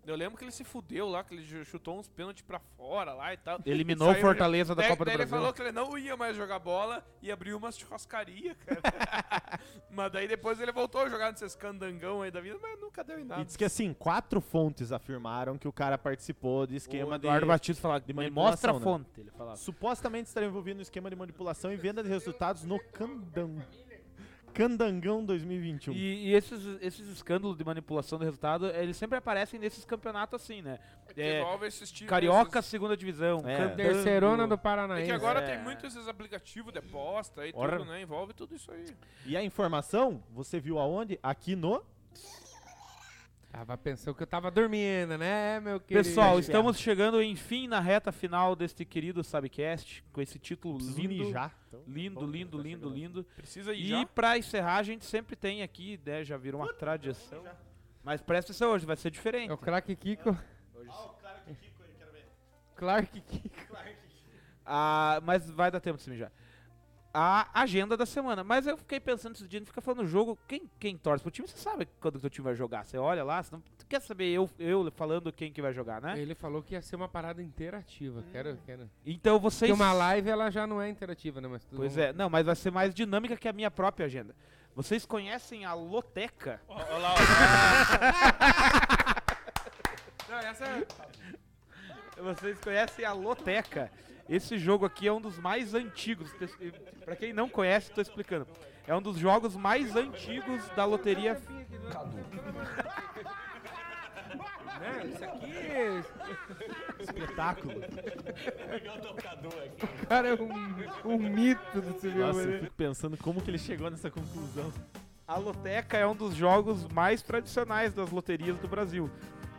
Speaker 4: eu lembro que ele se fudeu lá, que ele ju- chutou uns pênaltis pra fora lá e tal.
Speaker 1: Eliminou o
Speaker 4: Saiu-
Speaker 1: Fortaleza da
Speaker 3: né,
Speaker 4: daí,
Speaker 1: Copa do
Speaker 4: daí ele
Speaker 1: Brasil.
Speaker 4: falou que ele não ia mais jogar bola e abriu umas churrascaria, cara. mas daí depois ele voltou a jogar nesses candangão aí da vida, mas nunca deu em
Speaker 2: E
Speaker 4: nada.
Speaker 2: diz que
Speaker 1: é
Speaker 2: assim, quatro fontes afirmaram que o cara participou de esquema
Speaker 1: o
Speaker 2: de.
Speaker 1: Eduardo Batista falava
Speaker 2: de
Speaker 1: me
Speaker 2: manipulação,
Speaker 1: mostra a
Speaker 2: né?
Speaker 1: fonte. Ele falava.
Speaker 2: Supostamente estaria envolvido no esquema de manipulação e venda de resultados no Candangão. Candangão 2021.
Speaker 1: E, e esses, esses escândalos de manipulação do resultado, eles sempre aparecem nesses campeonatos assim, né?
Speaker 4: Que
Speaker 1: É,
Speaker 4: envolve esses times,
Speaker 1: Carioca, segunda divisão.
Speaker 2: É.
Speaker 1: Candango.
Speaker 3: Terceirona do
Speaker 4: esses- É
Speaker 3: Paranaense.
Speaker 4: que agora
Speaker 1: É.
Speaker 4: tem muito esses aplicativos de aposta e
Speaker 2: Ora.
Speaker 4: tudo, né? Envolve tudo isso aí.
Speaker 2: E a informação, você viu aonde? Aqui no.
Speaker 3: Tava pensando que eu tava dormindo, né, meu querido?
Speaker 1: Pessoal, estamos chegando enfim na reta final deste querido Sabcast, com esse título
Speaker 2: Preciso
Speaker 1: lindo,
Speaker 2: mijar. Então,
Speaker 1: lindo,
Speaker 2: vamos,
Speaker 1: lindo,
Speaker 2: tá
Speaker 1: lindo,
Speaker 2: chegando.
Speaker 1: lindo.
Speaker 4: Precisa ir
Speaker 1: E
Speaker 4: já.
Speaker 1: pra encerrar, a gente sempre tem aqui, né, já virou uma tradição. Mas presta atenção hoje, vai ser diferente.
Speaker 3: É o craque Kiko. Clark Kiko.
Speaker 1: Ah, mas vai dar tempo de se mijar. A agenda da semana. Mas eu fiquei pensando esses dias, não fica falando jogo. Quem, quem torce pro time, você sabe quando que o time vai jogar. Você olha lá, você não tu quer saber eu, eu falando quem que vai jogar, né?
Speaker 3: Ele falou que ia ser uma parada interativa. Quero, quero.
Speaker 1: Então vocês.
Speaker 3: Porque uma live ela já não é interativa, né? Mas tudo
Speaker 1: Pois
Speaker 3: bom.
Speaker 1: é, não, mas vai ser mais dinâmica que a minha própria agenda. Vocês conhecem a Loteca?
Speaker 4: Ó, ó lá, ó.
Speaker 3: Não, essa é
Speaker 1: Vocês conhecem a Loteca? Esse jogo aqui é um dos mais antigos. Pra quem não conhece, tô explicando. É um dos jogos mais antigos da loteria.
Speaker 3: Não, isso aqui.
Speaker 2: Espetáculo.
Speaker 3: O cara é um, um mito do civil.
Speaker 2: Nossa, eu fico pensando como que ele chegou nessa conclusão.
Speaker 1: A Loteca é um dos jogos mais tradicionais das loterias do Brasil.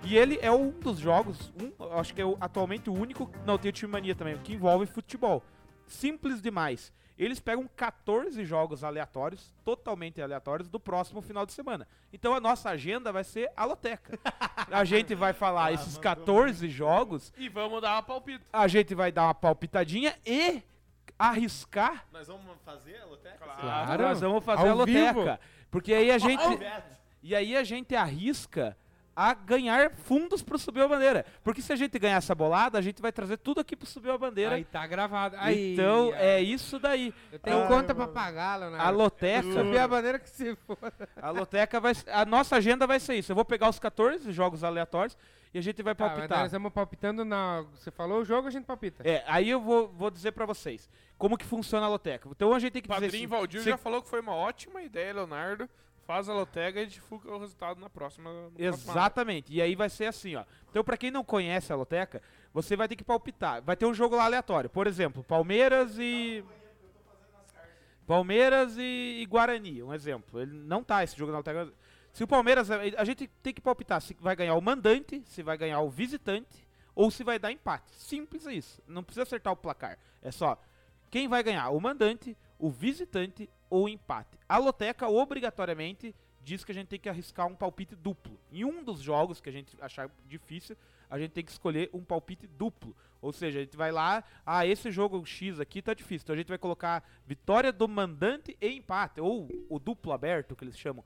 Speaker 1: E ele é um dos jogos, um, eu acho que é o- atualmente o único, não, tem o Time Mania também, que envolve futebol. Simples demais. Eles pegam 14 jogos aleatórios, totalmente aleatórios, do próximo final de semana. Então a nossa agenda vai ser a Loteca. A gente vai falar esses 14 jogos,
Speaker 4: e vamos dar uma palpite.
Speaker 1: a gente vai dar uma palpitadinha e arriscar
Speaker 2: Nós vamos fazer a loteca?
Speaker 3: Claro.
Speaker 1: nós vamos fazer
Speaker 3: Ao
Speaker 1: a loteca.
Speaker 3: vivo.
Speaker 1: Porque aí a gente. E aí a gente arrisca a ganhar fundos pro Subiu a Bandeira. Porque se a gente ganhar essa bolada, a gente vai trazer tudo aqui pro Subiu a Bandeira.
Speaker 3: Aí tá gravado. Aí, tá
Speaker 1: então
Speaker 3: ó.
Speaker 1: é isso daí.
Speaker 3: Eu tenho
Speaker 1: Ah,
Speaker 3: conta pra pagar, Leonardo.
Speaker 1: A loteca,
Speaker 3: Subir a bandeira que se for.
Speaker 1: a loteca vai a nossa agenda vai ser isso. Eu vou pegar os 14 jogos aleatórios e a gente vai
Speaker 3: Tá, mas nós
Speaker 1: palpitar.
Speaker 3: estamos palpitando na. Você falou o jogo, a gente palpita.
Speaker 1: é, aí eu vou, vou dizer pra vocês como que funciona a loteca. Então a gente tem que dizer
Speaker 4: Padrinho
Speaker 1: assim,
Speaker 4: Valdir
Speaker 1: se-
Speaker 4: já falou que foi uma ótima ideia, Leonardo. Faz a lotega e divulga o resultado na próxima. na próxima live.
Speaker 1: Exatamente. E aí vai ser assim, ó. Então, pra quem não conhece a loteca, você vai ter que palpitar. Vai ter um jogo lá aleatório. Por exemplo, Palmeiras e. Palmeiras e, e Guarani, um exemplo. Ele não tá esse jogo na loteca. Se o Palmeiras. A gente tem que palpitar se vai ganhar o mandante, se vai ganhar o visitante ou se vai dar empate. Simples é isso. Não precisa acertar o placar. É só quem vai ganhar? O mandante, o visitante ou o empate. A loteca, obrigatoriamente, diz que a gente tem que arriscar um palpite duplo. Em um dos jogos que a gente achar difícil, a gente tem que escolher um palpite duplo. Ou seja, a gente vai lá, ah, esse jogo X aqui tá difícil. Então a gente vai colocar vitória do mandante e empate. Ou o duplo aberto, que eles chamam.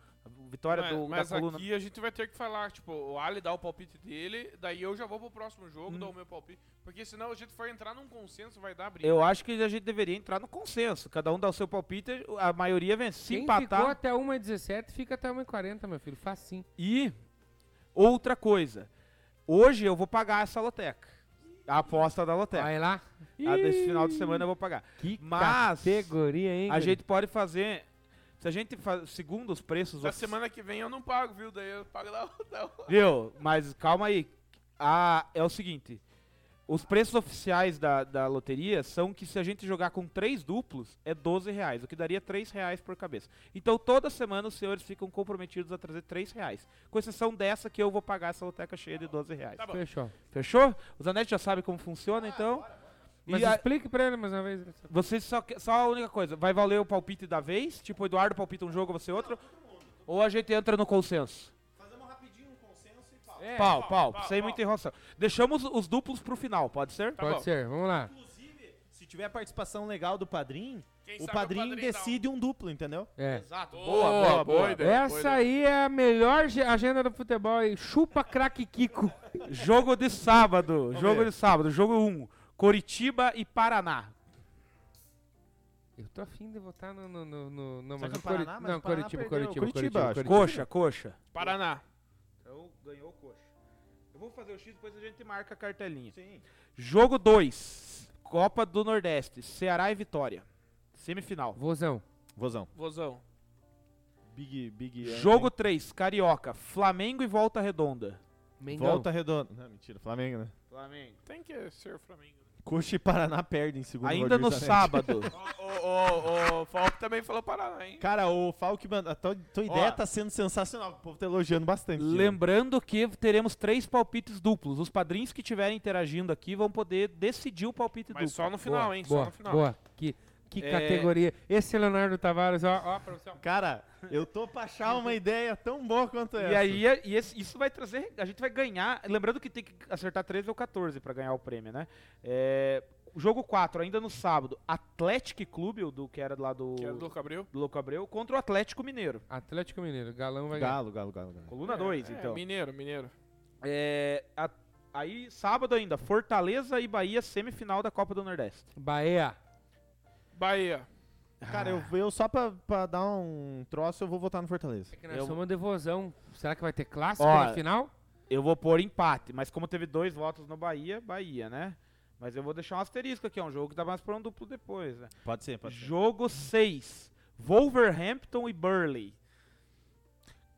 Speaker 1: Vitória
Speaker 4: mas
Speaker 1: do,
Speaker 4: mas
Speaker 1: da coluna.
Speaker 4: aqui a gente vai ter que falar, tipo, o Ali dá o palpite dele, daí eu já vou pro próximo
Speaker 1: Hum.
Speaker 4: jogo, dou o meu palpite. Porque senão a gente for entrar num consenso, vai dar briga.
Speaker 1: Eu acho que a gente deveria entrar no consenso. Cada um dá o seu palpite, a maioria vence. Se
Speaker 3: Quem
Speaker 1: empatar.
Speaker 3: ficou até 1h17 fica até 1h40, meu filho. Facinho.
Speaker 1: E outra coisa. Hoje eu vou pagar essa loteca. A aposta da loteca.
Speaker 3: Vai lá.
Speaker 1: A Tá. Ah, desse final de semana eu vou pagar.
Speaker 3: Que
Speaker 1: Mas
Speaker 3: categoria, hein?
Speaker 1: A
Speaker 3: guri?
Speaker 1: gente pode fazer. Se a gente fa- segundo os preços.
Speaker 4: Da
Speaker 1: ofici-
Speaker 4: semana que vem eu não pago, viu? Daí eu pago da outra.
Speaker 1: Viu? Mas calma aí. Ah, é o seguinte. Os preços oficiais da, da loteria são que se a gente jogar com três duplos, é 12 reais, o que daria 3 reais por cabeça. Então toda semana os senhores ficam comprometidos a trazer 3 reais. Com exceção dessa que eu vou pagar essa loteca cheia de 12 reais.
Speaker 4: Tá bom. Ah,
Speaker 3: Fechou.
Speaker 1: Fechou? O Zanetti já sabe como funciona, então.
Speaker 3: Mas
Speaker 1: E a-
Speaker 3: explique pra ele mais uma vez.
Speaker 4: Tá
Speaker 1: vocês só, que- só a única coisa, vai valer o palpite da vez? Tipo, o Eduardo palpita um jogo, você outro? Ou a gente entra no consenso?
Speaker 2: Fazemos rapidinho um consenso e pau.
Speaker 3: É,
Speaker 1: pau,
Speaker 4: pau,
Speaker 1: pau,
Speaker 4: pau,
Speaker 1: sem
Speaker 4: pau.
Speaker 1: muita enrolação. Deixamos os duplos pro final, pode ser?
Speaker 4: Tá
Speaker 3: Pode
Speaker 4: bom.
Speaker 3: ser, vamos lá.
Speaker 2: Inclusive, se tiver participação legal do padrinho,
Speaker 4: Quem
Speaker 2: o
Speaker 4: sabe
Speaker 2: padrinho,
Speaker 4: dá
Speaker 2: decide um duplo, entendeu?
Speaker 3: É.
Speaker 1: Exato,
Speaker 4: boa, boa ideia.
Speaker 3: Essa aí é a melhor ge- agenda do futebol aí. Chupa craque Kiko.
Speaker 1: Jogo de sábado, jogo
Speaker 2: ver.
Speaker 1: de sábado, jogo 1. Coritiba e Paraná.
Speaker 3: Eu tô afim de votar no. no, no, no, no
Speaker 2: Será
Speaker 3: mas
Speaker 2: que é
Speaker 3: o Cori-
Speaker 2: Paraná? Mas
Speaker 3: Não,
Speaker 2: o Paraná
Speaker 3: Curitiba,
Speaker 2: perdeu.
Speaker 3: Curitiba,
Speaker 2: Curitiba,
Speaker 3: Curitiba.
Speaker 2: acho.
Speaker 3: Curitiba.
Speaker 1: Coxa, coxa.
Speaker 4: um. Paraná.
Speaker 1: Então ganhou coxa. Eu vou fazer o X, depois a gente marca a cartelinha.
Speaker 2: Sim.
Speaker 1: Jogo 2. Copa do Nordeste. Ceará e Vitória. Semifinal.
Speaker 3: Vozão.
Speaker 2: Vozão.
Speaker 4: Vozão.
Speaker 2: Big, big.
Speaker 1: Jogo 3. Carioca. Flamengo e Volta Redonda.
Speaker 3: Mengão.
Speaker 2: Volta redonda. Não, mentira, Flamengo, né?
Speaker 1: Flamengo.
Speaker 4: Tem que ser o Flamengo.
Speaker 2: Coxa e Paraná perdem, segundo
Speaker 1: Ainda
Speaker 2: Valdir
Speaker 1: no
Speaker 2: Zanetti.
Speaker 1: sábado.
Speaker 4: o, o, o, o Falco também falou Paraná, hein?
Speaker 2: Cara, o Falk, mano, a tua, tua
Speaker 1: Ó.
Speaker 2: ideia tá sendo sensacional. O povo tá elogiando bastante.
Speaker 1: Lembrando que teremos três palpites duplos. Os padrinhos que estiverem interagindo aqui vão poder decidir o palpite
Speaker 4: Mas
Speaker 1: duplo.
Speaker 4: só no final, hein?
Speaker 3: Boa,
Speaker 4: só no final.
Speaker 3: boa. Que, que
Speaker 4: É.
Speaker 3: categoria. Esse Leonardo Tavares, ó, ó, pra você, ó.
Speaker 2: Cara, eu tô pra achar uma ideia tão boa quanto essa.
Speaker 1: E aí, é- e esse- isso vai trazer. A gente vai ganhar. Lembrando que tem que acertar 13 ou 14 para ganhar o prêmio, né? É, o jogo 4, ainda no sábado, Atlético Clube, o do que era lá do,
Speaker 4: Que é do Cabril.
Speaker 1: do Louco Abreu, contra o Atlético Mineiro.
Speaker 3: Atlético Mineiro, galão vai ganhar.
Speaker 2: Galo, galo, galo, galo.
Speaker 1: Coluna 2,
Speaker 4: É,
Speaker 1: então.
Speaker 4: Mineiro, Mineiro.
Speaker 1: É, a- aí, sábado ainda, Fortaleza e Bahia, semifinal da Copa do Nordeste.
Speaker 3: Bahia.
Speaker 4: Bahia.
Speaker 2: Cara, eu, eu só pra, pra dar um troço, eu vou votar no Fortaleza.
Speaker 3: É que nós somos de vozão. Será que vai ter clássico
Speaker 1: Ó,
Speaker 3: no final?
Speaker 1: Eu vou pôr empate, mas como teve dois votos no Bahia, Bahia, né? Mas eu vou deixar um asterisco aqui, é um jogo que dá mais pra um duplo depois, né?
Speaker 2: Pode ser,
Speaker 1: Jogo 6, Wolverhampton e Burley.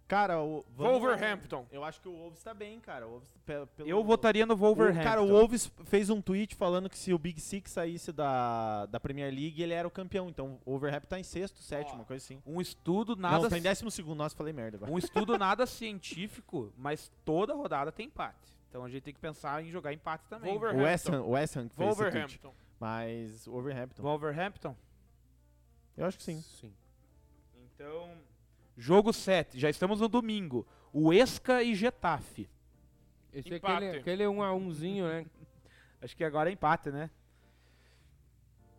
Speaker 2: Cara, o. vamos-
Speaker 4: Wolverhampton.
Speaker 2: Eu acho que o Wolves tá bem, cara. O Wolves, pe- pelo-
Speaker 1: Eu votaria no
Speaker 2: O-
Speaker 1: Wolverhampton.
Speaker 2: Cara, o Wolves fez um tweet falando que se o Big Six saísse da, da Premier League, ele era o campeão. Então o Overhampton tá em sexto, sétimo, uma coisa assim.
Speaker 1: Um estudo
Speaker 2: Não,
Speaker 1: nada
Speaker 2: tá em décimo segundo. Nossa, falei merda agora.
Speaker 1: um estudo nada científico, mas toda rodada tem empate. Então a gente tem que pensar em jogar empate também.
Speaker 4: Wolver-
Speaker 2: O West Ham, o West Ham que fez esse tweet.
Speaker 4: Wolverhampton.
Speaker 2: Mas o Overhampton.
Speaker 1: Wolverhampton.
Speaker 2: Eu acho que sim.
Speaker 1: Então, jogo 7, já estamos no domingo. Huesca e Getafe.
Speaker 3: Esse é
Speaker 4: Empate.
Speaker 3: aquele, aquele um a umzinho, né?
Speaker 1: Acho que agora é empate, né?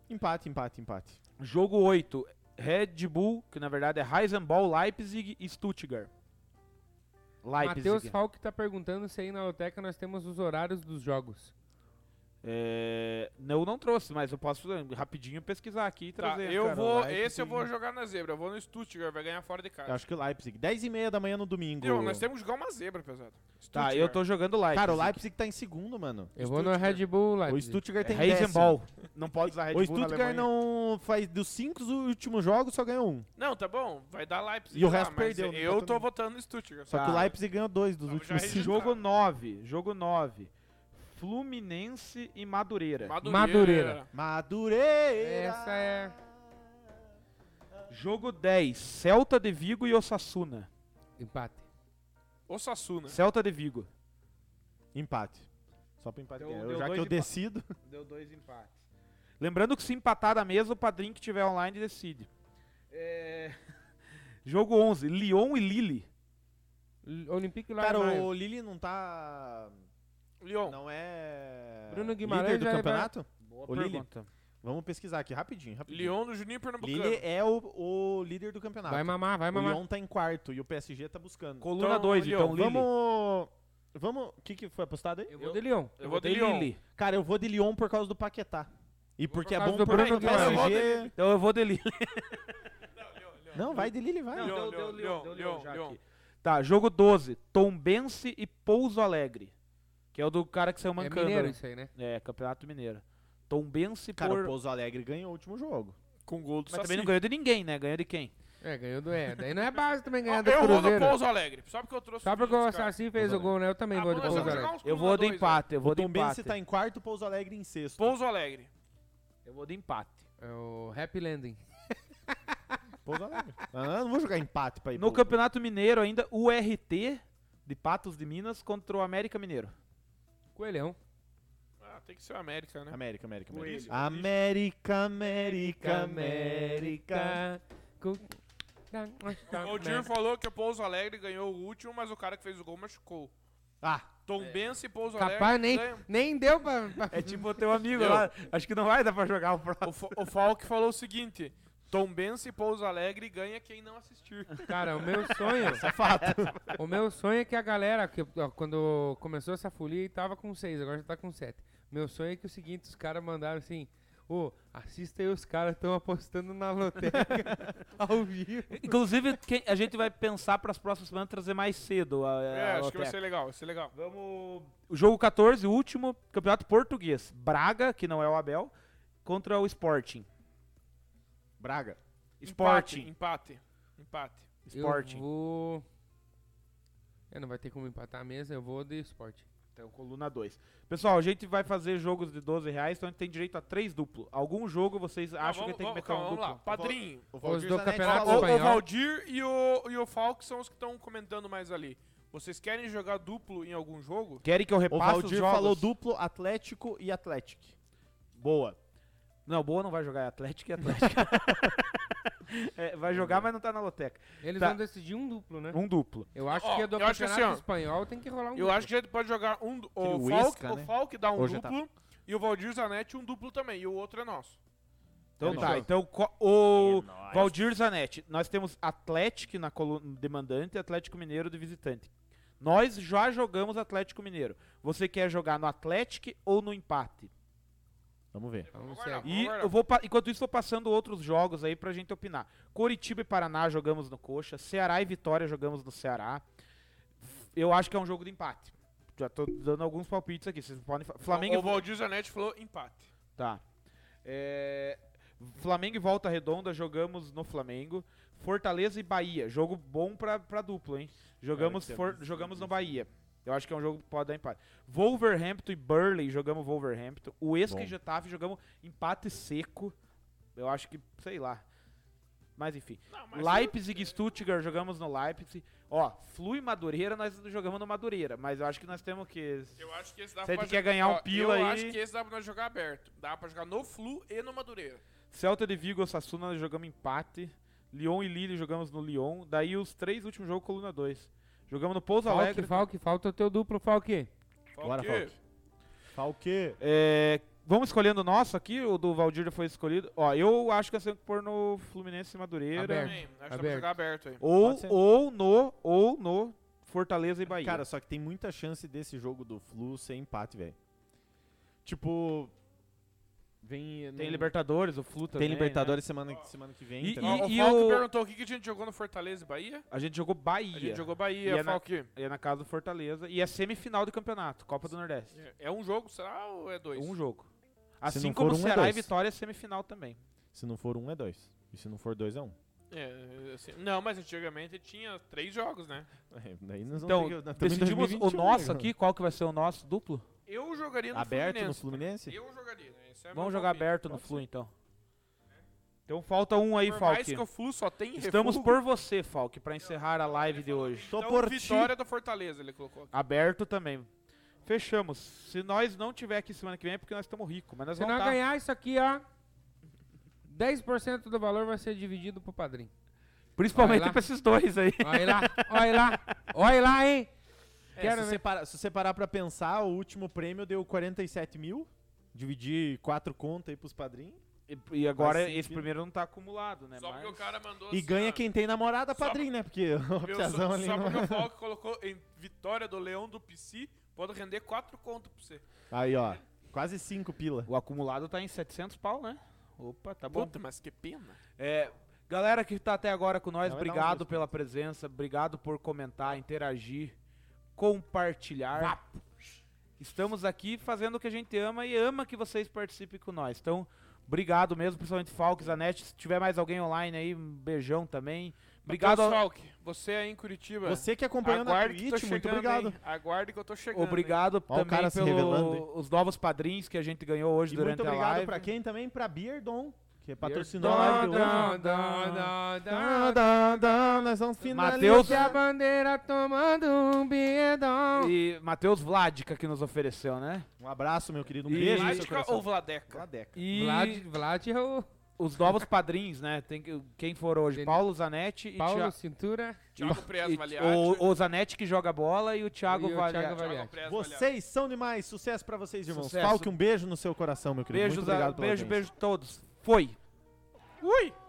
Speaker 2: Empate, empate, empate.
Speaker 1: Jogo 8, Red Bull, que na verdade é Heisenball, Leipzig e Stuttgart. Leipzig.
Speaker 3: Matheus Falck tá perguntando se aí na loteca nós temos os horários dos jogos.
Speaker 1: É, não, não trouxe, mas eu posso eh, rapidinho pesquisar aqui e
Speaker 4: Tá,
Speaker 1: trazer.
Speaker 4: eu
Speaker 1: cara.
Speaker 4: vou.
Speaker 1: Leipzig.
Speaker 4: Esse eu vou jogar na zebra. Eu vou no Stuttgart, vai ganhar fora de
Speaker 2: Eu
Speaker 4: casa.
Speaker 2: acho que o Leipzig. 10 e meia da manhã no domingo.
Speaker 4: Não, nós temos que jogar uma zebra, pesado.
Speaker 1: Tá, eu tô jogando Leipzig.
Speaker 2: Cara, o Leipzig tá em segundo, mano.
Speaker 3: Eu vou no Red Bull lá.
Speaker 2: O Stuttgart
Speaker 1: É
Speaker 2: tem
Speaker 1: Heisenball. Não pode usar Red
Speaker 2: décimo. O
Speaker 1: Bull na
Speaker 2: Stuttgart
Speaker 1: Alemanha.
Speaker 2: não faz dos cinco últimos jogos, só ganhou um.
Speaker 4: Não, tá bom. Vai dar Leipzig.
Speaker 2: E o
Speaker 4: lá,
Speaker 2: resto
Speaker 4: mas
Speaker 2: perdeu, né? não
Speaker 4: Eu
Speaker 2: botou
Speaker 4: tô
Speaker 2: ninguém.
Speaker 4: votando no Stuttgart.
Speaker 2: Só
Speaker 1: Tá.
Speaker 2: que o Leipzig ganhou dois dos
Speaker 4: Vamos já
Speaker 2: últimos
Speaker 4: registrar.
Speaker 2: cinco.
Speaker 1: Jogo 9, jogo 9. Fluminense e Madureira.
Speaker 3: Madureira.
Speaker 2: Madureira!
Speaker 3: Essa é.
Speaker 1: Jogo 10, Celta de Vigo e Osasuna.
Speaker 3: Empate.
Speaker 4: O Sassuna.
Speaker 1: Celta de Vigo.
Speaker 2: Empate. Só pra empate
Speaker 1: Deu-
Speaker 2: ganhar. Eu-
Speaker 1: deu
Speaker 2: já que
Speaker 1: dois
Speaker 2: eu
Speaker 1: empa-
Speaker 2: decido.
Speaker 1: Deu dois empates. Lembrando que se empatar da mesa, o padrinho que tiver online decide. É, Jogo 11, Lyon e Lille.
Speaker 3: L- Olympique lá
Speaker 2: Cara,
Speaker 3: em maio.
Speaker 2: o Lili não tá.
Speaker 4: Lyon.
Speaker 2: Não é.
Speaker 3: Bruno Guimarães
Speaker 2: líder do
Speaker 3: já vai-
Speaker 2: campeonato?
Speaker 1: Boa
Speaker 2: O Lille?
Speaker 1: pergunta.
Speaker 2: Vamos pesquisar aqui rapidinho, rapidinho.
Speaker 4: Lyon do Juninho Pernambucano.
Speaker 2: Lille é o, o líder do campeonato.
Speaker 3: Vai mamar, vai
Speaker 2: o
Speaker 3: mamar.
Speaker 2: Lyon tá em quarto e o PSG tá buscando.
Speaker 1: Coluna
Speaker 4: Então,
Speaker 1: 2, então,
Speaker 4: Lyon,
Speaker 1: Lille.
Speaker 2: Vamos. Vamos. O que, que foi apostado aí?
Speaker 3: Eu vou de Lyon. É
Speaker 4: Eu vou de Lyon.
Speaker 2: Cara, eu vou de Lyon por causa do Paquetá. E porque é
Speaker 3: causa
Speaker 2: bom
Speaker 3: do
Speaker 2: pro
Speaker 3: Bruno Guimarães.
Speaker 4: Eu vou de
Speaker 2: PSG.
Speaker 1: Então eu vou de Lille.
Speaker 2: Não, vai de Lille, vai.
Speaker 4: Não, Lyon,
Speaker 1: deu- deu
Speaker 4: Lyon,
Speaker 1: Lyon, deu
Speaker 4: Lyon,
Speaker 1: Lyon já
Speaker 4: Lyon.
Speaker 1: aqui. Tá, jogo 12, Tombense e Pouso Alegre. Que é o do cara que saiu
Speaker 3: É
Speaker 1: mancando.
Speaker 3: mineiro
Speaker 1: né?
Speaker 3: isso aí, né?
Speaker 1: É, Campeonato Mineiro. Tombense
Speaker 2: Cara, o
Speaker 1: por...
Speaker 2: Pouso Alegre ganhou o último jogo.
Speaker 4: Com gol do
Speaker 1: Mas também
Speaker 4: Saci.
Speaker 1: não ganhou de ninguém, né? Ganhou de quem?
Speaker 3: É, ganhou do... É, daí não é base também ganhar do
Speaker 4: Eu vou no
Speaker 3: Cruzeiro.
Speaker 4: Pouso Alegre. Só porque eu trouxe
Speaker 3: Só porque o
Speaker 4: vídeos, cara.
Speaker 3: Saci fez o gol, né? Eu também
Speaker 4: Ah,
Speaker 3: vou de
Speaker 4: mas
Speaker 3: Pouso
Speaker 4: eu vou
Speaker 3: Alegre.
Speaker 4: jogar uns
Speaker 1: Eu vou de
Speaker 4: coluna dois, né?
Speaker 1: empate, eu vou de
Speaker 2: Tombense
Speaker 1: empate.
Speaker 2: tá em quarto, o Pouso Alegre em sexto.
Speaker 4: Pouso Alegre.
Speaker 1: Eu vou de empate.
Speaker 3: É o Happy Landing.
Speaker 2: Pouso Alegre. Ah, não vou jogar empate pra ir
Speaker 1: No
Speaker 2: pro-
Speaker 1: Campeonato Mineiro ainda, o RT de Patos de Minas contra o América Mineiro.
Speaker 3: Coelhão.
Speaker 4: Ah, tem que ser o América, né?
Speaker 2: América, América,
Speaker 4: Coelho.
Speaker 2: América. América, América, América.
Speaker 3: Com...
Speaker 1: Tá
Speaker 4: O Dir falou que o Pouso Alegre ganhou o último, mas o cara que fez o gol machucou.
Speaker 2: Ah,
Speaker 4: Tombense e Pouso Alegre.
Speaker 3: Capaz, nem,
Speaker 4: ganham.
Speaker 3: nem deu pra... pra-
Speaker 1: É tipo o teu amigo
Speaker 4: Eu.
Speaker 1: lá. Acho que não vai dar pra jogar o próximo.
Speaker 4: O, Fa- o Falk falou o seguinte: Tombense e Pouso Alegre ganha quem não assistir.
Speaker 3: Cara, o meu sonho...
Speaker 2: fato.
Speaker 3: O meu sonho é que a galera, que, ó, quando começou essa folia, e tava com seis, agora já tá com sete. Meu sonho é que o seguinte, os caras mandaram assim, ô, assista aí os caras estão apostando na loteca ao vivo.
Speaker 1: Inclusive, quem- a gente vai pensar pras próximas semanas trazer mais cedo. A, a
Speaker 4: É, acho que
Speaker 1: loteca.
Speaker 4: vai ser legal, vai ser legal.
Speaker 1: Vamos. O jogo 14, o último, Campeonato Português. Braga, que não é o Abel, contra o Sporting.
Speaker 2: Braga.
Speaker 1: Sporting.
Speaker 4: Empate. Empate. empate.
Speaker 1: Sporting.
Speaker 3: Eu vou... É, não vai ter como empatar a mesa, eu vou de esporte.
Speaker 1: Então, coluna 2. Pessoal, a gente vai fazer jogos de 12 reais, então a gente tem direito a três duplo. Algum jogo vocês acham
Speaker 4: Não,
Speaker 1: que tem que meter
Speaker 4: calma,
Speaker 1: um
Speaker 4: vamos lá.
Speaker 1: duplo?
Speaker 4: Padrinho.
Speaker 2: O
Speaker 3: do
Speaker 2: Zanetti
Speaker 4: Ah,
Speaker 3: campeonato
Speaker 2: falou-
Speaker 4: o, o
Speaker 3: espanhol.
Speaker 4: Valdir e o, e o Falk são os que estão comentando mais ali. Vocês querem jogar duplo em algum jogo?
Speaker 1: Querem que eu
Speaker 2: O
Speaker 1: repasse os
Speaker 2: Valdir
Speaker 1: jogos?
Speaker 2: falou duplo Atlético e Atlético. Boa.
Speaker 1: Não, boa não vai jogar, é Atlético e Atlético. É, vai jogar, mas não tá na loteca.
Speaker 3: Eles
Speaker 1: Tá.
Speaker 3: vão decidir um duplo, né?
Speaker 1: Um duplo.
Speaker 3: Eu acho
Speaker 4: Ó,
Speaker 3: que a do
Speaker 4: eu acho que
Speaker 3: campeonato
Speaker 4: assim, ó,
Speaker 3: espanhol tem que rolar um
Speaker 4: Eu
Speaker 3: duplo.
Speaker 4: acho que a gente pode jogar um. du- O
Speaker 2: Aquele
Speaker 4: Falk,
Speaker 2: Whisca,
Speaker 4: o
Speaker 2: né?
Speaker 4: Falk dá um
Speaker 2: Hoje já tá.
Speaker 4: duplo e o Valdir Zanetti um duplo também. E o outro é nosso.
Speaker 1: Então
Speaker 2: Quero
Speaker 1: tá,
Speaker 2: jogo.
Speaker 1: então co- o
Speaker 2: É nóis.
Speaker 1: Valdir Zanetti. Nós temos Atlético na coluna demandante e Atlético Mineiro de visitante. Nós já jogamos Atlético Mineiro. Você quer jogar no Atlético ou no empate?
Speaker 2: Vamos ver.
Speaker 3: Vamos
Speaker 4: Agora,
Speaker 3: seguir.
Speaker 1: E
Speaker 4: Vamos
Speaker 1: eu vou, pa- enquanto isso, vou passando outros jogos aí pra gente opinar. Coritiba e Paraná jogamos no Coxa. Ceará e Vitória jogamos no Ceará. F- Eu acho que é um jogo de empate. Já tô dando alguns palpites aqui. Vocês podem. fa- Flamengo.
Speaker 4: O Valdir Zanetti falou empate.
Speaker 1: Tá. É, Flamengo e Volta Redonda jogamos no Flamengo. Fortaleza e Bahia. Jogo bom pra, pra duplo, hein? Jogamos,
Speaker 2: Cara, que
Speaker 1: for-
Speaker 2: absurdo
Speaker 1: jogamos no
Speaker 2: isso. é
Speaker 1: Bahia. Eu acho que é um jogo que pode dar empate. Wolverhampton e Burley jogamos Wolverhampton. O Esca e
Speaker 2: Bom.
Speaker 1: Getafe jogamos empate seco. Eu acho que, sei lá. Mas enfim.
Speaker 4: Não, mas
Speaker 1: Leipzig e Stuttgart jogamos no Leipzig. Ó, Flu e Madureira nós jogamos no Madureira. Mas eu acho que nós temos que.
Speaker 4: Eu acho que esse dá
Speaker 1: Se ele
Speaker 4: pra
Speaker 1: quer
Speaker 4: jo-
Speaker 1: ganhar um
Speaker 4: Ó,
Speaker 1: pila
Speaker 4: Eu
Speaker 1: aí-
Speaker 4: acho que esse dá pra nós jogar aberto. Dá pra jogar no Flu e no Madureira.
Speaker 1: Celta de Vigo, Osasuna, nós jogamos empate. Lyon e Lille jogamos no Lyon. Daí os três últimos jogos, coluna 2. Jogamos no Pouso
Speaker 3: Falque,
Speaker 1: Alegre.
Speaker 3: Falque, falta o teu duplo, Falque.
Speaker 2: Bora,
Speaker 4: Falque.
Speaker 2: Falk. Falque.
Speaker 1: É, vamos escolhendo o nosso aqui, o do Valdir já foi escolhido. Ó, eu acho que eu tenho que pôr no Fluminense e Madureira.
Speaker 3: Aberto.
Speaker 4: Também, Acho que dá pra
Speaker 3: Aberto.
Speaker 4: jogar aberto aí.
Speaker 1: Ou,
Speaker 2: Pode ser.
Speaker 1: ou no, ou no Fortaleza e Bahia.
Speaker 2: Cara, só que tem muita chance desse jogo do Flu ser empate, velho. Tipo. Vem.
Speaker 1: tem
Speaker 2: não-
Speaker 1: Libertadores, o Flu também. né?
Speaker 2: Tem Libertadores semana,
Speaker 4: Ó.
Speaker 2: semana que vem.
Speaker 1: E-
Speaker 2: então.
Speaker 4: Ó, o
Speaker 1: e
Speaker 4: Falk
Speaker 1: o-
Speaker 4: perguntou o que que a gente jogou no Fortaleza e Bahia.
Speaker 1: Né? A gente jogou Bahia.
Speaker 4: A gente
Speaker 1: E
Speaker 4: jogou
Speaker 1: é
Speaker 4: Bahia,
Speaker 1: na-
Speaker 4: Falk.
Speaker 1: E é na casa do Fortaleza. E é semifinal do campeonato, Copa do Nordeste.
Speaker 4: É um jogo, será? Ou é dois?
Speaker 1: Um jogo.
Speaker 2: Se
Speaker 1: Assim
Speaker 2: não
Speaker 1: como
Speaker 2: for um, é
Speaker 1: Ceará e
Speaker 2: dois.
Speaker 1: Vitória é semifinal também.
Speaker 2: Se não for um, é dois. E se não for dois, é um.
Speaker 4: É, assim, não, mas antigamente tinha três jogos, né?
Speaker 2: É, daí nós vamos
Speaker 1: Então,
Speaker 2: ter que- nós estamos em
Speaker 1: decidimos o
Speaker 2: 2021,
Speaker 1: nosso
Speaker 2: né,
Speaker 1: aqui, qual que vai ser o nosso duplo?
Speaker 4: Eu jogaria no
Speaker 2: Aberto no
Speaker 4: Fluminense.
Speaker 2: Fluminense?
Speaker 4: Eu jogaria, né? Esse é meu
Speaker 1: Vamos jogar
Speaker 4: palpite.
Speaker 1: aberto no então.
Speaker 2: Pode
Speaker 1: Flu,
Speaker 2: ser.
Speaker 1: então. Então falta um aí,
Speaker 4: Por mais
Speaker 1: Falk.
Speaker 4: que o Flu só tem
Speaker 1: Estamos
Speaker 4: refúgio,
Speaker 1: por você, Falk, pra encerrar a live de hoje.
Speaker 2: Tô
Speaker 4: então,
Speaker 2: por ti.
Speaker 4: vitória da Fortaleza, ele colocou aqui.
Speaker 1: Aberto também. Fechamos. Se nós não tiver aqui semana que vem é porque nós estamos ricos, mas nós
Speaker 3: Se
Speaker 1: vamos
Speaker 3: não
Speaker 1: tá-
Speaker 3: ganhar isso aqui, ó, 10% do valor vai ser dividido pro padrinho. Olha
Speaker 1: Principalmente
Speaker 3: lá.
Speaker 1: pra esses dois aí.
Speaker 3: Olha lá, olha lá, olha lá, hein?
Speaker 2: É,
Speaker 3: Quero
Speaker 1: né?
Speaker 2: se,
Speaker 3: ver.
Speaker 2: você parar, se você parar pra pensar, o último prêmio deu 47 mil. Dividir quatro contas aí pros padrinhos.
Speaker 1: E, e agora
Speaker 2: Faz
Speaker 1: esse
Speaker 2: sentido.
Speaker 1: primeiro não tá acumulado, né?
Speaker 4: Só porque o
Speaker 1: Mas...
Speaker 4: cara mandou
Speaker 2: é E
Speaker 4: assim,
Speaker 2: ganha
Speaker 4: ó,
Speaker 2: quem tem namorada
Speaker 4: Só-
Speaker 2: padrinho, né? Porque o
Speaker 4: meu,
Speaker 2: Piazão
Speaker 4: só,
Speaker 2: ali
Speaker 4: só
Speaker 2: não... é.
Speaker 4: porque o Falk colocou em vitória do Leão do PC, pode render 4 conto pra você.
Speaker 2: Aí, ó. Quase cinco pila.
Speaker 1: O acumulado tá em 700 pau, né? Opa, tá bom.
Speaker 4: Puta, mas que pena.
Speaker 1: É, galera que tá até agora com nós,
Speaker 2: Não, vai dar um
Speaker 1: obrigado
Speaker 2: desconto.
Speaker 1: pela presença, obrigado por comentar, interagir, compartilhar. Estamos aqui fazendo o que a gente ama e ama que vocês participem com nós. Então, obrigado mesmo, principalmente Falk, Zanetti. Se tiver mais alguém online aí, um beijão também. Obrigado,
Speaker 4: Matheus
Speaker 1: ao-
Speaker 4: Falk, você aí em Curitiba.
Speaker 2: Você que acompanhou na
Speaker 4: que tô
Speaker 2: Twitch, muito
Speaker 4: chegando,
Speaker 2: obrigado.
Speaker 4: hein? Aguarde que eu tô chegando.
Speaker 1: obrigado
Speaker 2: Ó o
Speaker 1: também
Speaker 2: cara se revelando, hein?
Speaker 1: pelos novos padrinhos que a gente ganhou hoje
Speaker 2: E
Speaker 1: durante
Speaker 2: muito
Speaker 1: a
Speaker 2: obrigado
Speaker 1: live.
Speaker 2: pra quem também? Pra Beardon, que patrocinou a live de hoje.
Speaker 3: Dão, dão, dão,
Speaker 2: Dã,
Speaker 3: dão, dão.
Speaker 2: dã, dã, nós vamos finalizar.
Speaker 1: Mateus-
Speaker 3: E a bandeira tomando um biedão.
Speaker 1: E Matheus Vladica que nos ofereceu, né?
Speaker 2: Um abraço, meu querido. Um
Speaker 1: E-
Speaker 2: beijo no seu
Speaker 4: Vladica
Speaker 2: coração.
Speaker 4: ou Vladeca?
Speaker 2: Vladeca.
Speaker 1: E
Speaker 3: Vlad, Vlad é o
Speaker 1: os novos padrinhos, né? Tem que- quem for hoje,
Speaker 3: Tem-
Speaker 1: Paulo Zanetti e
Speaker 3: Paulo
Speaker 1: Thia-
Speaker 3: Cintura
Speaker 4: Thiago Prez
Speaker 1: e-
Speaker 4: Valiati.
Speaker 1: o, o Zanetti que joga bola e o Thiago
Speaker 3: E o Thiago
Speaker 1: Valiati.
Speaker 3: Valiati.
Speaker 4: Thiago Prez Valiati.
Speaker 2: Vocês são demais. Sucesso pra vocês, irmãos.
Speaker 1: Sucesso.
Speaker 2: Falque um beijo no seu coração, meu querido.
Speaker 1: Beijo,
Speaker 2: muito
Speaker 1: Za-
Speaker 2: obrigado pela
Speaker 1: beijo,
Speaker 2: audiência.
Speaker 1: beijo a todos. Foi.
Speaker 4: Ui!